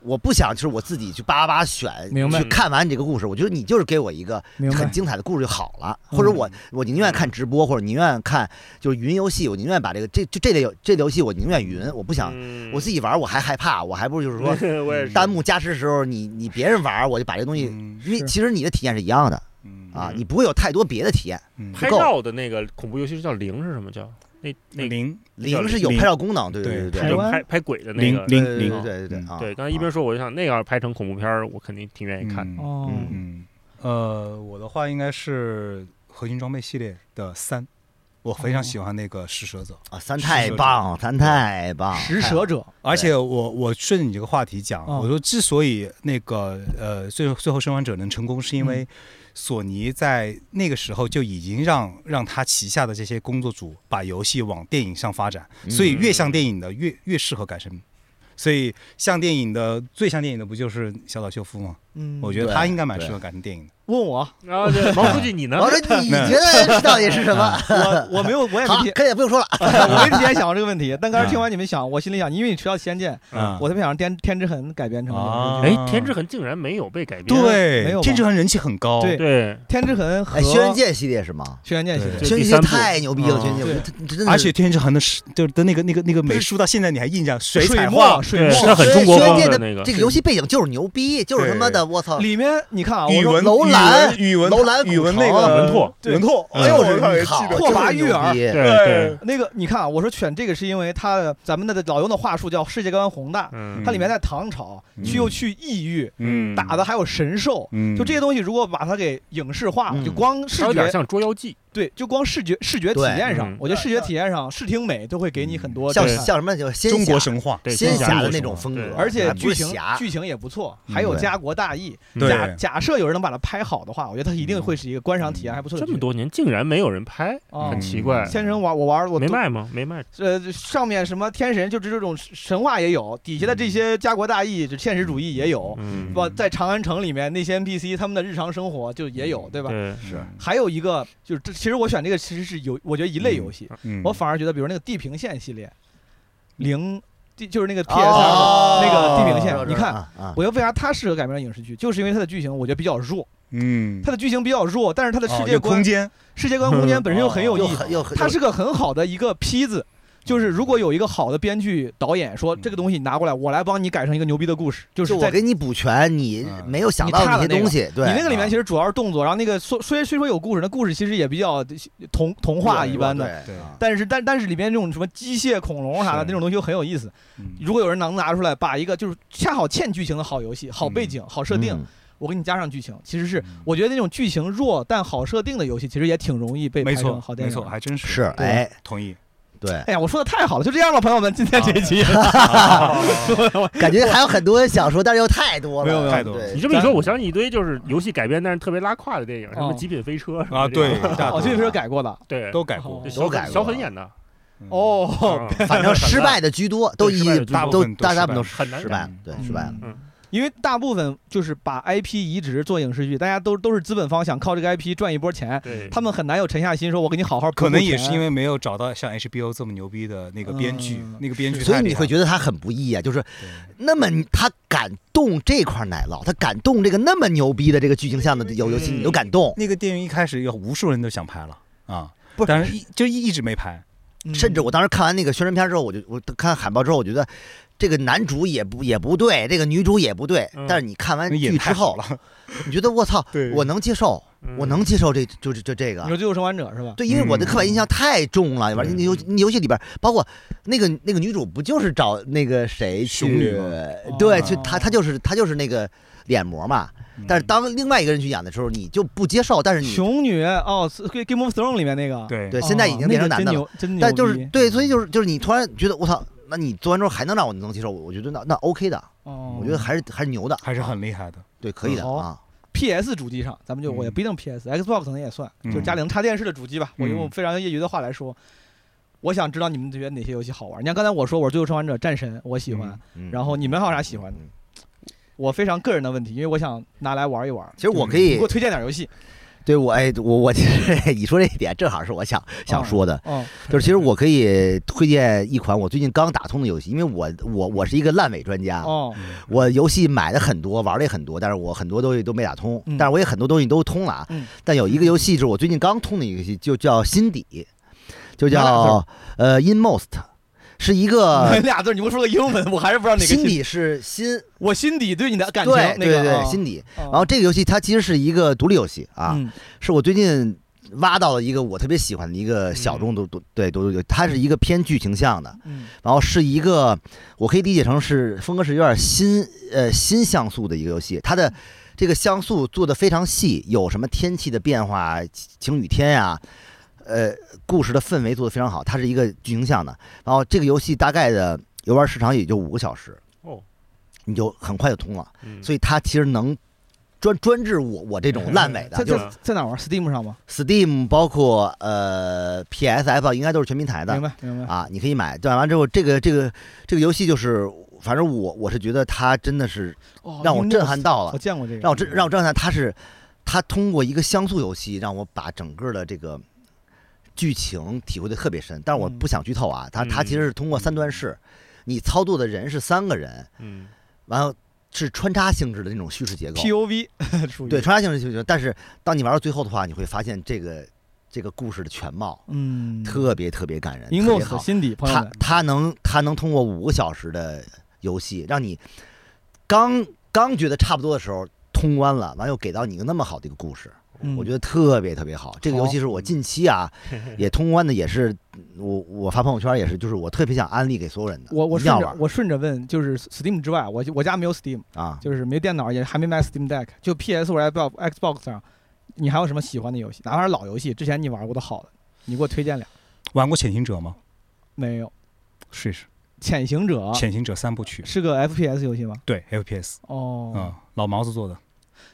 Speaker 2: 我不想就是我自己去叭叭叭选，
Speaker 1: 嗯明白
Speaker 2: 去看完你这个故事，我觉得你就是给我一个
Speaker 1: 明白
Speaker 2: 很精彩的故事就好了，
Speaker 1: 嗯
Speaker 2: 或者我我宁愿看直播，或者宁愿看就是云游戏，我宁愿把这个这就这类游这类游戏我宁愿云，我不想
Speaker 4: 嗯
Speaker 2: 我自己玩我还害怕，我还不如就是说
Speaker 4: 我也是
Speaker 2: 弹幕加持的时候你你别人玩我就把这东西，
Speaker 3: 嗯
Speaker 2: 因为
Speaker 1: 是
Speaker 2: 其实你的体验是一样的
Speaker 3: 嗯
Speaker 2: 啊，
Speaker 4: 嗯
Speaker 2: 你不会有太多别的体验，
Speaker 3: 嗯
Speaker 4: 拍
Speaker 2: 够
Speaker 4: 照的那个恐怖游戏是叫零是什么叫？那那
Speaker 3: 零
Speaker 2: 零是有拍照功能，对对
Speaker 3: 对
Speaker 2: 对
Speaker 4: 拍
Speaker 1: 台
Speaker 2: 对
Speaker 1: 湾
Speaker 4: 拍拍鬼的那
Speaker 3: 零
Speaker 4: 个。
Speaker 2: 对
Speaker 3: 零
Speaker 2: 对
Speaker 3: 零
Speaker 2: 对对
Speaker 1: 嗯
Speaker 2: 对啊，
Speaker 4: 对，刚才一边说，我就想那个要拍成恐怖片儿，我肯定挺愿意看。
Speaker 3: 嗯
Speaker 1: 哦，
Speaker 2: 嗯
Speaker 3: 嗯，呃，我的话应该是核心装备系列的三，我非
Speaker 2: 哦
Speaker 3: 常喜欢那个食蛇者，
Speaker 2: 啊，三
Speaker 3: 是
Speaker 2: 太
Speaker 3: 是
Speaker 2: 棒，三太棒，
Speaker 1: 食
Speaker 2: 太
Speaker 1: 蛇者，
Speaker 3: 而且我我顺着你这个话题讲，啊
Speaker 1: 嗯
Speaker 2: 哦
Speaker 3: 我说之所以那个呃最最后生还者能成功，是
Speaker 2: 嗯
Speaker 3: 因为索尼在那个时候就已经让让他旗下的这些工作组把游戏往电影上发展，所
Speaker 1: 嗯
Speaker 3: 以越像电影的越越适合改成。所以像电影的最像电影的不就是小岛秀夫吗？
Speaker 1: 嗯，
Speaker 3: 我觉得
Speaker 2: 对
Speaker 3: 他应该蛮
Speaker 2: 对
Speaker 3: 适合改成电影的。
Speaker 1: 问我，
Speaker 4: 然后这啊王书记你呢
Speaker 2: 嗯我？说你觉得到底是什么？
Speaker 1: 我我没有，我也没
Speaker 2: 好
Speaker 1: 提，，
Speaker 2: 可以不用说了。
Speaker 1: 我没提前想过这个问题。但
Speaker 2: 嗯
Speaker 1: 刚才听完你们想，我心里想，因为你提到《仙剑》，
Speaker 3: 啊
Speaker 1: 我特别想让天天之痕改编成影视剧
Speaker 3: 啊，
Speaker 4: 哎，天之痕竟然没有被改编。
Speaker 1: 没有
Speaker 3: 对，
Speaker 1: 吧
Speaker 3: 天之痕人气很高，
Speaker 1: 对
Speaker 4: 对，
Speaker 1: 天之痕和
Speaker 2: 哎，轩辕剑系列是吗？
Speaker 1: 轩辕剑系
Speaker 3: 对
Speaker 1: 列，
Speaker 2: 轩
Speaker 4: 就
Speaker 2: 辕
Speaker 4: 第
Speaker 2: 剑
Speaker 4: 三部
Speaker 2: 太牛逼了，轩辕剑
Speaker 1: 嗯对
Speaker 2: 我真真的是，
Speaker 3: 而且天之痕的是就是的那个那个那个美术到现在你还印象，水彩画
Speaker 1: 墨，水
Speaker 4: 对，
Speaker 1: 墨
Speaker 4: 是
Speaker 2: 哦
Speaker 4: 很中国风的那个
Speaker 2: 这。个游戏
Speaker 1: 嗯
Speaker 2: 背景就是牛逼，就是
Speaker 3: 对
Speaker 2: 他妈的，我操！
Speaker 1: 里面你看啊，我
Speaker 3: 语
Speaker 1: 说
Speaker 3: 文、
Speaker 2: 楼兰
Speaker 3: 语文、
Speaker 2: 楼兰古
Speaker 3: 语文那
Speaker 2: 城
Speaker 3: 个
Speaker 4: 文拓
Speaker 1: 啊对哎
Speaker 3: 文拓
Speaker 2: 就
Speaker 3: 就是是
Speaker 2: 哎你好，
Speaker 1: 得
Speaker 2: 就是
Speaker 1: 拓跋
Speaker 2: 牛
Speaker 1: 育儿
Speaker 2: 逼
Speaker 4: 对对，
Speaker 1: 那个你看啊，我说选这个是因为它的咱们的老用的话术叫世界观宏大，
Speaker 4: 嗯
Speaker 1: 它里面在唐朝
Speaker 3: 嗯
Speaker 1: 去又去异域，
Speaker 3: 嗯
Speaker 1: 打的还有神兽，
Speaker 3: 嗯
Speaker 1: 就这些东西如果把它给影视化，
Speaker 2: 嗯
Speaker 1: 就光视
Speaker 4: 它有点
Speaker 1: 觉
Speaker 4: 像《捉妖记》
Speaker 1: 对，就光视觉视觉体
Speaker 2: 对
Speaker 1: 验上
Speaker 4: 嗯，
Speaker 1: 我觉得视觉体验上，视听美都会给你很多
Speaker 2: 像
Speaker 1: 震撼
Speaker 2: 像什么叫仙
Speaker 3: 中国
Speaker 2: 侠
Speaker 3: 神话，
Speaker 4: 对
Speaker 2: 仙
Speaker 4: 仙
Speaker 2: 侠
Speaker 4: 侠
Speaker 2: 的
Speaker 4: 是
Speaker 2: 那
Speaker 4: 什
Speaker 2: 种
Speaker 4: 么
Speaker 2: 风
Speaker 4: 对
Speaker 2: 格，
Speaker 1: 而且
Speaker 2: 还不
Speaker 1: 剧
Speaker 2: 是
Speaker 1: 情
Speaker 2: 侠，
Speaker 1: 剧情也不错，还有
Speaker 3: 对
Speaker 1: 家国大义。
Speaker 4: 对
Speaker 1: 假假设有人能把它拍好的话，我觉得它一定会是一个观赏体验还不错的
Speaker 4: 这
Speaker 1: 剧。
Speaker 4: 么多年竟然没有人拍，
Speaker 1: 啊
Speaker 4: 很奇怪。
Speaker 1: 天神玩我玩我
Speaker 4: 没
Speaker 1: 都
Speaker 4: 卖吗？没卖，
Speaker 1: 呃，上面什么天神，就是这种神话也有，底下的这
Speaker 3: 嗯
Speaker 1: 些家国大义、就现实主义也有。
Speaker 4: 嗯，
Speaker 1: 不，在长安城里面那些 NPC 他们的日常生活就也有，对吧？
Speaker 4: 对，
Speaker 3: 是，
Speaker 1: 还有一个就是这，其实我选这个其实是有，我觉得一类游戏，
Speaker 3: 嗯
Speaker 1: 我反而觉得比如那个地平线系列，零地就是那个 PS 二、
Speaker 2: 哦
Speaker 1: 那个地平线
Speaker 2: 知道
Speaker 1: 你看，
Speaker 2: 知道啊，
Speaker 1: 我觉得为啥它适合改编成影视剧，就是因为它的剧情我觉得比较弱，
Speaker 3: 嗯，
Speaker 1: 它的剧情比较弱，但是它的世
Speaker 3: 哦
Speaker 1: 界
Speaker 3: 有空
Speaker 1: 观、
Speaker 3: 间，哦
Speaker 1: 世界观空间本身又很有
Speaker 2: 哦又
Speaker 1: 意
Speaker 2: 很
Speaker 1: 义，
Speaker 2: 又很
Speaker 1: 它是个很好的一个坯子。就是如果有一个好的编剧导演说这个东西你拿过来，我来帮你改成一个牛逼的故事，就是
Speaker 2: 就
Speaker 1: 在
Speaker 2: 嗯我给你补全，你
Speaker 3: 嗯
Speaker 2: 没有想
Speaker 1: 你
Speaker 2: 到
Speaker 1: 差
Speaker 2: 那
Speaker 1: 了那
Speaker 2: 些
Speaker 1: 个
Speaker 2: 东西，对，
Speaker 1: 你那个里面
Speaker 2: 啊
Speaker 1: 其实主要是动作，然后那个说虽虽说有故事，那故事其实也比较童童话一般的，，
Speaker 3: 对
Speaker 2: 啊
Speaker 1: 但是但但是里面那种什么机械恐龙啥的
Speaker 3: 是
Speaker 1: 那种东西又很有意思。
Speaker 3: 嗯
Speaker 1: 如果有人能拿出来，把一个就是恰好欠剧情的好游戏、好背景、好设定，
Speaker 2: 嗯
Speaker 1: 我给你加上剧情，其实是我觉得那种剧情弱但好设定的游戏，其实也挺容易被
Speaker 3: 没
Speaker 1: 拍
Speaker 3: 错
Speaker 1: 成好，电
Speaker 3: 没
Speaker 1: 影
Speaker 3: 错，
Speaker 1: 的。
Speaker 3: 还真是
Speaker 2: 是，
Speaker 1: 对
Speaker 2: 哎，
Speaker 3: 同意，
Speaker 2: 对，
Speaker 1: 哎呀，我说的太好了，就这样吧，朋友们，今天这一期
Speaker 2: 感觉还有很多想说，但是又太多了，
Speaker 3: 没有没
Speaker 2: 对
Speaker 3: 有太多了
Speaker 4: 你这么一说，
Speaker 1: 咱
Speaker 4: 我想起一堆就是游戏改编，但是特别拉胯的电影，什么
Speaker 1: 哦
Speaker 4: 《极品飞车》什么
Speaker 3: 啊，
Speaker 4: 这种
Speaker 3: 对，大
Speaker 1: 哦，
Speaker 3: 多
Speaker 1: 这个是改过的
Speaker 4: 对，
Speaker 3: 都改过
Speaker 4: 就，
Speaker 2: 都
Speaker 4: 小
Speaker 2: 改
Speaker 4: 粉
Speaker 2: 过
Speaker 4: 小粉演的，
Speaker 3: 嗯，
Speaker 1: 哦。
Speaker 4: 嗯
Speaker 2: 反正失败的居多，都
Speaker 4: 对
Speaker 2: 一
Speaker 4: 失败的居
Speaker 3: 多
Speaker 2: 都大
Speaker 3: 大部
Speaker 2: 家们
Speaker 3: 分都
Speaker 2: 都
Speaker 3: 失
Speaker 4: 败
Speaker 2: 失败了
Speaker 3: 嗯，
Speaker 2: 对，失败了，
Speaker 1: 嗯
Speaker 4: 嗯
Speaker 1: 因为大部分就是把 IP 移植做影视剧，大家都都是资本方想靠这个 IP 赚一波钱，
Speaker 4: 对，
Speaker 1: 他们很难有沉下心说，我给你好好补补
Speaker 3: 可能也
Speaker 1: 全
Speaker 3: 是因为没有找到像 HBO 这么牛逼的那个编剧
Speaker 1: 嗯，
Speaker 3: 那个编剧
Speaker 2: 所以
Speaker 3: 太厉
Speaker 2: 你
Speaker 3: 害
Speaker 2: 会
Speaker 3: 了
Speaker 2: 觉得他很不易啊，就是
Speaker 3: 对
Speaker 2: 那么你他敢动这块奶酪，他敢动这个那么牛逼的这个剧情向的游游戏，
Speaker 4: 嗯
Speaker 2: 你都敢动，
Speaker 3: 那个电影一开始有无数人都想拍了啊，
Speaker 2: 不是
Speaker 3: 但是一就一一直没拍，
Speaker 1: 嗯
Speaker 2: 甚至我当时看完那个宣传片之后，我就我看海报之后，我觉得这个男主也不也不对，这个女主也不对
Speaker 4: 嗯，
Speaker 2: 但是你看完
Speaker 3: 那演
Speaker 2: 剧
Speaker 3: 太
Speaker 2: 之
Speaker 3: 好
Speaker 2: 后，
Speaker 3: 了，
Speaker 2: 你觉得我操
Speaker 3: 对，
Speaker 2: 我能接受，
Speaker 4: 嗯
Speaker 2: 我能接受这就这这这
Speaker 1: 嗯
Speaker 2: 个
Speaker 1: 你说《最后生还者》是吧？
Speaker 2: 对，因为我的
Speaker 3: 嗯
Speaker 2: 刻板印象太重了，玩
Speaker 3: 对
Speaker 2: 那游那游戏里边，包括那个那个女主不就是找那个谁
Speaker 3: 熊女
Speaker 2: 去
Speaker 3: 吗？
Speaker 2: 对，
Speaker 1: 哦
Speaker 2: 去她她就是她就是那个脸模嘛。
Speaker 3: 嗯
Speaker 2: 但是当另外一个人去演的时候，你就不接受，但是你
Speaker 1: 熊女哦，是《Game of Thrones》里面那个，
Speaker 3: 对
Speaker 2: 对
Speaker 1: 哦，
Speaker 2: 现在已经变成男
Speaker 1: 那
Speaker 2: 的了。
Speaker 1: 个真牛，真牛
Speaker 2: 但就是
Speaker 1: 逼
Speaker 2: 对，所以就是就是你突然觉得我操，那你做完之后还能让我能接受，我我觉得那那 OK 的，
Speaker 1: 哦
Speaker 2: 我觉得还是还是牛的，
Speaker 3: 还是很厉害的，
Speaker 2: 对，可以的
Speaker 1: 好
Speaker 2: 啊。
Speaker 1: PS 主机上，咱们就
Speaker 3: 嗯
Speaker 1: 我也不一定 PS，Xbox 可能也算，
Speaker 3: 嗯
Speaker 1: 就是家里能插电视的主机吧。我
Speaker 3: 嗯
Speaker 1: 用非常业余的话来说，我想知道你们觉得哪些游戏好玩。你像刚才我说，我是《最后生还者》战神，我喜欢
Speaker 3: 嗯。
Speaker 2: 嗯
Speaker 1: 然后你们还有啥喜欢的？
Speaker 2: 嗯
Speaker 1: 我非常个人的问题，因为我想拿来玩一玩。
Speaker 2: 其实我可
Speaker 1: 你
Speaker 2: 以
Speaker 1: 给我推荐点游戏。
Speaker 2: 对我哎，我我其实你说这一点正好是我想想说的，
Speaker 1: 嗯，
Speaker 2: 就是其实我可以推荐一款我最近刚打通的游戏，因为我我我是一个烂尾专家，
Speaker 1: 哦，
Speaker 2: 我游戏买的很多，玩的也很多，但是我很多东西都没打通，
Speaker 1: 嗯
Speaker 2: 但是我也很多东西都通了啊。
Speaker 1: 嗯
Speaker 2: 但有一个游戏是我最近刚通的一个游戏，就叫心底，就
Speaker 1: 哪俩
Speaker 2: 叫呃 Inmost，是一个
Speaker 1: 俩字 儿，你给我说个英文，我还是不知道哪个
Speaker 2: 呃心
Speaker 1: 心。
Speaker 2: 底是心，
Speaker 1: 我心底对你的感情，
Speaker 2: 对
Speaker 1: 那个
Speaker 2: 对对，
Speaker 1: 啊
Speaker 2: 心底。
Speaker 1: 哦
Speaker 2: 然后这个游戏它其实是一个独立游戏啊，
Speaker 1: 嗯
Speaker 2: 是我最近挖到了一个我特别喜欢的一个小众独独对独立游戏，它是一个偏剧情向的，
Speaker 1: 嗯
Speaker 2: 然后是一个我可以理解成是风格是有点新呃新像素的一个游戏，它的这个像素做的非常细，有什么天气的变化、晴雨天呀、呃，故事的氛围做的非常好，它是一个剧情向的。然后这个游戏大概的游玩时长也就五个小时，
Speaker 4: 哦，
Speaker 2: 你就很快就通了，
Speaker 4: 嗯
Speaker 2: 所以它其实能。专专治我我这种烂尾 的，
Speaker 1: 在
Speaker 2: 就
Speaker 1: 在在哪玩？Steam 上吗？
Speaker 2: Steam 包括呃 PSF 应该都是全平台的，
Speaker 1: 明白 明白。
Speaker 2: 啊，你可以买。买完之后，这个这个这个游戏就是，反正我我是觉得它真的是
Speaker 1: 哦
Speaker 2: 让我震撼，到
Speaker 1: Windows，我
Speaker 2: 了，
Speaker 1: 见过这个，
Speaker 2: 让我震让我震撼。它是它通过一个像素游戏，让我把整个的这个剧情体会的特别深。但是我
Speaker 1: 嗯
Speaker 2: 不想剧透啊，它它其实是通过三段式，你操作的人是三个人，
Speaker 4: 嗯
Speaker 2: 完后是穿插性质的那种叙事结构。
Speaker 1: POV 属于
Speaker 2: 对，，穿插性质叙事结构。但是当你玩到最后的话，你会发现这个这个故事的全貌。
Speaker 1: 嗯，
Speaker 2: 特别特别感人，特别
Speaker 1: Inmost
Speaker 2: 好
Speaker 1: 的。心底朋友
Speaker 2: 他
Speaker 1: 们，
Speaker 2: 他能他能通过五个小时的游戏，让你刚刚觉得差不多的时候通关了，完又给到你一个那么好的一个故事，
Speaker 1: 嗯
Speaker 2: 我觉得特别特别好。这个游戏是我近期啊也通关的，也是我我发朋友圈也是，就是我特别想安利给所有人的，
Speaker 1: 我我
Speaker 2: 一定要
Speaker 1: 顺着
Speaker 2: 玩
Speaker 1: 我顺着问，就是 Steam 之外，我就我家没有 Steam，
Speaker 2: 啊！
Speaker 1: 就是没电脑，也还没买 Steam Deck，就 PS 或者 Xbox 上你还有什么喜欢的游戏？哪怕是老游戏，之前你玩过的好的，你给我推荐俩。
Speaker 3: 玩过《潜行者》吗？
Speaker 1: 没有，
Speaker 3: 试一试，
Speaker 1: 《潜行者》
Speaker 3: 《潜行者》三部曲，
Speaker 1: 啊是个 FPS 游戏吗？
Speaker 3: 对 FPS，
Speaker 1: 哦，
Speaker 3: 嗯，老毛子做的。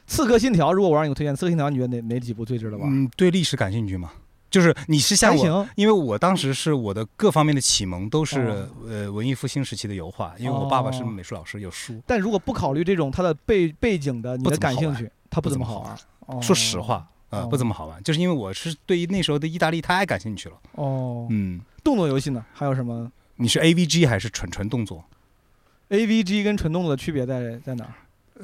Speaker 1: 刺客信条》如果我让你给我推荐，《刺客信条》你觉得哪哪几部最值得玩？
Speaker 3: 嗯，对历史感兴趣吗？就是你是像
Speaker 1: 还
Speaker 3: 我，
Speaker 1: 行，
Speaker 3: 因为我当时是我的各方面的启蒙都是、
Speaker 1: 哦
Speaker 3: 呃文艺复兴时期的油画，因为我爸爸是美术老师，有书。
Speaker 1: 但如果不考虑这种它的背背景的，你
Speaker 3: 不
Speaker 1: 的
Speaker 3: 怎么
Speaker 1: 感
Speaker 3: 好
Speaker 1: 兴
Speaker 3: 玩
Speaker 1: 趣，它不
Speaker 3: 不
Speaker 1: 怎
Speaker 3: 怎
Speaker 1: 么
Speaker 3: 么
Speaker 1: 好
Speaker 3: 好
Speaker 1: 玩。
Speaker 3: 说实话，呃，
Speaker 1: 哦
Speaker 3: 不怎么好玩，就是因为我是对于那时候的意大利太感兴趣了。
Speaker 1: 哦，哦，
Speaker 3: 嗯，
Speaker 1: 动作游戏呢？还有什么
Speaker 3: 你是 AVG 还是纯纯动作
Speaker 1: AVG 跟纯动作的区别在在哪儿？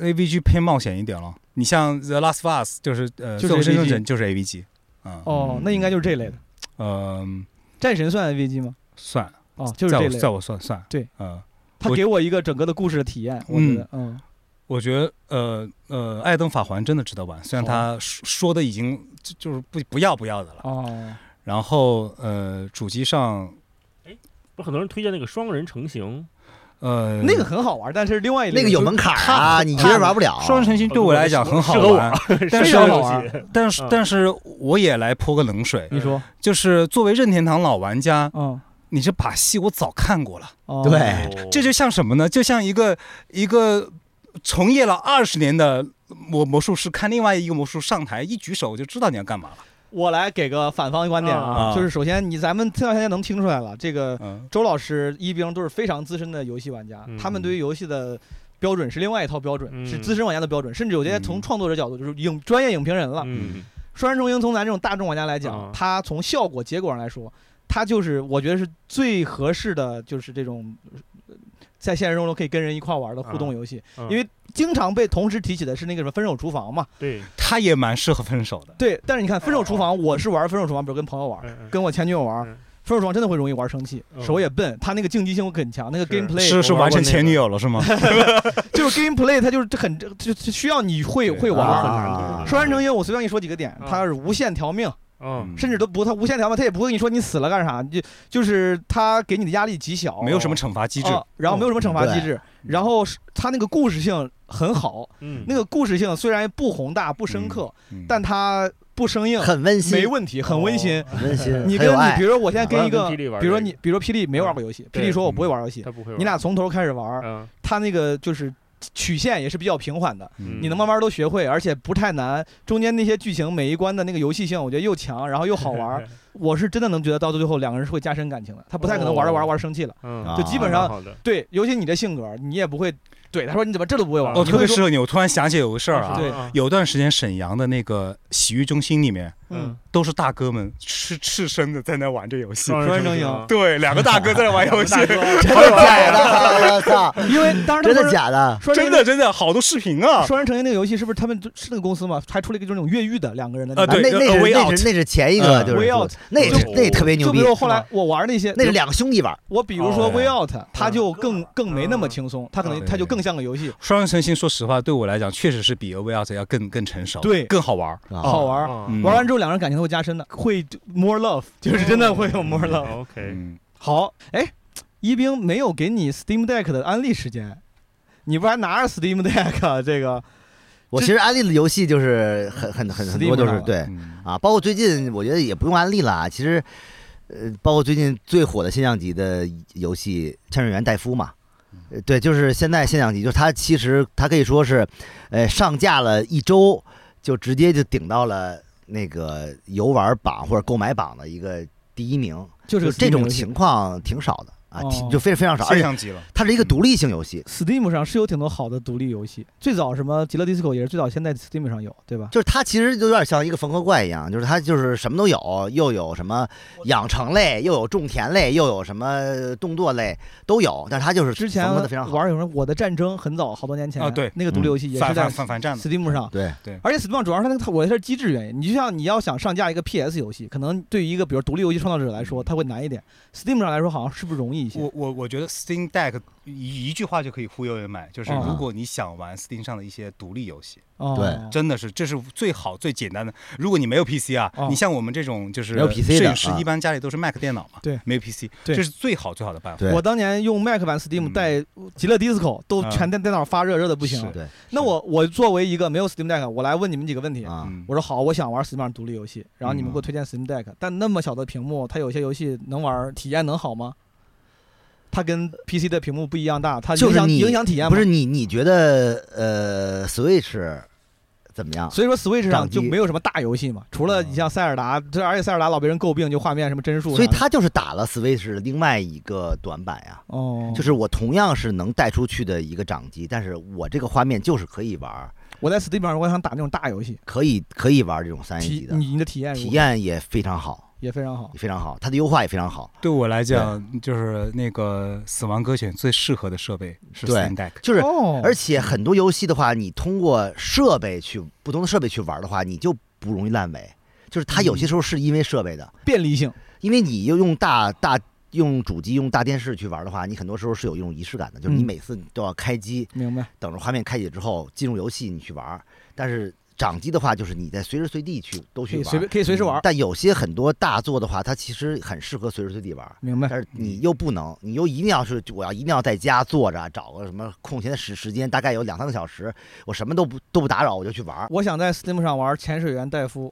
Speaker 3: ？AVG 偏冒险一点了。你像 The Last of Us 就是呃，
Speaker 1: 就是
Speaker 3: 最后生
Speaker 1: AVG
Speaker 3: 存者就是 AVG，嗯，
Speaker 1: 哦，那应该就是这类的。
Speaker 3: 嗯、
Speaker 1: 战神算 AVG 吗？
Speaker 3: 算，
Speaker 1: 哦，就是
Speaker 3: 在
Speaker 1: 这
Speaker 3: 我
Speaker 1: 类
Speaker 3: 在
Speaker 1: 的。
Speaker 3: 我算算，
Speaker 1: 对，
Speaker 3: 嗯。
Speaker 1: 它
Speaker 3: 我
Speaker 1: 给我一个整个的故事的体验，我觉得，嗯，
Speaker 3: 我觉得，呃呃，《艾登法环》真的值得玩，虽
Speaker 1: 哦
Speaker 3: 然他说说的已经就就是不不要不要的了。
Speaker 1: 哦，
Speaker 3: 然后，呃，主机上，
Speaker 4: 不是很多人推荐那个双人成型，
Speaker 3: 呃，
Speaker 1: 那个很好玩，但是另外一类
Speaker 2: 那个有门槛儿啊，你一个人玩不了。
Speaker 3: 双人成行对我来讲很好
Speaker 4: 适合我
Speaker 3: 玩，但
Speaker 4: 非
Speaker 3: 是
Speaker 4: 常好 玩。
Speaker 3: 但是
Speaker 4: 嗯
Speaker 3: 但是我也来泼个冷水，
Speaker 1: 你说，
Speaker 3: 就是作为任天堂老玩家，
Speaker 1: 嗯，
Speaker 3: 你这把戏我早看过了，
Speaker 1: 哦
Speaker 2: 对
Speaker 3: 这就像什么呢？就像一个一个从业了二十年的魔魔术师看另外一个魔术上台，一举手就知道你要干嘛了，
Speaker 1: 我来给个反方观点啊，
Speaker 3: 啊
Speaker 1: 就是首先你咱们听到现在能听出来了，这个
Speaker 3: 嗯，
Speaker 1: 周老师、一冰都是非常资深的游戏玩家，
Speaker 4: 嗯
Speaker 1: 他们对于游戏的。标准是另外一套标准，
Speaker 4: 嗯
Speaker 1: 是资深玩家的标准，甚至有些从
Speaker 3: 嗯
Speaker 1: 创作者角度就是影专业影评人了。
Speaker 4: 嗯，
Speaker 1: 双人成行从咱这种大众玩家来讲
Speaker 4: 啊，
Speaker 1: 它从效果结果上来说，它就是我觉得是最合适的，就是这种呃在现实生活中可以跟人一块玩的互动游戏。
Speaker 4: 啊
Speaker 1: 因为经常被同时提起的是那个什么分手厨房嘛，
Speaker 4: 对，
Speaker 3: 他也蛮适合分手的。
Speaker 1: 对。但是你看分手厨
Speaker 4: 哦
Speaker 1: 房，我是玩分手厨房，比如跟朋友玩，
Speaker 4: 嗯嗯
Speaker 1: 跟我前女友玩。
Speaker 4: 嗯
Speaker 1: 分手厨房真的会容易玩生气，
Speaker 4: 嗯
Speaker 1: 手也笨，它那个竞技性很强，那个
Speaker 4: 是
Speaker 1: gameplay
Speaker 3: 是是
Speaker 4: 我玩
Speaker 3: 完
Speaker 4: 过
Speaker 3: 成
Speaker 4: 那
Speaker 3: 前女
Speaker 4: 个
Speaker 3: 友了是吗？
Speaker 1: 嗯就是 gameplay，它就是很就就就需要你会
Speaker 3: 对
Speaker 1: 会玩。
Speaker 2: 啊
Speaker 4: 啊
Speaker 1: 双人成行，我随便跟你说几个点，
Speaker 4: 啊
Speaker 1: 它是无限条命，
Speaker 4: 嗯，
Speaker 1: 甚至都不他无限条吧，他也不会跟你说你死了干啥，你就就是他给你的压力极小，
Speaker 3: 没有什么惩罚机制。嗯
Speaker 1: 啊然后没有什么惩罚机制，然后是他那个故事性很好，
Speaker 4: 嗯
Speaker 1: 那个故事性虽然不宏大不深刻，
Speaker 3: 嗯
Speaker 1: 但它不生硬，
Speaker 2: 啊很温馨
Speaker 1: 没，问题，很温馨。
Speaker 2: 很温馨，
Speaker 1: 你
Speaker 2: 很
Speaker 1: 跟
Speaker 2: 有
Speaker 1: 你，比
Speaker 2: 爱。
Speaker 1: 如说我现在跟一
Speaker 4: 我
Speaker 1: 个，
Speaker 4: 要跟霹雳玩
Speaker 1: 比如说
Speaker 4: 这个
Speaker 1: 你，比如说霹雳没玩过游戏，霹雳
Speaker 4: 对
Speaker 1: 说我不会玩游戏，
Speaker 4: 他不会玩，
Speaker 1: 你俩从头开始玩，
Speaker 4: 嗯，
Speaker 1: 他那个就是曲线也是比较平缓的，
Speaker 3: 嗯
Speaker 1: 你能慢慢都学会，而且不太难。中间那些剧情每一关的那个游戏性，我觉得又强，然后又好玩。我是真的能觉得到最后两个人是会加深感情的，他不太可能玩着玩着玩着生气了。
Speaker 4: 嗯，
Speaker 2: 啊
Speaker 1: 就基本
Speaker 4: 蛮
Speaker 1: 上
Speaker 4: 好的，
Speaker 1: 对，尤其你这性格，你也不会怼他说你怎么这都不会玩。
Speaker 3: 哦，
Speaker 1: 你
Speaker 3: 特
Speaker 1: 会
Speaker 3: 别
Speaker 1: 说嗯
Speaker 3: 适合你。我突然想起有个事儿啊，
Speaker 1: 对
Speaker 4: 啊，
Speaker 3: 有段时间沈阳的那个洗浴中心里面
Speaker 1: 嗯
Speaker 4: 嗯，
Speaker 3: 都是大哥们赤赤身的在那玩这游戏。
Speaker 4: 双
Speaker 1: 双人
Speaker 4: 人啊
Speaker 1: 成
Speaker 4: 行，
Speaker 3: 对，两个大哥在那玩游戏，
Speaker 2: 真的假的？我 操！
Speaker 1: 嗯因为当时他
Speaker 2: 真
Speaker 1: 们
Speaker 2: 的假的？
Speaker 1: 双人
Speaker 3: 真的真的好多视频啊。
Speaker 1: 双人成行那个游戏是不是他们就是那个公司嘛？还出了一个就是那种越狱的两个人的
Speaker 3: 啊
Speaker 1: 个
Speaker 3: 对
Speaker 2: 那那是
Speaker 3: A Way
Speaker 2: 那
Speaker 3: Out
Speaker 2: 是那是前一个，
Speaker 3: 嗯
Speaker 2: 就是
Speaker 1: Way Out
Speaker 2: 那也是
Speaker 4: 就
Speaker 2: 那也特别牛
Speaker 1: 就比
Speaker 2: 逼啊
Speaker 1: 如，后
Speaker 4: 是
Speaker 1: 来
Speaker 4: 吧
Speaker 1: 我玩那些，
Speaker 2: 那是两个兄弟玩儿，
Speaker 1: 我比如说
Speaker 3: 哦
Speaker 1: Way Out，他就更更没那么
Speaker 4: 嗯
Speaker 1: 轻松，他可能
Speaker 3: 嗯
Speaker 1: 他就更像个游戏，
Speaker 3: 双人成行，说实话，对我来讲确实是比 Over Out 要更更成熟，
Speaker 1: 对
Speaker 3: 更好玩儿。
Speaker 2: 啊
Speaker 1: 好玩。
Speaker 4: 玩
Speaker 3: 嗯
Speaker 1: 玩完之后，两个人感情都会加深的，会 more
Speaker 2: 嗯
Speaker 1: love，就是真的会有 more love。
Speaker 4: 哦 OK，
Speaker 3: 嗯，
Speaker 1: 好，哎，一冰没有给你 Steam Deck 的安利时间，你不还拿着 Steam Deck 啊这个？
Speaker 2: 我其实安利的游戏就是很很很很多
Speaker 1: Steam
Speaker 2: 都
Speaker 1: 上
Speaker 2: 是
Speaker 1: 了
Speaker 2: 对
Speaker 3: 嗯
Speaker 1: 哎
Speaker 2: 啊，包括最近我觉得也不用安利啦，其实呃，包括最近最火的现象级的游戏《潜水员戴夫》嘛。呃对，就是现在现象级，就是它其实它可以说是，呃，上架了一周就直接就顶到了那个游玩榜或者购买榜的一个第一名，
Speaker 1: 就
Speaker 2: 就是这
Speaker 1: Steam 游
Speaker 2: 种
Speaker 1: 戏
Speaker 2: 情况挺少的啊，挺
Speaker 1: 哦嗯
Speaker 2: 就非常非常少，而
Speaker 3: 现
Speaker 2: 且
Speaker 3: 象级了。
Speaker 2: 它是一个独立性游戏，
Speaker 1: Steam 上是有挺多好的独立游戏，最早什么《极乐 DISCO》也是最早先在 Steam 上有，对吧？
Speaker 2: 就是它其实就有点像一个缝合怪一样，就是它就是什么都有，又有什么养成类，又有种田类，又有什么动作类都有，但是它就是
Speaker 1: 之前
Speaker 2: 缝合的非常好。嗯
Speaker 1: 玩有什么《我的战争》，很早好多年前
Speaker 3: 啊对
Speaker 1: 那个独立游戏也
Speaker 3: 反
Speaker 1: 是在
Speaker 3: 反反反战的，
Speaker 1: Steam 上。
Speaker 2: 对，
Speaker 1: 而且 Steam 上主要是它那个，我觉得是机制原因。你就像你要想上架一个 PS 游戏，可能对于一个比如独立游戏创造者来说，它会难一点。Steam 上来说，好像是不是容易一些
Speaker 3: 我。我我觉得 Steam Deck 一一句话就可以忽悠人买，就是
Speaker 1: 哦
Speaker 3: 如果你想玩 Steam 上的一些独立游戏，
Speaker 1: 哦
Speaker 2: 对
Speaker 3: 真的是这是最好最简单的。如果你没有 PC 啊，
Speaker 1: 哦
Speaker 3: 你像我们这种就是
Speaker 2: 没有 PC 的
Speaker 3: 摄影师
Speaker 2: 啊
Speaker 3: 一般家里都是 Mac 电脑嘛，
Speaker 1: 对
Speaker 3: 没有 PC，
Speaker 1: 对
Speaker 3: 这是最好最好的办法。
Speaker 2: 对
Speaker 1: 我当年用 Mac 版 Steam
Speaker 3: 嗯
Speaker 1: 带极乐 Disco，都全电电脑发热，热的不行
Speaker 3: 是
Speaker 1: 了。
Speaker 2: 对
Speaker 1: 那我我作为一个没有 Steam Deck，我来问你们几个问题。
Speaker 2: 啊，
Speaker 3: 嗯，
Speaker 1: 我说好，我想玩 Steam 上独立游戏，然后你们
Speaker 3: 嗯
Speaker 1: 给我推荐 Steam Deck，但那么小的屏幕，它有些游戏能玩，体验能好吗？它跟 PC 的屏幕不一样大，它
Speaker 2: 就
Speaker 1: 影
Speaker 2: 是
Speaker 1: 响
Speaker 2: 你
Speaker 1: 影响体验吗
Speaker 2: 不是你你觉得呃 Switch 怎么样？
Speaker 1: 所以说 Switch 上
Speaker 2: 掌
Speaker 1: 就
Speaker 2: 机嗯
Speaker 1: 没有什么大游戏嘛，除了你像塞尔达，这而且塞尔达老被人诟病，就画面什么帧数啥的，
Speaker 2: 所以它就是打了 Switch 的另外一个短板呀、
Speaker 1: 哦，
Speaker 2: 就是我同样是能带出去的一个掌机，但是我这个画面就是可以玩儿，
Speaker 1: 我在 Steam 上我想打那种大游戏，
Speaker 2: 可以可以玩儿这种三 A 级
Speaker 1: 体
Speaker 2: 哎的，
Speaker 1: 你你的体验如何
Speaker 2: 体验也非常好，
Speaker 1: 也非常好
Speaker 2: 也非常好，它的优化也非常好。
Speaker 3: 对我来讲，就是那个死亡搁浅最适合的设备是
Speaker 2: 对
Speaker 3: Steam Deck。
Speaker 2: 就是
Speaker 1: 哦
Speaker 2: 而且很多游戏的话，你通过设备去不同的设备去玩的话，你就不容易烂尾。就是它
Speaker 1: 嗯
Speaker 2: 有些时候是因为设备的，
Speaker 1: 便利性，
Speaker 2: 因为你又用大大用主机用大电视去玩的话，你很多时候是有一种仪式感的，就是你
Speaker 1: 嗯
Speaker 2: 每次都要开机，
Speaker 1: 明白？
Speaker 2: 等着画面开启之后进入游戏你去玩。但是掌机的话，就是你在随时随地去都
Speaker 1: 可
Speaker 2: 去
Speaker 1: 以
Speaker 2: 玩，嗯
Speaker 1: 随便可以随时玩，
Speaker 2: 但有些很多大作的话，它其实很适合随时随地玩。
Speaker 1: 明白？
Speaker 2: 但是你又不能，你又一定要是我要一定要在家坐着，找个什么空闲的时时间，大概有两三个小时，我什么都不都不打扰，我就去玩儿。
Speaker 1: 我想在 Steam 上玩《潜水员戴夫》，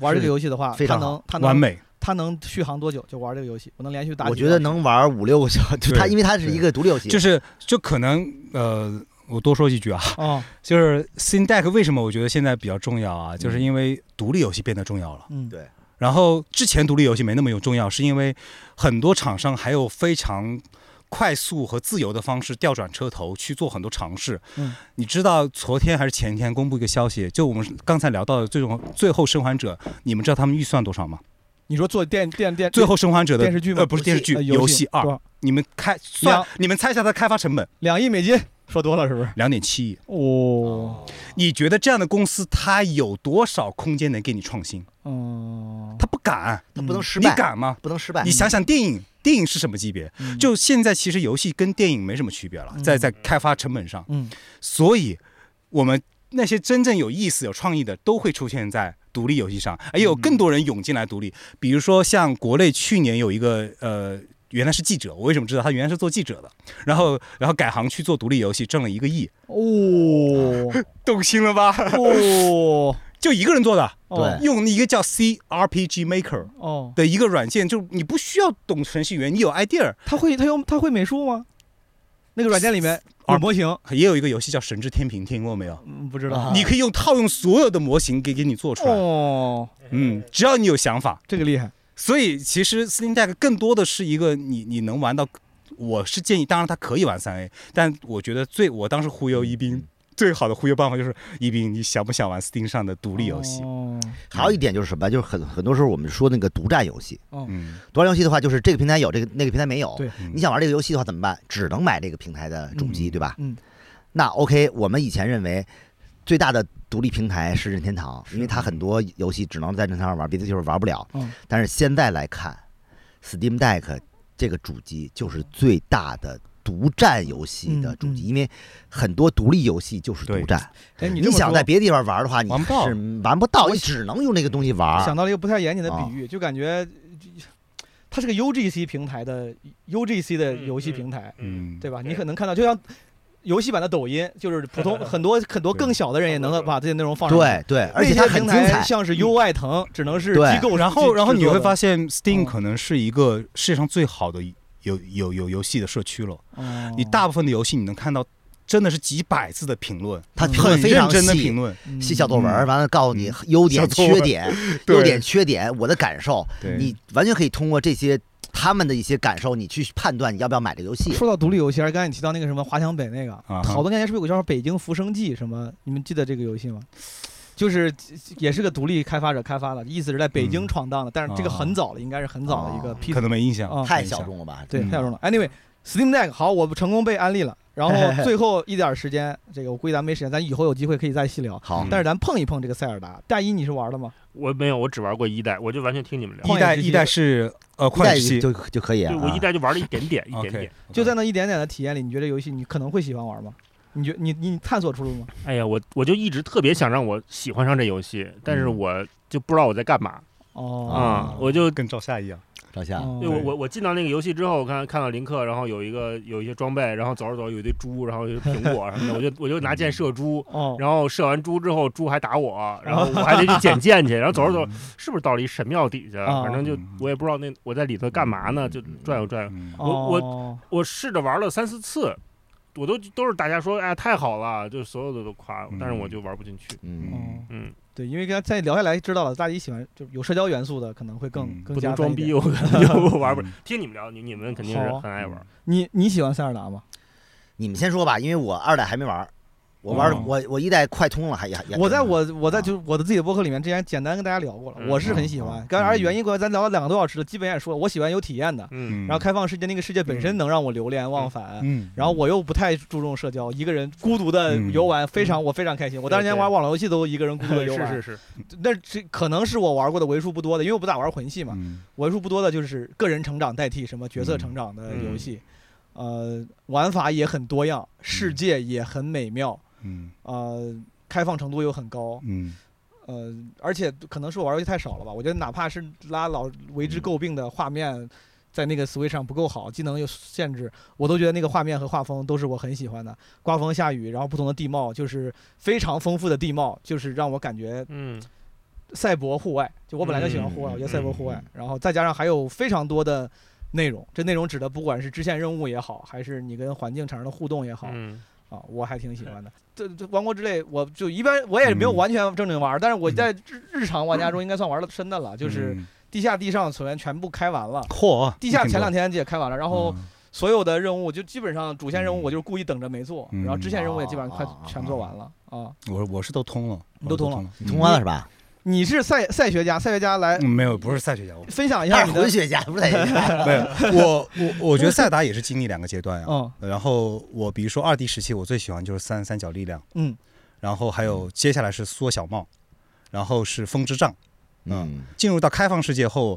Speaker 1: 玩这个游戏的话，
Speaker 2: 非
Speaker 1: 它
Speaker 2: 常
Speaker 1: 能
Speaker 2: 好
Speaker 1: 它能
Speaker 3: 完美，
Speaker 1: 它能续航多久？就玩这个游戏，我能连续打几个
Speaker 2: 我
Speaker 1: 小时。
Speaker 2: 觉得能玩儿五六个小时，就它
Speaker 3: 对
Speaker 2: 因为它是一个独立游戏，
Speaker 3: 就是就可能呃，我多说几句啊，
Speaker 1: 哦，
Speaker 3: 就是 Steam Deck 为什么我觉得现在比较重要啊，就是
Speaker 2: 嗯
Speaker 3: 因为独立游戏变得重要了。
Speaker 1: 嗯，
Speaker 2: 对
Speaker 3: 然后之前独立游戏没那么有重要，是因为很多厂商还有非常快速和自由的方式调转车头去做很多尝试。
Speaker 1: 嗯，
Speaker 3: 你知道昨天还是前天公布一个消息，就我们刚才聊到的最终最后生还者，你们知道他们预算多少吗？
Speaker 1: 你说做电电电
Speaker 3: 最后生还者的
Speaker 1: 电视剧吗
Speaker 3: 呃不是电视剧，
Speaker 1: 呃
Speaker 3: 游
Speaker 1: 游
Speaker 3: 戏二
Speaker 1: 多，少
Speaker 3: 你们开算
Speaker 1: 两
Speaker 3: 你们猜一下它的开发成本
Speaker 1: 两亿美金，说多了是不是？
Speaker 3: 两点七亿，
Speaker 1: 哦，
Speaker 3: 你觉得这样的公司它有多少空间能给你创新？
Speaker 1: 哦，
Speaker 3: 它不敢，
Speaker 2: 它
Speaker 1: 嗯
Speaker 2: 不能失
Speaker 3: 你
Speaker 2: 败，
Speaker 3: 敢吗？
Speaker 2: 不能失败。
Speaker 3: 你想想电影，电影是什么级别？
Speaker 1: 嗯
Speaker 3: 就现在，其实游戏跟电影没什么区别了，
Speaker 1: 嗯
Speaker 3: 在在开发成本上，
Speaker 1: 嗯，
Speaker 3: 所以我们那些真正有意思、有创意的，都会出现在独立游戏上，而有更多人涌进来独立。比如说，像国内去年有一个呃，原来是记者，我为什么知道他原来是做记者的？然后然后改行去做独立游戏，挣了一个亿，
Speaker 1: 哦，
Speaker 3: 动心了吧？
Speaker 1: 哦，
Speaker 3: 就一个人做的，
Speaker 1: 哦
Speaker 2: 对
Speaker 3: 用一个叫 CRPG Maker
Speaker 1: 哦，
Speaker 3: 的一个软件，就你不需要懂程序员，你有 idea，
Speaker 1: 他会他用他会美术吗？那个软件里面有模型，
Speaker 3: 也有一个游戏叫《神之天平》，听过没有？
Speaker 1: 嗯，不知道
Speaker 2: 啊。
Speaker 3: 你可以用套用所有的模型给给你做出来，
Speaker 1: 哦，
Speaker 3: 嗯，只要你有想法。
Speaker 1: 这个厉害，
Speaker 3: 所以其实 Steam Deck 更多的是一个你你能玩到，我是建议，当然它可以玩三 A，但我觉得最我当时忽悠一斌最好的忽悠办法就是一斌，你想不想玩 Steam 上的独立游戏？
Speaker 1: 哦
Speaker 2: 还有一点就是什么，就是很很多时候我们说那个独占游戏，
Speaker 3: 嗯，
Speaker 2: 独占游戏的话，就是这个平台有，这个那个平台没有。
Speaker 1: 对
Speaker 2: 你想玩这个游戏的话怎么办？只能买这个平台的主机，
Speaker 3: 嗯
Speaker 2: 对吧？
Speaker 1: 嗯。
Speaker 2: 那 OK，我们以前认为最大的独立平台是任天堂，因为它很多游戏只能在任天堂玩，别的地方玩不了。
Speaker 1: 嗯
Speaker 2: 但是现在来看，Steam Deck 这个主机就是最大的独占游戏的主机，
Speaker 1: 嗯嗯
Speaker 2: 因为很多独立游戏就是独
Speaker 3: 对
Speaker 2: 占。
Speaker 1: 哎，你
Speaker 2: 你
Speaker 1: 这么
Speaker 2: 想
Speaker 1: 说
Speaker 2: 在别的地方玩的话，你
Speaker 3: 玩不到
Speaker 2: 是玩不到，
Speaker 1: 我
Speaker 2: 你只能用这个东西玩。
Speaker 1: 想到了一个不太严谨的
Speaker 2: 啊
Speaker 1: 比喻，就感觉它是个 UGC 平台的 UGC 的游戏平台，
Speaker 4: 嗯，
Speaker 3: 嗯，
Speaker 1: 对吧？
Speaker 4: 对
Speaker 1: 你可能看到，就像游戏版的抖音，就是普 通很多很多更小的人也能把这些内容放上去。
Speaker 2: 对对，而且
Speaker 1: 那
Speaker 2: 它
Speaker 1: 些
Speaker 2: 很
Speaker 1: 平
Speaker 2: 精
Speaker 1: 台
Speaker 2: 彩。嗯
Speaker 1: 像是 UI 腾，只能是
Speaker 2: 对
Speaker 1: 机构制。
Speaker 3: 然后然后你会发
Speaker 1: 现，
Speaker 3: 现 Steam
Speaker 1: 哦
Speaker 3: 可能是一个世界上最好的有有有游戏的社区了，
Speaker 2: 嗯
Speaker 1: 哦
Speaker 3: 你大部分的游戏你能看到。真的是几百字的评论，
Speaker 2: 它
Speaker 1: 嗯
Speaker 2: 评论
Speaker 3: 很
Speaker 2: 非
Speaker 3: 认
Speaker 2: 常
Speaker 3: 真的
Speaker 2: 细
Speaker 3: 评论，
Speaker 1: 嗯
Speaker 2: 写小作文儿，
Speaker 3: 嗯
Speaker 2: 完了告诉你优点、
Speaker 3: 小作文
Speaker 2: 缺点、
Speaker 3: 对
Speaker 2: 优点、缺点，我的感受，
Speaker 3: 对
Speaker 2: 你完全可以通过这些他们的一些感受，你去判断你要不要买这个游戏。
Speaker 1: 说到独立游戏，还是刚才你提到那个什么华强北那个，
Speaker 3: 哈
Speaker 1: 好多年前是不是有个叫《北京浮生记》什么？你们记得这个游戏吗？就是也是个独立开发者开发的，意思是在北京
Speaker 3: 嗯
Speaker 1: 闯荡的，但是这个
Speaker 3: 啊
Speaker 1: 很早了，应该是很早的一个
Speaker 2: 哦
Speaker 1: P
Speaker 3: 可能没印象
Speaker 1: 啊，
Speaker 2: 太小众了吧？
Speaker 1: 对，
Speaker 3: 嗯
Speaker 1: 太有用了。Anyway， Steam Deck 好，我成功被安利了。然后最后一点时间，这个我估计咱没时间，咱以后有机会可以再细聊。
Speaker 2: 好
Speaker 4: 嗯，
Speaker 1: 但是咱碰一碰这个塞尔达，大一你是玩了吗？
Speaker 4: 我没有，我只玩过一代，我就完全听你们聊。
Speaker 1: 旷
Speaker 3: 一
Speaker 1: 野
Speaker 3: 代
Speaker 1: 之息
Speaker 3: 一代是呃旷
Speaker 2: 带
Speaker 3: 野之息，
Speaker 2: 就就可以啊
Speaker 4: 对，。我一代就玩了一点点，一点
Speaker 3: OK，
Speaker 4: 点。
Speaker 1: 就在那一点点的体验里，你觉得游戏你可能会喜欢玩吗？你觉你你探索出路吗？
Speaker 4: 哎呀，我我就一直特别想让我喜欢上这游戏，但是
Speaker 2: 嗯
Speaker 4: 我就不知道我在干嘛
Speaker 1: 哦，
Speaker 4: 啊、我就
Speaker 3: 跟赵夏一样，
Speaker 2: 赵夏，
Speaker 1: 哦
Speaker 4: 对我我我进到那个游戏之后，我看看到林克，然后有一个有一些装备，然后走着走着有一堆猪，然后有一些苹果啊什么的，我就我就拿箭射猪，
Speaker 1: 哦，
Speaker 4: 然后射完猪之后，猪还打我，然后我还得去捡箭去，然后走着走着
Speaker 3: 嗯，
Speaker 4: 是不是到了一神庙底下？
Speaker 1: 啊
Speaker 4: 反正就我也不知道那我在里头干嘛呢，就转悠转悠。
Speaker 3: 嗯
Speaker 4: 我我
Speaker 1: 哦
Speaker 4: 我试着玩了三四次，我都都是大家说哎太好了，就所有的都夸
Speaker 1: 嗯
Speaker 4: 我，但是我就玩不进去。
Speaker 2: 嗯，
Speaker 1: 哦
Speaker 4: 嗯，
Speaker 1: 对，因为刚才聊下来知道了，大一喜欢就有社交元素的，可能会更
Speaker 3: 嗯
Speaker 1: 更
Speaker 4: 不
Speaker 1: 加
Speaker 4: 能
Speaker 1: 分
Speaker 4: 装
Speaker 1: 一点
Speaker 4: 逼，我哦可 能就玩不。
Speaker 3: 嗯
Speaker 4: 听你们聊，你你们肯定是
Speaker 1: 好啊
Speaker 4: 很爱玩。
Speaker 1: 你你喜欢塞尔达吗？
Speaker 2: 你们先说吧，因为我二代还没玩儿，我玩儿
Speaker 1: 哦
Speaker 2: 我我一代快通了，还也也
Speaker 1: 我在我我在
Speaker 2: 啊
Speaker 1: 就我的自己的播客里面之前简单跟大家聊过了，
Speaker 4: 嗯
Speaker 1: 我是很喜欢
Speaker 2: 嗯，
Speaker 1: 刚才而且
Speaker 3: 嗯
Speaker 1: 原因过来咱聊了两个多小时了，基本也说了，我喜欢有体验的，
Speaker 4: 嗯，
Speaker 1: 然后开放世界那个世界本身能让我流连忘返。
Speaker 3: 嗯，
Speaker 1: 然后我又不太注重社交，一个人孤独的
Speaker 4: 嗯
Speaker 1: 游玩，非常我非常开心。我当年玩网络游戏都一个人孤 独的游
Speaker 4: 是
Speaker 1: 嗯玩，
Speaker 4: 嗯是是，
Speaker 1: 那这可能是我玩过的为数不多的，因为我不咋玩魂系嘛，
Speaker 3: 嗯
Speaker 1: 为数不多的就是个人成长代替什么角色
Speaker 4: 嗯
Speaker 1: 成长的游戏，呃，玩法也很多样，
Speaker 4: 嗯
Speaker 1: 世界也很美妙，
Speaker 3: 嗯
Speaker 1: 呃，开放程度又很高，
Speaker 3: 嗯
Speaker 1: 呃，而且可能是我玩游戏太少了吧，我觉得哪怕是拉老为
Speaker 3: 嗯
Speaker 1: 之诟病的画面。在那个 Switch 上不够好，技能有限制，我都觉得那个画面和画风都是我很喜欢的。刮风下雨，然后不同的地貌，就是非常丰富的地貌，就是让我感觉
Speaker 4: 嗯
Speaker 1: 赛博户外，就我本来就喜欢户外，
Speaker 3: 嗯
Speaker 1: 我觉得赛博户外
Speaker 3: 嗯，
Speaker 1: 然后再加上还有非常多的内容，这内容指的不管是支线任务也好，还是你跟环境产生的互动也好，
Speaker 4: 嗯
Speaker 1: 啊，我还挺喜欢的。这这王国之泪，我就一般我也
Speaker 3: 嗯
Speaker 1: 没有完全正经玩，但是我在日日常玩家中应该算玩的深的了，就是
Speaker 3: 嗯
Speaker 1: 地下地上存全部开完了。
Speaker 3: 嚯，
Speaker 1: 地下
Speaker 3: 挺
Speaker 1: 前
Speaker 3: 多
Speaker 1: 两天也开完了，然后
Speaker 3: 嗯
Speaker 1: 所有的任务就基本上主线任务
Speaker 3: 嗯
Speaker 1: 我就是故意等着没做，
Speaker 3: 嗯
Speaker 1: 然后支线任务也基本上快
Speaker 2: 哦哦哦
Speaker 1: 全做完了啊。
Speaker 3: 我我是都通了，
Speaker 1: 你
Speaker 3: 我
Speaker 1: 都
Speaker 3: 都
Speaker 1: 通了
Speaker 3: 了，
Speaker 2: 你通关了是吧？
Speaker 1: 你是赛赛学家，赛学家来
Speaker 3: 嗯没有，不是赛学 家，我
Speaker 1: 分享一
Speaker 2: 他
Speaker 1: 下
Speaker 2: 是
Speaker 1: 你
Speaker 2: 混
Speaker 1: 的，
Speaker 2: 血 家，不是在 家。
Speaker 3: 没有，我我我觉得赛达也是经历两个阶段呀。
Speaker 1: 嗯
Speaker 3: 然后我比如说二 D 时期，我最喜欢就是三三角力量，
Speaker 1: 嗯，
Speaker 3: 然后还有接下来是缩小帽，然后是风之杖。
Speaker 2: 嗯，
Speaker 3: 进入到开放世界后，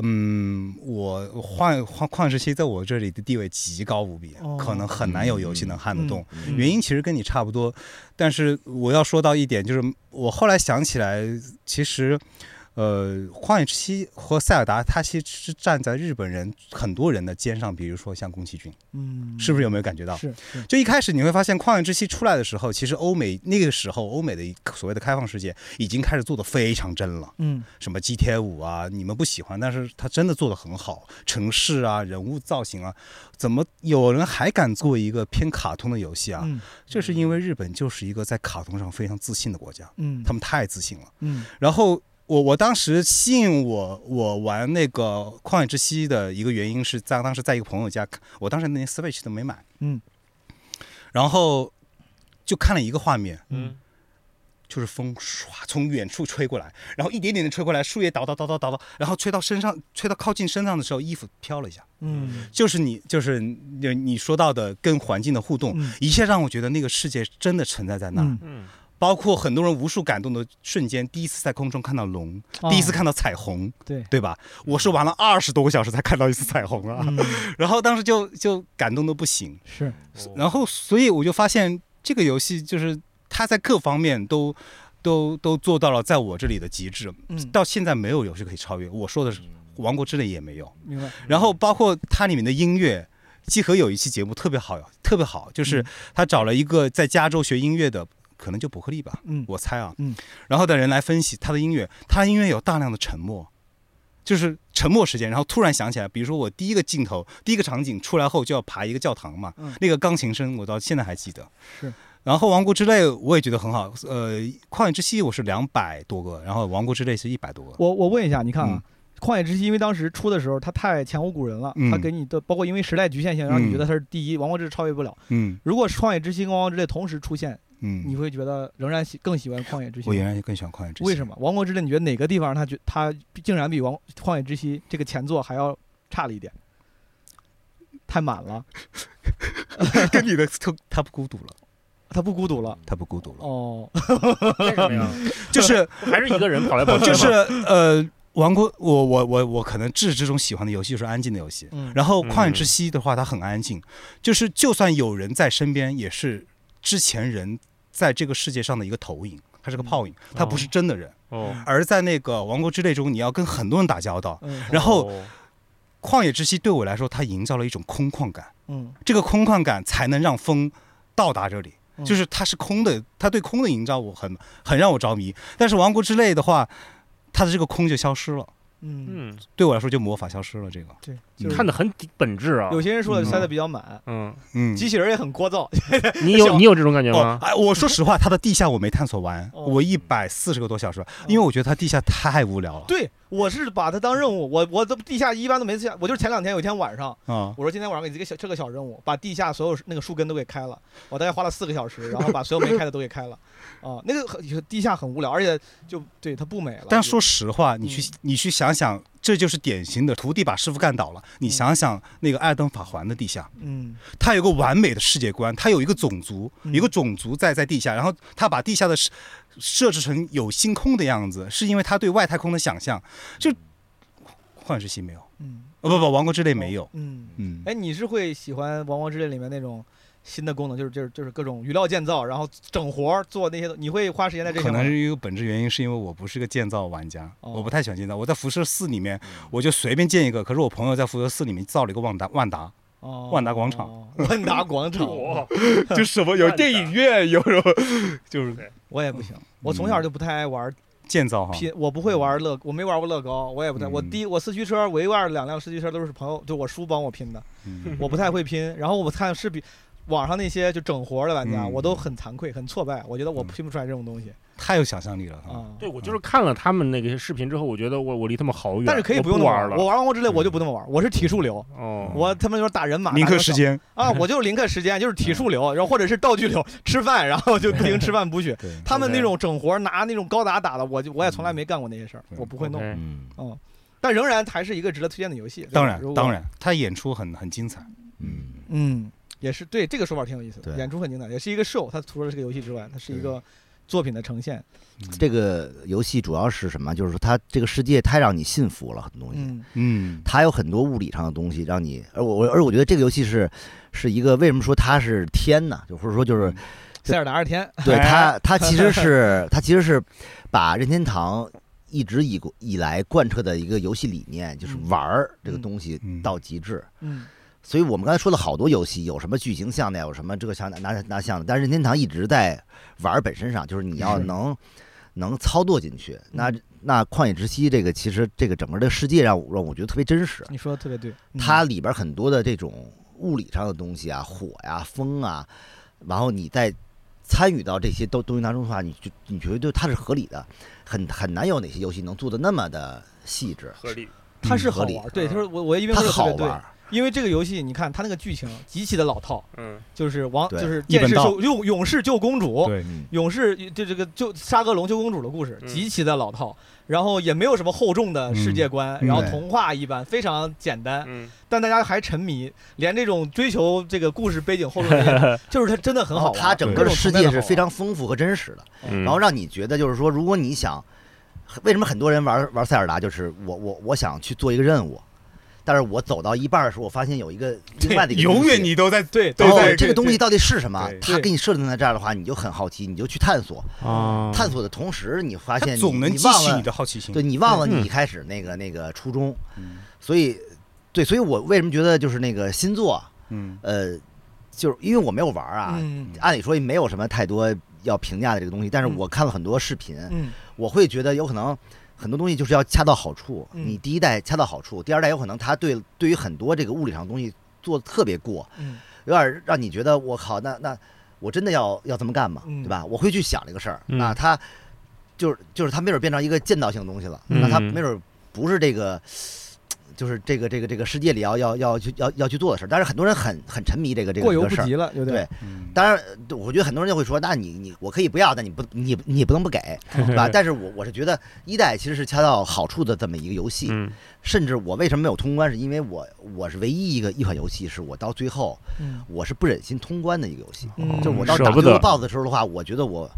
Speaker 3: 嗯，我换换旷时期在我这里的地位极高无比，
Speaker 1: 哦
Speaker 3: 可能很难有游戏能撼得动。
Speaker 1: 嗯
Speaker 3: 原因其实跟你差不多，但是我要说到一点，就是我后来想起来，其实，呃，旷野之息和塞尔达，它其实是站在日本人很多人的肩上，比如说像宫崎骏，
Speaker 1: 嗯，
Speaker 3: 是不是有没有感觉到？
Speaker 1: 是是
Speaker 3: 就一开始你会发现，《旷野之息》出来的时候，其实欧美那个时候，欧美的所谓的开放世界已经开始做的非常真了，
Speaker 1: 嗯
Speaker 3: 什么 GTA 五啊，你们不喜欢，但是它真的做的很好，城市啊、人物造型啊，怎么有人还敢做一个偏卡通的游戏啊？
Speaker 1: 嗯
Speaker 3: 这是因为日本就是一个在卡通上非常自信的国家，
Speaker 1: 嗯
Speaker 3: 他们太自信了。
Speaker 1: 嗯
Speaker 3: 然后我我当时吸引我我玩那个《旷野之息》的一个原因是在当时在一个朋友家看，我当时连 Switch 都没买，
Speaker 1: 嗯，
Speaker 3: 然后就看了一个画面，
Speaker 1: 嗯
Speaker 4: 嗯
Speaker 3: 就是风唰从远处吹过来，然后一点点的吹过来，树叶倒倒倒倒倒倒，然后吹到身上，吹到靠近身上的时候，衣服飘了一下，
Speaker 1: 嗯
Speaker 3: 就是你就是你你说到的跟环境的互动，
Speaker 1: 嗯
Speaker 3: 一下让我觉得那个世界真的存在在那儿。
Speaker 1: 嗯，
Speaker 4: 嗯
Speaker 3: 包括很多人无数感动的瞬间，第一次在空中看到龙，
Speaker 1: 哦
Speaker 3: 第一次看到彩虹，
Speaker 1: 嗯对
Speaker 3: 对吧？我是玩了二十多个小时才看到一次彩虹啊，
Speaker 1: 嗯
Speaker 3: 然后当时就就感动的不行，
Speaker 1: 是
Speaker 4: 哦
Speaker 3: 然后所以我就发现这个游戏就是它在各方面都都都做到了在我这里的极致，
Speaker 1: 嗯
Speaker 3: 到现在没有游戏可以超越。我说的是《王国之泪》也没有，
Speaker 1: 明白
Speaker 3: 然后包括它里面的音乐。季和有一期节目特别好，特别好，就是
Speaker 1: 嗯
Speaker 3: 他找了一个在加州学音乐的，可能就伯克利吧，
Speaker 1: 嗯
Speaker 3: 我猜啊，
Speaker 1: 嗯，
Speaker 3: 然后的人来分析他的音乐，他的音乐有大量的沉默，就是沉默时间，然后突然想起来，比如说我第一个镜头、第一个场景出来后就要爬一个教堂嘛，
Speaker 1: 嗯
Speaker 3: 那个钢琴声我到现在还记得。
Speaker 1: 是。
Speaker 3: 然后《王国之泪》我也觉得很好，呃，《旷野之息》我是两百多个，然后《王国之泪》是一百多个。
Speaker 1: 我我问一下，你看啊。旷野之息，因为当时出的时候它太前无古人了，
Speaker 3: 嗯
Speaker 1: 它给你的包括因为时代局限性，让你觉得它是第一，王国之泪超越不了。
Speaker 3: 嗯
Speaker 1: 如果是旷野之息跟王国之泪同时出现，你
Speaker 3: 嗯，
Speaker 1: 会觉得仍然喜更喜欢旷野之息
Speaker 3: 我。原来更喜欢《旷野之息》。
Speaker 1: 为什么？王国之泪你觉得哪个地方它觉它竟然比王旷野之息这个前作还要差了一点？太满了，
Speaker 3: 跟你的他他不孤独了，
Speaker 1: 他不孤独了。
Speaker 3: 他不孤独了，
Speaker 1: 哦，
Speaker 4: 为什么呀？
Speaker 3: 就是
Speaker 4: 还是一个人跑来跑去吗
Speaker 3: 就是呃，玩过我我我我可能至始至终喜欢的游戏就是安静的游戏。
Speaker 1: 嗯，
Speaker 3: 然后旷野之息的话，它很安静，就是就算有人在身边，也是之前人在这个世界上的一个投影，它是个泡影，它不是真的人。
Speaker 4: 哦，
Speaker 3: 而在那个王国之泪中，你要跟很多人打交道。
Speaker 1: 嗯，
Speaker 3: 然后
Speaker 4: 哦
Speaker 3: 旷野之息对我来说，它营造了一种空旷感，
Speaker 1: 嗯，
Speaker 3: 这个空旷感才能让风到达这里。
Speaker 1: 嗯
Speaker 3: 就是它是空的，它对空的营造我很很让我着迷。但是王国之泪的话，它的这个空就消失了。
Speaker 1: 嗯，
Speaker 4: 嗯，
Speaker 3: 对我来说就魔法消失了。这个，
Speaker 1: 对，
Speaker 3: 嗯
Speaker 1: 就是
Speaker 4: 看的很本质啊。
Speaker 1: 有些人说的塞的比较满，
Speaker 4: 嗯，
Speaker 3: 嗯，
Speaker 1: 机器人也很聒噪，
Speaker 4: 你
Speaker 1: 小
Speaker 4: 有你有这种感觉
Speaker 3: 哦
Speaker 4: 吗，？
Speaker 3: 哎，我说实话，它的地下我没探索完，
Speaker 1: 哦
Speaker 3: 我一百四十个多小时，因为我觉得它地下太无聊了。
Speaker 1: 对，我是把它当任务，我我都地下一般都没下，我就是前两天有一天晚上，
Speaker 3: 啊，
Speaker 1: 我说今天晚上给这个小这个小任务，把地下所有那个树根都给开了，我大概花了四个小时，然后把所有没开的都给开了，啊、那个很地下很无聊，而且就对它不美了。
Speaker 3: 但
Speaker 1: 就
Speaker 3: 说实话，你
Speaker 1: 嗯
Speaker 3: 去你去想想，这就是典型的徒弟把师傅干倒了。你
Speaker 1: 嗯
Speaker 3: 想想那个艾登法环的地下，
Speaker 1: 嗯
Speaker 3: 它有个完美的世界观，它有一个种族，
Speaker 1: 嗯
Speaker 3: 有一个种族在在地下，然后他把地下的设设置成有星空的样子，是因为他对外太空的想象。就幻视系没有，
Speaker 1: 嗯
Speaker 3: 哦不不，王国之泪没有。
Speaker 1: 嗯，
Speaker 3: 嗯，
Speaker 1: 哎，你是会喜欢《王国之泪》里面那种新的功能，就是就是就是各种语料建造，然后整活儿做那些，你会花时间在这
Speaker 3: 可
Speaker 1: 些吗
Speaker 3: 能？是一个本质原因，是因为我不是个建造玩家，
Speaker 1: 哦
Speaker 3: 我不太喜欢建造。我在辐射四里面，
Speaker 2: 嗯
Speaker 3: 我就随便建一个，可是我朋友在辐射四里面造了一个万达，万达
Speaker 1: 哦，
Speaker 3: 万达广场
Speaker 1: 哦，万达广 场，
Speaker 4: 哦
Speaker 3: 就是什么有电影院，有什么就是
Speaker 1: 我也不
Speaker 3: 嗯
Speaker 1: 行，我从小就不太爱玩
Speaker 3: 建造哈。
Speaker 1: 拼，我不会玩乐，我没玩过乐高，我也不太，我
Speaker 3: 啊嗯
Speaker 1: 第一我四驱车唯二两辆四驱车都是朋友，就我叔帮我拼的，
Speaker 3: 嗯
Speaker 1: 我不太会拼。然后我看视频，网上那些就整活儿的玩家，
Speaker 3: 嗯
Speaker 1: 我都很惭愧，很挫败，我觉得我拼不出来这种东西
Speaker 3: 太有想象力了哈。
Speaker 2: 哦
Speaker 1: 啊。
Speaker 4: 对，我就是看了他们那个视频之后，我觉得我我离他们好远，
Speaker 1: 但是可以
Speaker 4: 我
Speaker 1: 不
Speaker 4: 不
Speaker 1: 用那么
Speaker 4: 玩
Speaker 1: 玩
Speaker 4: 了。
Speaker 1: 我玩王国之泪我就不那么玩，我是体术流，
Speaker 4: 哦，
Speaker 1: 我他们就是打人马、
Speaker 3: 嗯铭
Speaker 1: 打
Speaker 3: 刻
Speaker 1: 小
Speaker 3: 时间，
Speaker 1: 啊，我 就是临刻时间，就是体术流，然后或者是道具流，吃饭，然后就停吃饭补血。
Speaker 3: 对，
Speaker 1: 他们那种整活儿拿那种高达打的，我就我也从来没干过那些事儿，
Speaker 3: 嗯
Speaker 1: 我不会弄。
Speaker 4: OK
Speaker 2: 嗯
Speaker 1: 但仍然还是一个值得推荐的游戏。对吧
Speaker 3: 当然
Speaker 1: 如果
Speaker 3: 当然，他演出很很精彩。
Speaker 2: 嗯，
Speaker 1: 嗯，也是对这个说法挺有意思的，
Speaker 2: 对
Speaker 1: 演出很精彩，也是一个 show。它除了这个游戏之外，它是一个作品的呈现。
Speaker 2: 这个游戏主要是什么？就是说它这个世界太让你信服了，很多东西。
Speaker 1: 嗯
Speaker 3: 嗯
Speaker 2: 它有很多物理上的东西让你，而我我而我觉得这个游戏是是一个为什么说它是天呢？就或者说就是
Speaker 1: 塞尔达二天，
Speaker 2: 对
Speaker 3: 哎
Speaker 2: 它它其实是它其实是把任天堂一直以以来贯彻的一个游戏理念，就是
Speaker 1: 嗯
Speaker 2: 玩儿这个
Speaker 1: 嗯
Speaker 2: 东西
Speaker 3: 嗯
Speaker 2: 到极致。
Speaker 1: 嗯
Speaker 2: 所以我们刚才说了好多游戏，有什么剧情向的，有什么这个向的那那向的，但是任天堂一直在玩儿本身上，就是你要
Speaker 1: 是嗯
Speaker 2: 能能操作进去。那那旷野之息这个，其实这个整个的世界让我让我觉得特别真实，
Speaker 1: 你说的特别对。嗯
Speaker 2: 它里边很多的这种物理上的东西啊，火呀、风啊，然后你在参与到这些东东西当中的话，你就你觉得它是合理的，很很难有哪些游戏能做的那么的细致，
Speaker 4: 合理，
Speaker 1: 它是好
Speaker 2: 嗯合
Speaker 1: 玩，对，就是我我因为
Speaker 2: 它
Speaker 1: 说得特
Speaker 2: 好
Speaker 1: 别对，
Speaker 2: 玩儿。
Speaker 1: 因为这个游戏你看它那个剧情极其的老套，
Speaker 4: 嗯，
Speaker 1: 就是王就
Speaker 2: 对
Speaker 1: 是
Speaker 3: 一
Speaker 1: 剑
Speaker 3: 本
Speaker 1: 士
Speaker 3: 道
Speaker 1: 救勇勇士救公主，
Speaker 3: 对，
Speaker 2: 嗯
Speaker 1: 勇士这这个就沙俄龙救公主的故事，
Speaker 4: 嗯
Speaker 1: 极其的老套，然后也没有什么厚重的世界观，
Speaker 3: 嗯
Speaker 1: 然后
Speaker 2: 对
Speaker 1: 童话一般，非常简单，
Speaker 4: 嗯，
Speaker 1: 但大家还沉迷，连这种追求这个故事背景厚重的这些，就是它真的很
Speaker 2: 然
Speaker 1: 好
Speaker 2: 后
Speaker 1: 玩。
Speaker 2: 它哦整
Speaker 1: 各
Speaker 2: 个
Speaker 1: 种
Speaker 2: 世
Speaker 1: 层面
Speaker 2: 界
Speaker 1: 的
Speaker 2: 是
Speaker 1: 好玩
Speaker 2: 非常丰富和真实的，
Speaker 4: 嗯
Speaker 2: 然后让你觉得就是说，如果你想，为什么很多人玩玩塞尔达，就是我我我想去做一个任务，但是我走到一半儿的时候，我发现有一个另外的一个
Speaker 3: 永
Speaker 2: 东西
Speaker 3: 远你都在
Speaker 1: 对
Speaker 3: 对
Speaker 1: 对
Speaker 2: 然后
Speaker 3: 对
Speaker 2: 哦这个东西到底是什么
Speaker 3: 对？
Speaker 2: 它给你设定在这儿的话，你就很好奇，你就去探索。
Speaker 4: 啊，
Speaker 2: 探索的同时，你发
Speaker 3: 嗯他
Speaker 2: 现你
Speaker 3: 总能
Speaker 2: 你
Speaker 3: 激
Speaker 2: 忘
Speaker 3: 起你
Speaker 2: 了，
Speaker 3: 的好奇心。
Speaker 2: 对你忘了
Speaker 4: 嗯
Speaker 2: 你一开始那个那个初衷。
Speaker 3: 嗯
Speaker 2: 所以，对，所以我为什么觉得就是那个新作，
Speaker 3: 嗯，
Speaker 2: 呃，就是因为我没有玩儿啊，
Speaker 1: 嗯
Speaker 2: 按理说也没有什么太多要评价的这个东西，但是
Speaker 1: 嗯
Speaker 2: 我看了很多视频，
Speaker 1: 嗯
Speaker 2: 我会觉得有可能很多东西就是要恰到好处。
Speaker 1: 嗯
Speaker 2: 你第一代恰到好处，第二代有可能它对对于很多这个物理上的东西做的特别过，
Speaker 1: 嗯
Speaker 2: 有点让你觉得我靠，那那我真的要要这么干吗？
Speaker 1: 嗯
Speaker 2: 对吧？我会去想这个事儿。
Speaker 4: 嗯
Speaker 2: 那它就是就是它没准变成一个建造性的东西了，
Speaker 4: 嗯
Speaker 2: 那它没准不是这个。就是这个这个这个世界里要要要去要要去做的事儿。但是很多人很很沉迷这个这个
Speaker 1: 过犹不
Speaker 2: 这个事儿
Speaker 1: 及了，有
Speaker 2: 对
Speaker 1: 点。
Speaker 3: 嗯
Speaker 2: 当然，呃我觉得很多人就会说，那你你我可以不要，但你不你你不 能不给，对吧？但是我我是觉得一代其实是恰到好处的这么一个游戏，
Speaker 4: 嗯
Speaker 2: 甚至我为什么没有通关，是因为我我是唯一一个一款游戏是我到最后
Speaker 1: 嗯
Speaker 2: 我是不忍心通关的一个游戏，
Speaker 1: 嗯
Speaker 2: 就是我到
Speaker 4: 舍
Speaker 2: 打
Speaker 4: 不
Speaker 2: 最后
Speaker 4: 得
Speaker 2: BOSS 的时候的话，我觉得我。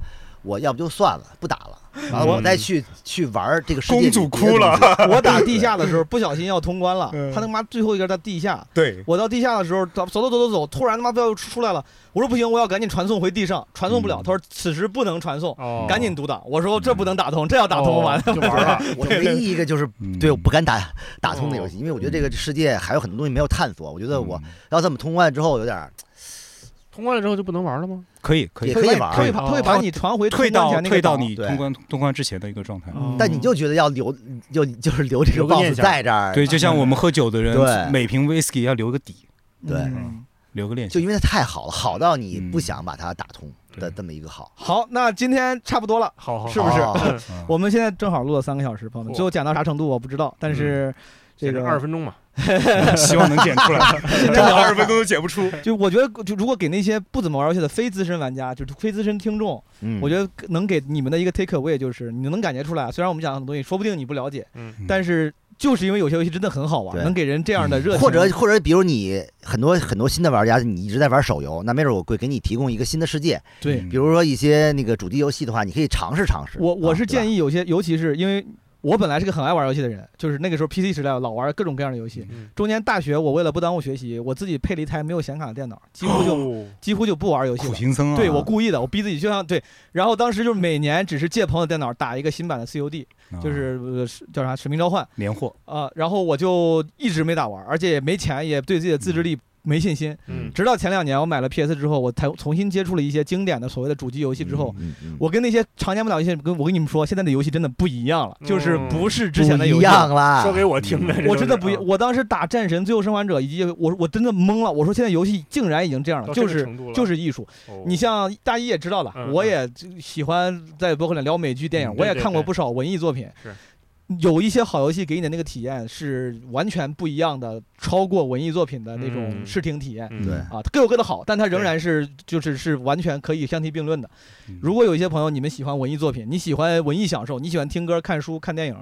Speaker 2: 我要不就算了，不打了，然后我再去去玩儿这个世界。
Speaker 3: 公主哭了，
Speaker 1: 我打地下的时候不小心要通关 了
Speaker 3: 嗯，
Speaker 1: 他他妈最后一个在地下，
Speaker 3: 对，
Speaker 1: 我到地下的时候，走走走走走走，突然他妈不要出来了，我说不行，我要赶紧传送回地上，传送不了。
Speaker 3: 嗯
Speaker 1: 他说此时不能传送，
Speaker 4: 哦，
Speaker 1: 赶紧读档。我说这不能打通，这要打
Speaker 2: 哦
Speaker 1: 通完。
Speaker 4: 就玩 了，
Speaker 2: 我是唯一一个就是
Speaker 3: 嗯
Speaker 2: 对我不敢打打通的游戏，因为我觉得这个世界还有很多东西没有探索。我觉得我
Speaker 3: 嗯
Speaker 2: 要这么通关之后，有点儿
Speaker 4: 通关了之后就不能玩了吗？
Speaker 3: 可以可以
Speaker 2: 也可以玩
Speaker 1: 他会
Speaker 2: 儿，
Speaker 1: 把他会把你传回
Speaker 3: 退
Speaker 1: 通关
Speaker 3: 到
Speaker 1: 前那个
Speaker 3: 退到
Speaker 1: 档
Speaker 3: 你
Speaker 2: 对哦
Speaker 3: 通关通关之前的一个状态。
Speaker 4: 嗯
Speaker 2: 但你就觉得要留，就就是留这个
Speaker 4: 留个
Speaker 2: boss
Speaker 4: 念想
Speaker 2: 在这儿，
Speaker 3: 对，就像我们喝酒的
Speaker 2: 对
Speaker 3: 人，每瓶 whisky 要留个底，
Speaker 2: 对
Speaker 1: 嗯
Speaker 3: 留个练
Speaker 2: 就
Speaker 3: 习。
Speaker 2: 因为它太好了，好到你
Speaker 3: 嗯
Speaker 2: 不想把它打通的
Speaker 4: 对
Speaker 2: 这么一个好，
Speaker 1: 好，那今天差不多了。
Speaker 4: 好好，
Speaker 1: 是不是
Speaker 2: 哦
Speaker 4: 是？
Speaker 3: 嗯
Speaker 1: 我们现在正好录了三个小时，朋友们，
Speaker 4: 嚯嗯
Speaker 1: 最后讲到啥程度我不知道，但是这个
Speaker 4: 二十分钟嘛，
Speaker 3: 啊希望能剪出来， 真的二十分钟都剪不出。
Speaker 1: 就我觉得，就如果给那些不怎么玩游戏的非资深玩家，就是非资深听众，
Speaker 2: 嗯，
Speaker 1: 我觉得能给你们的一个 take away 就是，你能感觉出来，虽然我们讲很多东西，说不定你不了解，
Speaker 4: 嗯，
Speaker 1: 但是就是因为有些游戏真的很好玩，
Speaker 2: 对
Speaker 1: 能给人这样
Speaker 4: 嗯
Speaker 1: 的热情，
Speaker 2: 或者或者比如你很多很多新的玩家，你一直在玩手游，那没准我会给你提供一个新的世界，
Speaker 1: 对
Speaker 3: 嗯
Speaker 2: 比如说一些那个主机游戏的话，你可以尝试尝试。啊
Speaker 1: 我
Speaker 4: 啊
Speaker 1: 我是建
Speaker 2: 议，
Speaker 1: 议有些，尤其是因为我本来是个很爱玩游戏的人，就是那个时候 PC 时代老玩各种各样的游戏。
Speaker 4: 嗯
Speaker 1: 中间大学我为了不耽误学习，我自己配了一台没有显卡的电脑，几乎就、
Speaker 4: 哦
Speaker 1: 几乎就不玩游戏
Speaker 3: 苦
Speaker 1: 了。
Speaker 3: 行
Speaker 4: 嗯
Speaker 3: 僧啊，
Speaker 1: 对我故意的，我逼自己就像对，然后当时就是每年只是借朋友电脑打一个新版的 COD，
Speaker 3: 啊
Speaker 1: 就是、呃是叫啥《使命召唤》
Speaker 3: 年货，
Speaker 1: 啊、然后我就一直没打完，而且也没钱，也对自己的自制力没信心。
Speaker 4: 嗯，
Speaker 1: 直到前两年我买了 PS 之后，我才重新接触了一些经典的所谓的主机游戏之后，
Speaker 2: 嗯嗯
Speaker 1: 我跟那些常年不打游戏，跟我跟你们说，现在的游戏真的不一样了，就是
Speaker 4: 嗯
Speaker 1: 不是之前的
Speaker 2: 不
Speaker 1: 游
Speaker 2: 一
Speaker 1: 戏。
Speaker 2: 样啦，
Speaker 4: 说给我听啊的，这
Speaker 1: 啊嗯
Speaker 4: 啊
Speaker 1: 我
Speaker 4: 都
Speaker 1: 真的不一，
Speaker 4: 是
Speaker 1: 我当时打《战神》《最后生还者》以及我我真的懵了，我说现在游戏竟然已经这样了，
Speaker 4: 到
Speaker 1: 就
Speaker 4: 这个
Speaker 1: 是
Speaker 4: 程度了
Speaker 1: 就是艺术。
Speaker 4: 哦
Speaker 1: 你像大一也知道了，
Speaker 4: 嗯
Speaker 1: 我也喜欢在博客里聊美剧电影，
Speaker 3: 嗯
Speaker 1: 我也
Speaker 4: 对对
Speaker 1: 看过
Speaker 4: 对
Speaker 1: 不少文艺作品。
Speaker 4: 是
Speaker 1: 有一些好游戏给你的那个体验是完全不一样的，超过文艺作品的那种
Speaker 4: 嗯
Speaker 1: 视听体验。
Speaker 4: 嗯
Speaker 2: 对，
Speaker 1: 啊，各有各的好，但它仍然是就是是完全可以相提并论的。如果有一些朋友你们喜欢文艺作品，你喜欢文艺享受，你喜欢听歌、看书、看电影，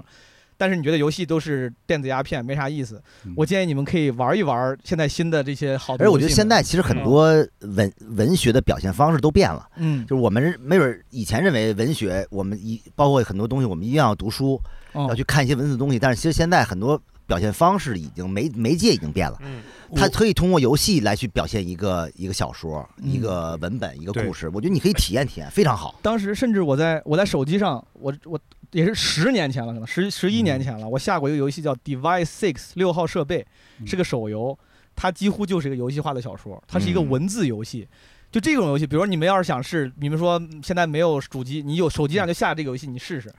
Speaker 1: 但是你觉得游戏都是电子鸦片，没啥意思，
Speaker 3: 嗯
Speaker 1: 我建议你们可以玩一玩现在新的这些好的
Speaker 2: 而
Speaker 1: 游戏们。
Speaker 2: 我觉得现在其实很多文文学的表现方式都变了，
Speaker 1: 嗯，
Speaker 2: 就是我们没准儿以前认为文学，我们一包括很多东西，我们一定要读书，
Speaker 1: 嗯
Speaker 2: 要去看一些文字东西。但是其实现在很多表现方式已经媒媒介已经变了，
Speaker 4: 嗯
Speaker 2: 它可以通过游戏来去表现一个一个小说、
Speaker 1: 嗯
Speaker 2: 一个文本、一个
Speaker 3: 对
Speaker 2: 故事。我觉得你可以体验体验，非常好。
Speaker 1: 当时甚至我在我在手机上，我我也是十年前了，可能十十一年前了，我下过一个游戏叫《Device Six》六号设备，
Speaker 3: 嗯
Speaker 1: 是个手游，它几乎就是一个游戏化的小说，它是一个
Speaker 3: 嗯
Speaker 1: 文字游戏。就这种游戏，比如说你们要是想试，你们说嗯现在没有主机，你有手机上就下这个游戏，你试试，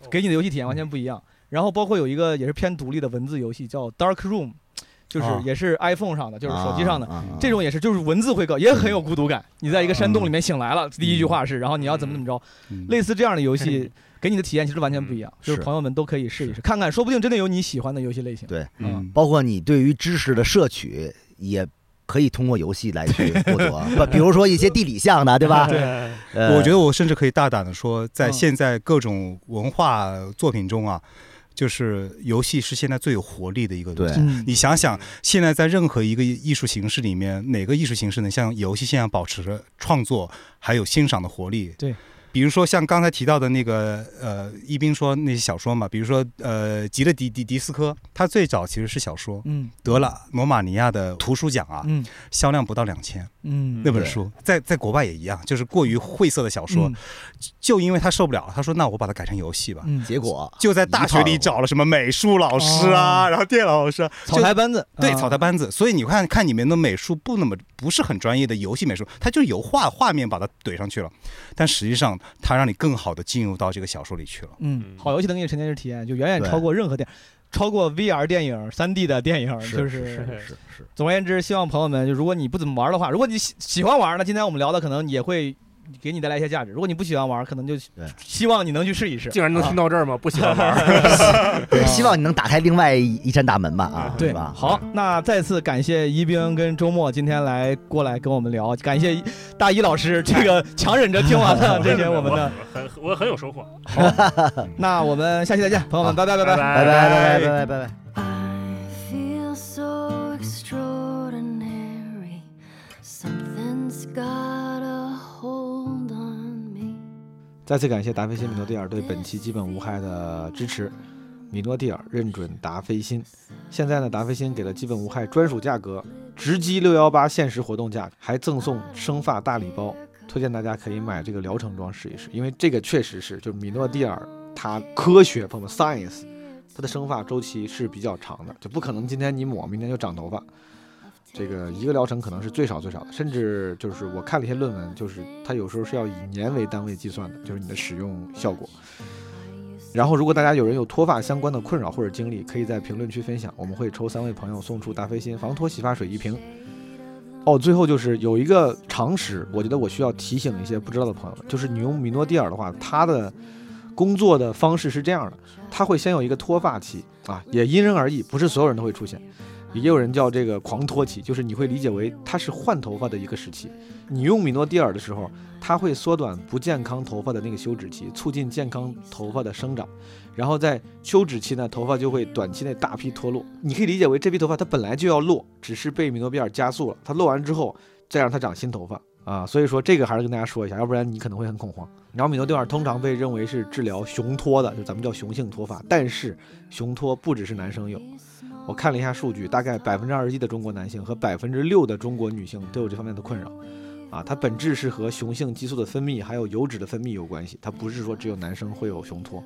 Speaker 3: 哦
Speaker 1: 给你的游戏体验完全不一样。
Speaker 3: 嗯
Speaker 1: 然后包括有一个也是偏独立的文字游戏叫《Dark Room》，就是
Speaker 3: 啊
Speaker 1: 也是 iPhone 上的，就是手机上的。
Speaker 2: 啊，啊啊
Speaker 1: 这种也是，就是文字会告，也很有孤独感。你在一个山洞里面醒来了，第一句话是，然后你要怎么怎么
Speaker 3: 嗯
Speaker 1: 着，类
Speaker 3: 似
Speaker 1: 似这样的游戏给你的体验其实完全不一样。就是
Speaker 2: 是
Speaker 1: 朋友们都可以试一试，看看，说不定真的有你喜欢的游戏类型。
Speaker 2: 对
Speaker 1: 嗯，
Speaker 2: 包括你对于知识的摄取也。可以通过游戏来去获得，不，比如说一些地理项的，对吧？
Speaker 1: 对
Speaker 2: 呃，
Speaker 3: 我觉得我甚至可以大胆的说，在
Speaker 1: 嗯
Speaker 3: 现在各种文化作品中啊，就是游戏是现在最有活力的一个东西
Speaker 2: 对
Speaker 1: 嗯
Speaker 3: 你想想，现在在任何一个艺术形式里面，哪个艺术形式能像游戏现在保持着创作还有欣赏的活力？
Speaker 1: 对。
Speaker 3: 比如说像刚才提到的那个呃，一斌说那些小说嘛，比如说呃，吉勒迪迪迪斯科，他最早其实是小说，
Speaker 1: 嗯
Speaker 3: 得了罗马尼亚的图书奖啊，
Speaker 1: 嗯
Speaker 3: 销量不到两千，
Speaker 1: 嗯，
Speaker 3: 那本
Speaker 2: 对
Speaker 3: 书在在国外也一样，就是过于晦涩的小说，
Speaker 1: 嗯
Speaker 3: 就因为他受不了了，他说那我把它改成游戏吧，
Speaker 1: 嗯，
Speaker 2: 结果
Speaker 3: 就在大学里找了什么美术老师啊，
Speaker 1: 哦
Speaker 3: 然后电脑老师、啊，
Speaker 1: 草台班子，
Speaker 3: 对
Speaker 1: 啊
Speaker 3: 草台，班子，所以你看看里面的美术不那么不是很专业的游戏美术，它就是由画画面把它怼上去了，但实际上它让你更好的进入到这个小说里去了。
Speaker 1: 嗯，好游戏能给你沉浸式体验，就远远
Speaker 2: 对
Speaker 1: 超过任何电，超过 VR 电影、三 D 的电影，嗯就是是
Speaker 2: 是是，
Speaker 1: 总而言之，希望朋友们，就如果你不怎么玩的话，如果你喜喜欢玩呢，今天我们聊的可能也会给你带来一些价值。如果你不喜欢玩，可能就
Speaker 2: 对
Speaker 1: 希望你能去试一试。
Speaker 4: 竟然能听到这儿吗？不喜欢玩
Speaker 1: 啊
Speaker 4: 儿，
Speaker 2: 对希望你能打开另外一一扇大门吧啊，
Speaker 1: 对
Speaker 2: 是吧？
Speaker 1: 好，那再次感谢宜宾跟周末今天来过来跟我们聊，感谢大一老师这个强忍着听完了这些我们的。
Speaker 4: 很我很有收获。
Speaker 1: 那我们下期再见，朋友们，拜拜拜拜。哎
Speaker 2: 拜拜拜拜拜拜拜拜。
Speaker 6: I feel so extraordinary. Something's got a hold on me.
Speaker 5: 再次感谢达菲欣米诺地尔对本期基本无害的支持。米诺地尔认准达菲欣，现在呢，达菲欣给了基本无害专属价格，直击六幺八限时活动价，还赠送生发大礼包。推荐大家可以买这个疗程装试一试，因为这个确实是，就是米诺地尔它科学，朋友们，science，它的生发周期是比较长的，就不可能今天你抹，明天就长头发。这个一个疗程可能是最少最少的，甚至就是我看了一些论文，就是它有时候是要以年为单位计算的，就是你的使用效果。然后，如果大家有人有脱发相关的困扰或者经历，可以在评论区分享，我们会抽三位朋友送出达霏欣防脱洗发水一瓶。哦，最后就是有一个常识，我觉得我需要提醒一些不知道的朋友们，就是你用米诺地尔的话，它的工作的方式是这样的，它会先有一个脱发期啊，也因人而异，不是所有人都会出现。也有人叫这个狂脱期，就是你会理解为它是换头发的一个时期。你用米诺地尔的时候，它会缩短不健康头发的那个休止期，促进健康头发的生长。然后在休止期呢，头发就会短期内大批脱落。你可以理解为这批头发它本来就要落，只是被米诺地尔加速了。它落完之后，再让它长新头发啊。所以说这个还是跟大家说一下，要不然你可能会很恐慌。然后米诺地尔通常被认为是治疗雄脱的，就咱们叫雄性脱发，但是雄脱不只是男生有。我看了一下数据，大概百分之二十一的中国男性和百分之六的中国女性都有这方面的困扰。啊，它本质是和雄性激素的分泌还有油脂的分泌有关系，它不是说只有男生会有雄脱。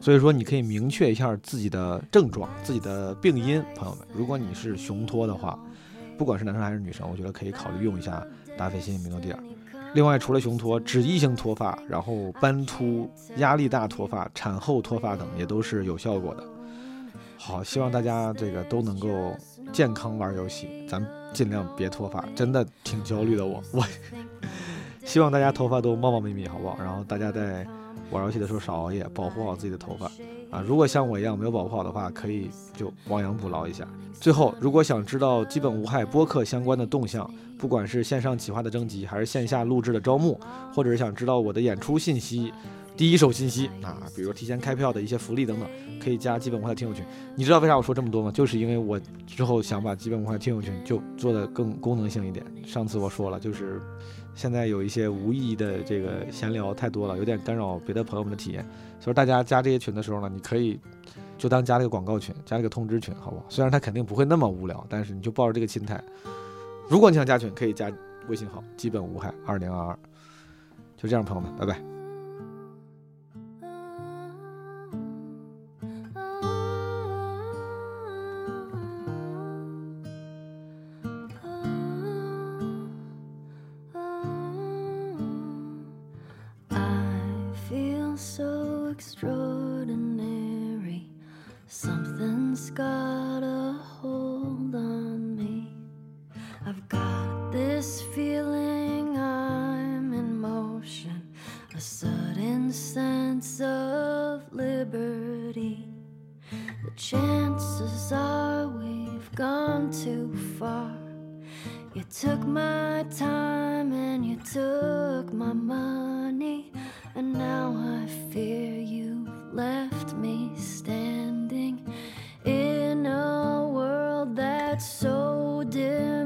Speaker 5: 所以说，你可以明确一下自己的症状、自己的病因，朋友们，如果你是雄脱的话，不管是男生还是女生，我觉得可以考虑用一下达霏欣米诺地尔。另外，除了雄脱，脂溢性脱发，然后斑秃、压力大脱发、产后脱发等也都是有效果的。好，希望大家这个都能够健康玩游戏，咱尽量别脱发，真的挺焦虑的我。我 希望大家头发都茂茂密密，好不好？然后大家在玩游戏的时候少熬夜，保护好自己的头发啊。如果像我一样没有保护好的话，可以就亡羊补牢一下。最后，如果想知道基本无害播客相关的动向，不管是线上企划的征集，还是线下录制的招募，或者是想知道我的演出信息。第一手信息啊，比如提前开票的一些福利等等，可以加基本无害的听友群。你知道为啥我说这么多吗？就是因为我之后想把基本文化听友群就做的更功能性一点。上次我说了，就是现在有一些无意义的这个闲聊太多了，有点干扰别的朋友们的体验。所以大家加这些群的时候呢，你可以就当加了个广告群，加了个通知群，好不好？虽然它肯定不会那么无聊，但是你就抱着这个心态，如果你想加群，可以加微信号“基本无害二零二二”。就这样，朋友们，拜拜。
Speaker 6: I feel so extraordinary. Something's got a hold on me. I've got this feeling I'm in motion, a sudden sense of liberty. The chances are we've gone too far. You took my time and you took my money, and now I fear you left me standing in a world that's so different